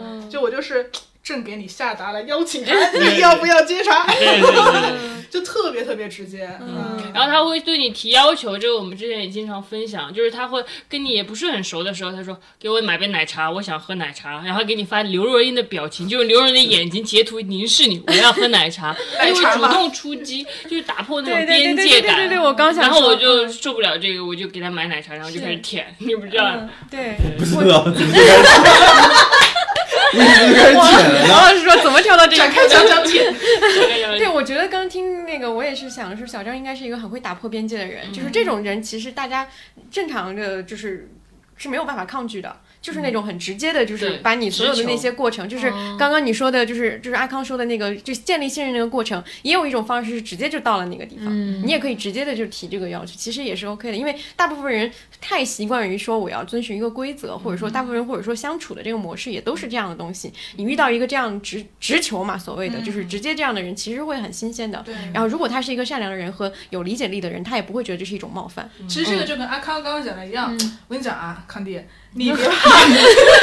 Speaker 4: 嗯就
Speaker 2: 嗯
Speaker 4: 就我就是。朕给你下达了邀请函， 你要不要接茬？
Speaker 2: 对对对
Speaker 4: 就特别特别直接，嗯，
Speaker 2: 然后他会对你提要求，这个我们之前也经常分享，就是他会跟你也不是很熟的时候，他说给我买杯奶茶，我想喝奶茶，然后给你发刘若英的表情，就是刘若英的眼睛截图凝视你，我要喝 奶茶，他就会主动出击，就是打破那种
Speaker 1: 对对对
Speaker 2: 边
Speaker 1: 对
Speaker 2: 界
Speaker 1: 对对
Speaker 2: 感。
Speaker 1: 对对我刚想
Speaker 2: 然后
Speaker 1: 说嗯
Speaker 2: 我就受不了这个，我就给他买奶茶，然后就开始舔，你不知道。
Speaker 1: 嗯对，
Speaker 14: 不知道自己开始，你自己开始剪了
Speaker 1: 我
Speaker 14: 呢。
Speaker 1: 老师说怎么跳到这个？
Speaker 4: 展开讲讲 解
Speaker 1: 对，我觉得刚听那个，我也是想是小张应该是一个很会打破边界的人，就是这种人，其实大家正常的就是是没有办法抗拒的。就是那种很直接的，就是
Speaker 2: 对
Speaker 1: 把你所有的那些过程，就是刚刚你说的，就是就是阿康说的那个，就是建立信任那个过程，也有一种方式是直接就到了那个地方，
Speaker 6: 嗯
Speaker 1: 你也可以直接的就提这个要求，其实也是 OK 的，因为大部分人太习惯于说我要遵循一个规则，或者说大部分人或者说相处的这个模式也都是这样的东西，你遇到一个这样直直球嘛，所谓的就是直接这样的人，其实会很新鲜的。
Speaker 4: 对
Speaker 2: 嗯
Speaker 1: 然后如果他是一个善良的人和有理解力的人，他也不会觉得这是一种冒犯。
Speaker 4: 其实这个就
Speaker 1: 嗯
Speaker 4: 跟阿康刚刚讲的一样，
Speaker 2: 嗯
Speaker 4: 我跟你讲啊，康 弟，你别怕，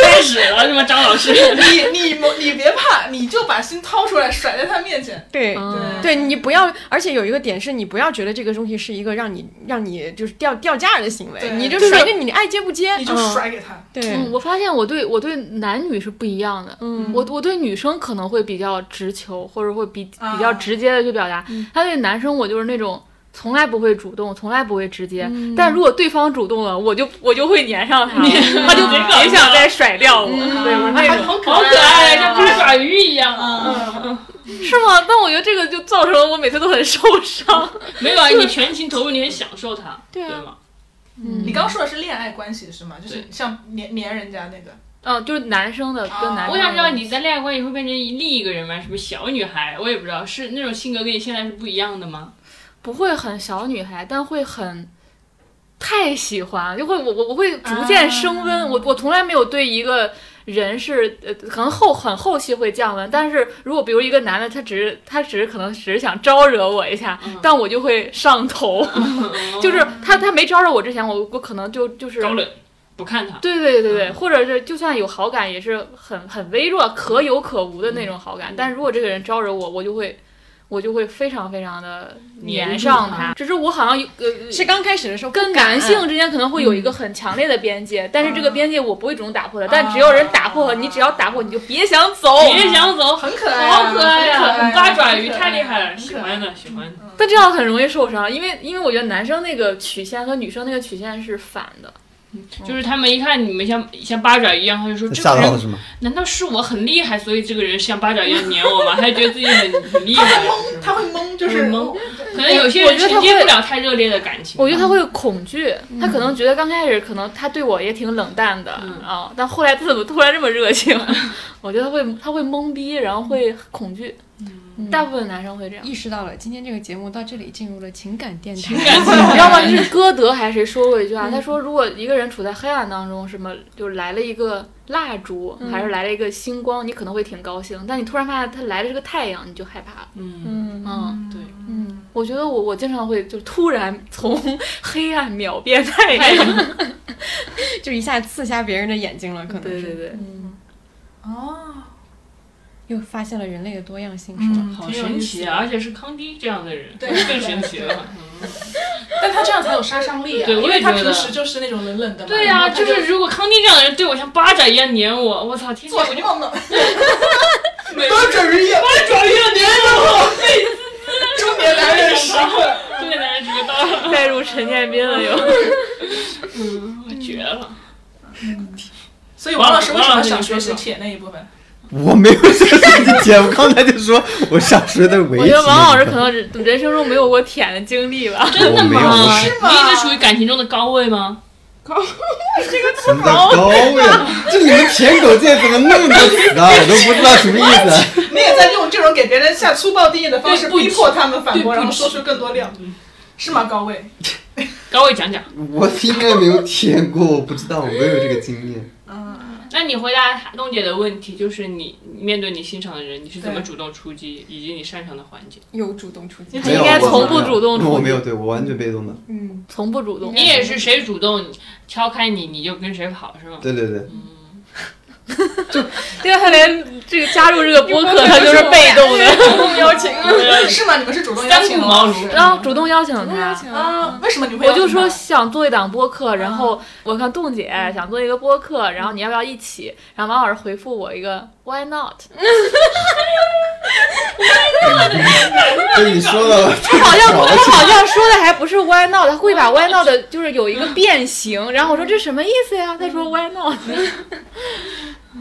Speaker 2: 开始了是吗，张老师？
Speaker 4: 你你你别怕，你就把心掏出来甩在他面前。
Speaker 1: 对、嗯
Speaker 2: 嗯
Speaker 1: 对，你不要，而且有一个点是你不要觉得这个东西是一个让你让你就是掉掉价儿的行为，
Speaker 4: 对
Speaker 1: 你就
Speaker 4: 就是
Speaker 1: 甩给你，你爱接不接，
Speaker 4: 你就
Speaker 1: 嗯
Speaker 4: 甩给他
Speaker 1: 对，
Speaker 6: 嗯，我发现我对我对男女是不一样的。嗯，我我对女生可能会比较直球，或者会比比较直接的去表达。他对男生，我就是那种从来不会主动，从来不会直接。但如果对方主动了，我就我就会嗯粘上他，
Speaker 1: 嗯
Speaker 6: 他就嗯别想再甩掉我。对，我是那种。
Speaker 2: 好可
Speaker 1: 啊
Speaker 2: 爱，啊像不是耍鱼一样。
Speaker 1: 嗯
Speaker 4: 嗯
Speaker 6: 是吗？但我觉得这个就造成了我每次都很受伤。
Speaker 2: 没有啊，你全情投入，你很享受它，对
Speaker 6: 啊
Speaker 2: 吗？
Speaker 4: 你刚说的是恋爱关系是吗？就是像黏黏人家那个。
Speaker 6: 嗯，就是男生的跟
Speaker 4: 啊
Speaker 6: 男生的
Speaker 2: 我想知道你在恋爱关系会变成另一个人吗？什么小女孩？我也不知道，是那种性格跟你现在是不一样的吗？
Speaker 6: 不会很小女孩，但会很太喜欢，就会我我我会逐渐升温。我我从来没有对一个人是呃，可能后很后期会降温，但是如果比如一个男的，他只是他只是可能只是想招惹我一下，但我就会上头， 就是他他没招惹我之前，我我可能就就是
Speaker 2: 高冷，不看他。
Speaker 6: 对对对对，
Speaker 2: 嗯
Speaker 6: 或者是就算有好感，也是很很微弱、可有可无的那种好
Speaker 2: 嗯
Speaker 6: 感。但如果这个人招惹我，我就会，我就会非常非常的粘上
Speaker 1: 粘住
Speaker 6: 他
Speaker 1: 他。
Speaker 6: 只是我好像有呃
Speaker 1: 是刚开始的时候不
Speaker 6: 跟
Speaker 1: 敢啊
Speaker 6: 男性之间可能会有一个很强烈的边
Speaker 2: 嗯
Speaker 6: 界，但是这个边界我不会主动打破的。但只有人打破了，你只要打破，你就别想走，
Speaker 2: 啊别想走，很
Speaker 4: 可爱啊
Speaker 2: 好
Speaker 4: 很
Speaker 2: 可爱
Speaker 4: 可爱
Speaker 2: 呀！
Speaker 4: 啊
Speaker 2: 八爪
Speaker 4: 很
Speaker 2: 鱼
Speaker 4: 可爱嗯
Speaker 2: 太厉害了，喜欢的喜欢的。
Speaker 6: 但这样很容易受伤，因为因为我觉得男生那个曲线和女生那个曲线是反的。
Speaker 4: 嗯
Speaker 2: 就是他们一看你们像像八爪鱼一样，他就 说这
Speaker 14: 吓
Speaker 2: 个
Speaker 14: 到了
Speaker 2: 人
Speaker 14: 是吗？
Speaker 2: 难道是我很厉害，所以这个人像八爪鱼一样黏我吗？他就觉得自己很很厉
Speaker 4: 他
Speaker 2: 害
Speaker 4: 会。懵，他会懵，就
Speaker 2: 会
Speaker 4: 是
Speaker 2: 懵可能有些
Speaker 6: 我
Speaker 2: 人
Speaker 6: 觉得他
Speaker 2: 承
Speaker 6: 会
Speaker 2: 接不了太热烈的感情。
Speaker 6: 我觉得他会恐惧，他可能觉得刚开始可能他对我也挺冷淡的啊、 但后来他怎么突然这么热情？我觉得他会他会懵逼，然后会恐惧。嗯大部分男生会这样。
Speaker 1: 意识到了，今天这个节目到这里进入了情感电台，
Speaker 6: 要么就是歌德还是谁说过一句话，他说如果一个人处在黑暗当中，什么就是来了一个蜡烛，
Speaker 1: 嗯
Speaker 6: 还是来了一个星光，你可能会挺高兴，但你突然发现他来的是个太阳，你就害怕了。
Speaker 2: 嗯
Speaker 6: 嗯，
Speaker 2: 对，
Speaker 6: 嗯，我觉得我我经常会就突然从 黑暗秒变太阳，
Speaker 1: 就一下刺瞎别人的眼睛了，可能
Speaker 6: 对对对，
Speaker 4: 哦，嗯
Speaker 1: 又发现了人类的多样性，是吗？
Speaker 2: 好神奇啊！而且是康迪这样的人，
Speaker 4: 对
Speaker 2: 更神奇了。
Speaker 4: 但他这样才有杀伤力啊，
Speaker 2: 对
Speaker 4: 因
Speaker 2: 我也
Speaker 4: 为他
Speaker 2: 觉得
Speaker 4: 平时就是那种冷冷的嘛。
Speaker 2: 对
Speaker 4: 然
Speaker 2: 呀、
Speaker 4: 后他
Speaker 2: 就是如果康迪这样的人对我像巴掌一样粘我，我操，天天我就
Speaker 4: 梦了，
Speaker 2: 巴掌一样，巴掌一样粘 我，
Speaker 4: 中年男人时刻，
Speaker 2: 中年男人时刻
Speaker 6: 带入陈建斌了又。
Speaker 2: 嗯 我绝了。
Speaker 4: 所以王老师为什么想学
Speaker 2: 王老师
Speaker 4: 习铁那一部分？
Speaker 3: 我没有学习姐，我刚才就说我想学的围棋。
Speaker 6: 我觉得王老师可能人人生中没有过舔的经历吧。
Speaker 2: 真的
Speaker 3: 我没有
Speaker 2: 啊吗？
Speaker 3: 我
Speaker 2: 嗯你一直处于感情中的高位吗？
Speaker 3: 什么叫高呀？这你们舔狗界怎么那么多词啊？我都不知道什么意思。啊
Speaker 4: 你也在用这种给别人下粗暴定义的方式
Speaker 2: 对不
Speaker 4: 逼迫他们反驳，
Speaker 2: 对不嗯
Speaker 4: 然后说出更多料，是吗？高位，
Speaker 2: 高位讲讲。
Speaker 3: 我应该没有舔过，我不知道，我没有这个经验。嗯
Speaker 2: 那你回答东姐的问题，就是你你面对你欣赏的人，你是怎么主动出击，以及你擅长的环节。
Speaker 1: 有主动出击，
Speaker 6: 他应该从不主动出击
Speaker 3: 我没有，对我完全被动的。
Speaker 1: 嗯，
Speaker 6: 从不主动。
Speaker 2: 你也是谁主动敲开你，你就跟谁跑，是吗？
Speaker 3: 对对对，
Speaker 6: 对，啊他连这个加入这个播客，他就是被动的。
Speaker 4: 主动邀请，是吗？你们是主动邀请
Speaker 2: 三顾
Speaker 4: 王
Speaker 2: 茅
Speaker 4: 老
Speaker 2: 庐
Speaker 4: 师
Speaker 6: 然后主动邀请他，
Speaker 4: 啊？为什么你会？
Speaker 6: 我就说，想做一档播客，然后我看冻姐想做一个播客，然后你要不要一起？然后王老师回复我一个 Why not？
Speaker 3: 被你说了，
Speaker 6: 他好像他好像说的还不是 Why not，他会把 Why not 的就是有一个变形。然后我说这什么意思呀？他说 Why not？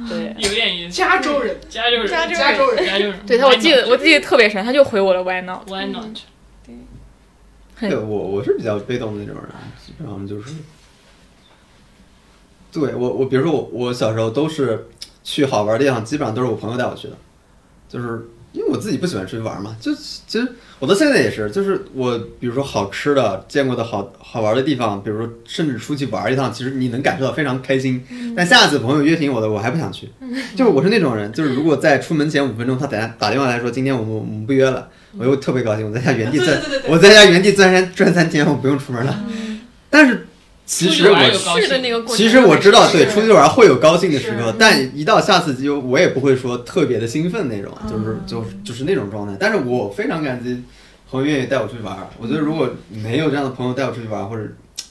Speaker 6: 对。
Speaker 2: 有点意思。
Speaker 4: 加州人，
Speaker 2: 加州人，
Speaker 4: 加州人加州人
Speaker 2: 加州人。
Speaker 6: 对他，我记得我记得特别深，他就回我了 Why not？
Speaker 2: Why not？
Speaker 3: 对我我是比较被动的那种人，基本上就是，对我我比如说我我小时候都是去好玩的地方，基本上都是我朋友带我去的，就是因为我自己不喜欢出去玩嘛，就其实我到现在也是，就是我比如说好吃的、见过的好好玩的地方，比如说甚至出去玩一趟，其实你能感受到非常开心，但下次朋友约请我的，我还不想去，就是我是那种人，就是如果在出门前五分钟他打打电话来说今天我们我们不约了，我又特别高兴，我在家原地转，我在家原地转三转三天，我不用出门了。但是其
Speaker 2: 出
Speaker 3: 实
Speaker 2: 去玩有
Speaker 3: 我
Speaker 2: 高兴
Speaker 1: 是的那个嗯过程。
Speaker 3: 其实我知道，对，
Speaker 1: 是
Speaker 3: 出去玩会有高兴的时刻
Speaker 1: 是，
Speaker 3: 但一到下次就我也不会说特别的兴奋那种，
Speaker 1: 哦
Speaker 3: 就是就是就是那种状态。但是我非常感激朋友愿意带我出去玩儿。我觉得如果没有这样的朋友带我出去玩儿，或者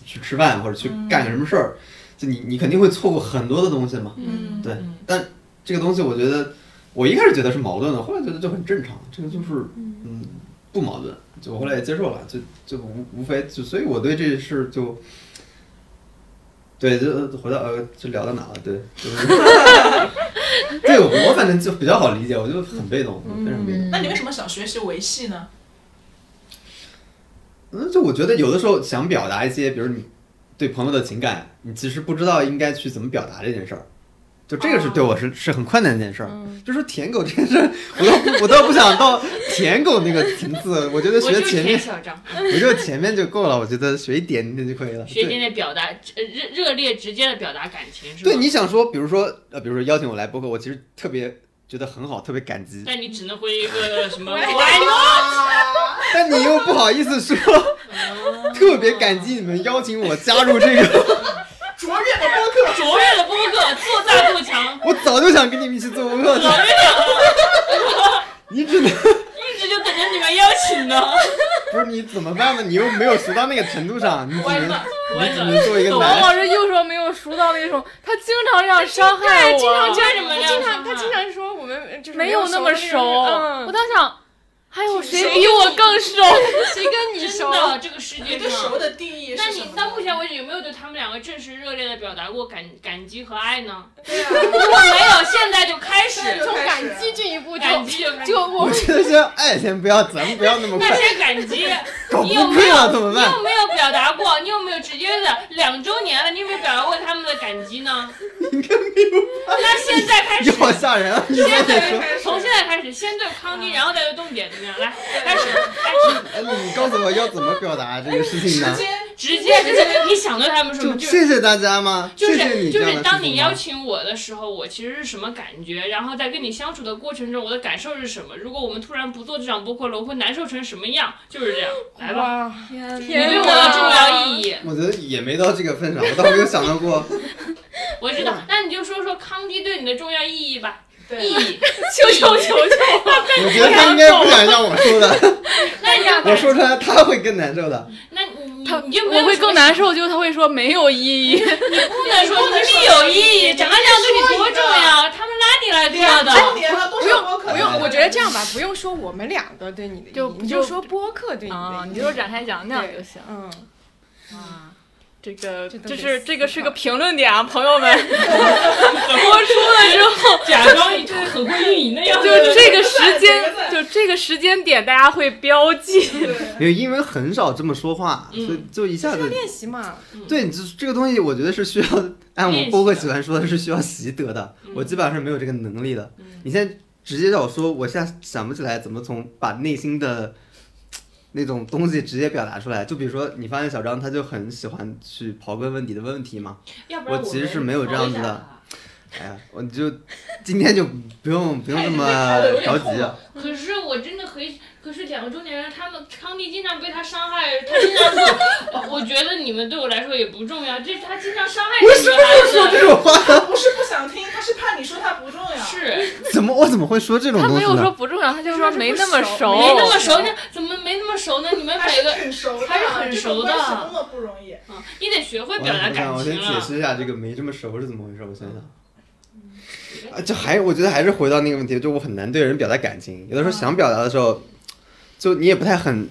Speaker 3: 去吃饭，或者去
Speaker 1: 嗯
Speaker 3: 干个什么事儿，就你你肯定会错过很多的东西嘛。
Speaker 4: 嗯，
Speaker 3: 对，但这个东西我觉得我一开始觉得是矛盾的，后来觉得就很正常，这个就是嗯不矛盾，就我后来也接受了，就就无无非就所以我对这事就。对，就回到呃，就聊到哪了？对，就是 对我我反正就比较好理解，我就很被动，我非常被动。
Speaker 4: 那你为什么想学习维系呢？
Speaker 3: 嗯，就我觉得有的时候想表达一些，比如你对朋友的情感，你其实不知道应该去怎么表达这件事儿，就这个
Speaker 2: 哦
Speaker 3: 是对我是、是很困难的一件事儿。
Speaker 2: 嗯
Speaker 3: 就说舔狗这件事儿，我倒不我倒不想到舔狗那个层次，我觉得
Speaker 2: 我
Speaker 3: 学
Speaker 2: 就
Speaker 3: 前
Speaker 2: 舔
Speaker 3: 面
Speaker 2: 小张，
Speaker 3: 我就前面就够了，我觉得学一点点就可以了。
Speaker 2: 学一
Speaker 3: 对
Speaker 2: 点点表达，呃热热烈直接的表达感情，是吧？
Speaker 3: 对，你想说，比如说呃，比如说邀请我来播客，我其实特别觉得很好，特别感激。
Speaker 2: 但你只能回一 个什么 Why not？
Speaker 3: 但你又不好意思说，
Speaker 2: 哦
Speaker 3: 特别感激你们邀请我加入这个，
Speaker 4: 卓越的播客，
Speaker 2: 卓越的播客，做大做强，
Speaker 3: 我早就想跟你们一起做播客
Speaker 2: 早
Speaker 3: 的，
Speaker 2: 就想，
Speaker 3: 你只能
Speaker 2: 一直就等着你们邀 请呢。
Speaker 3: 不是你怎么办呢？你又没有熟到那个程度上，你只
Speaker 2: Why
Speaker 3: 能
Speaker 2: not？
Speaker 3: 你只能做一个
Speaker 6: 王
Speaker 3: 男。
Speaker 6: 老师又说没有熟到那种，他经常这样伤害我，
Speaker 1: 对，经常
Speaker 2: 为
Speaker 1: 这
Speaker 2: 什
Speaker 1: 样，
Speaker 2: 么
Speaker 1: 他经常他
Speaker 2: 要说话
Speaker 1: 经常说我们就是
Speaker 6: 没
Speaker 1: 有
Speaker 6: 有那么
Speaker 1: 熟
Speaker 6: 熟。
Speaker 1: 的人，
Speaker 6: 我
Speaker 1: 嗯
Speaker 6: 当想，还有谁比我更熟？
Speaker 1: 谁跟你熟啊
Speaker 2: 真？的，这个世
Speaker 4: 你
Speaker 2: 界
Speaker 4: 对
Speaker 2: 上
Speaker 4: 熟。的定义
Speaker 2: 那
Speaker 4: 是什
Speaker 2: 你
Speaker 4: 么？
Speaker 2: 到目前为止有没有对他们两个正式热烈的表达过感感激和爱呢？
Speaker 4: 对啊，
Speaker 2: 如果没有，现在就开始，
Speaker 4: 从
Speaker 1: 感激进一步就
Speaker 2: 感激就开始
Speaker 1: 就
Speaker 3: 我
Speaker 1: 我
Speaker 3: 哎觉得先爱先不要，咱们不要那么
Speaker 2: 那
Speaker 3: 快。
Speaker 2: 些感激，
Speaker 3: 哦搞不
Speaker 2: 你有没
Speaker 3: 定
Speaker 2: 有
Speaker 3: 了怎么
Speaker 2: 你有
Speaker 3: 办？
Speaker 2: 没有表达过？你有没有直接的两周年了？你有没有表达过他们的感激呢？那现在开始
Speaker 3: 你， 好吓人啊！你
Speaker 2: 先
Speaker 3: 慢点
Speaker 2: 对
Speaker 3: 说，
Speaker 2: 从现在开始，先对康妮，然后再对冻姐，怎么样？来，开始，
Speaker 3: 哎你告诉我要怎么表达这个事情呢？
Speaker 2: 直接就是你想对他们什么
Speaker 3: 就
Speaker 2: 就
Speaker 3: 谢谢大家吗？
Speaker 2: 就
Speaker 3: 谢谢
Speaker 2: 是
Speaker 3: 你
Speaker 2: 就
Speaker 3: 这
Speaker 2: 是
Speaker 3: 样的
Speaker 2: 当你
Speaker 3: 事情吗
Speaker 2: 邀请我的时候，我其实是什么感觉？然后在跟你相处的过程中，我的感受是什么？如果我们突然不做这场播客了，我会难受成什么样？就是这样，来吧，你对我的重要意义，
Speaker 3: 我觉得也没到这个份上，我倒没有想到 过。
Speaker 2: 我知道。那你就说说康迪对你的重要意义吧。意义，
Speaker 17: 求求求求！
Speaker 3: 我觉得他应该不想让我说的，
Speaker 2: 那你
Speaker 3: 我说出来他会更难受的。
Speaker 2: 那你
Speaker 6: 他
Speaker 2: 你就没有
Speaker 6: 我会
Speaker 2: 什么
Speaker 6: 更难受，就是他会说没有意义。
Speaker 2: 不能说他们有意义，长得这样对你多重要，他们拉你来听
Speaker 4: 啊
Speaker 2: 的。
Speaker 1: 不用
Speaker 4: 哦
Speaker 1: 不用，我觉得这样吧，不用说我们两个对你的意义，
Speaker 6: 就
Speaker 1: 你
Speaker 6: 就啊
Speaker 1: 说播客 对你的意义，
Speaker 6: 你就说展开讲那样
Speaker 1: 对
Speaker 6: 就行。
Speaker 1: 嗯，
Speaker 6: 这个
Speaker 1: 都
Speaker 6: 这
Speaker 1: 得
Speaker 6: 是这个是个评论点啊，朋友们。播出了之后，
Speaker 2: 假装你很会运营的样
Speaker 6: 就
Speaker 2: 子。
Speaker 6: 这个时间，就这个时间点，大家会标记。
Speaker 3: 因为因为很少这么说话，所
Speaker 6: 嗯
Speaker 3: 以就一下子
Speaker 1: 练习嘛，
Speaker 3: 对，这这个东西我觉得是需要按我们播客喜欢说的是需要习得的，
Speaker 1: 嗯
Speaker 3: 我基本上是没有这个能力的。你现在直接叫我说，我现在想不起来怎么从把内心的那种东西直接表达出来。就比如说，你发现小张他就很喜欢去刨根问底的问问题嘛，
Speaker 2: 要不然
Speaker 3: 我
Speaker 2: 我
Speaker 3: 其实
Speaker 2: 们啊
Speaker 3: 是没有这样子
Speaker 2: 刨一下
Speaker 3: 的。哎呀，我就今天就不用不用 那么啊着急 了。
Speaker 2: 可是我真的很，可是两个中年人，他们康帝经常被他伤害，他经常说， 我觉得你们对我来说也不重要，这他经常伤害
Speaker 3: 为
Speaker 2: 你
Speaker 3: 什
Speaker 2: 们
Speaker 3: 么要
Speaker 2: 孩
Speaker 3: 说
Speaker 2: 子。
Speaker 3: 这种话呢？
Speaker 4: 不是不想听，他是怕你说他不重要。
Speaker 2: 是，
Speaker 3: 怎么我怎么会说这种
Speaker 6: 他
Speaker 3: 东
Speaker 6: 没
Speaker 3: 西
Speaker 6: 有说
Speaker 3: 呢？
Speaker 6: 不重要，他就说
Speaker 4: 是
Speaker 6: 没
Speaker 4: 不
Speaker 6: 那么
Speaker 4: 熟
Speaker 6: 熟，
Speaker 2: 没那么熟，那怎么没那么熟呢？你们
Speaker 4: 还
Speaker 2: 每
Speaker 4: 是
Speaker 2: 个
Speaker 4: 很熟的，
Speaker 2: 还是很熟的
Speaker 4: 这种关系多么不容易。
Speaker 2: 你得学 会
Speaker 3: 我
Speaker 2: 表达
Speaker 3: 想
Speaker 2: 感
Speaker 3: 想，我先
Speaker 2: 情啊
Speaker 3: 解
Speaker 2: 了。
Speaker 3: 释一下这个没这么熟是怎么回事。我想想，啊，就还我觉得还是回到那个问题，就我很难对人表达感情，有的时候想表达的时候，就你也不太很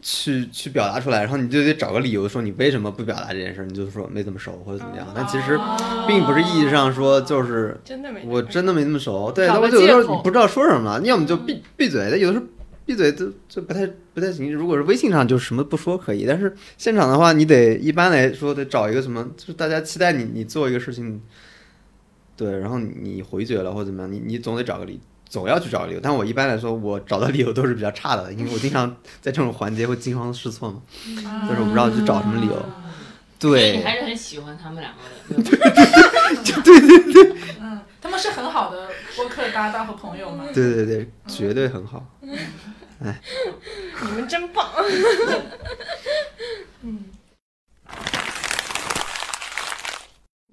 Speaker 3: 去去表达出来，然后你就得找个理由说你为什么不表达这件事，你就说没怎么熟或者怎么样，但其
Speaker 4: 哦
Speaker 3: 实并不是意义上说就是
Speaker 1: 真的没
Speaker 3: 我真的没那么熟，对，
Speaker 6: 找
Speaker 3: 那
Speaker 6: 个
Speaker 3: 我就有时
Speaker 6: 借口
Speaker 3: 候你不知道说什么，你要么就闭闭嘴，但有的时候闭嘴就就不太不太行。如果是微信上就什么不说可以，但是现场的话，你得一般来说得找一个什么，就是大家期待你你做一个事情，对，然后你回绝了或者怎么样，你你总得找个理。总要去找个理由，但我一般来说，我找的理由都是比较差的，因为我经常在这种环节会惊慌失措嘛，
Speaker 2: 啊
Speaker 3: 就是我不知道去找什么理由。对，
Speaker 2: 你还是很喜欢他们两个的。
Speaker 4: 嗯，他们是很好的播客搭档和朋友嘛。
Speaker 3: 对对对，绝对很好。
Speaker 1: 你们真棒。嗯。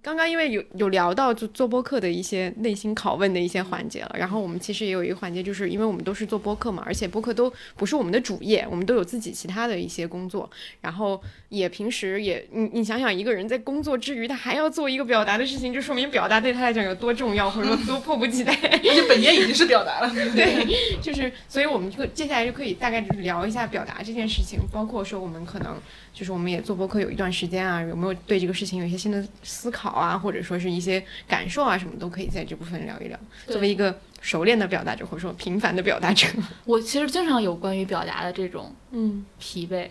Speaker 1: 刚刚因为有有聊到就做播客的一些内心拷问的一些环节了，然后我们其实也有一个环节，就是因为我们都是做播客嘛，而且播客都不是我们的主业，我们都有自己其他的一些工作，然后也平时也你你想想，一个人在工作之余，他还要做一个表达的事情，就说明表达对他来讲有多重要，或者说多迫不及待。
Speaker 4: 而且本业已经是表 达了。
Speaker 1: 对，就是，所以我们就接下来就可以大概就是聊一下表达这件事情，包括说我们可能就是我们也做播客有一段时间啊，有没有对这个事情有一些新的思考啊，或者说是一些感受啊，什么都可以在这部分聊一聊。
Speaker 6: 对
Speaker 1: 作为一个熟练的表达者，或者说频繁的表达者，
Speaker 6: 我其实经常有关于表达的这种
Speaker 1: 嗯
Speaker 6: 疲惫。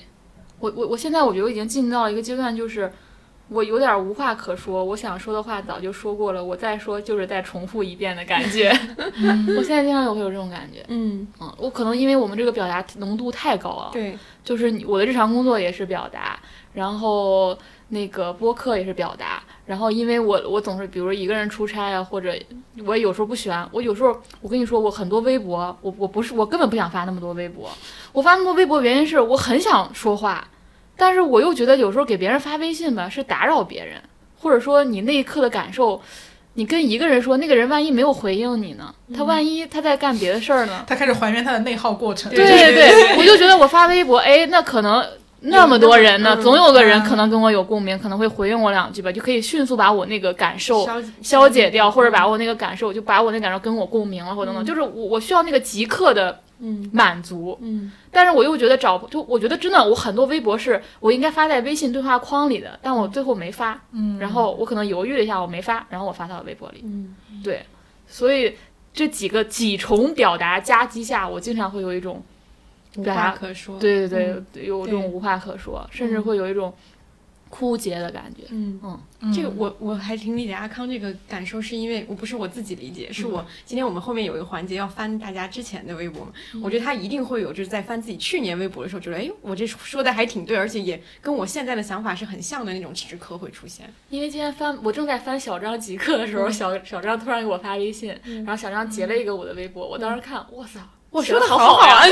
Speaker 6: 我我我现在我觉得我已经进到了一个阶段，就是我有点无话可说，我想说的话早就说过了，我再说就是再重复一遍的感觉。 我现在经常有会有这种感觉。
Speaker 1: 嗯
Speaker 6: 嗯，我可能因为我们这个表达浓度太高了，
Speaker 1: 对，
Speaker 6: 就是你我的日常工作也是表达，然后那个播客也是表达，然后因为我我总是比如说一个人出差啊，或者我也有时候不喜欢，我有时候我跟你说，我很多微博，我我不是我根本不想发那么多微博，我发那么多微博原因是我很想说话，但是我又觉得有时候给别人发微信吧是打扰别人，或者说你那一刻的感受。你跟一个人说，那个人万一没有回应你呢？他万一他在干别的事儿呢？
Speaker 4: 他开始还原他的内耗过程。
Speaker 6: 对对对，我就觉得我发微博，哎，那可能那么多人呢，
Speaker 1: 嗯
Speaker 6: 总有个人可能跟我有共鸣，可能会回应我两句吧，就可以迅速把我那个感受
Speaker 1: 消嗯
Speaker 6: 消嗯解掉，或者把我那个感受就把我那感受跟我共鸣了，或者等等，就是我我需要那个即刻的
Speaker 1: 嗯
Speaker 6: 满足。
Speaker 1: 嗯
Speaker 6: 但是我又觉得找就我觉得真的，我很多微博是我应该发在微信对话框里的，但我最后没发，
Speaker 4: 嗯
Speaker 6: 然后我可能犹豫了一下，我没发，然后我发到了微博里，
Speaker 1: 嗯，
Speaker 6: 对，所以这几个几重表达夹击下，我经常会有一种无
Speaker 1: 话可说
Speaker 6: 对对对，
Speaker 1: 嗯
Speaker 6: 有这种
Speaker 1: 对
Speaker 6: 无话可说，甚至
Speaker 1: 嗯
Speaker 6: 会有一种枯竭的感觉。
Speaker 1: 嗯
Speaker 6: 嗯，
Speaker 1: 这个我我还挺理解阿康这个感受，是因为我不是我自己理解，是我今天我们后面有一个环节要翻大家之前的微博嘛，
Speaker 6: 嗯
Speaker 1: 我觉得他一定会有，就是在翻自己去年微博的时候，觉得哎，我这说的还挺对，而且也跟我现在的想法是很像的那种时刻会出现。
Speaker 6: 因为今天翻我正在翻小张极客的时候，
Speaker 1: 嗯
Speaker 6: 小小张突然给我发微信，然后小张截了一个我的微博，我
Speaker 1: 嗯
Speaker 6: 当时看，我操，
Speaker 1: 我
Speaker 6: 写得
Speaker 1: 说得
Speaker 6: 好
Speaker 1: 好
Speaker 6: 呀
Speaker 1: 啊！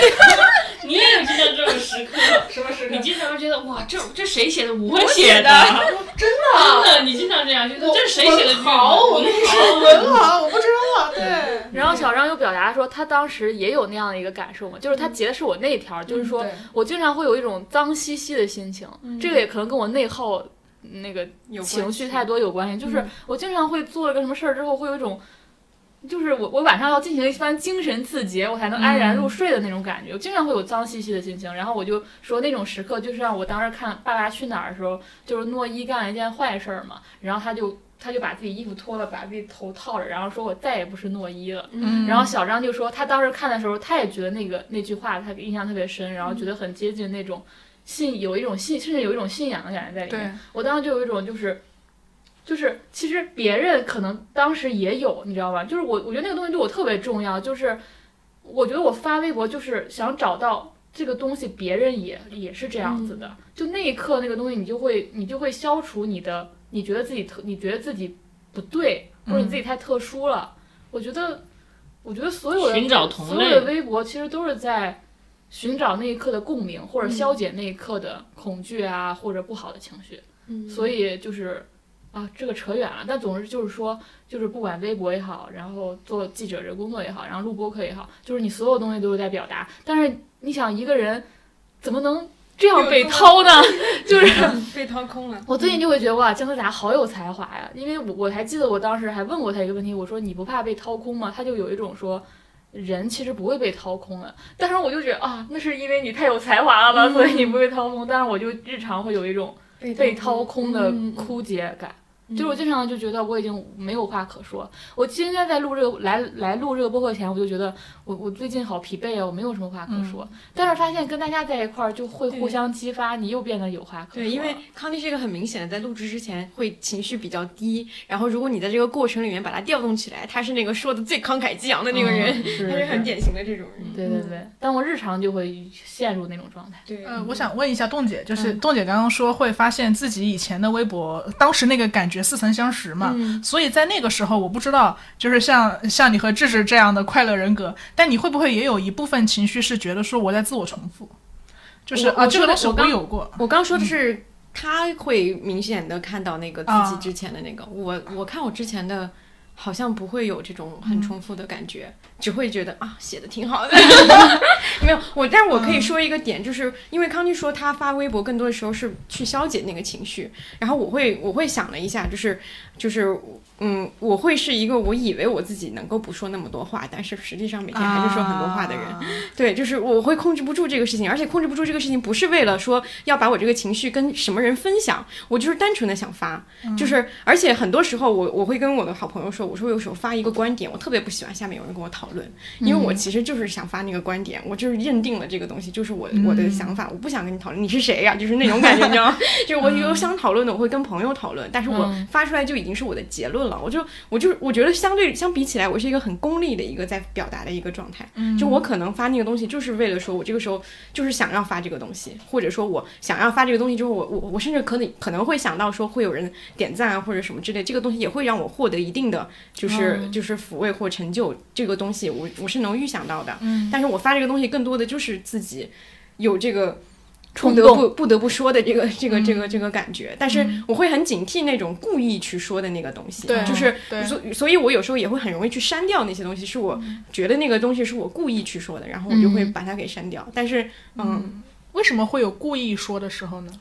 Speaker 2: 你也有经常这种时刻，
Speaker 13: 什么时刻
Speaker 2: 你经常觉得哇，这这谁写的？
Speaker 13: 我
Speaker 2: 写
Speaker 13: 写的 真的啊
Speaker 2: 真的，你经常这样觉得，
Speaker 13: 我
Speaker 2: 这是谁写的剧
Speaker 13: 文
Speaker 2: 本？
Speaker 13: 豪我跟你说文豪
Speaker 4: 我不知道啊，对。
Speaker 1: 嗯
Speaker 6: 然后小张又表达说，他当时也有那样的一个感受嘛，就是他截的是我那一条，就是说
Speaker 1: 嗯对
Speaker 6: 我经常会有一种脏兮兮的心情，
Speaker 1: 嗯
Speaker 6: 这个也可能跟我内耗那个
Speaker 1: 有关系
Speaker 6: 情绪太多有关系。就是
Speaker 1: 嗯
Speaker 6: 我经常会做了个什么事儿之后，会有一种，就是我我晚上要进行一番精神自洁，我才能安
Speaker 1: 嗯
Speaker 6: 然入睡的那种感觉。我经常会有脏兮兮的心情，然后我就说那种时刻，就是让我当时看《爸爸去哪儿》的时候，就是诺一干了一件坏事儿嘛，然后他就。他就把自己衣服脱了，把自己头套着，然后说：“我再也不是诺一了。
Speaker 1: 嗯
Speaker 6: 然后小张就说，他当时看的时候，他也觉得那个那句话他印象特别深，然后觉
Speaker 1: 嗯
Speaker 6: 得很接近那种信，有一种信，甚至有一种信仰的感觉在里面
Speaker 1: 对。
Speaker 6: 我当时就有一种就是。就是其实别人可能当时也有，你知道吧？就是我，我觉得那个东西对我特别重要。就是我觉得我发微博就是想找到这个东西，别人也也是这样子的。
Speaker 1: 嗯
Speaker 6: 就那一刻，那个东西你就会你就会消除你的，你觉得自己特，你觉得自己不对，或者你
Speaker 1: 嗯
Speaker 6: 自己太特殊了。我觉得，我觉得所有的
Speaker 2: 寻找同
Speaker 6: 所有的
Speaker 2: 类
Speaker 6: 微博其实都是在寻找那一刻的共鸣，或者消解那一刻的恐惧啊，或者不好的情绪。
Speaker 1: 嗯
Speaker 6: 所以就是啊，这个扯远了。但总之就是说，就是不管微博也好，然后做记者这工作也好，然后录播客也好，就是你所有东西都是在表达。但是你想，一个人怎么能这样被掏呢？ 就是
Speaker 1: 被掏空了。
Speaker 6: 我最近就会觉得哇，姜思达好有才华呀！因为我我还记得我当时还问过他一个问题，我说你不怕被掏空吗？他就有一种说。人其实不会被掏空的，但是我就觉得啊，那是因为你太有才华了吧，
Speaker 1: 嗯
Speaker 6: 所以你不会掏空。但是我就日常会有一种
Speaker 1: 被掏空
Speaker 6: 被掏空的
Speaker 1: 嗯
Speaker 6: 枯竭感，
Speaker 1: 嗯
Speaker 6: 就是我经常就觉得我已经没有话可说。我今天在录这个来来录这个播客前，我就觉得我我最近好疲惫啊，我没有什么话可说。
Speaker 1: 嗯
Speaker 6: 但是发现跟大家在一块儿就会互相激发，你又变得有话可说了。
Speaker 1: 对，因为康帝是一个很明显的，在录制之前会情绪比较低，然后如果你在这个过程里面把它调动起来，他是那个说的最慷慨激昂的那个人，
Speaker 6: 嗯是
Speaker 1: 他是很
Speaker 6: 是
Speaker 1: 典型的这种人。
Speaker 6: 嗯对对对，但我日常就会陷入那种状态。
Speaker 1: 对，嗯
Speaker 4: 呃，我想问一下冻姐，就是冻姐刚刚说会发现自己以前的微博，当时那个感觉似曾相识嘛，
Speaker 1: 嗯
Speaker 4: 所以在那个时候，我不知道，就是像像你和智智这样的快乐人格，但你会不会也有一部分情绪是觉得说我在自我重复，就是
Speaker 1: 我
Speaker 4: 啊，
Speaker 1: 我
Speaker 4: 这个
Speaker 1: 说的
Speaker 4: 东西
Speaker 1: 我刚
Speaker 4: 有过，
Speaker 1: 我刚说的是，他会明显的看到那个自
Speaker 4: 啊
Speaker 1: 己之前的那个。我我看我之前的，好像不会有这种很重复的感觉，只会觉得啊写的挺好的。没有我，但是我可以说一个点，就是因为康妮说她发微博更多的时候是去消解那个情绪，然后我会我会想了一下，就是就是。嗯，我会是一个我以为我自己能够不说那么多话，但是实际上每天还是说很多话的人。
Speaker 4: 啊
Speaker 1: 对，就是我会控制不住这个事情，而且控制不住这个事情不是为了说要把我这个情绪跟什么人分享，我就是单纯的想发，
Speaker 7: 嗯
Speaker 1: 就是而且很多时候我我会跟我的好朋友说，我说有时候发一个观点，我特别不喜欢下面有人跟我讨论，因为我
Speaker 7: 嗯
Speaker 1: 其实就是想发那个观点，我就是认定了这个东西就是我我的
Speaker 7: 嗯
Speaker 1: 想法，我不想跟你讨论，你是谁呀、就是那种感觉，你知道吗？ 就是我有想讨论的，我会跟朋友讨论，但是我
Speaker 7: 嗯
Speaker 1: 发出来就已经是我的结论了，我就我就我觉得相对相比起来，我是一个很功利的一个在表达的一个状态，
Speaker 7: 嗯
Speaker 1: 就我可能发那个东西就是为了说我这个时候就是想要发这个东西，或者说我想要发这个东西之后，我我我甚至可能可能会想到说会有人点赞啊或者什么之类，这个东西也会让我获得一定的就是、
Speaker 7: 嗯
Speaker 1: 就是抚慰或成就，这个东西我我是能预想到的，
Speaker 7: 嗯
Speaker 1: 但是我发这个东西更多的就是自己有这个。不
Speaker 7: 冲
Speaker 1: 得不
Speaker 7: 动
Speaker 1: 不得不说的这个这个这个
Speaker 7: 嗯
Speaker 1: 这个感觉，但是
Speaker 7: 嗯
Speaker 1: 我会很警惕那种故意去说的那个东西，
Speaker 7: 对
Speaker 1: 就是
Speaker 7: 对
Speaker 1: 所所以，我有时候也会很容易去删掉那些东西，是我觉得那个东西是我故意去说的，然后我就会
Speaker 4: 嗯
Speaker 1: 把它给删掉。但是，嗯，
Speaker 4: 为什么会有故意说的时候呢？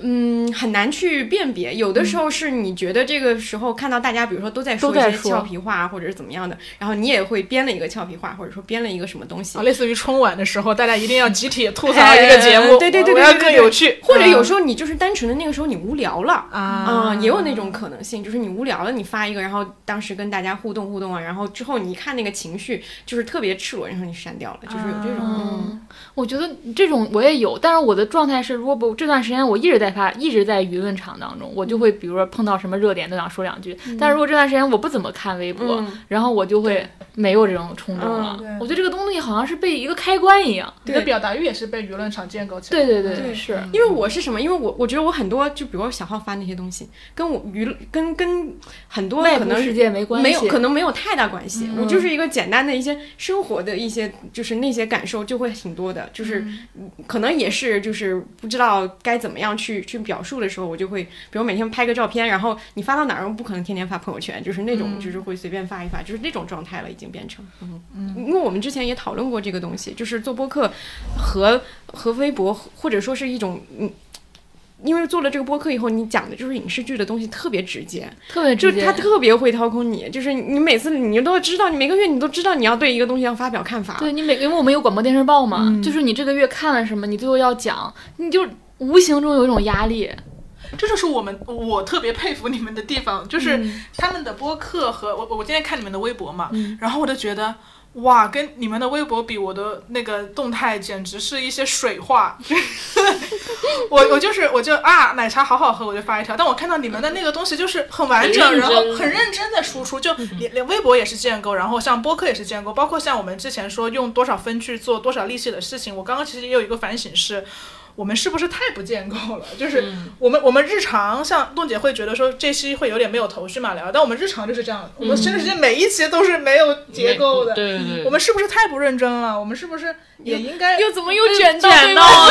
Speaker 1: 嗯，很难去辨别。有的时候是你觉得这个时候看到大家，比如说都在说
Speaker 6: 都在
Speaker 1: 一些
Speaker 6: 说
Speaker 1: 俏皮话，或者是怎么样的，然后你也会编了一个俏皮话，或者说编了一个什么东西，
Speaker 4: 啊类似于春晚的时候，大家一定要集体吐槽一个节目，
Speaker 1: 哎对对对对
Speaker 4: 我
Speaker 1: 对，
Speaker 4: 要
Speaker 1: 对
Speaker 4: 更
Speaker 1: 对
Speaker 4: 有趣。
Speaker 1: 或者有时
Speaker 4: 候
Speaker 1: 候你就是单纯的那个时候你无聊了啊、嗯也有那种可能性，就是你无聊了，你发一个，然后当时跟大家互动互动啊，然后之后你一看那个情绪就是特别赤裸，然后你删掉了，就是有这种。
Speaker 6: 嗯，我觉得这种我也有，但是我的状态是，如果不这段时间我一直在发，一直在舆论场当中，我就会比如说碰到什么热点都想说两句。
Speaker 15: 嗯
Speaker 6: 但是如果这段时间我不怎么看微博，
Speaker 15: 嗯
Speaker 6: 然后我就会没有这种冲动了。
Speaker 4: 嗯对
Speaker 6: 我觉得这个东西好像是被一个开关一样，
Speaker 4: 你的表达欲也是被舆论场建构起来
Speaker 6: 对
Speaker 4: 的。
Speaker 6: 对对，是。
Speaker 1: 因为我是什么？因为我我觉得我很多，就比如说小号发那些东西，跟我娱乐跟跟很多
Speaker 6: 外部
Speaker 1: 可能
Speaker 6: 世界没关系
Speaker 1: 没有可能没有太大关系。
Speaker 6: 嗯
Speaker 1: 我就是一个简单的一些生活的一些，就是那些感受就会挺多的，就是、可能也是就是不知道该怎么样去去表述的时候，我就会比如每天拍个照片，然后你发到哪儿，我不可能天天发朋友圈，就是那种、
Speaker 4: 嗯
Speaker 1: 就是会随便发一发，就是那种状态了，已经变成嗯。因为我们之前也讨论过这个东西，就是做播客和和微博，或者说是一种嗯。因为做了这个播客以后，你讲的就是影视剧的东西，特别直接，
Speaker 6: 特别
Speaker 1: 就
Speaker 6: 直
Speaker 1: 是
Speaker 6: 接
Speaker 1: 它特别会掏空你。就是你每次你都知道，你每个月你都知道你要对一个东西要发表看法，
Speaker 6: 对你每因为我们有广播电视报嘛，就是你这个月看了什么，你最后要讲，你就无形中有一种压力。
Speaker 4: 这就是我们我特别佩服你们的地方，就是
Speaker 13: 嗯
Speaker 4: 他们的播客和我我今天看你们的微博嘛，
Speaker 6: 嗯
Speaker 4: 然后我就觉得。哇，跟你们的微博比，我的那个动态简直是一些水话。 我我就是我就啊，奶茶好好喝，我就发一条。但我看到你们的那个东西就是很完整，
Speaker 13: 很认
Speaker 4: 然
Speaker 13: 真嗯
Speaker 4: 后很认真的输出，就连连微博也是建构，然后像播客也是建构，包括像我们之前说用多少分去做多少力气的事情，我刚刚其实也有一个反省是。我们是不是太不建构 了？就是
Speaker 13: 嗯
Speaker 4: 我们、我们日常像冻姐会觉得说这期会有点没有头绪嘛聊，但我们日常就是这样的，我们真的是每一期都是没有结构的。
Speaker 13: 嗯没对对对
Speaker 4: 我们是不是太不认真了？我们是不是也应该又
Speaker 6: 怎
Speaker 4: 么
Speaker 6: 又卷到
Speaker 4: 卷
Speaker 6: 对
Speaker 4: 到？
Speaker 6: 方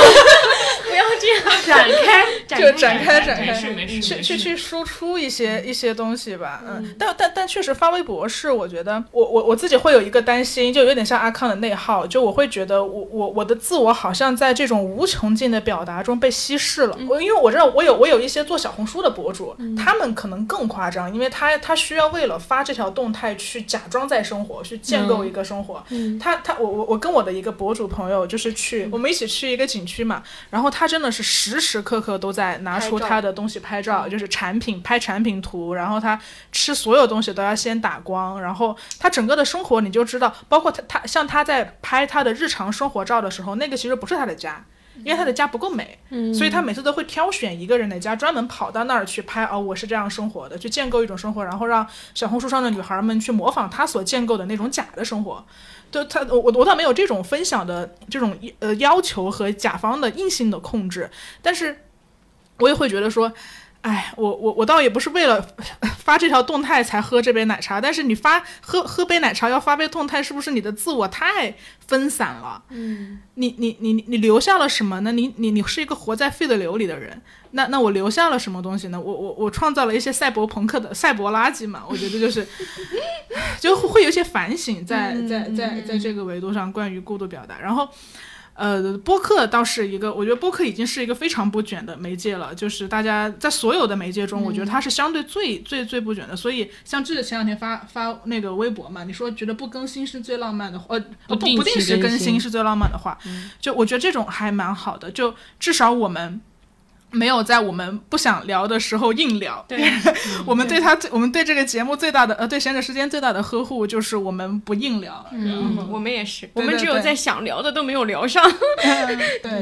Speaker 4: 不要这样
Speaker 13: 展开展
Speaker 4: 就
Speaker 13: 开
Speaker 4: 展
Speaker 2: 哎
Speaker 4: 开
Speaker 13: 展开
Speaker 4: 开，
Speaker 13: 没事没事
Speaker 4: 去
Speaker 13: 没
Speaker 4: 去
Speaker 13: 事
Speaker 4: 去输出一些一些东西吧。嗯，但但但确实发微博是，我觉得我我我自己会有一个担心，就有点像阿康的内耗，就我会觉得我我我的自我好像在这种无穷尽的表达中被稀释了。我因为我知道我有我有一些做小红书的博主，他们可能更夸张，因为他他需要为了发这条动态去假装在生活，去建构
Speaker 13: 嗯
Speaker 4: 一个生活。
Speaker 13: 嗯
Speaker 4: 他他我我我跟我的一个博主朋友就是去，我们一起去一个景区嘛，然后他真的是时时刻刻都在拿出
Speaker 13: 拍照嗯
Speaker 4: 他的东西拍照，就是产品拍产品图，然后他吃所有东西都要先打光，然后他整个的生活你就知道，包括他他像他在拍他的日常生活照的时候，那个其实不是他的家。因为他的家不够美，
Speaker 13: 嗯
Speaker 4: 所以他每次都会挑选一个人的家，专门跑到那儿去拍。哦，我是这样生活的，去建构一种生活，然后让小红书上的女孩们去模仿他所建构的那种假的生活。就他，我我倒没有这种分享的这种呃要求和甲方的硬性的控制，但是我也会觉得说，哎，我我我倒也不是为了 发这条动态才喝这杯奶茶，但是你发喝喝杯奶茶要发杯动态，是不是你的自我太分散了？
Speaker 13: 嗯
Speaker 4: 你你你你留下了什么呢？你你你是一个活在废的流里的人，那那我留下了什么东西呢？我我我创造了一些赛博朋克的赛博垃圾嘛，我觉得就是 就会有一些反省在
Speaker 13: 嗯
Speaker 4: 在在在这个维度上关于过度表达，然后。呃，播客倒是一个，我觉得播客已经是一个非常不卷的媒介了，就是大家在所有的媒介中，我觉
Speaker 13: 嗯
Speaker 4: 得它是相对最、最最不卷的。所以像这前两天发发那个微博嘛，你说觉得不更新是最浪漫的话，呃，
Speaker 13: 不
Speaker 4: 不
Speaker 13: 定期
Speaker 4: 不定时
Speaker 13: 更
Speaker 4: 更
Speaker 13: 新嗯
Speaker 4: 新是最浪漫的话，就我觉得这种还蛮好的，就至少我们。没有在我们不想聊的时候硬聊。对， 我们对他最，我们对这个节目最大的呃，对闲着时间最大的呵护就是我们不硬聊。
Speaker 1: 嗯
Speaker 4: 然后
Speaker 1: 我们也是，我
Speaker 4: 对
Speaker 1: 们
Speaker 4: 对
Speaker 1: 只有
Speaker 4: 对
Speaker 1: 在想聊的都没有聊上。
Speaker 4: 对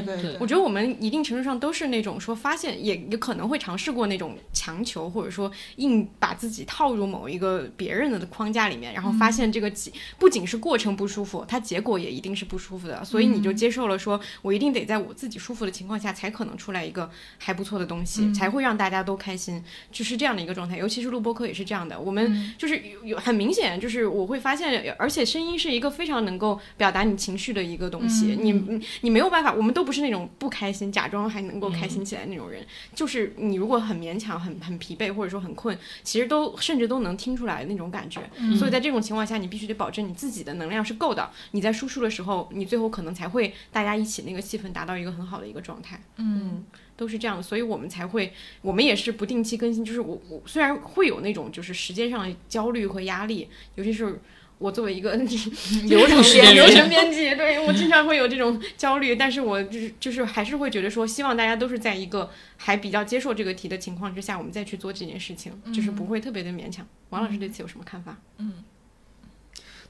Speaker 4: 对对
Speaker 1: 我觉得我们一定程度上都是那种说发现，也也可能会尝试过那种强求，或者说硬把自己套入某一个别人的框架里面，然后发
Speaker 13: 嗯
Speaker 1: 现这个结不仅是过程不舒服，它结果也一定是不舒服的，所以你就
Speaker 13: 嗯
Speaker 1: 接受了说，我一定得在我自己舒服的情况下，才可能出来一个还不错的东西，
Speaker 13: 嗯
Speaker 1: 才会让大家都开心，就是这样的一个状态。尤其是录播课也是这样的，我
Speaker 13: 嗯
Speaker 1: 们就是有有很明显，就是我会发现，而且声音是一个非常能够表达你情绪的一个东西，
Speaker 13: 嗯
Speaker 1: 你你你没有办法，我们都不是那种不开心，假装还能够开
Speaker 13: 嗯
Speaker 1: 心起来那种人。就是你如果很勉强、很很疲惫，或者说很困，其实都甚至都能听出来那种感觉。
Speaker 13: 嗯
Speaker 1: 所以在这种情况下，你必须得保证你自己的能量是够的。你在输出的时候，你最后可能才会大家一起那个气氛达到一个很好的一个状态。
Speaker 4: 嗯，
Speaker 1: 都是这样，所以我们才会，我们也是不定期更新。就是我我虽然会有那种就是时间上的焦虑和压力，尤其是。我作为一个 流程
Speaker 18: 时
Speaker 1: 编
Speaker 18: 间流
Speaker 1: 流程
Speaker 18: 程
Speaker 1: 编辑，对我经常会有这种焦虑，但是我就是就是还是会觉得说，希望大家都是在一个还比较接受这个题的情况之下，我们再去做这件事情，就是
Speaker 9: 嗯
Speaker 1: 不会特别的勉强。王老师对此有什么看法？
Speaker 4: 嗯，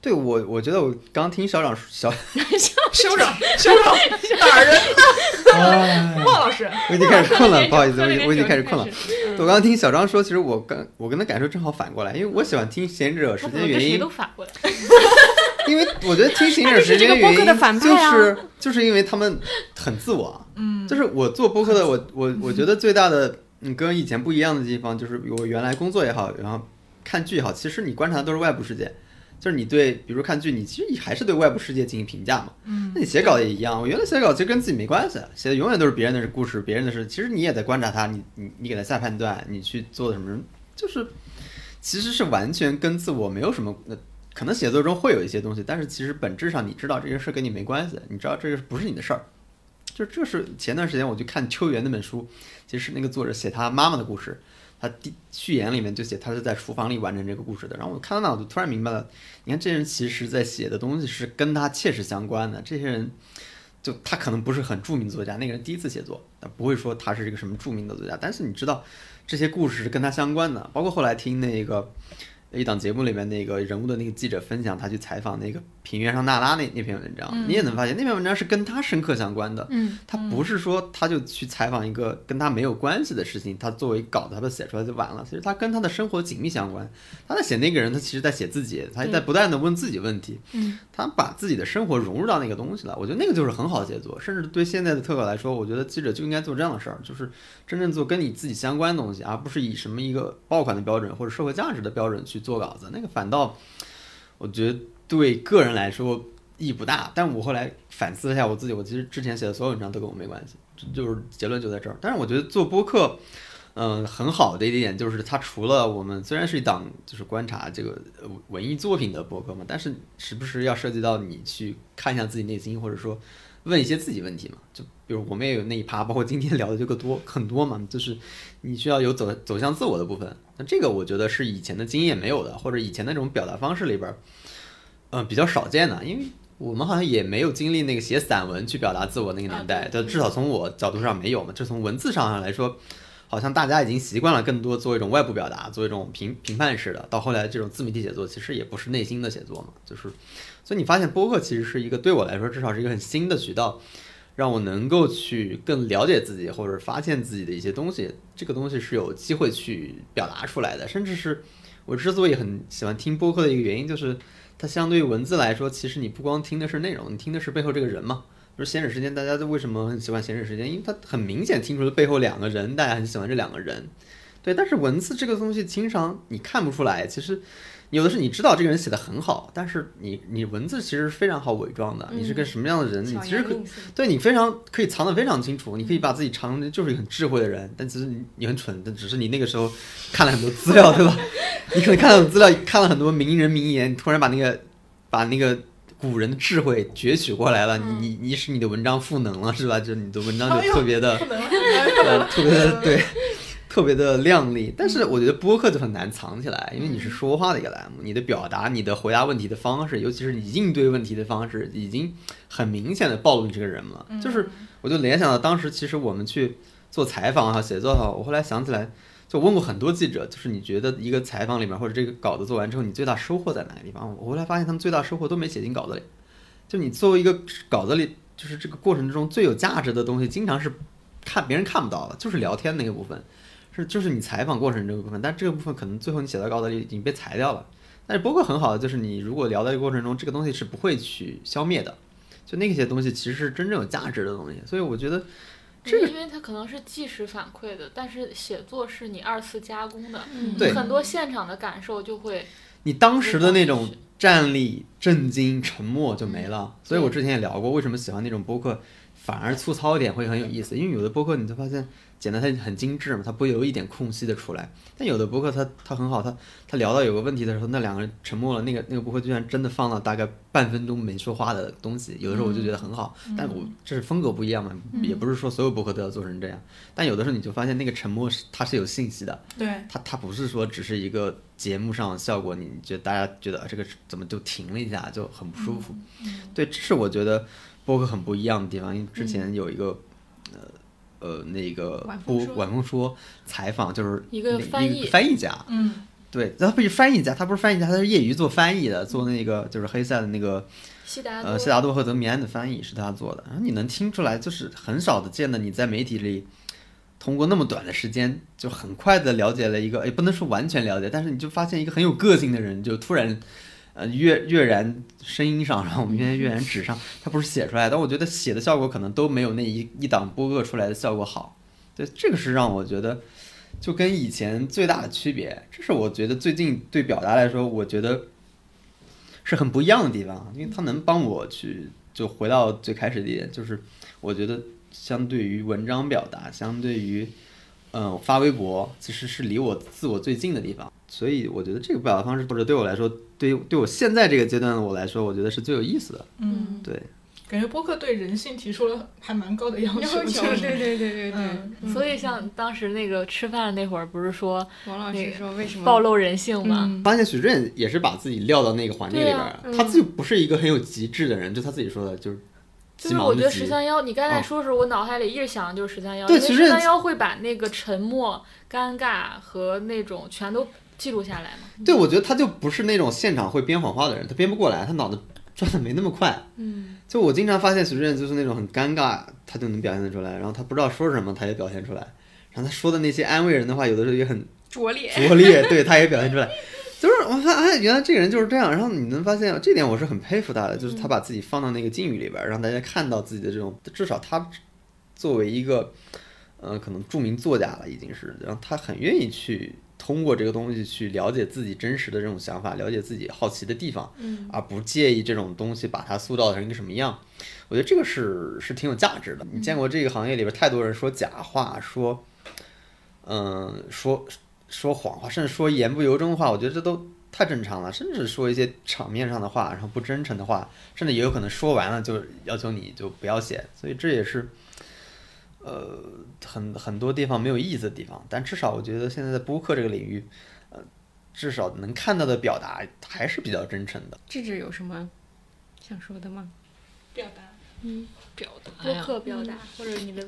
Speaker 3: 对我，我觉得我刚听校长小，
Speaker 4: 修 整修整哪儿人呢？
Speaker 3: 哎
Speaker 4: 莫老师，
Speaker 3: 我已经开始困 了，不好意思，我已经我已经
Speaker 4: 开
Speaker 3: 开始困了。嗯对我刚刚听小张说，其实我跟我跟他感受正好反过来，因为我喜欢听《闲者时间》原因，
Speaker 6: 反过来。
Speaker 3: 因为我觉得听 《闲者时间》
Speaker 1: 啊他就是这个
Speaker 3: 原
Speaker 1: 播客
Speaker 3: 因
Speaker 1: 的反
Speaker 3: 就
Speaker 1: 派啊
Speaker 3: 是就是因为他们很自 我，
Speaker 4: 嗯
Speaker 3: 就是我做播客的，我我我觉得最大的嗯跟以前不一样的地方，就是我原来工作也好，然后看剧也好，其实你观察的都是外部世界，就是你对，比如说看剧，你其实还是对外部世界进行评价嘛。
Speaker 4: 嗯
Speaker 3: 那你写稿也一样，我原来写稿其实跟自己没关系，写的永远都是别人的故事，别人的事，其实你也在观察它，你你你给它下判断，你去做什么，就是其实是完全跟自我没有什么。呃可能写作中会有一些东西，但是其实本质上你知道这个事儿跟你没关系，你知道这个不是你的事儿，就这是前段时间我去看秋园那本书，其实那个作者写他妈妈的故事，他第序言里面就写他是在厨房里完成这个故事的。然后我看到那我就突然明白了，你看这人其实在写的东西是跟他切实相关的。这些人就他可能不是很著名作家，那个人第一次写作，他不会说他是一个什么著名的作家，但是你知道这些故事是跟他相关的。包括后来听那个一档节目里面那个人物的那个记者分享，他去采访那个平原上娜拉那那篇文章，
Speaker 19: 嗯
Speaker 3: 你也能发现那篇文章是跟他深刻相关的。
Speaker 19: 嗯
Speaker 3: 他不是说他就去采访一个跟他没有关系的事情，他作为稿子他把它写出来就完了。其实他跟他的生活紧密相关。他在写那个人，他其实在写自己，他在
Speaker 19: 嗯
Speaker 3: 不断的问自己问题。
Speaker 19: 嗯
Speaker 3: 他把自己的生活融入到那个东西了，我觉得那个就是很好的写作。甚至对现在的特稿来说，我觉得记者就应该做这样的事儿，就是真正做跟你自己相关的东西，而不是以什么一个爆款的标准或者社会价值的标准去做稿子。那个反倒，我觉得对个人来说意义不大。但我后来反思了一下我自己，我其实之前写的所有文章都跟我没关系，就就是结论就在这儿。但是我觉得做播客。嗯，很好的一点就是，它除了我们虽然是一档就是观察这个呃文艺作品的博客嘛，但是时不时要涉及到你去看一下自己内心，或者说问一些自己问题嘛。就比如我们也有那一趴，包括今天聊的这个多很多嘛， 就是你需要有走走向自我的部分。那这个我觉得是以前的经验没有的，或者以前那种表达方式里边儿，嗯、比较少见的，因为我们好像也没有经历那个写散文去表达自我那个年代，就至少从我角度上没有嘛，这从文字上来说。好像大家已经习惯了更多做一种外部表达，做一种评评判式的，到后来这种自媒体写作其实也不是内心的写作嘛，就是，所以你发现播客其实是一个对我来说至少是一个很新的渠道，让我能够去更了解自己或者发现自己的一些东西，这个东西是有机会去表达出来的，甚至是我之所以很喜欢听播客的一个原因就是。它相对于文字来说，其实你不光听的是内容，你听的是背后这个人嘛。就是闲着时间，大家都为什么很喜欢闲着时间？因为它很明显听出了背后两个人，大家很喜欢这两个人。对，但是文字这个东西，经常你看不出来。其实有的是你知道这个人写的很好，但是你你文字其实非常好伪装的。
Speaker 19: 嗯
Speaker 3: 你是个什么样的人，你
Speaker 19: 巧
Speaker 3: 其实
Speaker 19: 言
Speaker 3: 可
Speaker 19: 令色
Speaker 3: 对你非常可以 藏得非常清楚。你可以把自己藏成就是一个很智慧的人，但其实你你很蠢，但只是你那个时候看了很多资料，对吧？ 你可能看了资料，看了很多名人名言，你突然把那个把那个古人的智慧攫取过来了，你你你使你的文章赋能了，是吧？就你的文章
Speaker 19: 哎
Speaker 3: 就
Speaker 19: 呦
Speaker 3: 特别的，
Speaker 19: 赋能了
Speaker 3: 呃，特别的对，特别的亮丽。但是我觉得播客就很难藏起来，因为你是说话的一个栏目，你的表达、你的回答问题的方式，尤其是你应对问题的方式，已经很明显的暴露你这个人了。就是我就联想到当时其实我们去做采访啊、写作哈，我后来想起来。就问过很多记者，就是你觉得一个采访里面或者这个稿子做完之后，你最大收获在哪个地方？我后来发现他们最大收获都没写进稿子里。就你作为一个稿子里，就是这个过程之中最有价值的东西，经常是看别人看不到的，就是聊天那个部分，是就是你采访过程这个部分，但这个部分可能最后你写到稿子里已经被裁掉了。但是播客很好的就是你如果聊的过程中，这个东西是不会去消灭的，就那些东西其实是真正有价值的东西。所以我觉得
Speaker 6: 因为它可能是即时反馈的，但是写作是你二次加工的，
Speaker 3: 嗯对
Speaker 6: 很多现场的感受就会。
Speaker 3: 你当时的那种站立、震惊、沉默就没了。所以我之前也聊过，为什么喜欢那种播客反而粗糙一点会很有意思，因为有的播客你就发现剪得它很精致嘛，它不会有一点空隙的出来。但有的播客它它很好，它它聊到有个问题的时候，那两个人沉默了，那个那个播客居然真的放了大概半分钟没说话的东西，有的时候我就觉得很好。
Speaker 7: 嗯
Speaker 3: 但我这是风格不一样嘛，
Speaker 7: 嗯
Speaker 3: 也不是说所有播客都要做成这样。但有的时候你就发现那个沉默是它是有信息的，
Speaker 4: 对
Speaker 3: 它它不是说只是一个节目上的效果，你觉得大家觉得啊这个怎么就停了一下，就很不舒服。
Speaker 7: 嗯
Speaker 3: 对，这是我觉得播客很不一样的地方。因为之前有一个、呃呃那个
Speaker 7: 嗯晚风
Speaker 3: 播
Speaker 7: 说
Speaker 3: 晚风说采访，就是
Speaker 7: 一个
Speaker 3: 那
Speaker 7: 翻
Speaker 3: 一
Speaker 7: 译
Speaker 3: 个翻译家，
Speaker 7: 嗯，
Speaker 3: 对，他不是翻译家，他不是翻译家，他是业余做翻译的，做那个就是黑塞的那个
Speaker 7: 悉达多
Speaker 3: 呃，悉达多和德米安的翻译是他做的。然啊后你能听出来，就是很少的见的你在媒体里通过那么短的时间，就很快的了解了一个，也不能说完全了解，但是你就发现一个很有个性的人，就突然呃跃跃然声音上，然后我们现在跃然纸上，他不是写出来的，但我觉得写的效果可能都没有那一一档播客出来的效果好。对，这个是让我觉得就跟以前最大的区别，这是我觉得最近对表达来说，我觉得。是很不一样的地方，因为它能帮我去就回到最开始的一点，就是我觉得相对于文章表达，相对于嗯发微博，其实是离我自我最近的地方，所以我觉得这个表达方式或者对我来说，对于对我现在这个阶段的我来说，我觉得是最有意思的。
Speaker 4: 嗯，
Speaker 3: 对，
Speaker 4: 感觉播客对人性提出了还蛮高的要求，
Speaker 6: 要求
Speaker 4: 就是
Speaker 6: 对对对对对
Speaker 4: 嗯嗯
Speaker 6: 所以像当时那个吃饭那会儿，不是说
Speaker 9: 王老
Speaker 6: 那
Speaker 9: 师
Speaker 6: 个
Speaker 9: 说为什么
Speaker 6: 暴露人性嘛？
Speaker 4: 嗯
Speaker 3: 发现许志远也是把自己撂到那个环境里边儿，
Speaker 6: 对啊
Speaker 3: 他自己不是一个很有极致的人，就他自己说的，就是
Speaker 6: 就
Speaker 3: 鸡
Speaker 6: 是
Speaker 3: 毛
Speaker 6: 啊我
Speaker 3: 之
Speaker 6: 觉得
Speaker 3: 极
Speaker 6: 十三幺，你刚才
Speaker 3: 哦
Speaker 6: 说的时候，我脑海里一直想的就是十三幺，
Speaker 3: 对
Speaker 6: 因为
Speaker 3: 其
Speaker 6: 十
Speaker 3: 实
Speaker 6: 三幺会把那个沉默、尴尬和那种全都记录下来嘛。
Speaker 3: 对，我觉得他就不是那种现场会编谎话的人，他编不过来，他脑子 转的没那么快。
Speaker 6: 嗯，
Speaker 3: 就我经常发现徐志远就是那种很尴尬，他就能表现得出来，然后他不知道说什么，他也表现出来，然后他说的那些安慰人的话，有的时候也很
Speaker 1: 拙劣，
Speaker 3: 拙劣，对，他也表现出来。就是我发现，哎，原来这个人就是这样。然后你能发现，这点我是很佩服他的，就是他把自己放到那个境遇里边儿，让大家看到自己的这种，至少他作为一个，呃，可能著名作家了，已经是，然后他很愿意去通过这个东西去了解自己真实的这种想法，了解自己好奇的地方，
Speaker 7: 嗯
Speaker 3: 而不介意这种东西把它塑造成一个什么样。我觉得这个是是挺有价值的。你见过这个行业里边太多人说假话，说嗯，说说谎话，甚至说言不由衷的话，我觉得这都太正常了。甚至说一些场面上的话，然后不真诚的话，甚至也有可能说完了就要求你就不要写。所以这也是，呃，很很多地方没有意思的地方。但至少我觉得现在在播客这个领域，呃，至少能看到的表达还是比较真诚的。
Speaker 9: 智智有什么想说的吗？
Speaker 2: 表达，
Speaker 9: 嗯，
Speaker 2: 表达
Speaker 6: 播
Speaker 2: 呀
Speaker 6: 客表达、或者你的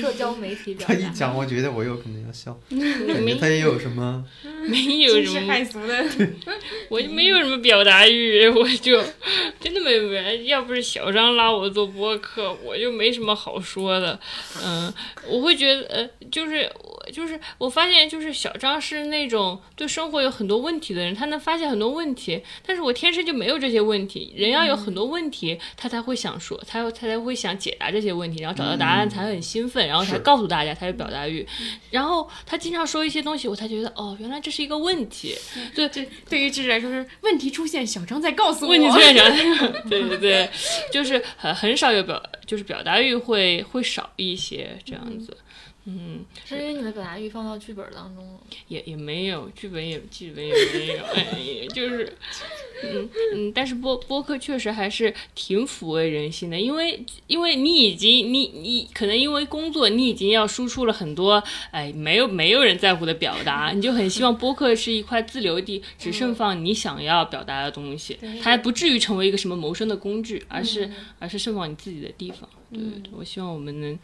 Speaker 6: 社交媒体表
Speaker 3: 他
Speaker 6: 达。
Speaker 3: 一讲，我觉得我有可能要笑，
Speaker 2: 嗯
Speaker 3: 感觉他也有什么。
Speaker 2: 没有什么我就没有什么表达欲，我就真的没有表达欲。要不是小张拉我做播客，我就没什么好说的。嗯，我会觉得，呃，就是我就是我发现，就是小张是那种对生活有很多问题的人，他能发现很多问题，但是我天生就没有这些问题。人要有很多问题，他才会想说，他他才会想解答这些问题，然后找到答案
Speaker 6: 嗯
Speaker 2: 才很兴奋，然后才
Speaker 6: 是
Speaker 2: 告诉大家，才有表达欲。然后他经常说一些东西，我才觉得哦，原来这是一个问题。
Speaker 6: 嗯
Speaker 2: 对，这
Speaker 1: 对于智智来说是问题出现，小张在告诉我。
Speaker 2: 问题出现啥？ 对 对对，就是很很少有表，就是表达欲会会少一些这样子。嗯，
Speaker 6: 是因为你的表达欲放到剧本当中了。
Speaker 2: 也也没有剧本也剧本也没有，哎，就是，嗯嗯，但是播播客确实还是挺抚慰人心的，因为因为你已经你你可能因为工作你已经要输出了很多，哎，没有没有人在乎的表达，你就很希望播客是一块自留地，只盛放你想要表达的东西，
Speaker 6: 对
Speaker 2: 它还不至于成为一个什么谋生的工具，
Speaker 9: 嗯
Speaker 2: 而是、
Speaker 1: 嗯
Speaker 2: 嗯而是盛放你自己的地方。对对对，我希望我们能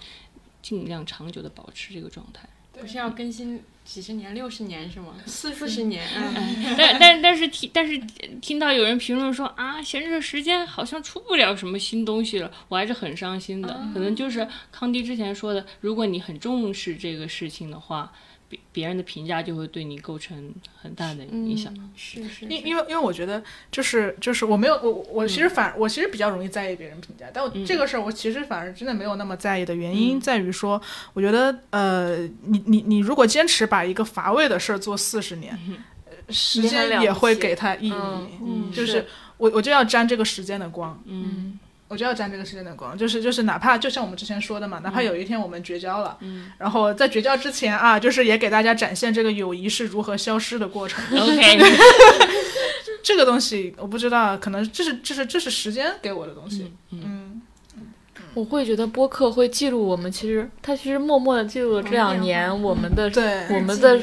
Speaker 2: 尽量长久的保持这个状态。
Speaker 9: 不是要更新几十年，六十年是吗？
Speaker 4: 四
Speaker 9: 四十年，嗯
Speaker 2: 但但但是听但是听到有人评论说啊，闲着时间好像出不了什么新东西了，我还是很伤心的。
Speaker 4: 哦
Speaker 2: 可能就是康迪之前说的，如果你很重视这个事情的话，别别人的评价就会对你构成很大的影响。
Speaker 9: 嗯是是
Speaker 4: 因因为因为我觉得就是就是我没有我我我
Speaker 2: 嗯
Speaker 4: 其实反、我其实比较容易在意别人评价，但我这个事儿我其实反而真的没有那么在意的原
Speaker 2: 嗯
Speaker 4: 因在于说，我觉得呃你你你如果坚持把一个乏味的事儿做四十年，
Speaker 2: 嗯
Speaker 4: 呃时间也会给它意义，
Speaker 6: 嗯嗯
Speaker 4: 就是是我我就要沾这个时间的光，
Speaker 2: 嗯
Speaker 4: 我就要沾这个世界的光，就是就是哪怕就像我们之前说的嘛，哪怕有一天我们绝交了，
Speaker 2: 嗯
Speaker 4: 然后在绝交之前啊，就是也给大家展现这个友谊是如何消失的过程。
Speaker 2: 嗯 OK
Speaker 4: 这个东西我不知道，可能这是这是这是时间给我的东西。嗯，
Speaker 6: 我会觉得播客会记录我们，其实它其实默默的记录了这两年我们的
Speaker 4: 嗯对
Speaker 6: 我们的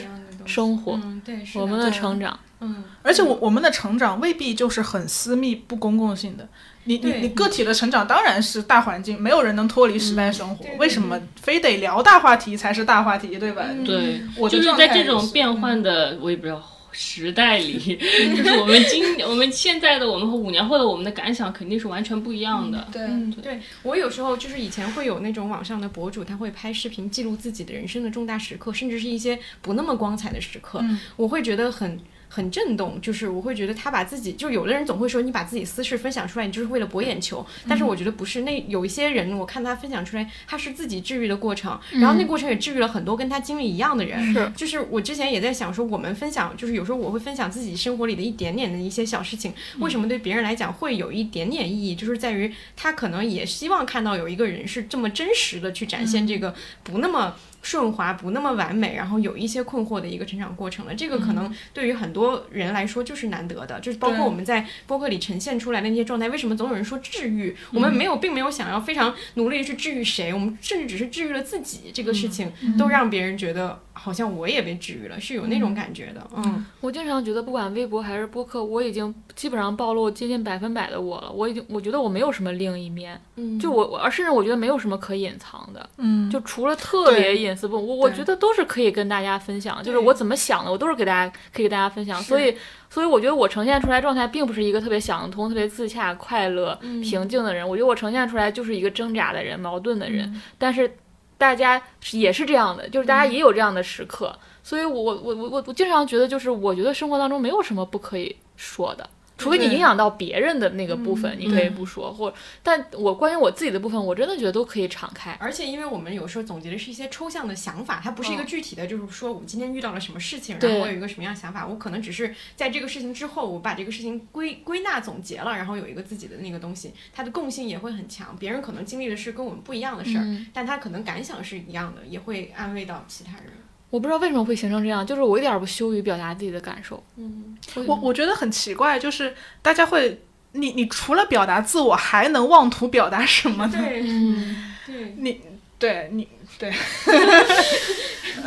Speaker 6: 生活，
Speaker 9: 嗯
Speaker 4: 对是的
Speaker 6: 我们的成长。
Speaker 4: 嗯，而且我我们的成长未必就是很私密、不公共性的。你你
Speaker 6: 对
Speaker 4: 你个体的成长当然是大环境，没有人能脱离时代生活。
Speaker 2: 对
Speaker 4: 为什么非得聊大话题才是大话题，对吧？
Speaker 2: 对，
Speaker 4: 我的
Speaker 2: 就是
Speaker 4: 状
Speaker 2: 在
Speaker 4: 态嗯
Speaker 2: 这
Speaker 4: 也
Speaker 2: 种
Speaker 4: 是
Speaker 2: 变换的，我也不知道时代里， 就是我们今我们现在的我们和五年后的我们的感想肯定是完全不一样的。
Speaker 4: 对
Speaker 1: 嗯，对我有时候就是以前会有那种网上的博主，他会拍视频记录自己的人生的重大时刻，甚至是一些不那么光彩的时刻，
Speaker 4: 嗯
Speaker 1: 我会觉得很。很震动，就是我会觉得他把自己，就有的人总会说你把自己私事分享出来，你就是为了博眼球。但是
Speaker 2: 嗯
Speaker 1: 我觉得不是，那有一些人，我看他分享出来，他是自己治愈的过程，
Speaker 2: 嗯
Speaker 1: 然后那过程也治愈了很多跟他经历一样的人。
Speaker 2: 是
Speaker 1: 就是我之前也在想说，我们分享，就是有时候我会分享自己生活里的一点点的一些小事情，
Speaker 2: 嗯
Speaker 1: 为什么对别人来讲会有一点点意义，就是在于他可能也希望看到有一个人是这么真实的去展现这
Speaker 2: 嗯
Speaker 1: 个不那么顺滑、不那么完美，然后有一些困惑的一个成长过程了。这个可能
Speaker 2: 嗯
Speaker 1: 对于很多人来说就是难得的，就是包括
Speaker 2: 对
Speaker 1: 我们在播客里呈现出来的那些状态，为什么总有人说治愈？我们
Speaker 2: 嗯
Speaker 1: 没有，并没有想要非常努力地去治愈谁，我们甚至只是治愈了自己这个事情，
Speaker 6: 嗯
Speaker 1: 都让别人觉得好像我也被治愈了，是有那种感觉的。嗯
Speaker 6: 我经常觉得，不管微博还是播客，我已经基本上暴露接近百分百的我了。我已经，我觉得我没有什么另一面，
Speaker 1: 嗯
Speaker 6: 就我，我而甚至我觉得没有什么可隐藏的，
Speaker 4: 嗯
Speaker 6: 就除了特别
Speaker 2: 对
Speaker 6: 隐私部分，我我
Speaker 2: 对
Speaker 6: 觉得都是可以跟大家分享，就是
Speaker 2: 对
Speaker 6: 我怎么想的，我都是给大家可以给大家分享。
Speaker 2: 是
Speaker 6: 所以，所以我觉得我呈现出来状态，并不是一个特别想得通、特别自洽、快乐、
Speaker 2: 嗯
Speaker 6: 平静的人。我觉得我呈现出来就是一个挣扎的人、矛盾的人，
Speaker 2: 嗯
Speaker 6: 但是大家是也是这样的，就是大家也有这样的时刻，所以我我我我我经常觉得，就是我觉得生活当中没有什么不可以说的，除非你
Speaker 2: 对
Speaker 6: 影响到别人的那个部分，
Speaker 1: 嗯
Speaker 6: 你可以
Speaker 1: 对
Speaker 6: 不说，或但我关于我自己的部分，我真的觉得都可以敞开。
Speaker 1: 而且，因为我们有时候总结的是一些抽象的想法，它不是一个具体的，就是说我们今天遇到了什么事情，然后
Speaker 6: 对
Speaker 1: 我有一个什么样的想法，我可能只是在这个事情之后，我把这个事情归归纳总结了，然后有一个自己的那个东西，它的共性也会很强。别人可能经历的是跟我们不一样的事儿，
Speaker 6: 嗯
Speaker 1: 但他可能感想是一样的，也会安慰到其他人。
Speaker 6: 我不知道为什么会形成这样，就是我一点儿不羞于表达自己的感受。
Speaker 1: 嗯，
Speaker 4: 我我觉得很奇怪，就是大家会，你你除了表达自我，还能妄图表达什么呢？
Speaker 1: 对
Speaker 6: 嗯，
Speaker 1: 对，
Speaker 4: 你对你对，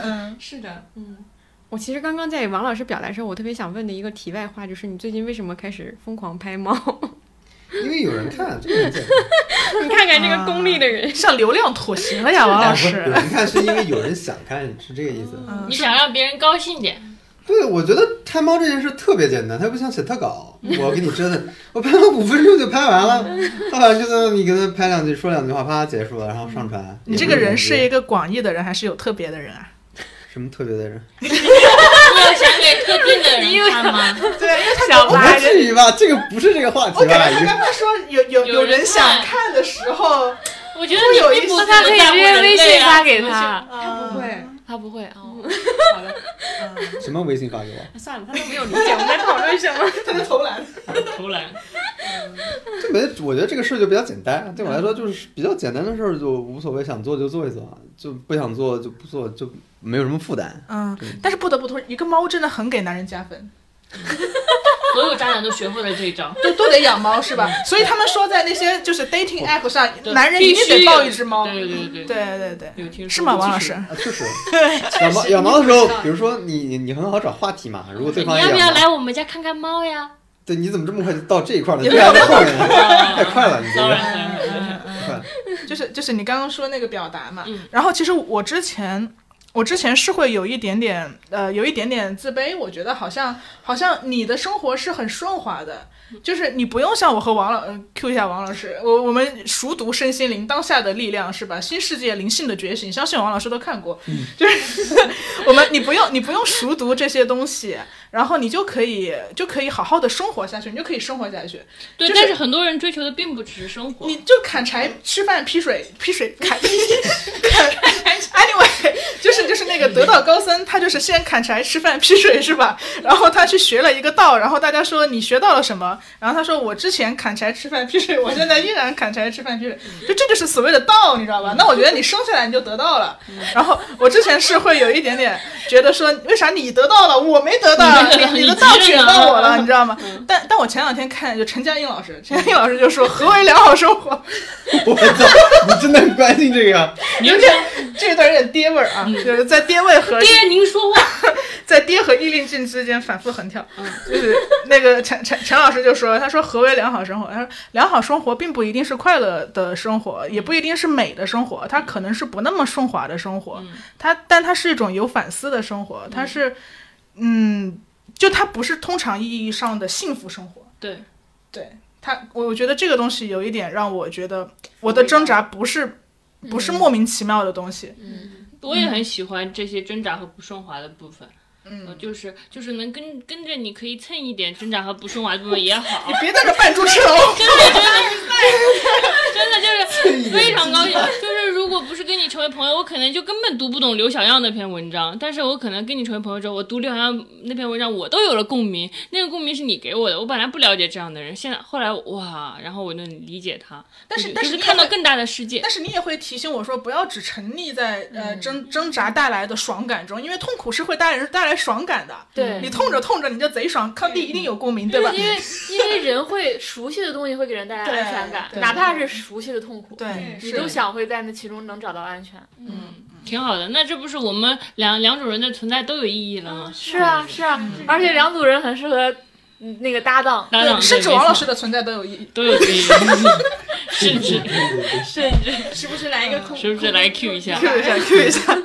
Speaker 4: 嗯，
Speaker 1: 是的，嗯。我其实刚刚在王老师表达的时候，我特别想问的一个题外话就是，你最近为什么开始疯狂拍 猫？
Speaker 14: 因为有人看，这个很简单。
Speaker 1: 你看看这个功利的人，
Speaker 4: 向流量妥协了呀， 王老师。
Speaker 14: 有人看是因为有人想看，是这个意思。
Speaker 2: 你想让别人高兴点，
Speaker 14: 对，我觉得拍猫这件事特别简单，它不像写特稿，我给你折腾，我拍了五分钟就拍完了，后来就这么你跟他拍两句，说两句话，啪结束了，然后上传。
Speaker 4: 你这个人是一个广义的人，还是有特别的人啊？
Speaker 14: 什么特别的人？
Speaker 2: 你有想给特定的人看吗？
Speaker 4: 对，因为
Speaker 2: 想
Speaker 14: 我不至于吧？这个不是这个话题
Speaker 4: 我
Speaker 14: 吧？
Speaker 4: 感觉
Speaker 14: 已经
Speaker 4: 他刚才说有有
Speaker 2: 有人
Speaker 4: 人想看的时候，
Speaker 2: 我觉得
Speaker 4: 会
Speaker 2: 你
Speaker 4: 有一啊
Speaker 2: 并不
Speaker 4: 些
Speaker 2: 那他可以直接微
Speaker 6: 啊
Speaker 2: 信发给
Speaker 6: 他
Speaker 4: 他不会，
Speaker 6: 他不会啊，
Speaker 4: 好的，嗯
Speaker 14: 什么微信发给我？
Speaker 1: 算了，他都没有理解我们在讨论什么。
Speaker 4: 他的投篮。
Speaker 2: 投篮，
Speaker 14: 这没，我觉得这个事儿就比较简单，对我来说就是比较简单的事儿，就无所谓，想做就做一做，就不想做就不做，就没有什么负担。
Speaker 4: 嗯，但是不得不说，一个猫真的很给男人加分，
Speaker 2: 所有渣男都学会了这一招。
Speaker 4: 都都得养猫是吧？嗯所以他们说在那些就是 dating app 上，
Speaker 2: 对
Speaker 4: 男人一定
Speaker 2: 必须
Speaker 4: 得
Speaker 2: 有
Speaker 4: 抱一只猫。
Speaker 2: 对对对
Speaker 4: 对对对，
Speaker 2: 有听说
Speaker 4: 是吗，
Speaker 2: 过
Speaker 4: 王
Speaker 2: 这
Speaker 4: 老
Speaker 2: 是
Speaker 4: 师？
Speaker 14: 啊，确实，
Speaker 2: 确
Speaker 14: 养
Speaker 2: 实
Speaker 14: 猫养猫的时候，比如说你你你很好找话题嘛，如果对方
Speaker 2: 你
Speaker 14: 也
Speaker 2: 要不要
Speaker 14: 养猫，
Speaker 2: 来我们家看看猫呀？
Speaker 14: 对，你怎么这么快就到这一块了？居然在后面呢，
Speaker 2: 啊
Speaker 14: 太快了，你这 个太快了。
Speaker 4: 就是就是你刚刚说那个表达嘛。然后其实我之前。我之前是会有一点点，呃，有一点点自卑。我觉得好像好像你的生活是很顺滑的，就是你不用像我和王老、呃、，Q 一下王老师，我我们熟读身心灵当下的力量是吧？新世界灵性的觉醒，相信王老师都看过，就是 我们你不用你不用熟读这些东西，然后你就可以就可以好好的生活下去，你就可以生活下去。
Speaker 2: 对，
Speaker 4: 就是
Speaker 2: 但是很多人追求的并不只是生活。
Speaker 4: 你就砍柴、吃饭、劈水、劈水、砍砍。Anyway，就是就是那个得道高僧，他就就是先砍柴、吃饭、劈水是吧？然后他去学了一个道，然后大家说你学到了什么？然后他说我之前砍柴、吃饭、劈水，我现在依然砍柴、吃饭、劈水，就这就是所谓的道，你知道吧？那我觉得你生下来你就得到了。然后我之前是会有一点点觉得说，为啥你得到了，我没得到？
Speaker 13: 你没得到
Speaker 4: 你你
Speaker 13: 你
Speaker 4: 的啊
Speaker 13: 急
Speaker 4: 道
Speaker 13: 着
Speaker 4: 卷
Speaker 13: 呢
Speaker 4: 到我了，你知道吗？但但我前两天看就陈嘉映老师，陈嘉映老师就说何为良好生活？
Speaker 3: 我操，你真的很关心这
Speaker 14: 啊
Speaker 3: 个？
Speaker 4: 有点 这一段有点爹味儿啊，就是嗯在爹味和
Speaker 2: 爹您说
Speaker 4: 话，在爹和伊令俊之间反复横跳。就是那个陈陈陈老师就说，他说何为良好生活？他说良好生活并不一定是快乐的生活，也不一定是美的生活，它可能是不那么顺滑的生活，它但它是一种有反思的生活，它是嗯，就它不是通常意义上的幸福生活。
Speaker 2: 对，
Speaker 4: 对他，我我觉得这个东西有一点让我觉得我的挣扎不是不是莫名其妙的东西，
Speaker 2: 我也很喜欢这些挣扎和不顺滑的部分。
Speaker 4: 嗯
Speaker 2: 呃就是就是能跟跟着你可以蹭一点挣扎和不顺滑的部分也好。
Speaker 4: 你别在这扮猪吃老虎
Speaker 2: 真的真的真的就是非常高兴。就是如果不是跟你成为朋友，我可能就根本读不懂刘小样那篇文章。但是我可能跟你成为朋友之后，我读刘小样那篇文章，我都有了共鸣。那个共鸣是你给我的，我本来不了解这样的人，现在后来哇，然后我就理解他。
Speaker 4: 但是
Speaker 2: 就
Speaker 4: 但
Speaker 2: 就是是
Speaker 4: 你也
Speaker 2: 看到
Speaker 4: 会
Speaker 2: 更大的世界。
Speaker 4: 但是你也会提醒我说，不要只沉溺在呃挣挣扎带来的爽感中，因为痛苦是会带人带来爽感的。
Speaker 6: 对
Speaker 4: 你痛着痛着你就贼爽，康帝一定有共鸣，对吧？
Speaker 6: 因为因为人会熟悉的东西会给人带来安全感，
Speaker 4: 对
Speaker 6: 哪怕是熟悉的痛苦，
Speaker 4: 对
Speaker 6: 你
Speaker 4: 是
Speaker 6: 都想会在那其中能找到安全。
Speaker 2: 嗯，挺好的。那这不是我们两两种人的存在都有意义了吗？
Speaker 6: 是啊是啊，而且两组人很适合嗯那个搭档，
Speaker 2: 搭档对
Speaker 4: 甚至王
Speaker 2: 没错
Speaker 4: 老师的存在都有意义，
Speaker 2: 都有意义，甚至
Speaker 15: 甚至时不时来一
Speaker 4: 嗯
Speaker 15: 个空，
Speaker 2: 是不是来 Q 一下
Speaker 15: Q 一下 Q 一下。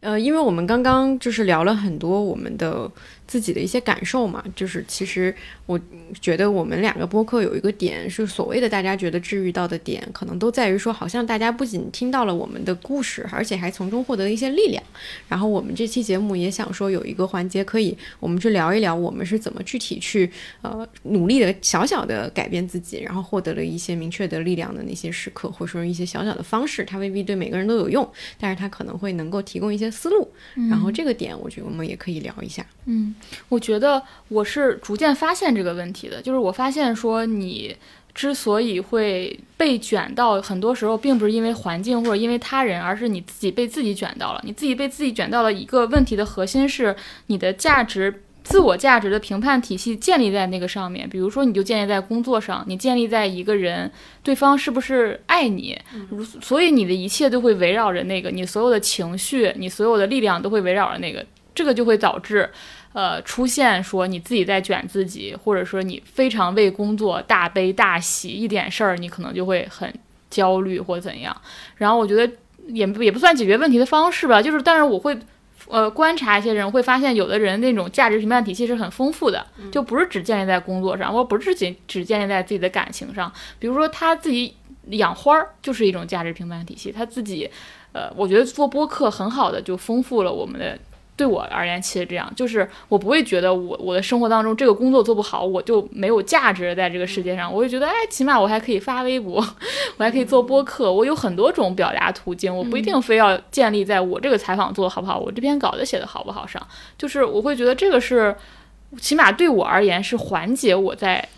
Speaker 9: 呃，因为我们刚刚就是聊了很多我们的自己的一些感受嘛，就是其实我觉得我们两个播客有一个点是所谓的大家觉得治愈到的点，可能都在于说，好像大家不仅听到了我们的故事，而且还从中获得了一些力量。然后我们这期节目也想说有一个环节可以我们去聊一聊我们是怎么具体去呃努力的小小的改变自己，然后获得了一些明确的力量的那些时刻，或者说一些小小的方式，它未必对每个人都有用，但是它可能会能够提供一些思路。然后
Speaker 6: 嗯
Speaker 9: 这个点，我觉得我们也可以聊一下。
Speaker 6: 嗯，我觉得我是逐渐发现这个问题的，就是我发现说你之所以会被卷到，很多时候并不是因为环境或者因为他人，而是你自己被自己卷到了。你自己被自己卷到了一个问题的核心是你的价值。自我价值的评判体系建立在那个上面，比如说你就建立在工作上，你建立在一个人对方是不是爱你，如所以你的一切都会围绕着那个，你所有的情绪，你所有的力量都会围绕着那个，这个就会导致，呃，出现说你自己在卷自己，或者说你非常为工作大悲大喜，一点事儿你可能就会很焦虑或怎样。然后我觉得也不也不算解决问题的方式吧，就是但是我会。 呃，观察一些人会发现，有的人那种价值评判体系是很丰富的，就不是只建立在工作上，或者不是仅只建立在自己的感情上。比如说他自己养花儿就是一种价值评判体系，他自己，呃，我觉得做播客很好的就丰富了我们的对我而言，其实这样就是我不会觉得我我的生活当中这个工作做不好，我就没有价值在这个世界上。我会觉得，哎，起码我还可以发微博，我还可以做播客，我有很多种表达途径，我不一定非要建立在我这个采访做得好不好，我这篇稿子写的好不好上。就是我会觉得这个是，起码对我而言是缓解我在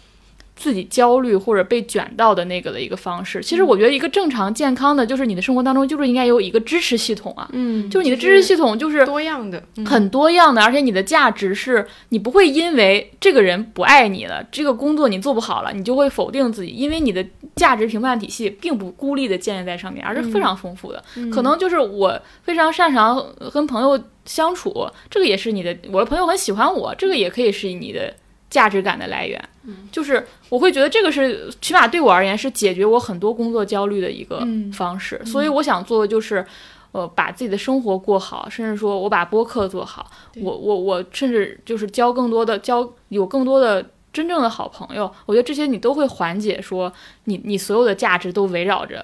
Speaker 6: 自己焦虑或者被卷到的那个的一个方式。其实我觉得一个正常健康的，就是你的生活当中就是应该有一个支持系统啊，
Speaker 9: 嗯
Speaker 6: 就是你的支持系统就是
Speaker 9: 多样的，
Speaker 15: 嗯
Speaker 6: 很多样的，而且你的价值是你不会因为这个人不爱你了，这个工作你做不好了，你就会否定自己，因为你的价值评判体系并不孤立的建立在上面，而是非常丰富的。
Speaker 15: 嗯
Speaker 6: 可能就是我非常擅长呃跟朋友相处，这个也是你的，我的朋友很喜欢我，这个也可以是你的价值感的来源。
Speaker 15: 嗯
Speaker 6: 就是我会觉得这个是起码对我而言是解决我很多工作焦虑的一个
Speaker 15: 嗯
Speaker 6: 方式，
Speaker 15: 嗯
Speaker 6: 所以我想做的就是。呃，把自己的生活过好，甚至说我把播客做好，我我我甚至就是交更多的交有更多的真正的好朋友，我觉得这些你都会缓解说你你所有的价值都围绕着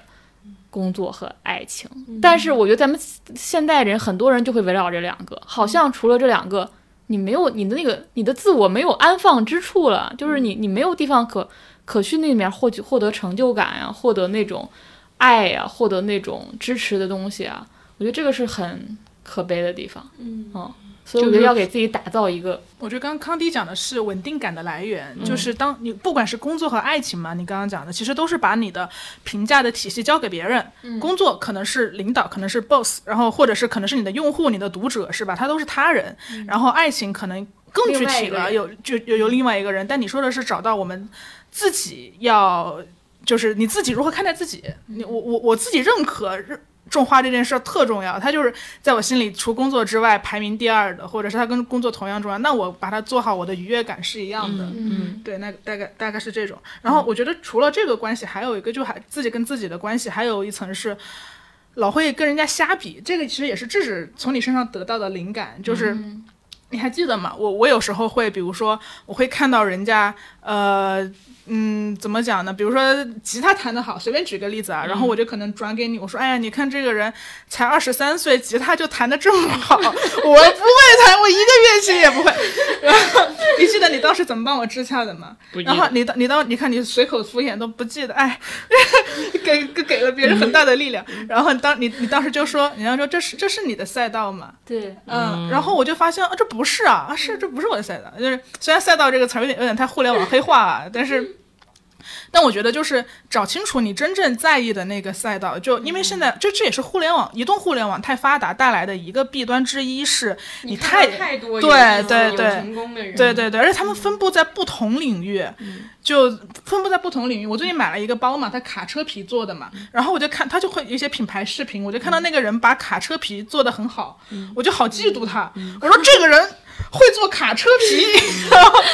Speaker 6: 工作和爱情，但是我觉得咱们现代人很多人就会围绕这两个，好像除了这两个，你没有你的那个你的自我没有安放之处了，就是你你没有地方可可去那里面获取获得成就感呀、啊获得那种爱呀、获得那种支持的东西啊，我觉得这个是很可悲的地方。
Speaker 4: 嗯
Speaker 6: 嗯，所以我觉得要给自己打造一个
Speaker 4: 我觉得刚刚康迪讲的是稳定感的来源，
Speaker 6: 嗯
Speaker 4: 就是当你不管是工作和爱情嘛，你刚刚讲的其实都是把你的评价的体系交给别人。
Speaker 6: 嗯
Speaker 4: 工作可能是领导，可能是 boss，然后或者是可能是你的用户、你的读者，是吧？他都是他人。然后爱情可能更具
Speaker 6: 嗯另外一
Speaker 4: 体
Speaker 6: 个
Speaker 4: 了，
Speaker 6: 人
Speaker 4: 有就有有另外一个人。但你说的是找到我们自己要，就是你自己如何看待自己。
Speaker 6: 嗯
Speaker 4: 你我我我自己认可认种花这件事儿特重要，它就是在我心里除工作之外排名第二的，或者是它跟工作同样重要。那我把它做好，我的愉悦感是一样的。
Speaker 6: 嗯
Speaker 4: 对，那大概大概是这种。然后我觉得除了这个关系，还有一个就还自己跟自己的关系，还有一层是老会跟人家瞎比。这个其实也是智智从你身上得到的灵感，就是。你还记得吗？我我有时候会，比如说，我会看到人家，呃，嗯，怎么讲呢？比如说吉他弹得好，随便举个例子啊，然后我就可能转给你，我说，哎呀，你看这个人才二十三岁，吉他就弹得这么好， 我不会弹，我一个乐器也不会。然后你记得你当时怎么帮我支洽的吗
Speaker 13: 不？记得
Speaker 4: 然后你当你当你看你随口敷衍都不记得，哎， 给给给了别人很大的力量。然后你当你你当时就说，你要说这是这是你的赛道嘛？
Speaker 6: 对，
Speaker 4: 嗯，然后我就发现啊，这不是啊，啊是这不是我的赛道，就是虽然赛道这个词儿有点有点太互 联网黑化啊，但是。但我觉得就是找清楚你真正在意的那个赛道，就因为现
Speaker 1: 嗯
Speaker 4: 在这这也是互联网、移动互联网太发达带来的一个弊端之一是，你
Speaker 1: 看
Speaker 4: 太
Speaker 1: 到太多有
Speaker 4: 对
Speaker 1: 意思
Speaker 4: 对
Speaker 1: 有
Speaker 4: 对
Speaker 1: 成功的人嗯
Speaker 4: 对对对，而且他们分布在不同领域，就分布在不同领域。我最近买了一个包嘛，它卡车皮做的
Speaker 1: 嗯
Speaker 4: 嘛，然后我就看它就会有一些品牌视频，我就看到那个人把卡车皮做的很好，
Speaker 1: 嗯
Speaker 4: 我就好嫉妒他，我说这个人。会做卡车皮，然后，
Speaker 1: 嗯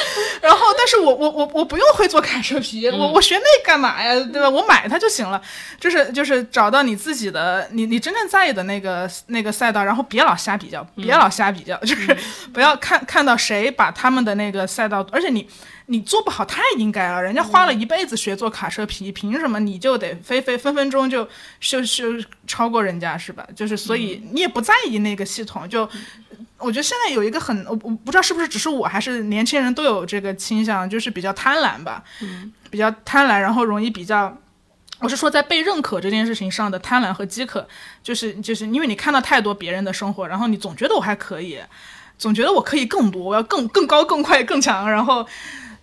Speaker 4: 然后，但是我我我我不用会做卡车皮，我我学那干嘛呀？对吧？我买它就行了。就是就是找到你自己的，你你真正在意的那个那个赛道，然后别老瞎比较，
Speaker 1: 嗯
Speaker 4: 别老瞎比较，就是不要看看到谁把他们的那个赛道，而且你你做不好太应该了，人家花了一辈子学做卡车皮，凭什么你就得非非分分钟就就就超过人家是吧？就是所以你也不在意那个系统，就我觉得现在有一个很，我我不知道是不是只是我，还是年轻人都有这个倾向，就是比较贪婪吧，
Speaker 13: 嗯
Speaker 4: 比较贪婪，然后容易比较。我是说，在被认可这件事情上的贪婪和饥渴，就是就是因为你看到太多别人的生活，然后你总觉得我还可以，总觉得我可以更多，我要更更高、更快、更强，然后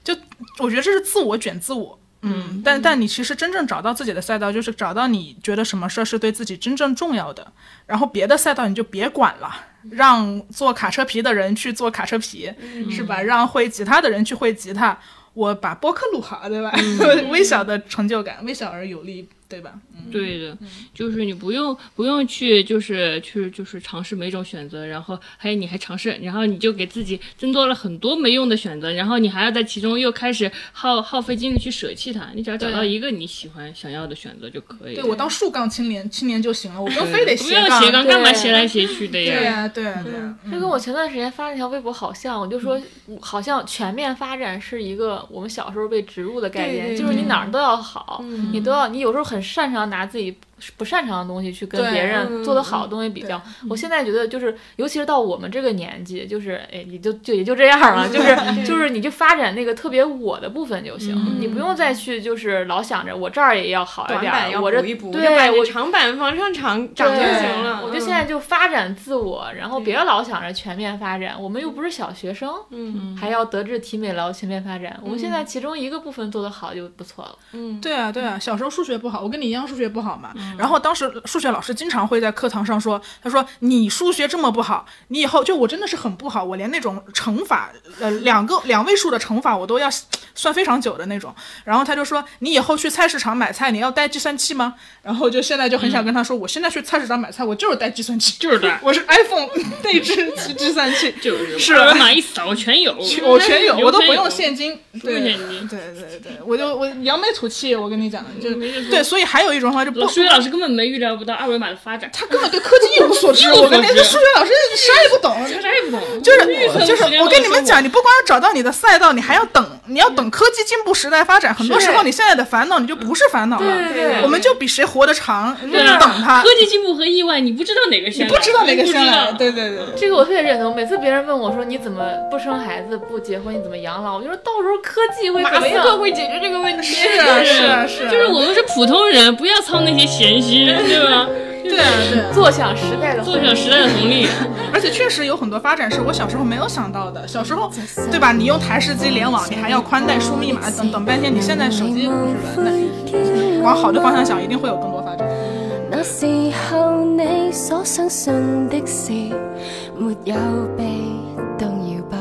Speaker 4: 就我觉得这是自我卷自我。嗯，但但你其实真正找到自己的赛道，就是找到你觉得什么事儿是对自己真正重要的，然后别的赛道你就别管了，让做卡车皮的人去做卡车皮，
Speaker 13: 嗯
Speaker 4: 是吧？让会吉他的人去会吉他，我把播客录好，对吧？ 微小的成就感，微小而有力，对吧？嗯，
Speaker 2: 对的，就是你不用不用去，就是去就是尝试每种选择，然后嘿你还尝试，然后你就给自己增多了很多没用的选择，然后你还要在其中又开始耗耗费精力去舍弃它。你只要找
Speaker 4: 对
Speaker 2: 到一个你喜欢想要的选择就可以了。
Speaker 4: 对我当竖杠青年青年就行了，我不用
Speaker 2: 对
Speaker 4: 非得
Speaker 2: 不
Speaker 4: 斜
Speaker 2: 用
Speaker 4: 杠，
Speaker 2: 斜杠干嘛
Speaker 4: 对
Speaker 2: 斜来斜去的呀
Speaker 4: 对啊呀，对呀，嗯对呀。
Speaker 6: 就跟我前段时间发那条微博好像，我就说
Speaker 15: 嗯
Speaker 6: 好像全面发展是一个我们小时候被植入的概
Speaker 15: 对
Speaker 6: 念，
Speaker 15: 对
Speaker 6: 就是你
Speaker 15: 对
Speaker 6: 哪儿都要好，
Speaker 15: 嗯
Speaker 6: 你都要，你有时候很擅长拿自己不擅长的东西去跟
Speaker 15: 对
Speaker 6: 别
Speaker 15: 嗯
Speaker 6: 人做得好的东西比较。我现在觉得就是，尤其是到我们这个年纪，就是哎，也就就也就这样了，就
Speaker 15: 对
Speaker 6: 是就是你就发展那个特别我的部分就行，
Speaker 1: 嗯
Speaker 6: 你不用再去就是老想着我这儿也要好一
Speaker 1: 短
Speaker 6: 点
Speaker 1: 板
Speaker 6: 儿，
Speaker 1: 要
Speaker 6: 我这
Speaker 1: 补一补，
Speaker 6: 对
Speaker 1: 就把你
Speaker 6: 我
Speaker 1: 长板往上长长就行了。
Speaker 6: 我就
Speaker 1: 嗯
Speaker 6: 现在就发展自我，然后别老想着全面发展，我们又不是小学生，
Speaker 1: 嗯
Speaker 6: 还要德智体美劳全面发展。我们现在
Speaker 4: 嗯
Speaker 6: 其中一个部分做得好就不错了。
Speaker 1: 嗯，
Speaker 4: 对啊，对啊，小时候数学不好，我跟你一样数学不好嘛。
Speaker 2: 嗯
Speaker 4: 然后当时数学老师经常会在课堂上说，他说你数学这么不好，你以后就我真的是很不好，我连那种乘法，呃，两个两位数的乘法我都要算非常久的那种。然后他就说，你以后去菜市场买菜，你要带计算器吗？然后就现在就很
Speaker 2: 嗯
Speaker 4: 想跟他说，我现在去菜市场买菜，我就是带计算器，就是
Speaker 2: 带
Speaker 4: 我是 iPhone 内置计计算器，
Speaker 2: 就是
Speaker 4: 是
Speaker 2: 二维码一扫我全有，
Speaker 4: 啊 全我全有，我都不
Speaker 2: 全有
Speaker 4: 用现金，
Speaker 2: 不用
Speaker 4: 对
Speaker 2: 现金
Speaker 4: 对对对，我就我扬眉吐气，我跟你讲，就
Speaker 2: 嗯没人说
Speaker 4: 对，所以还有一种方法就不
Speaker 2: 老师
Speaker 4: 不
Speaker 2: 老师根本没预料不到二维码的发展，
Speaker 4: 他根本对科技一无所知。我跟那个数学老师啥也不懂，
Speaker 2: 啥也不懂，
Speaker 4: 就是就是，我跟你们讲，你不光要找到你的赛道，你还要等，你要等科技进步时代发展。很多时候，你现在的烦恼你就不是烦恼了
Speaker 2: 对对对，
Speaker 4: 我们就比谁活得长，你就
Speaker 2: 对啊
Speaker 4: 等它。
Speaker 2: 科技进步和意外，你不知道哪个先
Speaker 4: 你不知道哪个先来
Speaker 2: 你不知道
Speaker 4: 对对对
Speaker 6: 这个我特别认同。每次别人问我说你怎么不生孩子不结婚，你怎么养老？我就说到时候科技会怎么样？
Speaker 15: 马斯克会解决这个问题
Speaker 6: 是
Speaker 15: 啊
Speaker 6: 是啊
Speaker 2: 就是
Speaker 6: 啊
Speaker 2: 就是我们是普通人，不要操那些闲心，对吧？
Speaker 4: 对啊对啊
Speaker 6: 坐享时代的
Speaker 2: 坐享时代的红利。
Speaker 4: 而且确实有很多发展是我小时候没有想到的。小时候，对吧？你用台式机联网，你还要宽带输密码，等等半天。你现在手机也不是了，那往好的方向想，一定会有更多发展。
Speaker 7: 那时候你所相信的事，没有被动摇吧？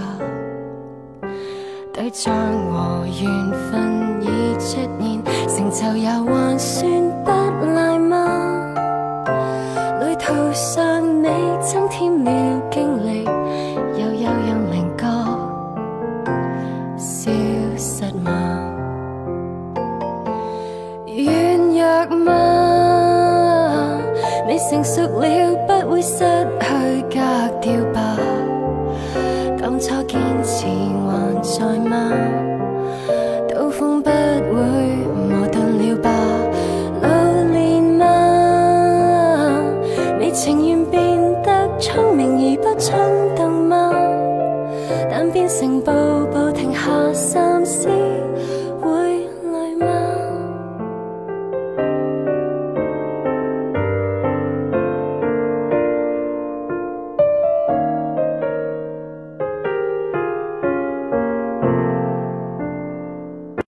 Speaker 7: 對象和緣分已出現，成就也還算不賴嗎？旅途上你增添了經歷，又有讓靈覺消失嗎？軟弱嗎？你成熟了，不會失去格調吧？當初堅持還在嗎？刀鋒不會磨钝了吧？老練嗎？你情願變得聰明而不衝動嗎？但變成步步停下三思。